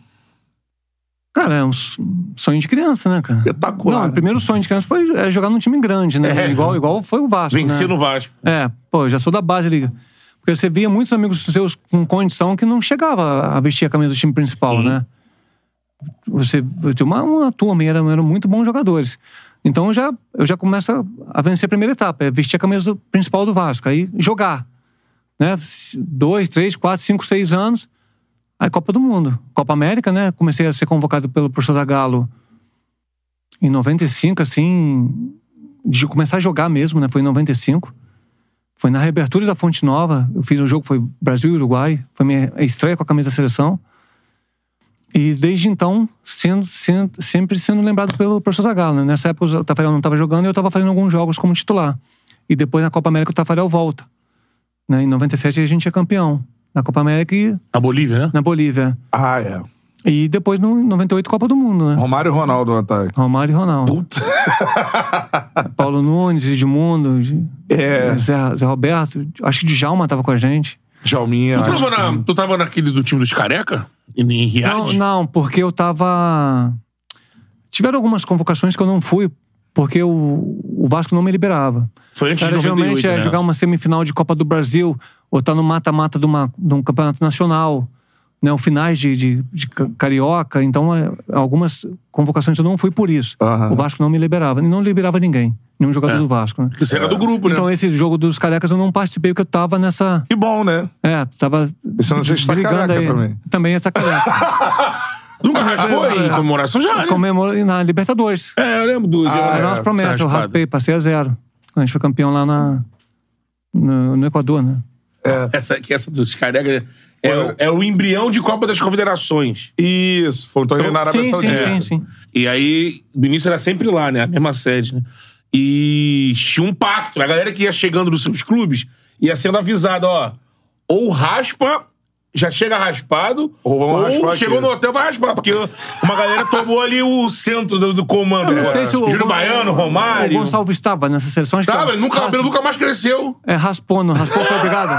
[SPEAKER 3] Cara, é um s- sonho de criança, né, cara?
[SPEAKER 1] Espetacular.
[SPEAKER 3] Não, o primeiro sonho de criança foi é, jogar num time grande, né?
[SPEAKER 2] É.
[SPEAKER 3] Igual, igual foi o Vasco.
[SPEAKER 2] Vencer
[SPEAKER 3] né?
[SPEAKER 2] no Vasco.
[SPEAKER 3] É, pô, eu já sou da base ali. Porque você via muitos amigos seus com condição que não chegava a vestir a camisa do time principal, né? Você eu tinha uma, uma turma e era- eram muito bons jogadores. Então eu já, eu já começo a, a vencer a primeira etapa, é vestir a camisa do- principal do Vasco, aí jogar. Né? S- Dois, três, quatro, cinco, seis anos. Aí Copa do Mundo. Copa América, né? Comecei a ser convocado pelo professor Zagallo em 95, assim, de começar a jogar mesmo, né? Foi em 95. Foi na reabertura da Fonte Nova. Eu fiz um jogo, foi Brasil e Uruguai. Foi minha estreia com a camisa da seleção. E desde então, sendo, sendo- sempre sendo lembrado pelo professor Zagallo. né? Nessa época o Tafarel não estava jogando e eu estava fazendo alguns jogos como titular. E depois na Copa América o Tafarel volta. Né? Em 97 a gente é campeão. Na Copa América e
[SPEAKER 2] Na Bolívia, né?
[SPEAKER 3] na Bolívia.
[SPEAKER 1] Ah, é.
[SPEAKER 3] E depois no 98 Copa do Mundo, né?
[SPEAKER 1] Romário e Ronaldo no ataque.
[SPEAKER 3] Romário e Ronaldo. Puta. Paulo Nunes, Edmundo, de-
[SPEAKER 1] É.
[SPEAKER 3] Zé, Zé Roberto. Acho que Djalma estava com a gente.
[SPEAKER 1] Djalminha.
[SPEAKER 2] Tu
[SPEAKER 1] acho que
[SPEAKER 2] tava,
[SPEAKER 1] sim.
[SPEAKER 2] na, tu tava naquele do time dos careca? Em, em
[SPEAKER 3] Não,
[SPEAKER 2] Riad?
[SPEAKER 3] não, porque eu tava. Tiveram algumas convocações que eu não fui, porque o, o Vasco não me liberava.
[SPEAKER 2] Foi antes de
[SPEAKER 3] Era
[SPEAKER 2] 98,
[SPEAKER 3] geralmente é
[SPEAKER 2] né?
[SPEAKER 3] jogar uma semifinal de Copa do Brasil, ou tá no mata-mata de, uma- de um campeonato nacional, né? Ou finais de, de- de ca- carioca. Então, é, algumas convocações eu não fui por isso.
[SPEAKER 1] Aham.
[SPEAKER 3] O Vasco não me liberava. E não liberava ninguém, nenhum jogador
[SPEAKER 2] É.
[SPEAKER 3] do Vasco. Né?
[SPEAKER 2] Porque Você era do grupo, né?
[SPEAKER 3] Então, esse jogo dos carecas eu não participei, porque eu tava nessa.
[SPEAKER 1] Que bom, né?
[SPEAKER 3] É, tava.
[SPEAKER 1] Esse ano você está
[SPEAKER 3] brigando
[SPEAKER 1] careca
[SPEAKER 3] aí.
[SPEAKER 1] também.
[SPEAKER 3] Também é essa careca. é,
[SPEAKER 2] Nunca raspou em comemoração já, né?
[SPEAKER 3] comemorou na Libertadores.
[SPEAKER 2] É, eu lembro do.
[SPEAKER 1] Ah,
[SPEAKER 3] Era
[SPEAKER 1] é,
[SPEAKER 3] a nossa promessa.
[SPEAKER 2] essa
[SPEAKER 3] Eu
[SPEAKER 2] raspada.
[SPEAKER 3] raspei, passei a zero. A gente foi campeão lá na, no, no Equador, né?
[SPEAKER 2] Essa aqui, essa dos careca. É, o- é o embrião de Copa das Confederações.
[SPEAKER 1] Isso. Foi um torneio na Arábia
[SPEAKER 3] sim, sim,
[SPEAKER 1] Saudita.
[SPEAKER 3] sim, sim.
[SPEAKER 2] E aí, no início era sempre lá, né? A mesma sede, né? E tinha um pacto. A galera que ia chegando nos seus clubes ia sendo avisada, ó. Ou raspa, já chega raspado,
[SPEAKER 1] Ou vamos raspar
[SPEAKER 2] chegou
[SPEAKER 1] aqui. né?
[SPEAKER 2] no hotel, vai raspar. Porque uma galera tomou ali o centro do, do comando. né?
[SPEAKER 3] Eu não sei se o
[SPEAKER 2] É. Júlio
[SPEAKER 3] Gon-
[SPEAKER 2] Baiano, Romário.
[SPEAKER 3] O Gonçalves estava nessa seleção. Acho que
[SPEAKER 2] Tá, mas nunca, o
[SPEAKER 3] ras-
[SPEAKER 2] cabelo nunca mais cresceu.
[SPEAKER 3] É, raspou, não raspou, foi obrigado.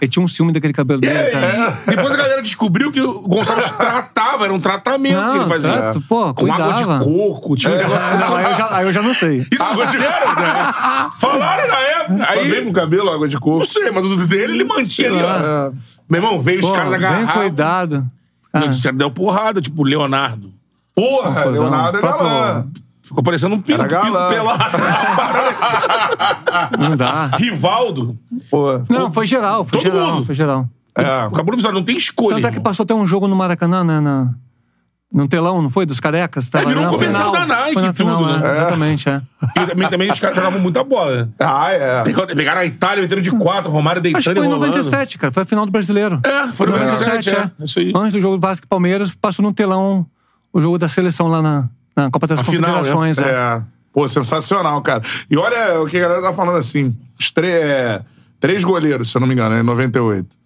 [SPEAKER 3] Ele tinha um ciúme daquele cabelo
[SPEAKER 2] E aí,
[SPEAKER 3] dele, cara.
[SPEAKER 2] É.
[SPEAKER 3] Ah,
[SPEAKER 2] Depois a galera descobriu que o Gonçalves tratava, era um tratamento que ele
[SPEAKER 3] Não,
[SPEAKER 2] fazia.
[SPEAKER 3] trato, pô,
[SPEAKER 2] com água
[SPEAKER 3] cuidava.
[SPEAKER 2] de coco, tinha um
[SPEAKER 1] É.
[SPEAKER 2] negócio.
[SPEAKER 3] Não, aí eu, já, aí eu já não sei.
[SPEAKER 2] Isso
[SPEAKER 1] Ah,
[SPEAKER 2] disseram, né? Falaram na época.
[SPEAKER 1] Aí
[SPEAKER 2] Aí,
[SPEAKER 1] pro cabelo, água de
[SPEAKER 2] não
[SPEAKER 1] coco.
[SPEAKER 2] sei, mas o dele ele mantinha ali, ó.
[SPEAKER 1] É.
[SPEAKER 2] Meu irmão, veio
[SPEAKER 3] Pô,
[SPEAKER 2] os caras da
[SPEAKER 3] bem
[SPEAKER 2] garrafa.
[SPEAKER 3] cuidado. Ah,
[SPEAKER 2] Não,
[SPEAKER 3] Cara,
[SPEAKER 2] disseram, deu porrada, tipo, Leonardo.
[SPEAKER 1] Porra,
[SPEAKER 3] Confusão.
[SPEAKER 1] Leonardo é
[SPEAKER 3] Próprio-
[SPEAKER 1] galã.
[SPEAKER 2] Ficou parecendo um pinto,
[SPEAKER 1] Era
[SPEAKER 2] pinto
[SPEAKER 1] galã.
[SPEAKER 2] pelado.
[SPEAKER 3] não dá.
[SPEAKER 2] Rivaldo.
[SPEAKER 1] Pô.
[SPEAKER 3] Não, foi geral, foi
[SPEAKER 2] Todo
[SPEAKER 3] geral,
[SPEAKER 2] mundo.
[SPEAKER 3] foi geral.
[SPEAKER 1] É.
[SPEAKER 2] Acabou no episódio, não tem escolha.
[SPEAKER 3] Tanto é que
[SPEAKER 2] irmão.
[SPEAKER 3] passou até um jogo no Maracanã, né? Na, num telão, não foi? Dos carecas? Tava
[SPEAKER 2] virou
[SPEAKER 3] na
[SPEAKER 2] um comercial
[SPEAKER 3] final.
[SPEAKER 2] da Nike
[SPEAKER 3] Foi na
[SPEAKER 2] e tudo,
[SPEAKER 3] final,
[SPEAKER 2] né?
[SPEAKER 3] é, Exatamente, é.
[SPEAKER 2] E também, também os caras jogavam muita bola.
[SPEAKER 1] Ah, é.
[SPEAKER 2] Pegaram- Pegaram a Itália, meteram de quatro, Romário deitando
[SPEAKER 1] Tá
[SPEAKER 3] Acho que
[SPEAKER 2] e
[SPEAKER 3] foi em
[SPEAKER 2] rolando.
[SPEAKER 3] 97, cara. Foi a final do brasileiro.
[SPEAKER 2] É, foi em
[SPEAKER 3] né?
[SPEAKER 2] 97, é. Isso aí.
[SPEAKER 3] Antes do jogo Vasco e Palmeiras, passou num telão o jogo da seleção lá na, na Copa das
[SPEAKER 2] A final,
[SPEAKER 3] Confederações. né?
[SPEAKER 1] É. Pô, sensacional, cara. E olha o que a galera tá falando assim. Os tre- é, Três goleiros, se eu não me engano, né, em 98.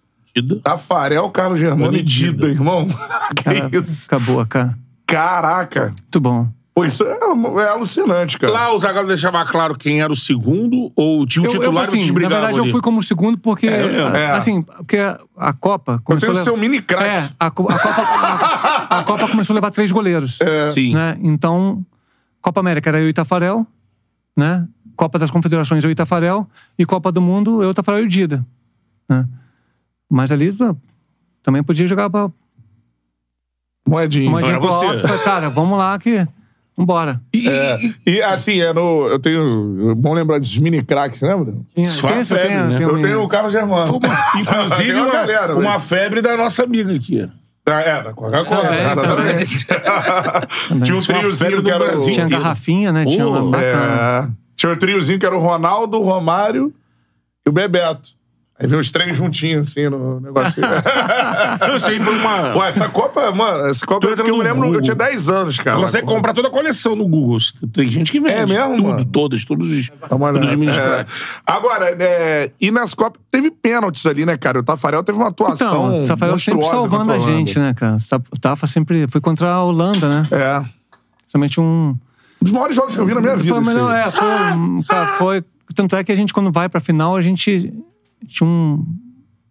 [SPEAKER 1] Tafarel, Carlos Germano e Dida, irmão. que
[SPEAKER 3] Cara,
[SPEAKER 1] É isso?
[SPEAKER 3] Acabou, cara.
[SPEAKER 1] Caraca.
[SPEAKER 3] Muito bom.
[SPEAKER 1] Pô, isso é, é alucinante, cara.
[SPEAKER 2] Lá o Zagallo deixava claro quem era o segundo ou tinha o
[SPEAKER 3] Eu- eu,
[SPEAKER 2] titular e
[SPEAKER 3] assim,
[SPEAKER 2] vocês
[SPEAKER 3] na
[SPEAKER 2] brigavam
[SPEAKER 3] verdade,
[SPEAKER 2] ali.
[SPEAKER 3] eu fui como segundo porque.
[SPEAKER 2] É, eu lembro.
[SPEAKER 1] É.
[SPEAKER 3] Assim, porque a, a Copa.
[SPEAKER 1] Eu
[SPEAKER 3] começou
[SPEAKER 1] tenho
[SPEAKER 3] a
[SPEAKER 1] que ser um
[SPEAKER 3] levar-
[SPEAKER 1] mini
[SPEAKER 3] É,
[SPEAKER 1] craque.
[SPEAKER 3] a, co- a Copa, a- a Copa começou a levar três
[SPEAKER 1] É.
[SPEAKER 3] goleiros.
[SPEAKER 2] Sim.
[SPEAKER 3] né? Então, Copa América era eu e Tafarel, né? Copa das Confederações eu e Tafarel, e Copa do Mundo eu, Tafarel e o Dida. né? Mas ali tá, também podia jogar pra
[SPEAKER 1] Moedinho.
[SPEAKER 3] uma gente
[SPEAKER 2] era
[SPEAKER 3] pro
[SPEAKER 2] você.
[SPEAKER 3] alto. e falar, Cara, vamos lá que... Vambora.
[SPEAKER 2] E, e-
[SPEAKER 1] E assim, é no. Eu tenho. é Bom lembrar desses mini craques, lembra?
[SPEAKER 3] Tinha-
[SPEAKER 2] Isso foi
[SPEAKER 3] tem
[SPEAKER 2] a
[SPEAKER 3] esse-
[SPEAKER 2] febre,
[SPEAKER 3] tem-
[SPEAKER 2] né?
[SPEAKER 3] tem um
[SPEAKER 1] Eu
[SPEAKER 3] menino.
[SPEAKER 1] tenho o Carlos Germano.
[SPEAKER 2] inclusive,
[SPEAKER 1] Tá, Tem uma
[SPEAKER 2] uma,
[SPEAKER 1] galera, né?
[SPEAKER 2] uma
[SPEAKER 1] velho.
[SPEAKER 2] febre da nossa amiga aqui.
[SPEAKER 1] Ah, É, da Coca-Cola,
[SPEAKER 3] Também,
[SPEAKER 1] exatamente. Tinha um
[SPEAKER 2] Tinha uma
[SPEAKER 1] triozinho
[SPEAKER 2] febre
[SPEAKER 1] que
[SPEAKER 2] do
[SPEAKER 1] era.
[SPEAKER 2] Brasil
[SPEAKER 3] Tinha
[SPEAKER 2] inteiro.
[SPEAKER 3] garrafinha, né? Tinha uma
[SPEAKER 2] Pô,
[SPEAKER 3] bacana.
[SPEAKER 1] É. Tinha um triozinho que era o Ronaldo, o Romário e o Bebeto. Aí veio os três juntinhos, assim, no negócio.
[SPEAKER 2] Não, isso aí foi uma.
[SPEAKER 1] Pô, essa Copa, mano, essa Copa
[SPEAKER 2] Tu
[SPEAKER 1] eu,
[SPEAKER 2] entra
[SPEAKER 1] eu
[SPEAKER 2] no
[SPEAKER 1] lembro,
[SPEAKER 2] Google.
[SPEAKER 1] eu tinha 10 anos, cara.
[SPEAKER 2] Você consegue comprar toda a coleção no Google. Tem gente que vende.
[SPEAKER 1] É mesmo,
[SPEAKER 2] Tudo,
[SPEAKER 1] mano?
[SPEAKER 2] todas, todos os.
[SPEAKER 1] Dá uma
[SPEAKER 2] Todos os
[SPEAKER 1] olhada.
[SPEAKER 2] mini
[SPEAKER 1] É.
[SPEAKER 2] craques.
[SPEAKER 1] Agora, né, e nas Copas teve pênaltis ali, né, cara? O Tafarel teve uma atuação.
[SPEAKER 3] Então, o Tafarel sempre
[SPEAKER 1] monstruosa
[SPEAKER 3] salvando
[SPEAKER 1] contra
[SPEAKER 3] a
[SPEAKER 1] Holanda.
[SPEAKER 3] gente, né, cara? O Tafa sempre... Foi contra a Holanda, né?
[SPEAKER 1] É. Um
[SPEAKER 3] Somente um...
[SPEAKER 1] dos maiores jogos que eu vi na minha vida. assim. esse
[SPEAKER 3] Foi, melhor,
[SPEAKER 1] aí.
[SPEAKER 3] é, foi, um- cara, foi- Tanto é que a gente, quando vai pra final, a gente tinha um.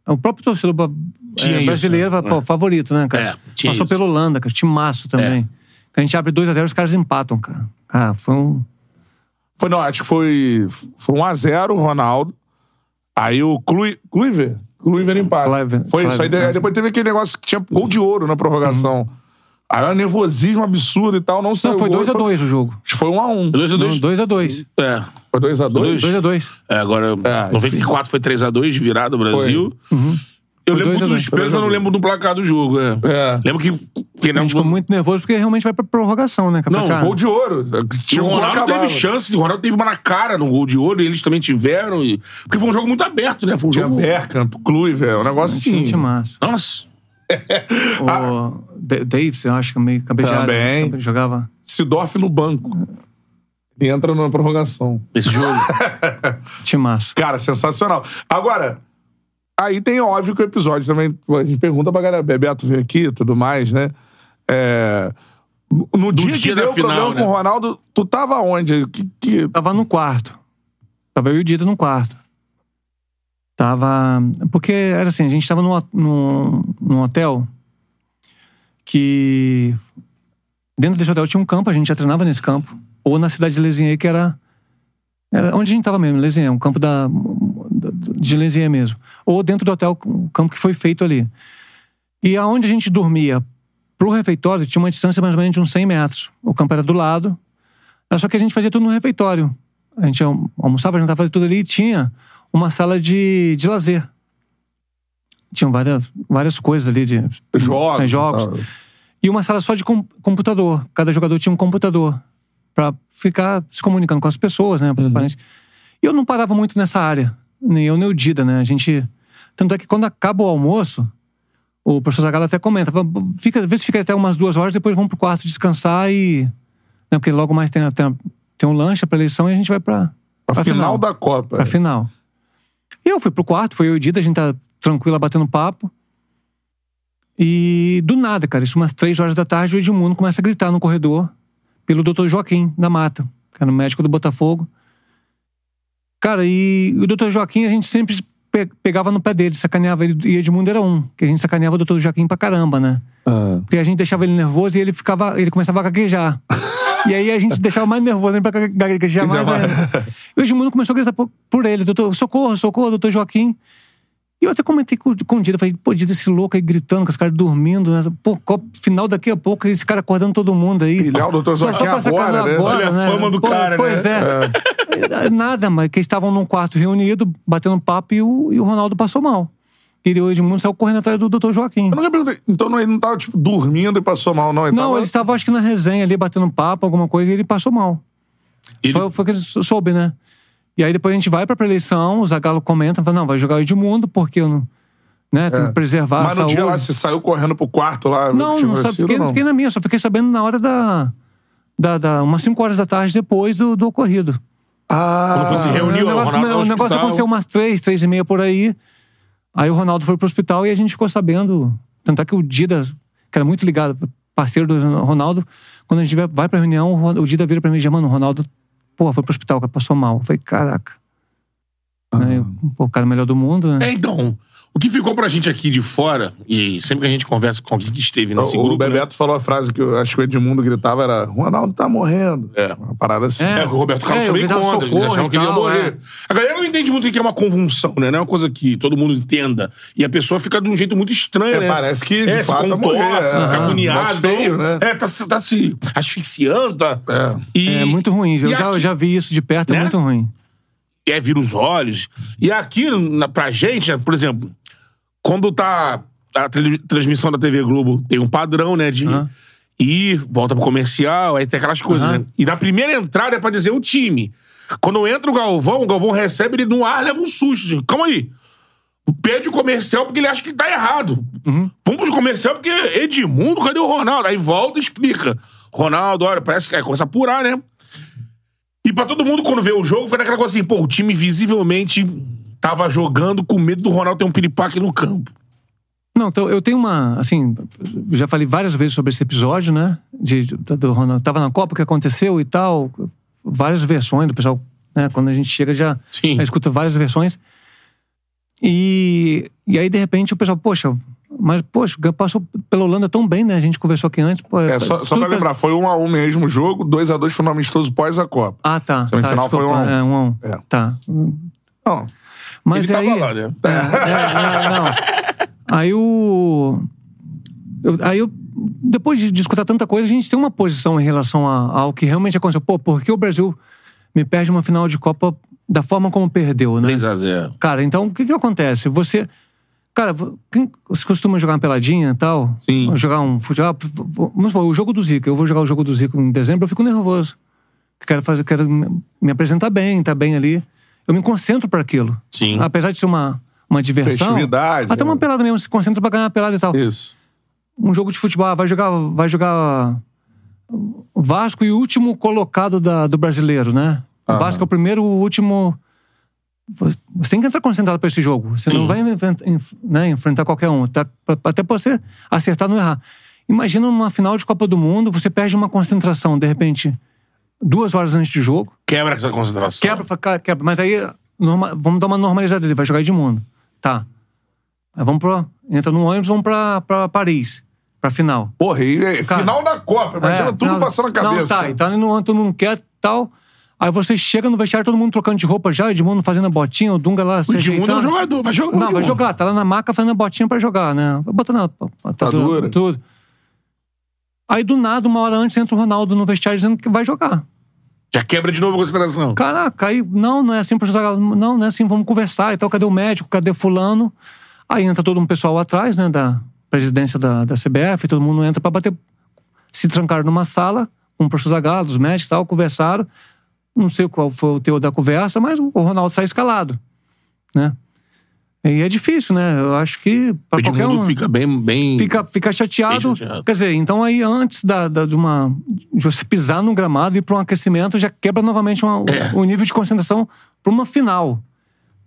[SPEAKER 3] O próprio torcedor ba-
[SPEAKER 2] Tinha
[SPEAKER 3] é,
[SPEAKER 2] isso, né?
[SPEAKER 3] brasileiro fala, pô, favorito, né, cara?
[SPEAKER 2] É, tinha
[SPEAKER 3] Passou
[SPEAKER 2] isso. É.
[SPEAKER 3] pela Holanda, cara. Timaço também. A gente abre 2x0 os caras empatam, cara. Cara, foi um.
[SPEAKER 1] Foi, não, acho que foi, foi 1x0 o Ronaldo. Aí o Clui- Kluivert. Kluivert empata.
[SPEAKER 3] Kluivert,
[SPEAKER 1] Foi isso. Aí
[SPEAKER 3] Kluivert,
[SPEAKER 1] de-
[SPEAKER 3] é. Uhum.
[SPEAKER 1] depois teve aquele negócio que tinha gol de ouro na prorrogação. Aí era um nervosismo absurdo e tal. Não saiu
[SPEAKER 3] Não, foi
[SPEAKER 1] o gol,
[SPEAKER 3] 2x2 o jogo.
[SPEAKER 1] Acho que Foi 1x1.
[SPEAKER 2] Dois a dois.
[SPEAKER 3] 2x2.
[SPEAKER 2] É.
[SPEAKER 1] Foi 2x2?
[SPEAKER 2] dois.
[SPEAKER 3] 2x2.
[SPEAKER 2] É, agora,
[SPEAKER 1] É, Uhum.
[SPEAKER 2] 94 foi 3x2, virado o Brasil. Eu
[SPEAKER 3] Foi
[SPEAKER 2] lembro
[SPEAKER 3] dois a
[SPEAKER 2] muito
[SPEAKER 3] dois.
[SPEAKER 2] dos pênaltis, mas não lembro do placar do jogo. É.
[SPEAKER 1] É.
[SPEAKER 2] Lembro que. que
[SPEAKER 3] A
[SPEAKER 2] não,
[SPEAKER 3] gente ficou muito nervoso porque realmente vai pra prorrogação, né, cara?
[SPEAKER 2] um Não,
[SPEAKER 3] cara.
[SPEAKER 1] Gol de ouro.
[SPEAKER 2] E
[SPEAKER 1] Tinha
[SPEAKER 2] o
[SPEAKER 1] um gol
[SPEAKER 2] Ronaldo
[SPEAKER 1] acabado.
[SPEAKER 2] teve chances, o Ronaldo teve uma na cara no gol de ouro, e eles também tiveram. E... Porque foi um jogo muito aberto, né? Foi um
[SPEAKER 1] Tinha
[SPEAKER 2] jogo.
[SPEAKER 1] Bergkamp, Kluivert, um negócio
[SPEAKER 3] Tinha um
[SPEAKER 1] assim.
[SPEAKER 3] timaço.
[SPEAKER 2] Nossa. Ah.
[SPEAKER 3] O Da- Davis, eu acho que é meio cabeçada.
[SPEAKER 1] Também.
[SPEAKER 3] Jogava.
[SPEAKER 1] Sidorf no banco. E entra na prorrogação.
[SPEAKER 2] Esse jogo.
[SPEAKER 3] Timaço.
[SPEAKER 1] Cara, sensacional. Agora, aí tem óbvio que o episódio também. A gente pergunta pra galera, Bebeto veio aqui e tudo mais, né? É, no- No dia,
[SPEAKER 2] dia
[SPEAKER 1] que
[SPEAKER 2] da
[SPEAKER 1] deu o
[SPEAKER 2] final,
[SPEAKER 1] problema
[SPEAKER 2] né?
[SPEAKER 1] com o Ronaldo, tu tava onde? Que, que-
[SPEAKER 3] Tava no quarto. Tava eu e o Dito no quarto. Tava. Porque era assim, a gente tava num, num, num hotel que. Dentro desse hotel tinha um campo, a gente já treinava nesse campo. Ou na cidade de Lesinhei, que era. era É, onde a gente tava mesmo, Lesinhei, um campo da, da- de Lesinhei mesmo. Ou dentro do hotel, o campo que foi feito ali. E aonde a gente dormia pro refeitório tinha uma distância mais ou menos de uns 100 metros. O campo era do lado, é Só que a gente fazia tudo no refeitório. A gente almo- almoçava, jantava, fazia tudo ali e tinha uma sala de, de lazer. Tinham várias, várias coisas ali de
[SPEAKER 1] jogos.
[SPEAKER 3] né,
[SPEAKER 1] tá?
[SPEAKER 3] E uma sala só de com- computador. Cada jogador tinha um computador para ficar se comunicando com as pessoas, né? parentes. E eu não parava muito nessa área. Nem eu, nem o Dida, né? A gente... Tanto é que quando acaba o almoço, o professor Zagallo até comenta. fala, Fica, vê se fica até umas duas horas, depois vão pro quarto descansar e... né, Porque logo mais tem, tem, tem um lanche, a eleição e a gente vai pra...
[SPEAKER 1] A
[SPEAKER 3] pra
[SPEAKER 1] final da Copa.
[SPEAKER 3] Pra final. E eu fui pro quarto, foi eu e o Dida, a gente tá tranquila batendo papo. E do nada, cara, isso umas três horas da tarde, o Edmundo começa a gritar no corredor pelo Dr. Joaquim da Mata, que era o médico do Botafogo. Cara, e o Dr. Joaquim a gente sempre pe- pegava no pé dele, sacaneava ele. E Edmundo era um, que a gente sacaneava o Dr. Joaquim pra caramba, né?
[SPEAKER 1] Ah.
[SPEAKER 3] Porque a gente deixava ele nervoso e ele ficava, ele começava a gaguejar. e aí a gente deixava mais nervoso ele pra gague- gaguejar mais
[SPEAKER 1] Jamais.
[SPEAKER 3] ainda. E o Edmundo começou a gritar por, por ele, doutor, socorro, socorro, doutor Joaquim. E eu até comentei com, com o Dida, falei, pô, Dida, esse louco aí gritando, com os caras dormindo, né? pô, co- final daqui a pouco, esse cara acordando todo mundo aí.
[SPEAKER 1] Pilhar o doutor
[SPEAKER 3] Só-
[SPEAKER 1] Joaquim
[SPEAKER 3] só pra sacanear
[SPEAKER 1] agora, né?
[SPEAKER 2] Olha a fama do
[SPEAKER 3] Pô,
[SPEAKER 2] cara, né?
[SPEAKER 3] pois é. Nada, mas que eles estavam num quarto reunido, batendo papo, e o, e o Ronaldo passou mal. E o Edmundo saiu correndo atrás do doutor Joaquim.
[SPEAKER 1] Eu nunca perguntei. Então não, ele não tava, tipo, dormindo e passou mal, não. Ele
[SPEAKER 3] Não,
[SPEAKER 1] tava...
[SPEAKER 3] ele estava, acho que na resenha ali, batendo papo, alguma coisa, e ele passou mal.
[SPEAKER 2] Ele-
[SPEAKER 3] Foi, foi que ele sou- soube, né? E aí depois a gente vai pra eleição, o Zagallo comenta, fala, não, vai jogar o Edmundo, porque eu não. Né, tem que preservar a
[SPEAKER 1] É. Mas no
[SPEAKER 3] saúde.
[SPEAKER 1] dia lá, você saiu correndo pro quarto lá.
[SPEAKER 3] não,
[SPEAKER 1] tinha
[SPEAKER 3] não sabe,
[SPEAKER 1] acontecido,
[SPEAKER 3] fiquei,
[SPEAKER 1] não?
[SPEAKER 3] fiquei na minha, só fiquei sabendo na hora da. da, da umas 5 horas da tarde depois do, do ocorrido.
[SPEAKER 1] Ah,
[SPEAKER 2] Quando fosse- Se reuniu,
[SPEAKER 3] o
[SPEAKER 2] o
[SPEAKER 3] negócio,
[SPEAKER 2] Ronaldo no
[SPEAKER 3] o negócio
[SPEAKER 2] hospital.
[SPEAKER 3] aconteceu umas três, três e meia por aí. Aí o Ronaldo foi pro hospital e a gente ficou sabendo. Tanto é que o Dida, que era muito ligado, parceiro do Ronaldo. Quando a gente vai- vai pra reunião, o Ron- o Dida vira pra mim e diz, mano, o Ronaldo, pô, foi pro hospital, cara, passou mal. Eu falei, caraca. Né? Eu, pô, o cara melhor do mundo, né?
[SPEAKER 2] É, então, o que ficou pra gente aqui de fora, e sempre que a gente conversa com alguém que esteve nesse
[SPEAKER 1] o,
[SPEAKER 2] grupo. né?
[SPEAKER 1] o Bebeto falou a frase que eu acho que o Edmundo gritava era Ronaldo tá morrendo.
[SPEAKER 2] É.
[SPEAKER 1] Uma parada assim.
[SPEAKER 2] É, o Roberto Carlos
[SPEAKER 3] É, eu
[SPEAKER 2] também
[SPEAKER 3] gritava
[SPEAKER 2] conta. Eles
[SPEAKER 3] socorro
[SPEAKER 2] achavam
[SPEAKER 3] e
[SPEAKER 2] que ele ia
[SPEAKER 3] tal,
[SPEAKER 2] morrer.
[SPEAKER 3] é.
[SPEAKER 2] A galera não entende muito o que é uma convulsão, né? Não é uma coisa que todo mundo entenda. E a pessoa fica de um jeito muito estranho,
[SPEAKER 1] É,
[SPEAKER 2] né?
[SPEAKER 1] parece que, de
[SPEAKER 2] é, se
[SPEAKER 1] fato,
[SPEAKER 2] contorce,
[SPEAKER 3] né?
[SPEAKER 1] morrer, é.
[SPEAKER 2] fica
[SPEAKER 1] Aham.
[SPEAKER 2] agoniado.
[SPEAKER 1] Mas feio, né?
[SPEAKER 2] É, tá, se- tá se asfixiando. Tá... É. E,
[SPEAKER 3] É muito ruim, viu?
[SPEAKER 2] e
[SPEAKER 3] Eu já,
[SPEAKER 2] aqui-
[SPEAKER 3] eu já vi isso de perto,
[SPEAKER 2] Né?
[SPEAKER 3] é muito ruim.
[SPEAKER 2] é, vira os olhos. E aqui, na, pra gente, né, por exemplo, quando tá a tele- transmissão da TV Globo, tem um padrão, né, de
[SPEAKER 3] Aham.
[SPEAKER 2] ir, volta pro comercial, aí tem aquelas coisas,
[SPEAKER 3] Aham.
[SPEAKER 2] né? E na primeira entrada é pra dizer o time. Quando entra o Galvão, o Galvão recebe ele no ar, leva um susto. assim, Calma aí. Pede o comercial porque ele acha que tá errado.
[SPEAKER 3] Uhum.
[SPEAKER 2] Vamos pro comercial porque Edmundo, cadê o Ronaldo? Aí volta e explica. Ronaldo, olha, parece que aí começa a apurar, né? E pra todo mundo, quando vê o jogo, foi naquela coisa assim, pô, o time visivelmente tava jogando com medo do Ronaldo ter um piripaque no campo.
[SPEAKER 3] Não, então eu tenho uma. Assim, já falei várias vezes sobre esse episódio, né? De, de- do Ronaldo. Tava na Copa, o que aconteceu e tal. Várias versões do pessoal, né? Quando a gente chega, já,
[SPEAKER 2] Sim.
[SPEAKER 3] já escuta várias versões. E, e aí, de repente, o pessoal, poxa, mas, poxa, passou pela Holanda tão bem, né? A gente conversou aqui antes. Pô,
[SPEAKER 1] É, só, só pra lembrar, foi um a um mesmo o jogo, 2 a 2 foi no amistoso pós a Copa.
[SPEAKER 3] Ah, tá.
[SPEAKER 1] Semifinal
[SPEAKER 3] tá,
[SPEAKER 1] foi
[SPEAKER 3] desculpa,
[SPEAKER 1] um a um.
[SPEAKER 3] É, um a um.
[SPEAKER 1] É.
[SPEAKER 3] Tá.
[SPEAKER 1] Não,
[SPEAKER 3] Mas
[SPEAKER 2] ele
[SPEAKER 3] aí,
[SPEAKER 2] tava lá, né?
[SPEAKER 3] É, é, é, não. Aí o. eu- aí eu. Depois de, de escutar tanta coisa, a gente tem uma posição em relação a- ao que realmente aconteceu. Pô, por que o Brasil me perde uma final de Copa da forma como perdeu, né?
[SPEAKER 2] 3x0.
[SPEAKER 3] Cara, então o que que acontece? Você. Cara, vo- quem se costuma jogar uma peladinha e tal?
[SPEAKER 2] Sim.
[SPEAKER 3] Jogar um futebol. ah, p- p- Vamos supor, o jogo do Zico. Eu vou jogar o jogo do Zico em dezembro, eu fico nervoso. Quero fazer, quero me- me apresentar bem, tá bem ali. Eu me concentro para aquilo.
[SPEAKER 2] Sim.
[SPEAKER 3] Apesar de ser uma, uma diversão.
[SPEAKER 1] festividade.
[SPEAKER 3] Até uma
[SPEAKER 1] né?
[SPEAKER 3] pelada mesmo, se concentra pra ganhar uma pelada e tal.
[SPEAKER 1] Isso.
[SPEAKER 3] Um jogo de futebol, ah, vai jogar, vai jogar Vasco e o último colocado da- do brasileiro, né? O
[SPEAKER 1] Aham.
[SPEAKER 3] Vasco é o primeiro, o último. Você tem que entrar concentrado pra esse jogo. Você
[SPEAKER 2] Sim.
[SPEAKER 3] não vai enfren- enf- né, enfrentar qualquer um. Tá, pra- pra- até pra você acertar, não errar. Imagina uma final de Copa do Mundo, você perde uma concentração, de repente, duas horas antes do jogo.
[SPEAKER 2] Quebra essa concentração.
[SPEAKER 3] Quebra, fala, cara, quebra. Mas aí, norma- vamos dar uma normalizada. Ele vai jogar Edmundo. Tá. Aí vamos pra. Entra no ônibus, vamos pra, pra Paris. Pra final.
[SPEAKER 1] Porra, e, e,
[SPEAKER 3] Cara,
[SPEAKER 1] final da Copa, imagina
[SPEAKER 3] É,
[SPEAKER 1] tudo
[SPEAKER 3] não,
[SPEAKER 1] passando na
[SPEAKER 3] Não,
[SPEAKER 1] cabeça.
[SPEAKER 3] tá. Então ele não, todo mundo quer tal. Aí você chega no vestiário, todo mundo trocando de roupa já, Edmundo fazendo a botinha, o Dunga lá.
[SPEAKER 2] O Edmundo é um
[SPEAKER 3] ajeitando.
[SPEAKER 2] jogador, vai jogar.
[SPEAKER 3] Não, vai
[SPEAKER 2] Edmundo.
[SPEAKER 3] jogar. Tá lá na maca fazendo a botinha pra jogar, né? Vai botando a, a, a
[SPEAKER 2] Tá
[SPEAKER 1] Atadura.
[SPEAKER 3] Tudo. Aí do nada, uma hora antes, entra o Ronaldo no vestiário dizendo que vai jogar.
[SPEAKER 2] Já quebra de novo a concentração.
[SPEAKER 3] Caraca, aí não, não é assim pra jogar. Não, não é assim, vamos conversar e tal. Cadê o médico? Cadê fulano? Aí entra todo um pessoal atrás, né, da presidência da, da CBF, todo mundo entra pra bater. Se trancaram numa sala, com o professor Zagallo, os médicos e tal, conversaram. Não sei qual foi o teor da conversa, mas o Ronaldo sai escalado, né? E é difícil, né? Eu acho que
[SPEAKER 2] O
[SPEAKER 3] pra qualquer
[SPEAKER 2] Edmundo
[SPEAKER 3] um
[SPEAKER 2] fica bem, bem.
[SPEAKER 3] fica, fica chateado.
[SPEAKER 2] Fica chateado.
[SPEAKER 3] Quer dizer, então aí antes da, da- de, uma, de você pisar no gramado e ir para um aquecimento, já quebra novamente uma-
[SPEAKER 2] É.
[SPEAKER 3] o nível de concentração para uma final.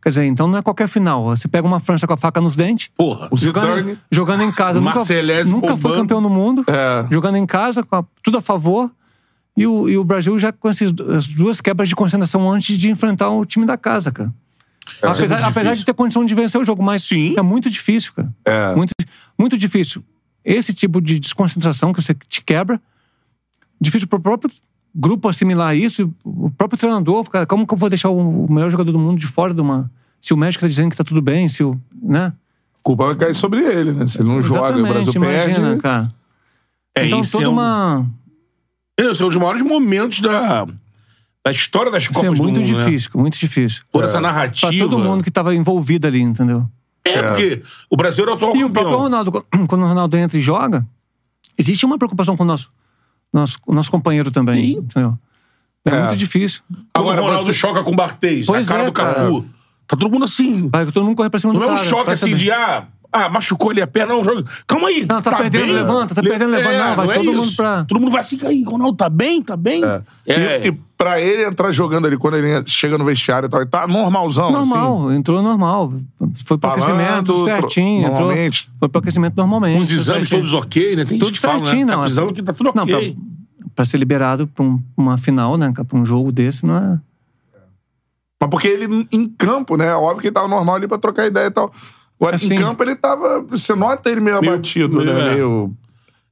[SPEAKER 3] Quer dizer, então não é qualquer final. Você pega uma França com a faca nos dentes,
[SPEAKER 2] Porra.
[SPEAKER 1] O Zidane.
[SPEAKER 3] jogando, jogando em casa. Nunca,
[SPEAKER 2] Marcelese
[SPEAKER 3] nunca foi
[SPEAKER 2] bombando.
[SPEAKER 3] campeão no mundo,
[SPEAKER 1] É.
[SPEAKER 3] jogando em casa, com a- tudo a favor. E o, e o Brasil já com essas du- as duas quebras de concentração antes de enfrentar o time da casa, cara.
[SPEAKER 2] é
[SPEAKER 3] apesar,
[SPEAKER 2] muito
[SPEAKER 3] apesar de ter condição de vencer o jogo, mas
[SPEAKER 2] Sim.
[SPEAKER 3] é muito difícil, cara.
[SPEAKER 1] É.
[SPEAKER 3] Muito, muito difícil. Esse tipo de desconcentração que você te quebra, difícil pro próprio grupo assimilar isso, o próprio treinador, cara, como que eu vou deixar o melhor jogador do mundo de fora de uma. Se o médico tá dizendo que tá tudo bem, se o. né?
[SPEAKER 1] A culpa vai cair sobre ele, né? Se ele não joga e o Brasil
[SPEAKER 3] imagina,
[SPEAKER 1] perde. né?
[SPEAKER 3] cara.
[SPEAKER 2] É,
[SPEAKER 3] então
[SPEAKER 2] isso
[SPEAKER 3] toda
[SPEAKER 2] é um-
[SPEAKER 3] uma.
[SPEAKER 2] Esse é um dos maiores momentos da, da história das
[SPEAKER 3] Isso
[SPEAKER 2] Copas
[SPEAKER 3] é muito
[SPEAKER 2] do Mundo, né?
[SPEAKER 3] difícil, muito difícil.
[SPEAKER 2] Toda essa
[SPEAKER 3] Pra
[SPEAKER 2] narrativa.
[SPEAKER 3] todo mundo que tava envolvido ali, entendeu?
[SPEAKER 2] É, porque o Brasil era o atual
[SPEAKER 3] E o
[SPEAKER 2] campeão.
[SPEAKER 3] próprio Ronaldo, quando o Ronaldo entra e joga, existe uma preocupação com o nosso, nosso, com o nosso companheiro também. Entendeu? É,
[SPEAKER 1] É.
[SPEAKER 3] muito difícil.
[SPEAKER 2] Quando
[SPEAKER 1] Agora
[SPEAKER 2] o Ronaldo
[SPEAKER 1] você-
[SPEAKER 2] choca com o Bartês, na
[SPEAKER 3] Pois
[SPEAKER 2] cara
[SPEAKER 3] é,
[SPEAKER 2] do Cafu. Tá todo mundo assim.
[SPEAKER 3] Vai, todo mundo corre pra cima
[SPEAKER 2] Não
[SPEAKER 3] do
[SPEAKER 2] é um
[SPEAKER 3] cara,
[SPEAKER 2] choque
[SPEAKER 3] pra
[SPEAKER 2] assim
[SPEAKER 3] saber.
[SPEAKER 2] de, ah, Ah, machucou ali a perna, não joga. Calma aí.
[SPEAKER 3] Não, tá perdendo, levanta, tá perdendo,
[SPEAKER 2] É,
[SPEAKER 3] levanta. Não, vai todo mundo pra-
[SPEAKER 2] Todo mundo vai assim, aí, Ronaldo, tá bem? Tá bem? É.
[SPEAKER 1] E, e pra ele entrar jogando ali, quando ele chega no vestiário e tal, ele tá normalzão, assim.
[SPEAKER 3] Normal, entrou normal. Foi pro
[SPEAKER 1] Falando,
[SPEAKER 3] aquecimento
[SPEAKER 1] tro-
[SPEAKER 3] certinho. entrou-
[SPEAKER 1] normalmente.
[SPEAKER 3] foi pro aquecimento normalmente.
[SPEAKER 2] Os
[SPEAKER 3] foi
[SPEAKER 2] exames
[SPEAKER 3] certinho.
[SPEAKER 2] todos ok, né? Tem
[SPEAKER 3] Tudo
[SPEAKER 2] gente que fala, né?
[SPEAKER 3] certinho,
[SPEAKER 2] Tá
[SPEAKER 3] não,
[SPEAKER 2] com
[SPEAKER 3] é-
[SPEAKER 2] os exames que tá tudo
[SPEAKER 3] Não,
[SPEAKER 2] ok.
[SPEAKER 3] Pra ser liberado pra um- uma final, né? cara, Pra um jogo desse, não é.
[SPEAKER 1] Mas porque ele, em campo, né? Óbvio que ele tava normal ali pra trocar ideia e tal. Agora,
[SPEAKER 3] Assim.
[SPEAKER 1] em campo, ele tava. Você nota ele meio,
[SPEAKER 2] Meio-
[SPEAKER 1] abatido, né?
[SPEAKER 2] meio- é.
[SPEAKER 1] Meio.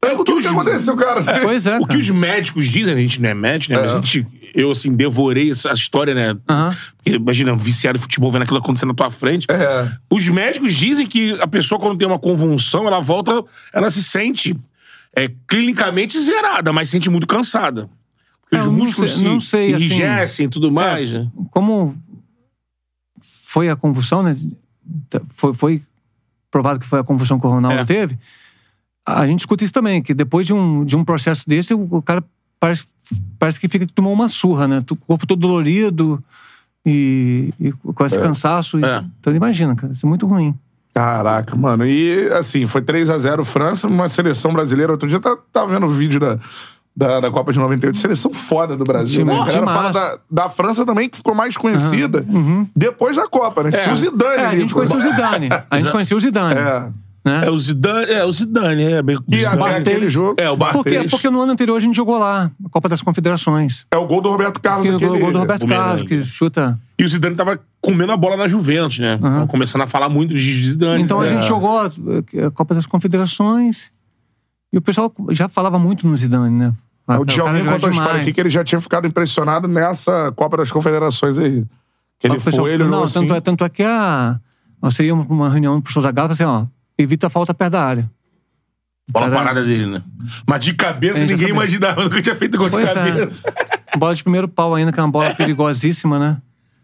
[SPEAKER 1] É, com
[SPEAKER 2] que
[SPEAKER 1] tudo que
[SPEAKER 2] os-
[SPEAKER 1] aconteceu, cara.
[SPEAKER 3] Pois é.
[SPEAKER 2] O que
[SPEAKER 3] cara.
[SPEAKER 2] os médicos dizem, a gente não é médico, né? Mas a gente, eu, assim, devorei essa história, né?
[SPEAKER 3] Aham.
[SPEAKER 2] Porque, Imagina, um viciado de futebol vendo aquilo acontecendo na tua frente.
[SPEAKER 1] É.
[SPEAKER 2] Os médicos dizem que a pessoa, quando tem uma convulsão, ela volta, ela se sente é, clinicamente zerada, mas sente muito cansada. Porque
[SPEAKER 3] É,
[SPEAKER 2] os
[SPEAKER 3] eu não
[SPEAKER 2] músculos
[SPEAKER 3] sei- não
[SPEAKER 2] se
[SPEAKER 3] sei, assim- é,
[SPEAKER 2] enrijecem e tudo mais. né?
[SPEAKER 3] Como foi a convulsão, né? Tá, Foi, foi provado que foi a convulsão que o Ronaldo
[SPEAKER 2] É.
[SPEAKER 3] teve. A gente escuta isso também, que depois de um, de um processo desse, o, o cara parece, parece que fica que tomou uma surra, né? O corpo todo dolorido e, e com esse cansaço. e-
[SPEAKER 2] É.
[SPEAKER 3] Então imagina, cara, isso é muito ruim.
[SPEAKER 1] Caraca, mano. E assim, foi 3 a 0 França, uma seleção brasileira. Outro dia tá, tava vendo o vídeo da, da, da Copa de 98. Seleção foda do Brasil.
[SPEAKER 3] Time-
[SPEAKER 1] né? A galera
[SPEAKER 3] timaço.
[SPEAKER 1] fala da, da França também, que ficou mais conhecida depois da Copa, né? Se o Uhum. Zidane.
[SPEAKER 3] É, a
[SPEAKER 1] ali,
[SPEAKER 3] gente
[SPEAKER 1] pô.
[SPEAKER 3] conheceu o Zidane. A gente conheceu o Zidane.
[SPEAKER 1] É.
[SPEAKER 3] Né?
[SPEAKER 2] É o Zidane, é o Zidane, é bem...
[SPEAKER 1] E até
[SPEAKER 2] Zidane.
[SPEAKER 1] aquele jogo.
[SPEAKER 2] É, o
[SPEAKER 3] Por quê?
[SPEAKER 2] Bartês.
[SPEAKER 3] Porque no ano anterior a gente jogou lá, a Copa das Confederações.
[SPEAKER 1] É o gol do Roberto Carlos.
[SPEAKER 3] Que o
[SPEAKER 1] aquele-
[SPEAKER 3] gol do Roberto
[SPEAKER 2] bumerangue.
[SPEAKER 3] Carlos, que chuta.
[SPEAKER 2] E o Zidane tava comendo a bola na Juventus, né? Tava começando a falar muito de Zidane.
[SPEAKER 3] Então a
[SPEAKER 2] né?
[SPEAKER 3] gente jogou a a Copa das Confederações e o pessoal já falava muito no Zidane, né?
[SPEAKER 1] é Ah, O Djalmin
[SPEAKER 3] joga
[SPEAKER 1] contou a história
[SPEAKER 3] demais.
[SPEAKER 1] aqui que ele já tinha ficado impressionado nessa Copa das Confederações aí. Que
[SPEAKER 3] Aí
[SPEAKER 1] ele
[SPEAKER 3] o pessoal,
[SPEAKER 1] foi, ele
[SPEAKER 3] não,
[SPEAKER 1] olhou
[SPEAKER 3] tanto,
[SPEAKER 1] assim.
[SPEAKER 3] é, tanto é que a, nós seríamos pra uma reunião pro show da Gala e assim, ó, evita a falta perto da área.
[SPEAKER 2] Bola
[SPEAKER 3] Caralho.
[SPEAKER 2] parada dele, né? Mas de cabeça
[SPEAKER 3] É, já
[SPEAKER 2] ninguém
[SPEAKER 3] sabia.
[SPEAKER 2] imaginava o que eu tinha feito com de
[SPEAKER 3] Pois é.
[SPEAKER 2] cabeça.
[SPEAKER 3] Bola de primeiro pau ainda, que é uma bola perigosíssima, né?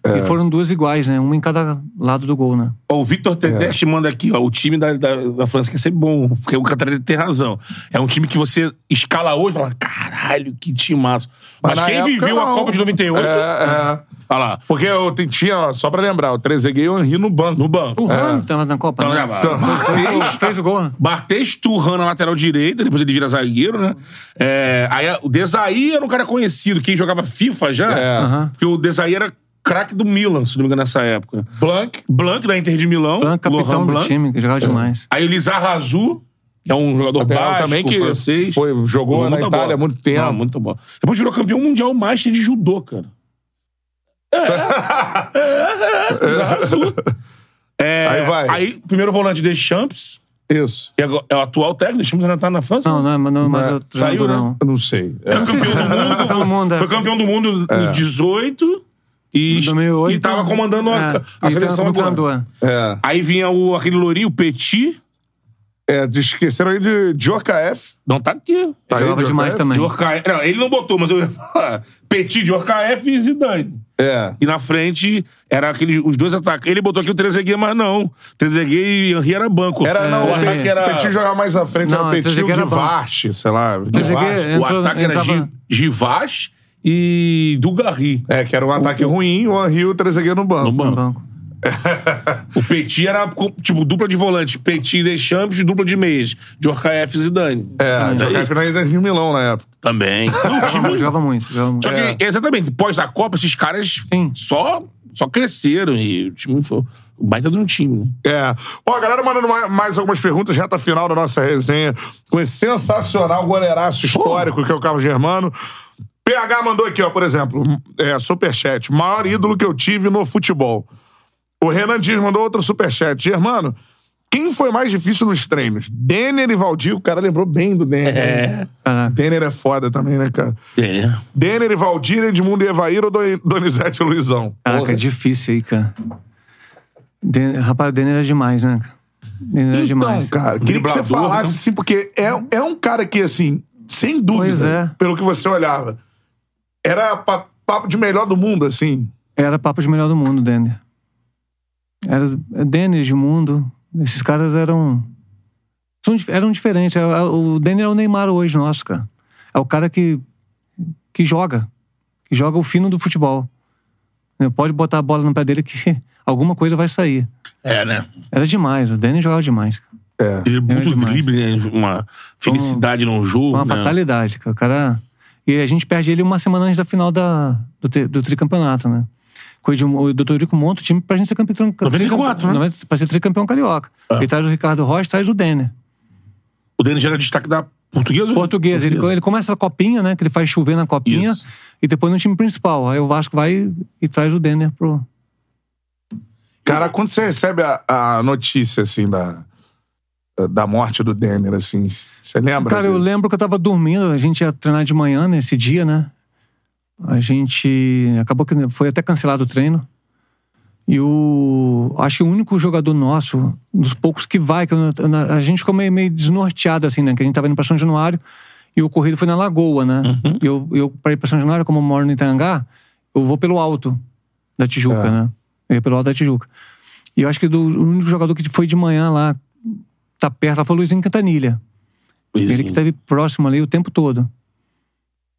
[SPEAKER 1] É.
[SPEAKER 3] E foram duas iguais, né? Uma em cada lado do gol, né?
[SPEAKER 2] Ó, o Vitor
[SPEAKER 1] É.
[SPEAKER 2] Tedeschi manda aqui, ó. O time da, da, da França quer ser bom. Porque o Catarina tem razão. É um time que você escala hoje e fala, caralho, que timaço. Mas,
[SPEAKER 1] na
[SPEAKER 2] quem
[SPEAKER 1] época,
[SPEAKER 2] viveu a
[SPEAKER 1] não.
[SPEAKER 2] Copa de 98,
[SPEAKER 1] É, é.
[SPEAKER 2] olha tá lá,
[SPEAKER 1] Porque eu t- tinha, ó, só pra lembrar, o Trezeguet e o Henry no banco.
[SPEAKER 2] no banco.
[SPEAKER 1] É.
[SPEAKER 3] O Ramos tava na Copa,
[SPEAKER 2] Então,
[SPEAKER 3] né?
[SPEAKER 2] já vai.
[SPEAKER 1] Então-
[SPEAKER 3] Fez- Fez o gol, né?
[SPEAKER 2] Bartês, Turran na lateral direita, depois ele vira zagueiro, né? É, aí a- o Desaí era um cara conhecido, quem jogava FIFA já.
[SPEAKER 1] É.
[SPEAKER 3] Aham.
[SPEAKER 2] Porque o Desaí era craque do Milan, se não me engano, nessa época.
[SPEAKER 1] Blank.
[SPEAKER 2] Blanc da Inter de Milão.
[SPEAKER 3] Blanc, capitão
[SPEAKER 2] Laurent
[SPEAKER 3] do
[SPEAKER 2] Blanc.
[SPEAKER 3] time, que
[SPEAKER 1] É.
[SPEAKER 3] jogava demais.
[SPEAKER 2] Aí o Lizarrazu, que é um jogador
[SPEAKER 1] Lateral
[SPEAKER 2] básico,
[SPEAKER 1] também que
[SPEAKER 2] francês.
[SPEAKER 1] foi- jogou na
[SPEAKER 2] muita
[SPEAKER 1] Itália há muito tempo.
[SPEAKER 2] Não, muito bom. Depois virou campeão mundial master de judô, cara. É. é, é, Lizarrazu. É,
[SPEAKER 1] Aí vai.
[SPEAKER 2] Aí, primeiro volante Deschamps,
[SPEAKER 1] Isso.
[SPEAKER 2] que agora é o atual técnico, Deschamps ainda tá na França.
[SPEAKER 3] Não, não é, não é mais o
[SPEAKER 2] Saiu,
[SPEAKER 3] treinador,
[SPEAKER 2] né?
[SPEAKER 3] não.
[SPEAKER 1] Eu não sei. É.
[SPEAKER 2] É campeão do mundo.
[SPEAKER 3] Todo mundo, é.
[SPEAKER 2] Foi campeão do mundo em 18 e,
[SPEAKER 3] Em 2008,
[SPEAKER 2] e tava comandando a,
[SPEAKER 3] é,
[SPEAKER 2] a
[SPEAKER 3] e
[SPEAKER 2] seleção
[SPEAKER 3] tava
[SPEAKER 2] agora.
[SPEAKER 3] comandando a-
[SPEAKER 1] É.
[SPEAKER 2] Aí vinha o, aquele lourinho, o Petit.
[SPEAKER 1] É, de- esqueceram aí de Dioca F.
[SPEAKER 2] Não tá aqui.
[SPEAKER 1] Tá aí,
[SPEAKER 3] Jogava
[SPEAKER 1] Dioca
[SPEAKER 3] demais
[SPEAKER 1] F?
[SPEAKER 3] também.
[SPEAKER 2] De Orca... Não, ele não botou, mas eu ia falar. Petit de Orcaef e Zidane.
[SPEAKER 1] É.
[SPEAKER 2] E na frente era aquele, os dois ataques. Ele botou aqui o Trezeguet, mas não. Trezeguet e Henry era banco. É,
[SPEAKER 1] Era, não,
[SPEAKER 2] o
[SPEAKER 1] o
[SPEAKER 2] ataque
[SPEAKER 1] Petit,
[SPEAKER 2] era.
[SPEAKER 1] Petit jogava mais à frente,
[SPEAKER 3] É, Não,
[SPEAKER 1] era o Petit
[SPEAKER 3] Trezeguet
[SPEAKER 1] o
[SPEAKER 3] era bom.
[SPEAKER 1] Givarte, sei lá.
[SPEAKER 3] Trezeguet-
[SPEAKER 1] Givarte.
[SPEAKER 2] O
[SPEAKER 3] entrou-
[SPEAKER 2] ataque era
[SPEAKER 3] entrava-
[SPEAKER 2] Gi- Givas e Dugarry.
[SPEAKER 1] É, que era um ataque ruim, o Henry e o Trezeguet no banco.
[SPEAKER 2] No
[SPEAKER 3] no
[SPEAKER 2] banco.
[SPEAKER 3] banco.
[SPEAKER 2] O Petit era, tipo, dupla de volante. Petit e Deschamps, dupla de meias. De Orcaef e Zidane.
[SPEAKER 3] Ah,
[SPEAKER 1] É,
[SPEAKER 2] Daí-
[SPEAKER 1] Dioca F na Inter de Milão na época.
[SPEAKER 2] Também. Não, o
[SPEAKER 3] Jogava muito,
[SPEAKER 2] time...
[SPEAKER 3] jogava muito. jogava muito.
[SPEAKER 2] Só que,
[SPEAKER 1] É.
[SPEAKER 2] exatamente, pós a Copa, esses caras
[SPEAKER 3] Sim.
[SPEAKER 2] só, só cresceram. E o time foi... O baita de um time, né?
[SPEAKER 1] É. Ó, a galera mandando ma- mais algumas perguntas, reta final da nossa resenha, com esse sensacional goleiraço histórico que é o Carlos Germano. PH mandou aqui, ó, por exemplo, é, superchat. Maior ídolo que eu tive no futebol. O Renan Dias mandou outro superchat. Germano, quem foi mais difícil nos treinos? Denner e Valdir? O cara lembrou bem do Denner. É.
[SPEAKER 3] Caraca.
[SPEAKER 1] Denner é foda também, né, cara?
[SPEAKER 2] É, né?
[SPEAKER 1] Denner e Valdir, Edmundo e Evair ou Don- Donizete e Luizão?
[SPEAKER 3] Caraca, é
[SPEAKER 1] Porra.
[SPEAKER 3] difícil aí, cara. Den- Rapaz, o Denner era demais, né? cara? Denner era demais.
[SPEAKER 1] cara, queria que você
[SPEAKER 2] Driblador,
[SPEAKER 3] né?
[SPEAKER 1] falasse,
[SPEAKER 2] então.
[SPEAKER 1] assim, porque é, é um cara que, assim, sem
[SPEAKER 3] Pois
[SPEAKER 1] dúvida,
[SPEAKER 3] é.
[SPEAKER 1] pelo que você olhava, era pa- papo de melhor do mundo, assim.
[SPEAKER 3] Era papo de melhor do mundo, Denner. Era é Denner de mundo. Esses caras eram. são dif- eram diferentes. É, é, O Denner é o Neymar hoje nosso, cara. É o cara que, que joga. Que joga o fino do futebol. né? Pode botar a bola no pé dele que alguma coisa vai sair.
[SPEAKER 2] É, né?
[SPEAKER 3] Era demais, o Dennis jogava demais. cara.
[SPEAKER 1] É.
[SPEAKER 2] Ele é muito
[SPEAKER 3] demais. Então,
[SPEAKER 2] drible, né? Uma felicidade num jogo.
[SPEAKER 3] Uma
[SPEAKER 2] né?
[SPEAKER 3] fatalidade, cara. O cara. E a gente perde ele uma semana antes da final da, do, tri- do tricampeonato, né? Com o Edmo- o Dr. Rico monta o time pra gente ser campeão.
[SPEAKER 2] 94, né?
[SPEAKER 3] 90, pra ser tricampeão carioca.
[SPEAKER 2] É.
[SPEAKER 3] Ele traz o Ricardo Rocha, traz o Denner.
[SPEAKER 2] O Denis era destaque da portuguesa. né?
[SPEAKER 3] Português. Ele, ele começa a copinha, né? Que ele faz chover na copinha.
[SPEAKER 2] Isso.
[SPEAKER 3] E depois no time principal. Aí o Vasco vai e, e traz o Denner pro.
[SPEAKER 1] Cara, quando você recebe a, a notícia, assim, da, da morte do Denner, assim, você lembra?
[SPEAKER 3] Cara, eu
[SPEAKER 1] disso?
[SPEAKER 3] lembro que eu tava dormindo, a gente ia treinar de manhã nesse dia, né? A gente. Acabou que foi até cancelado o treino. E o. Acho que o único jogador nosso, um dos poucos que vai, que eu- eu- a gente ficou meio, meio desnorteado, assim, né? Que a gente tava indo pra São Januário e o corrido foi na Lagoa, né? E eu, eu, pra ir pra São Januário, como eu moro no Itangá, eu vou pelo alto da Tijuca,
[SPEAKER 1] É.
[SPEAKER 3] né? Eu ia pelo alto da Tijuca. E eu acho que do, o único jogador que foi de manhã lá, tá perto, lá foi o Luizinho Cantanilha. Ele que tá- esteve próximo ali o tempo todo.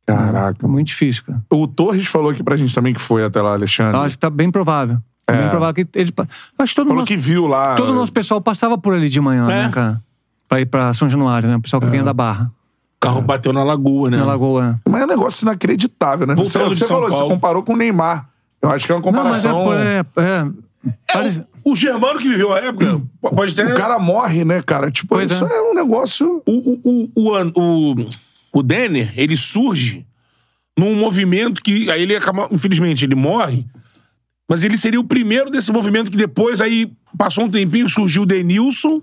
[SPEAKER 1] Caraca.
[SPEAKER 3] Foi muito difícil, cara.
[SPEAKER 1] O Torres falou aqui pra gente também que foi até lá,
[SPEAKER 3] Eu
[SPEAKER 1] Alexandre.
[SPEAKER 3] acho que tá bem provável. Tá Bem provável que ele. pa- eu Acho que todo,
[SPEAKER 1] Falou
[SPEAKER 3] nosso,
[SPEAKER 1] que viu lá.
[SPEAKER 3] todo o nosso pessoal passava por ali de manhã,
[SPEAKER 2] É.
[SPEAKER 3] né, cara? Pra ir pra São Januário, né? O pessoal que vinha da Barra,
[SPEAKER 2] O carro bateu na lagoa, né?
[SPEAKER 3] na Lagoa.
[SPEAKER 1] Mas é um negócio inacreditável, né? Você,
[SPEAKER 2] Voltando de
[SPEAKER 1] você
[SPEAKER 2] São
[SPEAKER 1] falou, você
[SPEAKER 2] Paulo.
[SPEAKER 1] comparou com o Neymar. Eu acho que é uma
[SPEAKER 3] Não, mas é.
[SPEAKER 1] comparação.
[SPEAKER 3] é, é, parece-
[SPEAKER 2] O Germano que viveu a época, po- pode ter.
[SPEAKER 1] O cara morre, né, cara? Tipo,
[SPEAKER 3] Pois
[SPEAKER 1] isso é. um negócio.
[SPEAKER 2] O, o, o, o, An- o, o Denner, ele surge num movimento que. Aí ele acaba. Infelizmente, ele morre. Mas ele seria o primeiro desse movimento que depois, aí, passou um tempinho, surgiu o Denilson.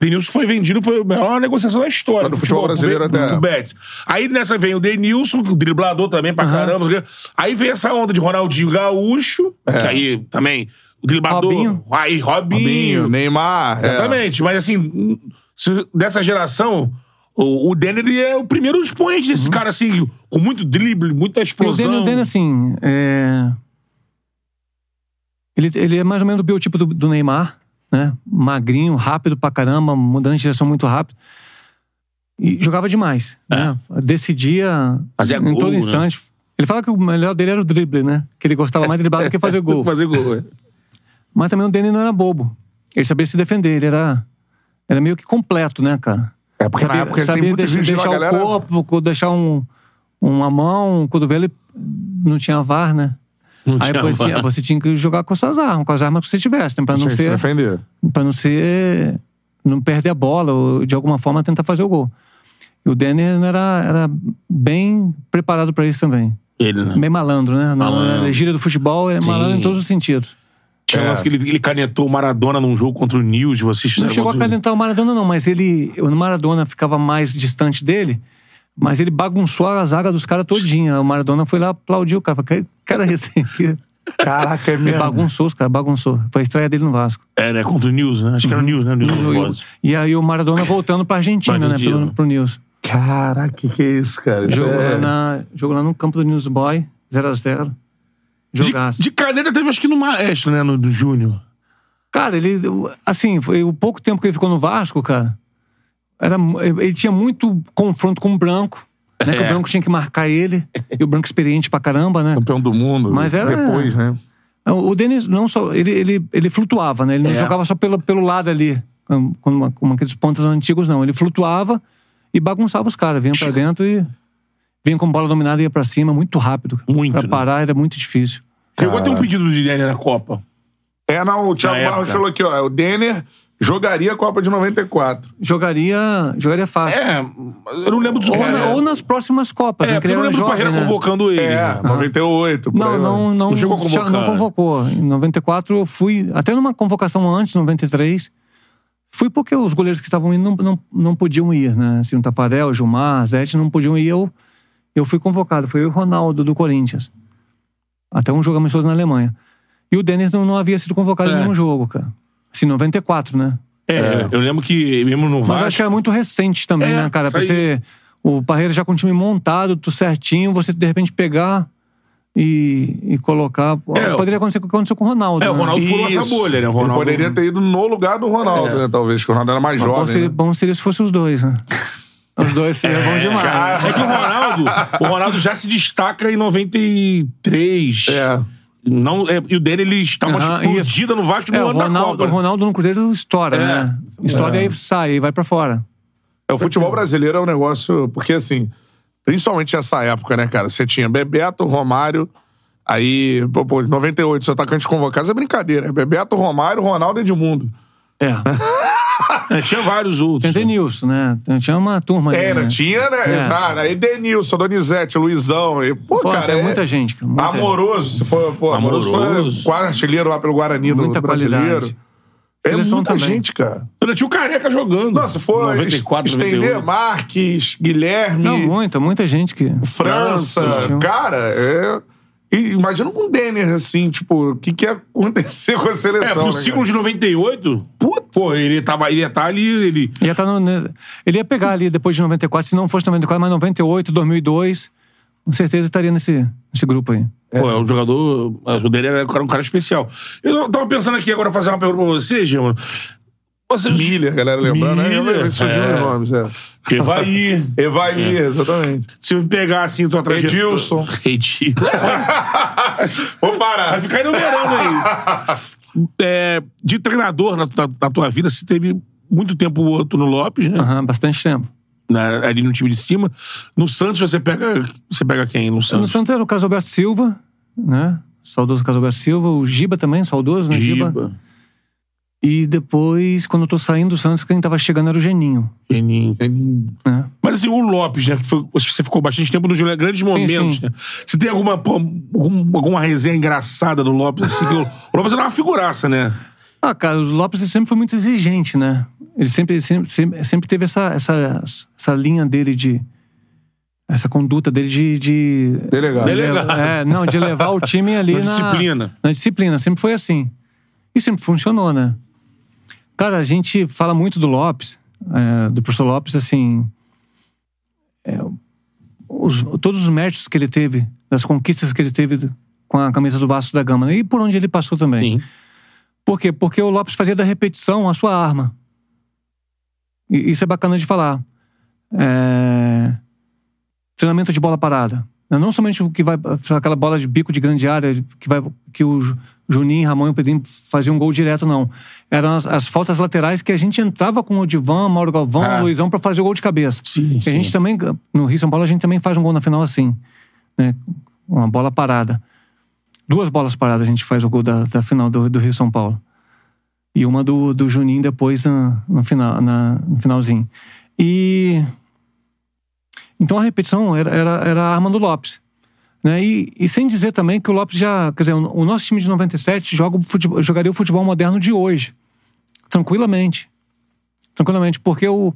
[SPEAKER 2] Denilson foi vendido, foi a melhor negociação da história.
[SPEAKER 1] Uhum. Do futebol brasileiro
[SPEAKER 2] pro Be-
[SPEAKER 1] até.
[SPEAKER 2] pro Betis. Aí nessa vem o Denilson, que é um driblador também
[SPEAKER 1] Uhum.
[SPEAKER 2] pra caramba. não sei o quê. Aí vem essa onda de Ronaldinho Gaúcho,
[SPEAKER 1] É.
[SPEAKER 2] que aí também. O driblador.
[SPEAKER 3] Robinho.
[SPEAKER 2] Aí, Robinho.
[SPEAKER 1] Binho, Neymar. é.
[SPEAKER 2] Exatamente. Mas assim, se- dessa geração, o, o Denner ele é o primeiro expoente desse cara, assim, com muito drible, muita
[SPEAKER 3] E Uhum. o
[SPEAKER 2] explosão.
[SPEAKER 3] Daniel, o Daniel, assim, é... Ele, ele é mais ou menos do biotipo do, do Neymar, né? Magrinho, rápido pra caramba, mudando de direção muito rápido. E jogava demais, né? Decidia
[SPEAKER 2] É. Fazia
[SPEAKER 3] em
[SPEAKER 2] gol,
[SPEAKER 3] todo
[SPEAKER 2] né?
[SPEAKER 3] instante. Ele fala que o melhor dele era o drible, né? Que ele gostava mais de driblar do que fazer gol.
[SPEAKER 2] Fazer gol. é.
[SPEAKER 3] Mas também o Daniel não era bobo. Ele sabia se defender, ele era, era meio que completo, né, cara?
[SPEAKER 1] É porque na
[SPEAKER 3] Sabia-
[SPEAKER 1] época ele tem
[SPEAKER 3] sabia
[SPEAKER 1] muito
[SPEAKER 3] deixar,
[SPEAKER 1] vídeo de
[SPEAKER 3] deixar
[SPEAKER 1] uma
[SPEAKER 3] o
[SPEAKER 1] galera.
[SPEAKER 3] corpo, co- deixar um, uma mão, um cotovelo. e Não tinha VAR, né?
[SPEAKER 2] Não
[SPEAKER 3] Aí
[SPEAKER 2] tinha
[SPEAKER 3] depois
[SPEAKER 2] VAR.
[SPEAKER 3] tinha- você tinha que jogar com as suas armas, com as armas que você tivesse, né? pra, não
[SPEAKER 1] Sem se
[SPEAKER 3] ser,
[SPEAKER 1] defender.
[SPEAKER 3] pra não ser. não perder a bola ou de alguma forma tentar fazer o gol. E o Denner era, era bem preparado pra isso também.
[SPEAKER 2] Ele, né?
[SPEAKER 3] Bem malandro, né? Na- Na,
[SPEAKER 2] Malandro.
[SPEAKER 3] gíria do futebol, ele é
[SPEAKER 2] Sim.
[SPEAKER 3] malandro em todos os sentidos.
[SPEAKER 2] Tinha
[SPEAKER 1] É.
[SPEAKER 2] um lance que ele, ele canetou o Maradona num jogo contra o News, vocês
[SPEAKER 3] Não
[SPEAKER 2] fizeram
[SPEAKER 3] chegou a
[SPEAKER 2] contra o-
[SPEAKER 3] calentar o Maradona, não, mas ele. O Maradona ficava mais distante dele, mas ele bagunçou a zaga dos caras todinha. O Maradona foi lá aplaudir o cara. falou, "Cara, Cara, recente.
[SPEAKER 1] Caraca, é
[SPEAKER 3] Ele
[SPEAKER 1] mesmo.
[SPEAKER 3] bagunçou os caras, bagunçou. Foi a estreia dele no Vasco.
[SPEAKER 2] É, né? Contra o News, né? Acho que era o
[SPEAKER 3] Uhum.
[SPEAKER 2] News, né? News,
[SPEAKER 3] E o- E aí o Maradona voltando pra Argentina,
[SPEAKER 2] Pra
[SPEAKER 3] né?
[SPEAKER 2] Argentina.
[SPEAKER 3] Pelo, pro News.
[SPEAKER 1] Caraca, que que é isso, cara? Isso
[SPEAKER 3] Jogo,
[SPEAKER 1] é-
[SPEAKER 3] lá na, jogo lá no campo do Newsboy, 0x0. Jogaço.
[SPEAKER 2] de, de caneta teve, acho que no Maestro, né? No, do Júnior.
[SPEAKER 3] Cara, ele. Assim, foi o pouco tempo que ele ficou no Vasco, cara. Era, mu- ele tinha muito confronto com o branco. Né, que o
[SPEAKER 2] É.
[SPEAKER 3] branco tinha que marcar ele. E o branco experiente pra caramba, né?
[SPEAKER 1] Campeão do mundo.
[SPEAKER 3] Mas era-
[SPEAKER 1] Depois, né?
[SPEAKER 3] O Denis não só. Ele, ele, ele flutuava, né? Ele não
[SPEAKER 2] É.
[SPEAKER 3] jogava só pelo, pelo lado ali, como, como- como aqueles pontas antigos, não. Ele flutuava e bagunçava os caras. Vinha pra dentro e. Vinha com bola dominada e ia pra cima, muito rápido.
[SPEAKER 2] Muito,
[SPEAKER 3] Pra
[SPEAKER 2] né?
[SPEAKER 3] parar era muito difícil.
[SPEAKER 2] Chegou a ter um pedido de Denner na Copa.
[SPEAKER 1] É, não, o Thiago
[SPEAKER 2] época.
[SPEAKER 1] Barros falou aqui, ó. O Denner jogaria a Copa de 94.
[SPEAKER 3] Jogaria, jogaria fácil.
[SPEAKER 2] É, eu não lembro dos
[SPEAKER 3] Ou,
[SPEAKER 2] caras.
[SPEAKER 3] na- ou nas próximas Copas.
[SPEAKER 2] É,
[SPEAKER 3] né, que
[SPEAKER 2] porque eu
[SPEAKER 3] ele
[SPEAKER 2] não
[SPEAKER 3] era
[SPEAKER 2] lembro do
[SPEAKER 3] jovem,
[SPEAKER 2] Parreira
[SPEAKER 3] né?
[SPEAKER 2] convocando ele.
[SPEAKER 1] É,
[SPEAKER 2] né?
[SPEAKER 1] 98. por aí,
[SPEAKER 3] Não,
[SPEAKER 1] né?
[SPEAKER 3] não, não,
[SPEAKER 2] Não chegou a convocar, né?
[SPEAKER 3] não convocou. Em 94 eu fui, até numa convocação antes, 93, fui porque os goleiros que estavam indo não, não, não podiam ir, né? Assim, o Taparel, o Gilmar, Zete não podiam ir. Eu, eu fui convocado, foi eu e o Ronaldo do Corinthians. Até um jogo amistoso na Alemanha. E o Dennis não, não havia sido convocado
[SPEAKER 2] É.
[SPEAKER 3] em nenhum jogo, cara. Assim, 94, né?
[SPEAKER 2] É, eu lembro que mesmo no
[SPEAKER 3] Mas eu acho que
[SPEAKER 2] Vasco.
[SPEAKER 3] era muito recente também,
[SPEAKER 2] É,
[SPEAKER 3] né, cara? Pra
[SPEAKER 2] isso
[SPEAKER 3] você. O Parreira já com o time montado, tudo certinho, você de repente pegar e, e colocar.
[SPEAKER 2] É,
[SPEAKER 3] Poderia acontecer o que aconteceu com o Ronaldo.
[SPEAKER 2] É, o
[SPEAKER 3] né?
[SPEAKER 2] Ronaldo furou essa
[SPEAKER 1] Isso.
[SPEAKER 2] bolha, né? O
[SPEAKER 1] Ele
[SPEAKER 2] Ronaldo-
[SPEAKER 1] poderia ter ido no lugar do Ronaldo,
[SPEAKER 2] É.
[SPEAKER 1] né? Talvez, que o Ronaldo era mais
[SPEAKER 3] Bom
[SPEAKER 1] jovem.
[SPEAKER 3] seria,
[SPEAKER 1] né?
[SPEAKER 3] bom seria se fossem os dois, né? Os dois seriam bons demais. É,
[SPEAKER 2] É que o Ronaldo, o Ronaldo já se destaca em 93.
[SPEAKER 1] É.
[SPEAKER 2] Não, é, e o dele, ele está uma
[SPEAKER 3] Aham,
[SPEAKER 2] explodida no Vasco no
[SPEAKER 3] É, o
[SPEAKER 2] ano
[SPEAKER 3] Ronaldo,
[SPEAKER 2] da
[SPEAKER 3] o
[SPEAKER 2] Copa. né?
[SPEAKER 3] Ronaldo no Cruzeiro estoura,
[SPEAKER 2] É.
[SPEAKER 3] né? Estoura e aí sai, e vai pra fora.
[SPEAKER 1] É, o futebol brasileiro é um negócio. Porque, assim, principalmente essa época, né, cara? Você tinha Bebeto, Romário. Aí, pô, pô, 98, os atacantes convocados é brincadeira. É Bebeto, Romário, Ronaldo e Edmundo.
[SPEAKER 3] É.
[SPEAKER 2] É, tinha vários outros.
[SPEAKER 3] Tinha Denilson, né? Tinha uma turma ali,
[SPEAKER 1] Era,
[SPEAKER 3] né?
[SPEAKER 1] tinha, né?
[SPEAKER 3] É.
[SPEAKER 1] Exato. Aí Denilson, Donizete, Luizão. E, pô,
[SPEAKER 3] Pô,
[SPEAKER 1] cara.
[SPEAKER 3] tem
[SPEAKER 1] é-
[SPEAKER 3] muita gente. cara, Muita
[SPEAKER 1] Amoroso, se for, pô, amoroso,
[SPEAKER 2] Amoroso.
[SPEAKER 1] foi quase artilheiro lá pelo Guarani do
[SPEAKER 3] Muita
[SPEAKER 1] brasileiro.
[SPEAKER 3] qualidade.
[SPEAKER 1] É
[SPEAKER 3] Seleção
[SPEAKER 1] muita
[SPEAKER 3] também.
[SPEAKER 1] gente, cara.
[SPEAKER 2] Durante o Careca jogando.
[SPEAKER 1] Nossa, se for
[SPEAKER 2] 94,
[SPEAKER 1] estender
[SPEAKER 2] 98.
[SPEAKER 1] Marques, Guilherme,
[SPEAKER 3] Não, muita, muita gente que.
[SPEAKER 1] França,
[SPEAKER 3] França,
[SPEAKER 1] cara, é. E imagina com o Denner, assim, tipo, o que, que ia acontecer com a
[SPEAKER 2] É,
[SPEAKER 1] seleção?
[SPEAKER 2] pro
[SPEAKER 1] né,
[SPEAKER 2] ciclo
[SPEAKER 1] cara?
[SPEAKER 2] de 98,
[SPEAKER 1] Puta.
[SPEAKER 2] pô, ele tava, ele ia tá ali, ele...
[SPEAKER 3] Ia tá no, né, ele ia pegar ali depois de 94, se não fosse 94, mas 98, 2002, com certeza estaria nesse, nesse grupo aí.
[SPEAKER 2] Pô, é um jogador. O dele era um cara, um cara especial. Eu tava pensando aqui agora fazer uma pergunta pra você, Gilmano. Você
[SPEAKER 1] Miller, galera, lembrando, né? Eu
[SPEAKER 2] Miller,
[SPEAKER 1] lembro, surgiu
[SPEAKER 2] é.
[SPEAKER 1] os nomes, é.
[SPEAKER 2] Que vai ir.
[SPEAKER 3] É.
[SPEAKER 1] Evair, exatamente.
[SPEAKER 2] Se eu pegar assim tua trajetória.
[SPEAKER 1] Edilson.
[SPEAKER 2] Edilson.
[SPEAKER 1] Vou parar.
[SPEAKER 2] Vai ficar enumerando aí. né, É, de treinador na, na- na tua vida, você teve muito tempo o Antônio Lopes, né?
[SPEAKER 3] Aham, bastante tempo.
[SPEAKER 2] Na- ali no time de cima. No Santos você pega. Você pega quem? No
[SPEAKER 3] No
[SPEAKER 2] Santos?
[SPEAKER 3] Santos era o Carlos Alberto Silva, né? Saudoso Carlos Alberto Silva, o Giba também, saudoso, né?
[SPEAKER 2] Giba.
[SPEAKER 3] E depois, quando eu tô saindo do Santos, quem tava chegando era o Geninho,
[SPEAKER 2] Geninho.
[SPEAKER 3] né?
[SPEAKER 2] Mas assim, o Lopes, né? Que foi- acho que você ficou bastante tempo nos grandes momentos,
[SPEAKER 3] sim.
[SPEAKER 2] né? Você tem alguma, pô, algum- alguma resenha engraçada do Lopes, assim? que o, o Lopes era uma figuraça, né?
[SPEAKER 3] Ah, cara, o Lopes ele sempre foi muito exigente, né? Ele sempre, sempre, sempre, sempre teve essa, essa, essa linha dele de. Essa conduta dele de. de
[SPEAKER 1] Delegado.
[SPEAKER 2] Delegado.
[SPEAKER 3] É, não, de levar o time ali
[SPEAKER 2] Na
[SPEAKER 3] na.
[SPEAKER 2] disciplina.
[SPEAKER 3] Na disciplina, sempre foi assim. E sempre funcionou, né? Cara, a gente fala muito do Lopes, é, do professor Lopes, assim. é, os- todos os méritos que ele teve, das conquistas que ele teve do- com a camisa do Vasco da Gama, né? e por onde ele passou também. Por quê? Porque o Lopes fazia da repetição a sua arma. E isso é bacana de falar. É, Treinamento de bola parada. É, Não somente o que vai. aquela bola de bico de grande área que, vai, que o Ju- Juninho, Ramon e o Pedrinho faziam um gol direto, não. Eram as, as faltas laterais que a gente entrava com o Divan, Mauro Galvão,
[SPEAKER 2] Ah.
[SPEAKER 3] Luizão pra fazer o gol de cabeça.
[SPEAKER 2] Sim,
[SPEAKER 3] E a gente também, no Rio e São Paulo, a gente também faz um gol na final assim. Né? Uma bola parada. Duas bolas paradas a gente faz o gol da, da final do, do Rio e São Paulo. E uma do, do Juninho depois na- no, final, na- no finalzinho. E. Então a repetição era, era, era a arma do Lopes. Né? E, e sem dizer também que o Lopes já. Quer dizer, o o nosso time de 97 joga o futebol- jogaria o futebol moderno de hoje. Tranquilamente. Tranquilamente. Porque o,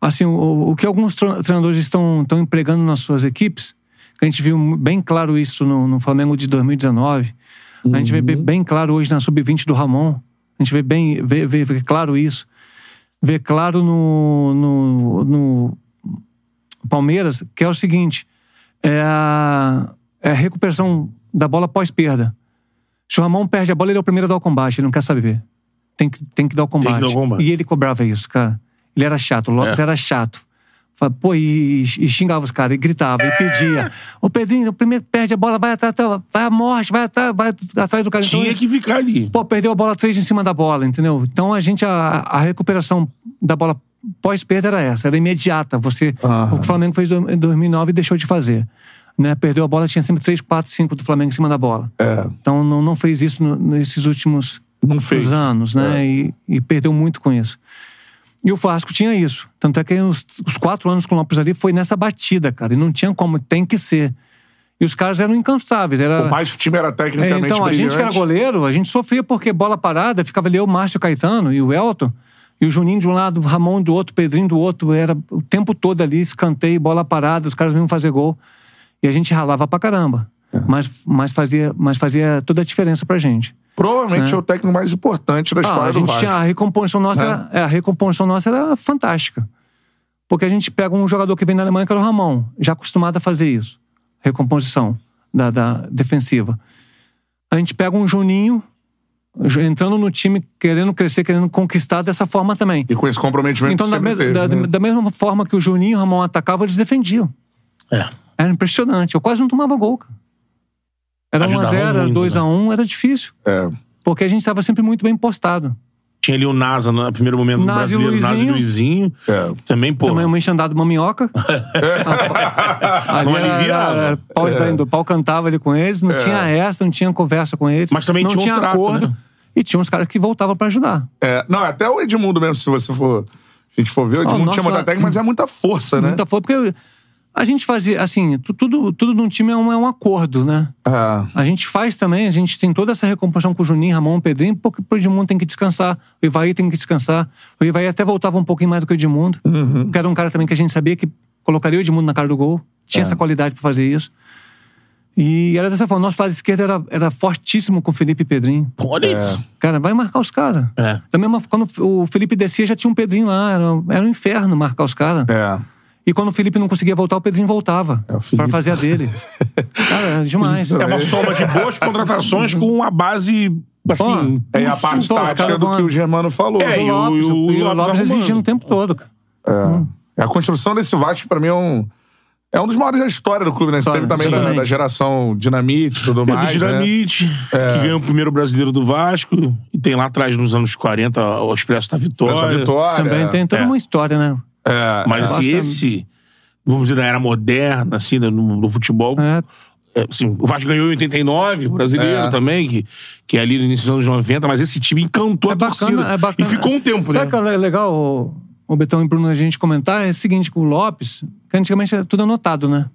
[SPEAKER 3] assim, o, o que alguns tro- treinadores estão, estão empregando nas suas equipes, que a gente viu mu- bem claro isso no, no Flamengo de 2019, a gente vê be- bem claro hoje na Sub-20 do Ramon, a gente vê bem vê, vê- vê claro isso, vê claro no, no, no Palmeiras, que é o seguinte, é a, é a recuperação da bola pós-perda. Se o Ramon perde a bola, ele é o primeiro a dar o combate, ele não quer saber. Tem que, tem que dar o
[SPEAKER 2] que
[SPEAKER 3] combate.
[SPEAKER 2] dar o combate.
[SPEAKER 3] E ele cobrava isso, cara. Ele era chato, o Lopes
[SPEAKER 2] É.
[SPEAKER 3] era chato. Fala, Pô, e, e xingava os caras, e gritava,
[SPEAKER 2] É.
[SPEAKER 3] e pedia. Ô Pedrinho, o primeiro perde a bola, vai atrás, vai à morte, vai atrás, vai atrás do cara. Então,
[SPEAKER 2] Tinha que ficar ali.
[SPEAKER 3] Pô, perdeu a bola três em cima da bola, entendeu? Então a gente, a, a recuperação da bola pós-perda era essa, era imediata. Você,
[SPEAKER 2] Ah.
[SPEAKER 3] O que o Flamengo fez do- em 2009 e deixou de fazer. Né? Perdeu a bola, tinha sempre três, quatro, cinco do Flamengo em cima da bola.
[SPEAKER 1] É,
[SPEAKER 3] Então não, não fez isso no- nesses últimos
[SPEAKER 1] não fez. É.
[SPEAKER 3] os anos, né? E, e perdeu muito com isso. E o Vasco tinha isso. Tanto é que os, os quatro anos com o Lopes ali foi nessa batida, cara. E não tinha como, tem que ser. E os caras eram incansáveis. Era...
[SPEAKER 1] Por mais que o time era
[SPEAKER 3] É,
[SPEAKER 1] tecnicamente
[SPEAKER 3] então, a
[SPEAKER 1] brilhante.
[SPEAKER 3] gente que era goleiro, a gente sofria porque bola parada, ficava ali eu, Márcio Caetano e o Elton, e o Juninho de um lado, o Ramon do outro, o Pedrinho do outro, era o tempo todo ali, escanteio, bola parada, os caras vinham fazer gol. E a gente ralava pra caramba.
[SPEAKER 1] É.
[SPEAKER 3] Mas, mas, fazia, mas fazia toda a diferença pra gente.
[SPEAKER 1] Provavelmente é. o técnico mais importante da
[SPEAKER 3] né? Ah,
[SPEAKER 1] história
[SPEAKER 3] a
[SPEAKER 1] do
[SPEAKER 3] gente
[SPEAKER 1] Vasco. Né?
[SPEAKER 3] tinha a recomposição nossa, era, é, a recomposição nossa era fantástica. Porque a gente pega um jogador que vem da Alemanha, que era o Ramon, já acostumado a fazer isso. Recomposição da, da defensiva. A gente pega um Juninho ju- entrando no time, querendo crescer, querendo conquistar dessa forma também.
[SPEAKER 1] E com esse comprometimento
[SPEAKER 3] Então,
[SPEAKER 1] que
[SPEAKER 3] da,
[SPEAKER 1] sempre
[SPEAKER 3] mes-
[SPEAKER 1] teve,
[SPEAKER 3] da-
[SPEAKER 1] né?
[SPEAKER 3] da mesma forma que o Juninho e o Ramon atacavam, eles defendiam.
[SPEAKER 2] É.
[SPEAKER 3] Era impressionante. Eu quase não tomava gol, cara. Era
[SPEAKER 2] Ajudava
[SPEAKER 3] 1x0,
[SPEAKER 2] muito, né?
[SPEAKER 3] 2x1, era difícil.
[SPEAKER 1] É.
[SPEAKER 3] Porque a gente estava sempre muito bem postado.
[SPEAKER 2] Tinha ali o NASA no primeiro momento do
[SPEAKER 3] Nasa e
[SPEAKER 2] brasileiro, Nasa e Luizinho.
[SPEAKER 1] É.
[SPEAKER 2] Também, pô.
[SPEAKER 3] Também uma enxandada, uma minhoca. Ali
[SPEAKER 2] Não
[SPEAKER 3] era-
[SPEAKER 2] aliviava. É.
[SPEAKER 3] era pau, caindo, o pau cantava ali com eles, não tinha essa, não tinha conversa com eles.
[SPEAKER 2] Mas também
[SPEAKER 3] não
[SPEAKER 2] tinha um trato, né?
[SPEAKER 3] E tinha uns caras que voltavam pra ajudar.
[SPEAKER 1] É, não, até o Edmundo mesmo, se você for. Se a gente for ver, o Edmundo
[SPEAKER 3] nosso-
[SPEAKER 1] tinha muita técnica, mas é muita força, né?
[SPEAKER 3] Muita força, porque a gente fazia, assim, tu- tudo, tudo num time é um, é um acordo, né?
[SPEAKER 1] Ah,
[SPEAKER 3] A gente faz também, a gente tem toda essa recomposição com o Juninho, Ramon, Pedrinho, porque o Edmundo tem que descansar, o Ivaí tem que descansar. O Ivaí até voltava um pouquinho mais do que o Edmundo,
[SPEAKER 1] Uhum.
[SPEAKER 3] porque era um cara também que a gente sabia que colocaria o Edmundo na cara do gol,
[SPEAKER 1] É.
[SPEAKER 3] tinha essa qualidade pra fazer isso. E era dessa forma, nosso lado esquerdo era, era fortíssimo com o Felipe e Pedrinho.
[SPEAKER 2] Olha isso.
[SPEAKER 3] Cara, vai marcar os caras.
[SPEAKER 2] É.
[SPEAKER 3] Da mesma quando o Felipe descia, já tinha um Pedrinho lá. Era, era um inferno marcar os caras.
[SPEAKER 1] é.
[SPEAKER 3] E quando o Felipe não conseguia voltar, o Pedrinho voltava.
[SPEAKER 1] É, o Felipe.
[SPEAKER 3] pra fazer a dele. cara, é demais.
[SPEAKER 2] É uma soma de boas contratações com uma base, assim...
[SPEAKER 3] Ó,
[SPEAKER 1] É a parte
[SPEAKER 3] Chutou, então, os
[SPEAKER 1] tática
[SPEAKER 3] caras
[SPEAKER 1] do
[SPEAKER 3] vão-
[SPEAKER 1] que o Germano falou.
[SPEAKER 2] É,
[SPEAKER 1] né?
[SPEAKER 2] e o-
[SPEAKER 3] Lopes,
[SPEAKER 2] e o
[SPEAKER 3] e o
[SPEAKER 2] Lopes
[SPEAKER 3] Lopes
[SPEAKER 2] arrumando.
[SPEAKER 3] exigindo o tempo todo. cara.
[SPEAKER 1] É. A construção desse Vasco, pra mim, é um. É um dos maiores da história do clube, né? Você teve
[SPEAKER 3] Claro,
[SPEAKER 1] também da,
[SPEAKER 3] exatamente.
[SPEAKER 1] da geração Dinamite e tudo
[SPEAKER 2] Pedro
[SPEAKER 1] mais. né?
[SPEAKER 2] Dinamite,
[SPEAKER 3] É.
[SPEAKER 2] que ganhou o primeiro brasileiro do Vasco. E tem lá atrás, nos anos 40, o Expresso da Vitória.
[SPEAKER 1] Essa vitória.
[SPEAKER 3] Também tem toda
[SPEAKER 2] É.
[SPEAKER 3] uma história, né?
[SPEAKER 1] É,
[SPEAKER 2] Mas
[SPEAKER 3] Vasco
[SPEAKER 2] se
[SPEAKER 3] também.
[SPEAKER 2] esse, vamos dizer, da era moderna, assim, né, no, no futebol...
[SPEAKER 3] É,
[SPEAKER 2] é, assim, o Vasco ganhou em 89, o brasileiro
[SPEAKER 1] É.
[SPEAKER 2] também, que, que é ali no início dos anos 90, mas esse time encantou
[SPEAKER 3] é
[SPEAKER 2] a
[SPEAKER 3] bacana,
[SPEAKER 2] torcida.
[SPEAKER 3] é bacana.
[SPEAKER 2] E ficou um tempo,
[SPEAKER 3] Sabe
[SPEAKER 2] né?
[SPEAKER 3] que é legal, o, o Betão e Bruno, a gente comentar? É o seguinte, com o Lopes, que antigamente era tudo anotado, né?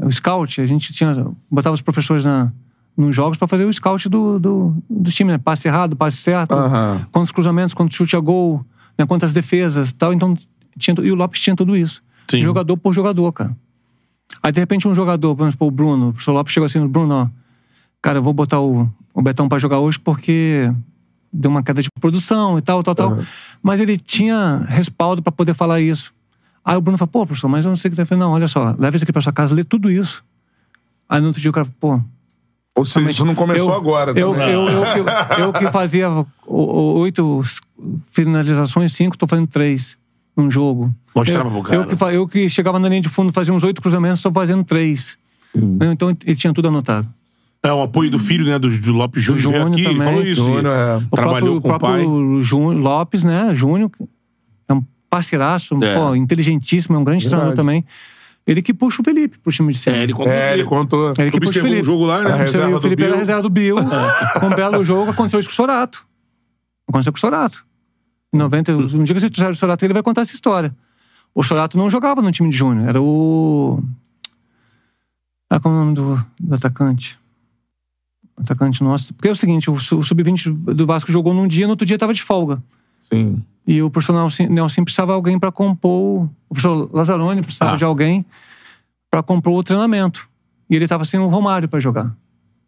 [SPEAKER 3] O scout, a gente tinha... Botava os professores na, nos jogos pra fazer o scout do, do, do time, né? Passe errado, passe certo.
[SPEAKER 1] Aham.
[SPEAKER 3] Quantos cruzamentos, quantos chute a gol, né? quantas defesas e tal. Então, tinha, tu- e o Lopes tinha tudo isso.
[SPEAKER 2] Sim.
[SPEAKER 3] Jogador por jogador, cara. Aí, de repente, um jogador, vamos supor, o Bruno, o professor Lopes chegou assim, Bruno, ó, cara, eu vou botar o, o Betão pra jogar hoje porque deu uma queda de produção e tal, tal, tal. Mas ele tinha respaldo pra poder falar isso. Aí o Bruno falou, pô, professor, mas eu não sei o que tá falando. Não, olha só, leva isso aqui pra sua casa, lê tudo isso. Aí no outro dia o cara, pô,
[SPEAKER 1] Ou seja, isso não começou
[SPEAKER 3] eu-
[SPEAKER 1] agora.
[SPEAKER 3] Eu,
[SPEAKER 1] também. né?
[SPEAKER 3] eu, eu, que, eu que fazia o- o- oito s- finalizações, cinco, tô fazendo três num jogo.
[SPEAKER 2] Mostrava
[SPEAKER 3] eu,
[SPEAKER 2] pro cara.
[SPEAKER 3] Eu que, fa- eu que chegava na linha de fundo, fazia uns oito cruzamentos, tô fazendo três.
[SPEAKER 2] Hum.
[SPEAKER 3] Então ele tinha tudo anotado.
[SPEAKER 2] É o apoio do filho, né, do, do Lopes Júnior.
[SPEAKER 3] Do
[SPEAKER 2] veio
[SPEAKER 3] Júnior
[SPEAKER 2] aqui, ele
[SPEAKER 3] também.
[SPEAKER 2] falou isso.
[SPEAKER 1] Júnior, é.
[SPEAKER 2] ele Trabalhou
[SPEAKER 3] o próprio,
[SPEAKER 2] com o pai.
[SPEAKER 3] próprio Júnior Lopes, né? Júnior, que é um parceiraço, um
[SPEAKER 2] É.
[SPEAKER 3] pô, inteligentíssimo, é um grande treinador também. Ele que puxa o Felipe pro time de série.
[SPEAKER 2] É, ele contou.
[SPEAKER 1] É, ele contou.
[SPEAKER 3] Ele que puxa o
[SPEAKER 2] observou
[SPEAKER 3] Felipe.
[SPEAKER 2] um jogo lá,
[SPEAKER 1] A
[SPEAKER 2] né?
[SPEAKER 1] reserva
[SPEAKER 3] o
[SPEAKER 1] do
[SPEAKER 3] Felipe
[SPEAKER 1] Bill.
[SPEAKER 3] era a reserva do Bill. com um belo jogo, aconteceu isso com o Sorato. Aconteceu com o Sorato. Em 90, um dia que você trouxer o Sorato, ele vai contar essa história. O Sorato não jogava no time de Júnior, era o. Ah, qual é o nome do, do atacante? Atacante nosso. Porque é o seguinte: o, su- o sub-20 do Vasco jogou num dia, no outro dia tava de folga.
[SPEAKER 1] Sim.
[SPEAKER 3] E o professor Nelson, Nelson precisava de alguém para compor. O professor Lazzaroni precisava
[SPEAKER 2] Ah.
[SPEAKER 3] de alguém para compor o treinamento. E ele estava sem o Romário para jogar.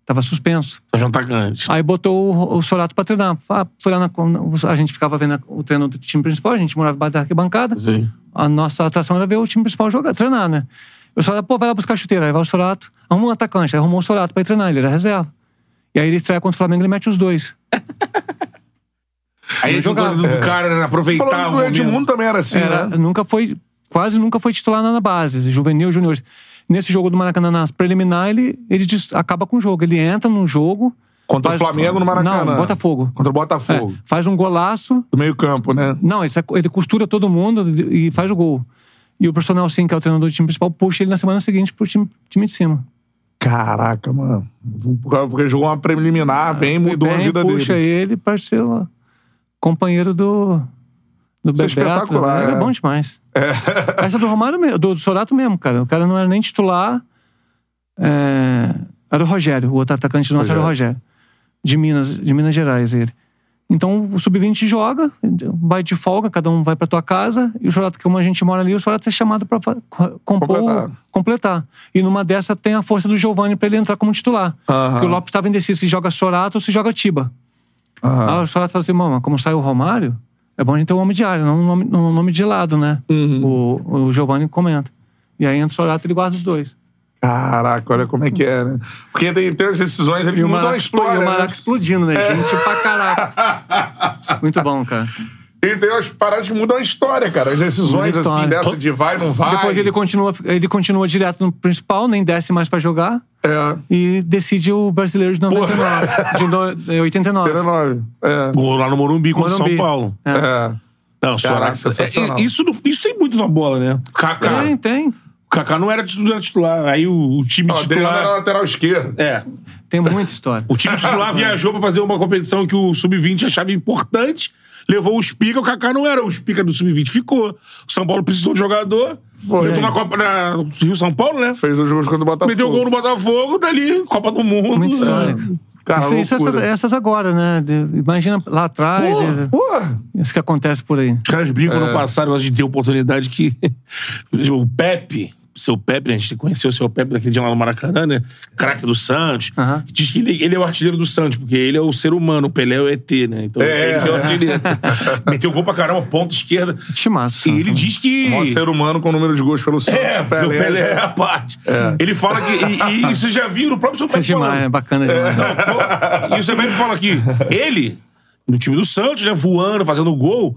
[SPEAKER 3] Tava suspenso.
[SPEAKER 2] Tá atacante.
[SPEAKER 3] Aí botou o, o Sorato para treinar. Ah, Foi lá na, a gente ficava vendo a- o treino do time principal, a gente morava embaixo da arquibancada.
[SPEAKER 2] Sim.
[SPEAKER 3] A nossa atração era ver o time principal jogar, treinar, né? O Sorato, pô, vai lá buscar chuteira. Aí vai o Sorato, arruma um atacante, aí arrumou o Sorato pra ir treinar, ele era reserva. E aí ele estreia contra o Flamengo e ele mete os dois.
[SPEAKER 2] Aí ele
[SPEAKER 3] jogava.
[SPEAKER 2] coisa do do cara, né? Aproveitar
[SPEAKER 1] Falando
[SPEAKER 2] o
[SPEAKER 1] do
[SPEAKER 2] momento.
[SPEAKER 1] Edmundo também era assim,
[SPEAKER 3] Era-
[SPEAKER 1] né?
[SPEAKER 3] nunca foi, quase nunca foi titular na na base, juvenil, juniores. Nesse jogo do Maracanã, na preliminar, ele, ele des- acaba com o jogo. Ele entra num jogo.
[SPEAKER 1] Contra o
[SPEAKER 3] faz-
[SPEAKER 1] Flamengo no Maracanã.
[SPEAKER 3] Não, Botafogo.
[SPEAKER 1] Contra o
[SPEAKER 3] É,
[SPEAKER 1] Botafogo.
[SPEAKER 3] faz um golaço.
[SPEAKER 1] Do meio campo, né?
[SPEAKER 3] Não, ele, sai- ele costura todo mundo e faz o gol. E o profissional, sim, que é o treinador do time principal, puxa ele na semana seguinte pro time, time de cima.
[SPEAKER 1] Caraca, mano. Porque jogou uma preliminar bem,
[SPEAKER 3] Ah, Foi
[SPEAKER 1] mudou
[SPEAKER 3] bem,
[SPEAKER 1] a vida dele.
[SPEAKER 3] puxa ele para ser o companheiro do, do
[SPEAKER 1] Isso é
[SPEAKER 3] Bebeto.
[SPEAKER 1] espetacular,
[SPEAKER 3] né? Era
[SPEAKER 1] é.
[SPEAKER 3] bom demais. Essa do Romário, mesmo, do, do Sorato mesmo, cara. O cara não era nem titular. é, Era o Rogério, o outro atacante nosso era o Rogério. De Minas, de Minas Gerais, ele. Então o Sub-20 joga, vai de folga, cada um vai pra tua casa, e o Sorato, como a gente mora ali, o Sorato é chamado pra fa- co- compor,
[SPEAKER 1] Completar.
[SPEAKER 3] completar. E numa dessa tem a força do Giovani pra ele entrar como titular.
[SPEAKER 1] Aham.
[SPEAKER 3] Porque o Lopes estava indeciso se joga Sorato ou se joga Tiba.
[SPEAKER 1] Aham.
[SPEAKER 3] Aí o Sorato falou assim: mano, como saiu o Romário, é bom a gente ter um homem de área, não um nome, não um nome de lado, né? O, o Giovanni comenta. E aí entra o Sorato e ele guarda os dois.
[SPEAKER 1] Caraca, olha como é que é, né? Porque tem, tem as decisões, ele mudou a
[SPEAKER 3] explo- e
[SPEAKER 1] história.
[SPEAKER 3] o
[SPEAKER 1] né?
[SPEAKER 3] Maraca explodindo, né? Gente pra caraca. Muito bom, cara.
[SPEAKER 1] Tem, tem as paradas que mudam a história, cara. As decisões,
[SPEAKER 3] Muda a
[SPEAKER 1] assim,
[SPEAKER 3] história.
[SPEAKER 1] dessa de vai, não vai.
[SPEAKER 3] Depois ele continua, ele continua direto no principal, nem desce mais pra jogar.
[SPEAKER 1] É.
[SPEAKER 3] e decide o brasileiro de 99. De no- de 89.
[SPEAKER 1] 89. É.
[SPEAKER 2] Gol lá no Morumbi contra o São
[SPEAKER 3] Morumbi.
[SPEAKER 2] Paulo.
[SPEAKER 1] É.
[SPEAKER 2] Não,
[SPEAKER 1] Caraca,
[SPEAKER 2] Soares.
[SPEAKER 1] sensacional.
[SPEAKER 2] isso, não- isso tem muito na bola, né? Kaká.
[SPEAKER 3] Tem, tem.
[SPEAKER 2] Kaká não era titular, titular. Aí o, o time
[SPEAKER 1] Ó, Adriano era
[SPEAKER 2] titular.
[SPEAKER 1] lateral esquerdo.
[SPEAKER 2] É.
[SPEAKER 3] Tem muita história.
[SPEAKER 2] O time titular viajou pra fazer uma competição que o Sub-20 achava importante. Levou os pica, o Kaká não era os pica do Sub-20, ficou. O São Paulo precisou de jogador.
[SPEAKER 1] Foi.
[SPEAKER 2] Entrou na Copa na Rio São Paulo, né?
[SPEAKER 1] Fez os gols contra o Botafogo.
[SPEAKER 2] Meteu gol no Botafogo, dali, Copa do Mundo.
[SPEAKER 3] Muita
[SPEAKER 2] É.
[SPEAKER 3] história.
[SPEAKER 1] Cara,
[SPEAKER 3] Isso- é isso,
[SPEAKER 1] loucura.
[SPEAKER 3] essas, essas agora, né? De- imagina lá atrás,
[SPEAKER 1] Porra,
[SPEAKER 3] né?
[SPEAKER 1] porra.
[SPEAKER 3] isso que acontece por aí.
[SPEAKER 2] Os caras brincam
[SPEAKER 1] É.
[SPEAKER 2] no passado, mas a gente tem oportunidade que. o Pepe, seu Pepe, né, a gente conheceu o seu Pepe naquele dia lá no Maracanã, né? Craque do Santos.
[SPEAKER 3] Aham.
[SPEAKER 2] que Diz que ele, ele é o artilheiro do Santos, porque ele é o ser humano, o Pelé é o ET, né? Então
[SPEAKER 1] É.
[SPEAKER 2] ele que é o artilheiro. Meteu gol pra caramba, ponta esquerda.
[SPEAKER 3] Timaço.
[SPEAKER 2] E ele diz que.
[SPEAKER 1] O né? maior ser humano com o número de gols pelo Santos.
[SPEAKER 2] É, porque o Pelé é a parte. Ele fala que. E, e, você já viu o próprio seu
[SPEAKER 3] Isso é
[SPEAKER 2] Pepe
[SPEAKER 3] demais, é
[SPEAKER 2] falando.
[SPEAKER 3] bacana demais.
[SPEAKER 2] Pô, então, E o Sebeck fala aqui, ele, no time do Santos, né, voando, fazendo gol,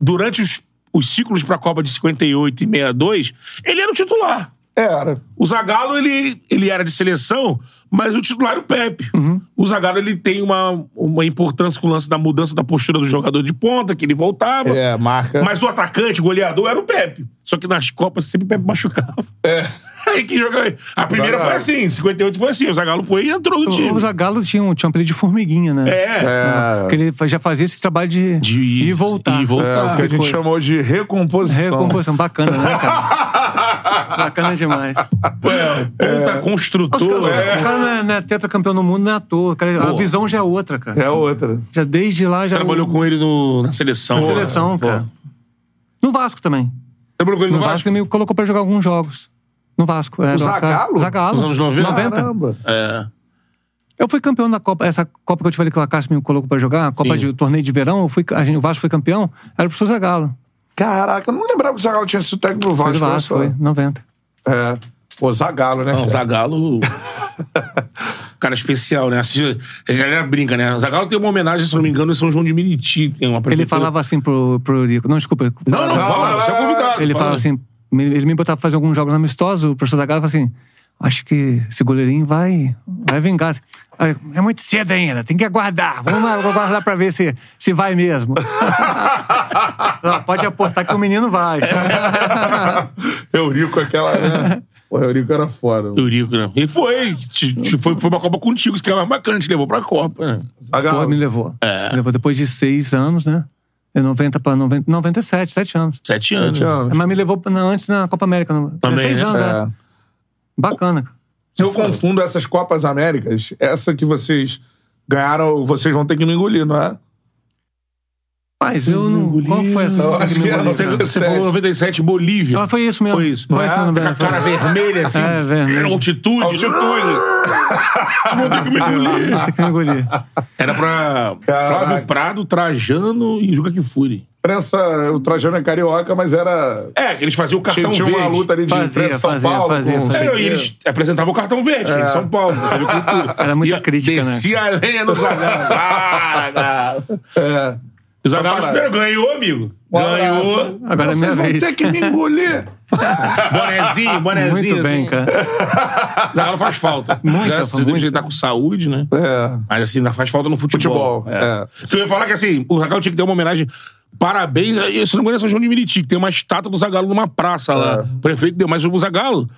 [SPEAKER 2] durante os, os ciclos pra Copa de 58 e 62, ele era o titular.
[SPEAKER 1] É, Era.
[SPEAKER 2] O Zagallo, ele, ele era de seleção, mas o titular era o Pepe. O Zagallo, ele tem uma, uma importância com o lance da mudança da postura do jogador de ponta, que ele voltava.
[SPEAKER 1] É, marca.
[SPEAKER 2] Mas o atacante, o goleador, era o Pepe. Só que nas Copas sempre o Pepe machucava. É. Aí que jogava. A primeira
[SPEAKER 1] Zagallo.
[SPEAKER 2] foi assim, 58 foi assim. O Zagallo foi e entrou no time.
[SPEAKER 3] O, o Zagallo tinha um, tinha um apelido de formiguinha, né?
[SPEAKER 2] É.
[SPEAKER 1] É.
[SPEAKER 3] Porque ele fa- já fazia esse trabalho de,
[SPEAKER 2] De
[SPEAKER 3] ir e voltar.
[SPEAKER 2] ir e voltar.
[SPEAKER 1] É, o que a gente
[SPEAKER 3] Foi.
[SPEAKER 1] chamou de recomposição.
[SPEAKER 3] Recomposição. Bacana, né, cara? Bacana demais.
[SPEAKER 2] Pô, é, Ponta
[SPEAKER 3] Os caras-
[SPEAKER 2] construtor.
[SPEAKER 3] O cara não é, não é tetracampeão no mundo, não é à toa. cara. a
[SPEAKER 2] Pô.
[SPEAKER 3] visão já é outra, cara.
[SPEAKER 1] É outra.
[SPEAKER 3] Já desde lá já.
[SPEAKER 2] Trabalhou
[SPEAKER 3] o-
[SPEAKER 2] com ele no, na seleção.
[SPEAKER 3] É, na seleção,
[SPEAKER 2] Pô.
[SPEAKER 3] cara. No Vasco também.
[SPEAKER 2] Trabalhou com ele
[SPEAKER 3] No
[SPEAKER 2] no,
[SPEAKER 3] Vasco,
[SPEAKER 2] Vasco?
[SPEAKER 3] ele me colocou pra jogar alguns jogos. No Vasco. Era
[SPEAKER 1] Zagallo?
[SPEAKER 3] Zagalo.
[SPEAKER 2] Nos anos 90?
[SPEAKER 3] 90.
[SPEAKER 1] Caramba.
[SPEAKER 2] É.
[SPEAKER 3] Eu fui campeão da Copa, essa Copa que eu te falei que o Acácio me colocou pra jogar, a Copa
[SPEAKER 2] Sim.
[SPEAKER 3] de torneio de verão, eu fui, a gente, o Vasco foi campeão, era pro seu Zagalo.
[SPEAKER 1] Caraca, eu não lembrava que o Zagallo tinha sido técnico do
[SPEAKER 3] Foi do
[SPEAKER 1] Vasco.
[SPEAKER 3] Vasco, foi,
[SPEAKER 1] olha
[SPEAKER 3] 90.
[SPEAKER 1] só. É. Pô, Zagallo, né?
[SPEAKER 2] Não, o
[SPEAKER 1] cara?
[SPEAKER 2] Zagalo. cara especial, né? Assim, a galera brinca, né? O Zagalo tem uma homenagem, se não me engano, em São João de Meriti. Tem uma
[SPEAKER 3] Ele
[SPEAKER 2] prefeitura-
[SPEAKER 3] falava assim pro, pro Eurico, não, desculpa.
[SPEAKER 2] Não, não,
[SPEAKER 1] Não,
[SPEAKER 2] fala,
[SPEAKER 1] não,
[SPEAKER 2] você é
[SPEAKER 1] não,
[SPEAKER 2] convidado.
[SPEAKER 3] Ele falava assim, me- ele me botava pra fazer alguns jogos amistosos, o professor Zagalo falava assim, acho que esse goleirinho vai, vai vingar. Aí, É muito cedo ainda, tem que aguardar. Vamos lá, vou aguardar pra ver se, se vai mesmo. Não, pode apostar que o menino vai.
[SPEAKER 1] Eurico, aquela. Né? Pô, Eurico era foda. mano.
[SPEAKER 2] Eurico, né? E foi. te- te- foi, foi pra Copa contigo, isso que é mais bacana, te levou pra Copa. Né?
[SPEAKER 3] Foi, me
[SPEAKER 1] Zagallo.
[SPEAKER 3] levou.
[SPEAKER 2] É.
[SPEAKER 3] Me levou depois de seis anos, né? De 90 pra 90, 97, sete anos.
[SPEAKER 2] Sete anos.
[SPEAKER 1] Sete anos.
[SPEAKER 3] Mas me levou na- antes na Copa América. No,
[SPEAKER 2] Também,
[SPEAKER 3] seis
[SPEAKER 2] né?
[SPEAKER 3] anos, é.
[SPEAKER 1] É.
[SPEAKER 3] Bacana.
[SPEAKER 1] Se eu confundo essas Copas Américas, essa que vocês ganharam, vocês vão ter que me engolir, não é?
[SPEAKER 3] Mas eu não. Qual foi essa?
[SPEAKER 1] Eu acho que era
[SPEAKER 2] Você, você
[SPEAKER 1] 97.
[SPEAKER 2] falou 97, Bolívia.
[SPEAKER 3] Ah, foi isso mesmo.
[SPEAKER 2] Foi isso.
[SPEAKER 3] Foi
[SPEAKER 2] Não
[SPEAKER 3] isso
[SPEAKER 2] é?
[SPEAKER 3] mesmo.
[SPEAKER 2] Com a cara
[SPEAKER 3] foi.
[SPEAKER 2] vermelha, assim.
[SPEAKER 3] É, vermelho.
[SPEAKER 2] Altitude. né?
[SPEAKER 1] Altitude.
[SPEAKER 2] Vou ter que me engolir.
[SPEAKER 3] Tem que engolir.
[SPEAKER 2] Era pra
[SPEAKER 1] Caraca.
[SPEAKER 2] Flávio Prado, Trajano e Juca Kifuri.
[SPEAKER 1] Prensa, o Trajano é carioca, mas era.
[SPEAKER 2] É, eles faziam o
[SPEAKER 1] Tinha,
[SPEAKER 2] cartão
[SPEAKER 1] tinha uma
[SPEAKER 2] verde.
[SPEAKER 1] luta ali de
[SPEAKER 3] Fazia,
[SPEAKER 1] Prensa São
[SPEAKER 3] fazia,
[SPEAKER 1] Paulo.
[SPEAKER 3] fazia,
[SPEAKER 1] com não
[SPEAKER 2] É,
[SPEAKER 1] sei
[SPEAKER 3] fazia.
[SPEAKER 1] o
[SPEAKER 2] e
[SPEAKER 1] quê.
[SPEAKER 2] eles apresentavam o cartão verde, que é de São Paulo. não teve cultura.
[SPEAKER 3] Era muita
[SPEAKER 2] E
[SPEAKER 3] crítica, né?
[SPEAKER 2] Descia a lenha no Zagallo. Ah, Zagallo.
[SPEAKER 1] É.
[SPEAKER 2] O Zagallo
[SPEAKER 1] Só
[SPEAKER 2] esperou, ganhou, amigo.
[SPEAKER 1] Um
[SPEAKER 2] ganhou.
[SPEAKER 1] abraço.
[SPEAKER 3] Agora é
[SPEAKER 1] Vocês
[SPEAKER 3] minha
[SPEAKER 1] vão
[SPEAKER 3] vez.
[SPEAKER 1] ter que me engolir.
[SPEAKER 2] Bonezinho, bonezinho.
[SPEAKER 3] Muito bem,
[SPEAKER 2] assim.
[SPEAKER 3] cara.
[SPEAKER 2] O Zagallo faz falta.
[SPEAKER 3] Muita,
[SPEAKER 2] Graças a Deus,
[SPEAKER 3] muita.
[SPEAKER 2] ele tá com saúde, né?
[SPEAKER 1] É.
[SPEAKER 2] Mas assim, ainda faz falta no futebol.
[SPEAKER 1] Futebol, é.
[SPEAKER 2] Se eu ia falar que assim, o Zagallo tinha que ter uma homenagem. Parabéns, eu, se não me engano, é São João de Meriti, que tem uma estátua do Zagallo numa praça lá.
[SPEAKER 1] É.
[SPEAKER 2] O prefeito deu, mas o Zagallo,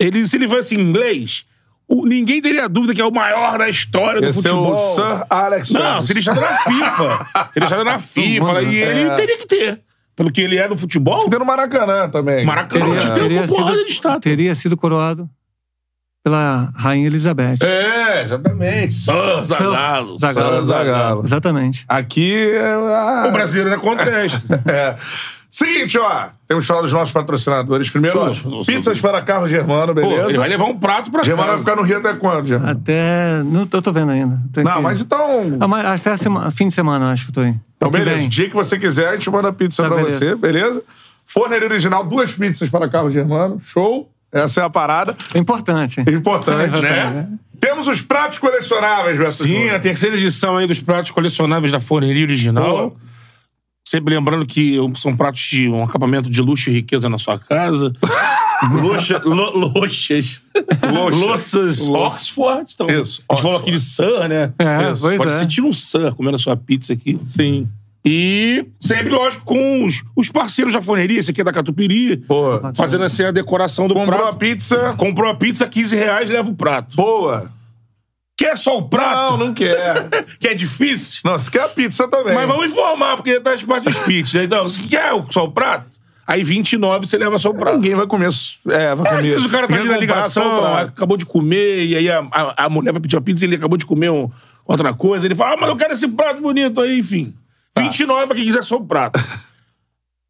[SPEAKER 2] ele, se ele fosse inglês, o- ninguém teria dúvida que é o maior da história do
[SPEAKER 1] Esse é
[SPEAKER 2] futebol.
[SPEAKER 1] o Sir Alex
[SPEAKER 2] Não, se ele está na FIFA. se ele está
[SPEAKER 3] Ah,
[SPEAKER 2] na FIFA,
[SPEAKER 1] né?
[SPEAKER 2] e ele
[SPEAKER 1] É.
[SPEAKER 2] teria que ter. Pelo que ele é no futebol,
[SPEAKER 1] Tem no Maracanã também.
[SPEAKER 2] Maracanã
[SPEAKER 3] Teria-
[SPEAKER 2] tinha que ter
[SPEAKER 3] teria
[SPEAKER 2] uma porrada
[SPEAKER 3] sido-
[SPEAKER 2] de estátua.
[SPEAKER 3] Teria sido coroado pela Rainha Elizabeth.
[SPEAKER 2] É, exatamente. Sir Zagallo.
[SPEAKER 3] Sir
[SPEAKER 1] Sir
[SPEAKER 3] Zagallo.
[SPEAKER 1] Zagallo.
[SPEAKER 3] Exatamente.
[SPEAKER 1] Aqui. ah,
[SPEAKER 2] O brasileiro não contesta.
[SPEAKER 1] é. Seguinte, ó. Temos que falar dos nossos patrocinadores. Primeiro,
[SPEAKER 2] Nossa,
[SPEAKER 1] ó,
[SPEAKER 2] nossa,
[SPEAKER 1] pizzas para Carlos Germano,
[SPEAKER 2] Pô, ele
[SPEAKER 1] beleza?
[SPEAKER 2] vai levar um prato pra
[SPEAKER 1] Germano vai
[SPEAKER 2] casa.
[SPEAKER 1] ficar no Rio até quando, Germano?
[SPEAKER 3] Até. Não, eu tô vendo ainda. Tô
[SPEAKER 1] Não,
[SPEAKER 3] aqui.
[SPEAKER 1] mas então.
[SPEAKER 3] Ah, mas até a sema- fim de semana, eu acho que eu tô aí.
[SPEAKER 1] Então,
[SPEAKER 3] Que
[SPEAKER 1] beleza. O
[SPEAKER 3] vem.
[SPEAKER 1] dia que você quiser, a gente manda a pizza
[SPEAKER 3] Tá,
[SPEAKER 1] pra
[SPEAKER 3] beleza.
[SPEAKER 1] você, beleza? Forneiro original, duas pizzas para Carlos Germano. Show. Essa é a parada.
[SPEAKER 3] É importante. hein?
[SPEAKER 1] Importante, né? Temos os pratos colecionáveis, Beto
[SPEAKER 2] Sim, a terceira edição aí dos pratos colecionáveis da Forneria Original.
[SPEAKER 1] Boa.
[SPEAKER 2] Sempre lembrando que são pratos de um acabamento de luxo e riqueza na sua casa. Loxa, lo, loxas. Loças. Oxford. Então,
[SPEAKER 1] Isso,
[SPEAKER 2] A gente
[SPEAKER 1] Oxford.
[SPEAKER 2] falou aqui de Sir, né?
[SPEAKER 3] É,
[SPEAKER 2] Isso.
[SPEAKER 3] pois
[SPEAKER 2] Pode
[SPEAKER 3] é.
[SPEAKER 2] sentir um Sir comendo a sua pizza aqui.
[SPEAKER 1] Sim.
[SPEAKER 2] E sempre, lógico, com os, os parceiros da forneria. Esse aqui é da Catupiry.
[SPEAKER 1] Pô,
[SPEAKER 2] Fazendo assim a decoração do
[SPEAKER 1] comprou
[SPEAKER 2] prato.
[SPEAKER 1] a pizza.
[SPEAKER 2] Comprou a pizza, 15 reais, leva o prato.
[SPEAKER 1] Boa.
[SPEAKER 2] Quer só o prato?
[SPEAKER 1] Não, não quer.
[SPEAKER 2] Que é difícil.
[SPEAKER 1] Não, você quer a pizza também.
[SPEAKER 2] Mas vamos informar, porque tá as partes dos pits, né? Então, se quer só o prato, aí 29 você leva só o prato.
[SPEAKER 1] Ninguém vai comer. s- É, vai
[SPEAKER 2] É, às
[SPEAKER 1] comer.
[SPEAKER 2] vezes o cara tá ali
[SPEAKER 1] Ninguém
[SPEAKER 2] na
[SPEAKER 1] comprar
[SPEAKER 2] ligação,
[SPEAKER 1] salgado.
[SPEAKER 2] acabou de comer, e aí a, a, a mulher vai pedir uma pizza, ele acabou de comer um- outra coisa, ele fala, ah, mas eu quero esse prato bonito aí, enfim. 29 pra quem quiser só o prato.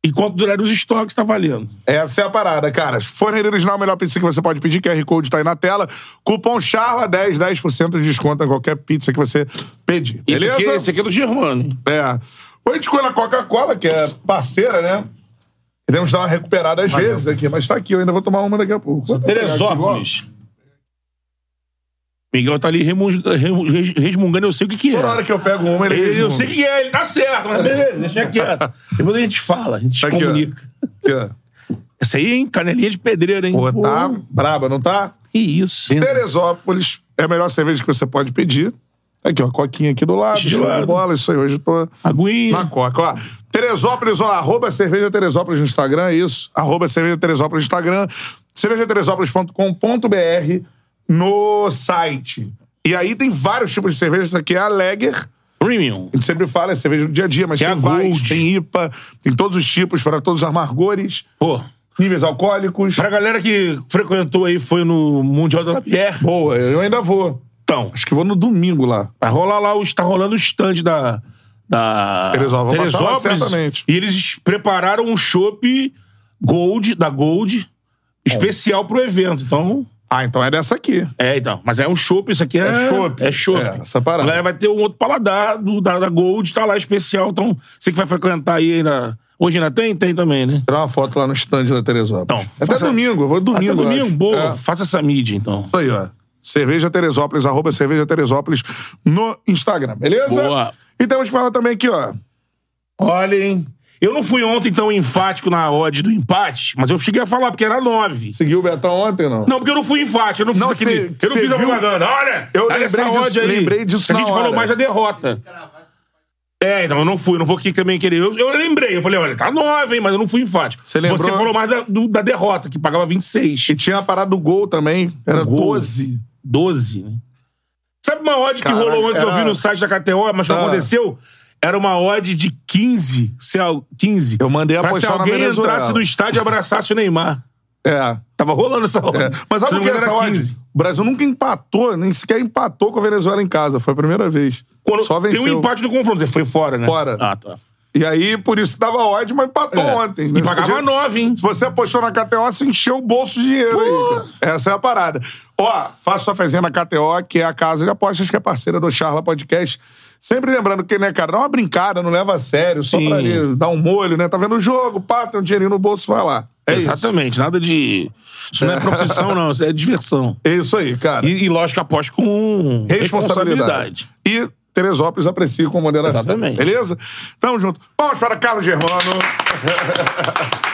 [SPEAKER 2] Enquanto durar os estoques, tá valendo.
[SPEAKER 1] Essa é a parada, cara. Forneira original, a melhor pizza que você pode pedir. QR Code tá aí na tela. Cupom CHARLA10, 10% de desconto em qualquer pizza que você pedir.
[SPEAKER 2] Esse
[SPEAKER 1] Beleza?
[SPEAKER 2] aqui, esse aqui é do Germano.
[SPEAKER 1] É. Hoje a gente ficou na Coca-Cola, que é parceira, né? Queremos dar uma recuperada às vezes aqui, mas tá aqui. Eu ainda vou tomar uma daqui a pouco. Vou pegar aqui logo.
[SPEAKER 2] Teresópolis. Miguel tá ali remunga- remu- res- resmungando, eu sei o que que é.
[SPEAKER 1] Toda hora que eu pego uma, ele
[SPEAKER 2] Ele, eu
[SPEAKER 1] resmunga.
[SPEAKER 2] sei que é, ele tá certo, mas beleza, deixa quieto. Depois a gente fala, a gente
[SPEAKER 1] Tá aqui, ó.
[SPEAKER 2] comunica.
[SPEAKER 1] Aqui, ó.
[SPEAKER 2] Essa aí, hein? Canelinha de pedreiro, hein?
[SPEAKER 1] Pô,
[SPEAKER 2] Pô,
[SPEAKER 1] tá braba, não tá?
[SPEAKER 2] Que isso.
[SPEAKER 1] Teresópolis é a melhor cerveja que você pode pedir. Aqui, ó, coquinha aqui do lado,
[SPEAKER 2] De
[SPEAKER 1] show de
[SPEAKER 2] lado.
[SPEAKER 1] bola, isso aí. Hoje eu tô
[SPEAKER 2] Aguinha.
[SPEAKER 1] na coca, ó. Teresópolis, ó, arroba cerveja Teresópolis no Instagram, é isso. Arroba cerveja Teresópolis no Instagram, cervejateresópolis.com.br no site. E aí tem vários tipos de cerveja, isso aqui é a Lager,
[SPEAKER 2] Premium.
[SPEAKER 1] a gente sempre fala, é cerveja do dia a dia, mas
[SPEAKER 2] Que é
[SPEAKER 1] tem
[SPEAKER 2] a
[SPEAKER 1] vários,
[SPEAKER 2] Gold.
[SPEAKER 1] tem IPA, tem todos os tipos, para todos os amargores,
[SPEAKER 2] Pô,
[SPEAKER 1] níveis alcoólicos.
[SPEAKER 2] pra galera que frequentou aí, foi no Mundial da Lapierre,
[SPEAKER 1] Boa, eu ainda vou.
[SPEAKER 2] então,
[SPEAKER 1] Acho que vou no domingo lá.
[SPEAKER 2] vai rolar lá, o- tá rolando o stand da... Da
[SPEAKER 1] Teresópolis, vou passar lá certamente.
[SPEAKER 2] E eles prepararam um chopp Gold, da Gold, especial pro evento. Então,
[SPEAKER 1] Ah, então é dessa aqui.
[SPEAKER 2] É, então. Mas é um chopp, isso aqui é.
[SPEAKER 1] É chopp.
[SPEAKER 2] É chopp.
[SPEAKER 1] É, essa parada.
[SPEAKER 2] A galera vai ter um outro paladar do, da, da Gold, tá lá especial. Então, você que vai frequentar aí ainda. Hoje ainda tem? Tem também, né?
[SPEAKER 1] Tirar uma foto lá no stand da Teresópolis. É
[SPEAKER 2] Então,
[SPEAKER 1] Até
[SPEAKER 2] faça-
[SPEAKER 1] domingo, eu vou domingo.
[SPEAKER 2] Até
[SPEAKER 1] eu
[SPEAKER 2] domingo,
[SPEAKER 1] acho.
[SPEAKER 2] boa.
[SPEAKER 1] É.
[SPEAKER 2] Faça essa mídia, então.
[SPEAKER 1] Isso aí, ó. Cerveja Teresópolis, arroba Cerveja Teresópolis no Instagram, beleza?
[SPEAKER 2] Boa.
[SPEAKER 1] E temos que falar também aqui, ó.
[SPEAKER 2] Olhem. Eu não fui ontem tão enfático na odd do empate, mas eu cheguei a falar, porque era nove.
[SPEAKER 1] Seguiu o Betão ontem, não?
[SPEAKER 2] Não, porque eu não fui enfático, eu não fiz
[SPEAKER 1] Não,
[SPEAKER 2] aquele.
[SPEAKER 1] cê-
[SPEAKER 2] eu não
[SPEAKER 1] cê
[SPEAKER 2] fiz a
[SPEAKER 1] viu?
[SPEAKER 2] propaganda. Olha!
[SPEAKER 1] Eu
[SPEAKER 2] olha essa
[SPEAKER 1] lembrei disso-
[SPEAKER 2] ódio aí.
[SPEAKER 1] lembrei disso
[SPEAKER 2] A gente
[SPEAKER 1] na
[SPEAKER 2] falou
[SPEAKER 1] hora.
[SPEAKER 2] mais da derrota. É, então eu não fui, eu não vou aqui também querer. Eu, eu lembrei, eu falei, olha, tá nove, hein, mas eu não fui enfático.
[SPEAKER 1] Cê lembrou?
[SPEAKER 2] Você falou mais da, do- da derrota, que pagava
[SPEAKER 1] E
[SPEAKER 2] 26.
[SPEAKER 1] tinha a parada do gol também. Era
[SPEAKER 2] Gol.
[SPEAKER 1] 12.
[SPEAKER 2] 12, né? Sabe uma odd que
[SPEAKER 1] Caralho,
[SPEAKER 2] rolou ontem que eu
[SPEAKER 1] era-
[SPEAKER 2] vi no site da KTO, mas
[SPEAKER 1] Ah.
[SPEAKER 2] não aconteceu? Era uma odd de 15. Se, al- 15.
[SPEAKER 1] Eu mandei
[SPEAKER 2] pra se
[SPEAKER 1] apostar na
[SPEAKER 2] alguém
[SPEAKER 1] Venezuela.
[SPEAKER 2] entrasse no estádio e abraçasse o Neymar.
[SPEAKER 1] É.
[SPEAKER 2] Tava rolando essa odd.
[SPEAKER 1] É. Mas
[SPEAKER 2] Se
[SPEAKER 1] sabe
[SPEAKER 2] não
[SPEAKER 1] o que é
[SPEAKER 2] me engano,
[SPEAKER 1] essa
[SPEAKER 2] era
[SPEAKER 1] odd? O Brasil nunca empatou, nem sequer empatou com a Venezuela em casa. Foi a primeira vez.
[SPEAKER 2] Quando
[SPEAKER 1] Só venceu.
[SPEAKER 2] Tem um empate no confronto. Foi fora, né?
[SPEAKER 1] Fora.
[SPEAKER 2] Ah, tá.
[SPEAKER 1] E aí, por isso dava ódio, mas empatou
[SPEAKER 2] É.
[SPEAKER 1] ontem.
[SPEAKER 2] E
[SPEAKER 1] né?
[SPEAKER 2] pagava
[SPEAKER 1] Podia-
[SPEAKER 2] nove, hein?
[SPEAKER 1] Se você apostou na KTO, você encheu o bolso de dinheiro aí. cara. Essa é a parada. Ó, faça sua fezinha na KTO, que é a casa de apostas, que é parceira do Charla Podcast. Sempre lembrando que, né, cara, dá uma brincada, não leva a sério, só
[SPEAKER 2] Sim.
[SPEAKER 1] pra ali, dar um molho, né? Tá vendo o jogo, pá, tem um dinheirinho no bolso, vai lá. É isso.
[SPEAKER 2] Exatamente. Nada de... Isso não é profissão, não. Isso é diversão.
[SPEAKER 1] É isso aí, cara.
[SPEAKER 2] E, e lógico, aposto com
[SPEAKER 1] responsabilidade.
[SPEAKER 2] responsabilidade.
[SPEAKER 1] E Teresópolis aprecia com moderação.
[SPEAKER 2] Exatamente.
[SPEAKER 1] Beleza? Tamo junto. Vamos para Carlos Germano.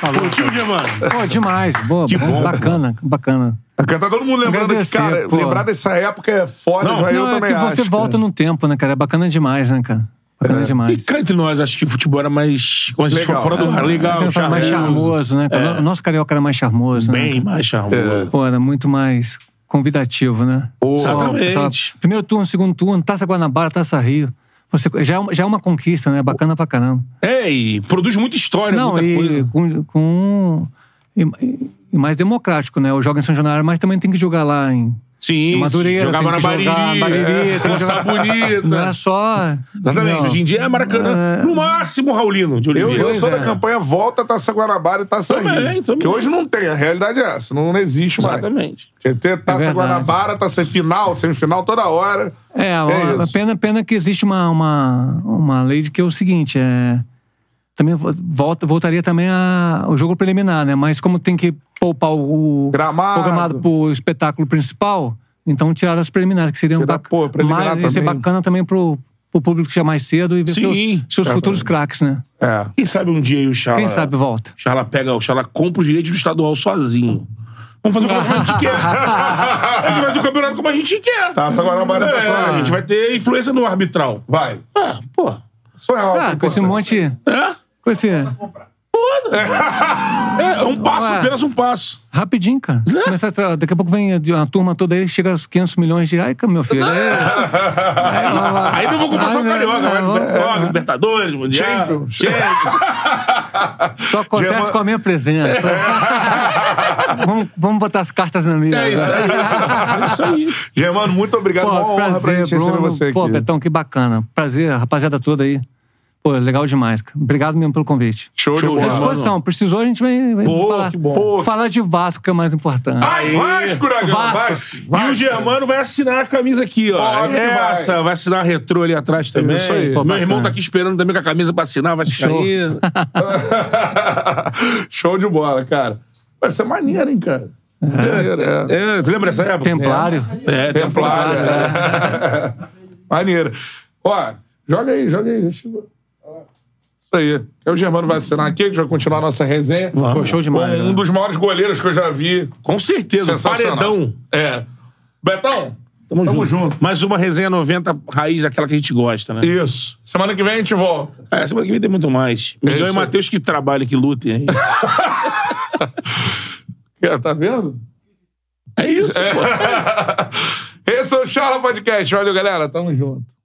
[SPEAKER 3] Falou.
[SPEAKER 2] Curtiu, Germano?
[SPEAKER 3] Pô, demais. Boa,
[SPEAKER 2] Que bom.
[SPEAKER 3] bacana, bacana.
[SPEAKER 1] Tá todo mundo lembrando que,
[SPEAKER 3] Agradecer,
[SPEAKER 1] cara,
[SPEAKER 3] pô.
[SPEAKER 1] lembrar dessa época é foda,
[SPEAKER 2] Não,
[SPEAKER 1] já eu
[SPEAKER 3] não, é
[SPEAKER 1] também
[SPEAKER 3] que
[SPEAKER 1] acho.
[SPEAKER 3] você volta
[SPEAKER 1] cara.
[SPEAKER 3] no tempo, né, cara? É bacana demais, né, cara? Bacana
[SPEAKER 2] E
[SPEAKER 3] demais.
[SPEAKER 2] cá entre nós, acho que futebol era mais... Como a gente
[SPEAKER 1] Legal.
[SPEAKER 2] foi fora do ar. Legal, É.
[SPEAKER 3] Era Ah, mais charmoso, né? cara? O nosso carioca era mais charmoso, né?
[SPEAKER 2] Bem mais charmoso.
[SPEAKER 3] Pô, era muito mais convidativo, né?
[SPEAKER 2] Exatamente.
[SPEAKER 3] Pessoal, primeiro turno, segundo turno, Taça Guanabara, Taça Rio. Você, já, é uma, já é uma conquista, né? Bacana pra caramba.
[SPEAKER 2] É. e produz muita história,
[SPEAKER 3] Não,
[SPEAKER 2] muita
[SPEAKER 3] e
[SPEAKER 2] coisa.
[SPEAKER 3] com... com- e, e mais democrático, né? Eu jogo em São Januário, mas também tem que jogar lá em...
[SPEAKER 2] Sim,
[SPEAKER 3] Madureira,
[SPEAKER 2] jogava na
[SPEAKER 3] tem que
[SPEAKER 2] Bariri.
[SPEAKER 3] jogar na Bariri,
[SPEAKER 2] é,
[SPEAKER 3] tem que
[SPEAKER 2] Força
[SPEAKER 3] jogar-
[SPEAKER 2] Bonita.
[SPEAKER 3] Não é só...
[SPEAKER 2] Exatamente.
[SPEAKER 3] Não.
[SPEAKER 2] Hoje em dia é Maracanã.
[SPEAKER 3] É.
[SPEAKER 2] No máximo, Raulino de
[SPEAKER 1] Eu,
[SPEAKER 2] Oliveira.
[SPEAKER 1] eu
[SPEAKER 3] Pois
[SPEAKER 1] sou
[SPEAKER 3] é.
[SPEAKER 1] da campanha Volta Taça Guanabara e Taça
[SPEAKER 2] Também,
[SPEAKER 1] Rio.
[SPEAKER 2] também.
[SPEAKER 1] Que hoje não tem, a realidade é essa, não, não existe mais.
[SPEAKER 2] Exatamente.
[SPEAKER 1] Tinha que ter Taça
[SPEAKER 3] É verdade.
[SPEAKER 1] Guanabara, Taça final, semifinal toda hora.
[SPEAKER 3] É,
[SPEAKER 1] É
[SPEAKER 3] a- a
[SPEAKER 1] isso.
[SPEAKER 3] pena, pena que existe uma, uma, uma lei de que é o seguinte, é... Também vo- volta, voltaria também a, o jogo preliminar, né? Mas como tem que poupar o, o
[SPEAKER 1] Gramado.
[SPEAKER 3] programado pro espetáculo principal, então tiraram as preliminares, que seriam
[SPEAKER 1] Tirar,
[SPEAKER 3] bac-
[SPEAKER 1] pô, preliminar
[SPEAKER 3] mais, ia ser
[SPEAKER 1] também.
[SPEAKER 3] bacana também pro, pro público chegar mais cedo e ver
[SPEAKER 2] Sim.
[SPEAKER 3] seus, seus
[SPEAKER 1] É,
[SPEAKER 3] futuros craques, né?
[SPEAKER 1] É.
[SPEAKER 2] Quem sabe um dia aí o Charla...
[SPEAKER 3] Quem sabe volta.
[SPEAKER 2] O Charla pega... O Charla compra o direito do estadual sozinho. Vamos fazer o campeonato como a gente quer. a gente faz o campeonato como a gente quer.
[SPEAKER 1] Taça Guanabara tá
[SPEAKER 2] É,
[SPEAKER 1] Taça-
[SPEAKER 2] A gente vai ter influência no arbitral.
[SPEAKER 1] Vai.
[SPEAKER 2] Ah, pô.
[SPEAKER 1] Só é algo
[SPEAKER 3] Ah, com esse
[SPEAKER 1] importante.
[SPEAKER 3] monte.
[SPEAKER 2] É?
[SPEAKER 3] Com esse.
[SPEAKER 2] É, um passo,
[SPEAKER 3] Ué.
[SPEAKER 2] apenas um passo.
[SPEAKER 3] Rapidinho, cara.
[SPEAKER 1] Né?
[SPEAKER 3] Você começa a tra- daqui a pouco vem de uma turma toda aí, chega aos 500 milhões de. Ai, ca- meu filho. É... Aí, lá, lá.
[SPEAKER 2] Aí não vou comprar só
[SPEAKER 3] Ah,
[SPEAKER 2] o
[SPEAKER 3] não,
[SPEAKER 2] Carioca,
[SPEAKER 3] não,
[SPEAKER 2] vai
[SPEAKER 3] vamos-
[SPEAKER 2] Copa, Libertadores, Mundial.
[SPEAKER 1] Champions.
[SPEAKER 3] Só acontece
[SPEAKER 1] Germano-
[SPEAKER 3] com a minha presença. vamos, vamos botar as cartas na mesa.
[SPEAKER 2] É isso aí. É isso aí.
[SPEAKER 1] Germano, muito obrigado.
[SPEAKER 3] Pô,
[SPEAKER 1] É Uma honra pra
[SPEAKER 3] prazer,
[SPEAKER 1] gente receber
[SPEAKER 3] Bruno.
[SPEAKER 1] você aqui.
[SPEAKER 3] Pô, tá Betão, que bacana. Prazer, rapaziada toda aí. Pô, legal demais. cara. Obrigado mesmo pelo convite.
[SPEAKER 1] Show de
[SPEAKER 2] Show de
[SPEAKER 3] À
[SPEAKER 2] bola.
[SPEAKER 1] bola.
[SPEAKER 3] disposição. Precisou, a gente vai, vai
[SPEAKER 2] Pô,
[SPEAKER 3] falar.
[SPEAKER 2] que bom.
[SPEAKER 1] Pô,
[SPEAKER 3] Falar de Vasco, que é o mais importante.
[SPEAKER 1] Ai, Vasco, Dragão,
[SPEAKER 3] Vasco.
[SPEAKER 1] Vasco.
[SPEAKER 2] E o Germano vai assinar a camisa aqui, ó. É
[SPEAKER 1] Óbvio que vai.
[SPEAKER 2] Essa, vai assinar a retrô ali atrás também.
[SPEAKER 1] Isso aí.
[SPEAKER 2] Meu
[SPEAKER 3] Pô,
[SPEAKER 2] irmão
[SPEAKER 3] bacana.
[SPEAKER 2] tá aqui esperando também com a camisa pra assinar, vai
[SPEAKER 3] Show.
[SPEAKER 2] cair.
[SPEAKER 1] Show de bola, cara. Vai ser maneiro, hein, cara? Maneiro, é.
[SPEAKER 2] É, tu lembra dessa época?
[SPEAKER 3] Templário.
[SPEAKER 2] É, é Templário.
[SPEAKER 1] Templário.
[SPEAKER 3] né?
[SPEAKER 1] é. Maneiro. Ó, Ah, joga aí, joga aí. Deixa eu... Ó, Isso aí. É o Germano vai assinar aqui, a gente vai continuar a nossa resenha.
[SPEAKER 3] Pô, show demais,
[SPEAKER 1] Um,
[SPEAKER 3] né?
[SPEAKER 1] um dos maiores goleiros que eu já vi.
[SPEAKER 2] Com certeza, um
[SPEAKER 1] Sensacional.
[SPEAKER 2] paredão.
[SPEAKER 1] É. Betão,
[SPEAKER 2] Tamo,
[SPEAKER 1] junto.
[SPEAKER 2] Mais uma resenha 90 raiz, aquela que a gente gosta, né?
[SPEAKER 1] isso. Semana que vem a gente volta.
[SPEAKER 2] É, semana que vem tem muito mais. Miguel
[SPEAKER 1] isso
[SPEAKER 2] e
[SPEAKER 1] aí.
[SPEAKER 2] Matheus que trabalham, que lutem. hein?
[SPEAKER 1] É, Tá vendo?
[SPEAKER 2] É isso, pô.
[SPEAKER 1] Esse é o Charla Podcast. Valeu, galera. Tamo junto.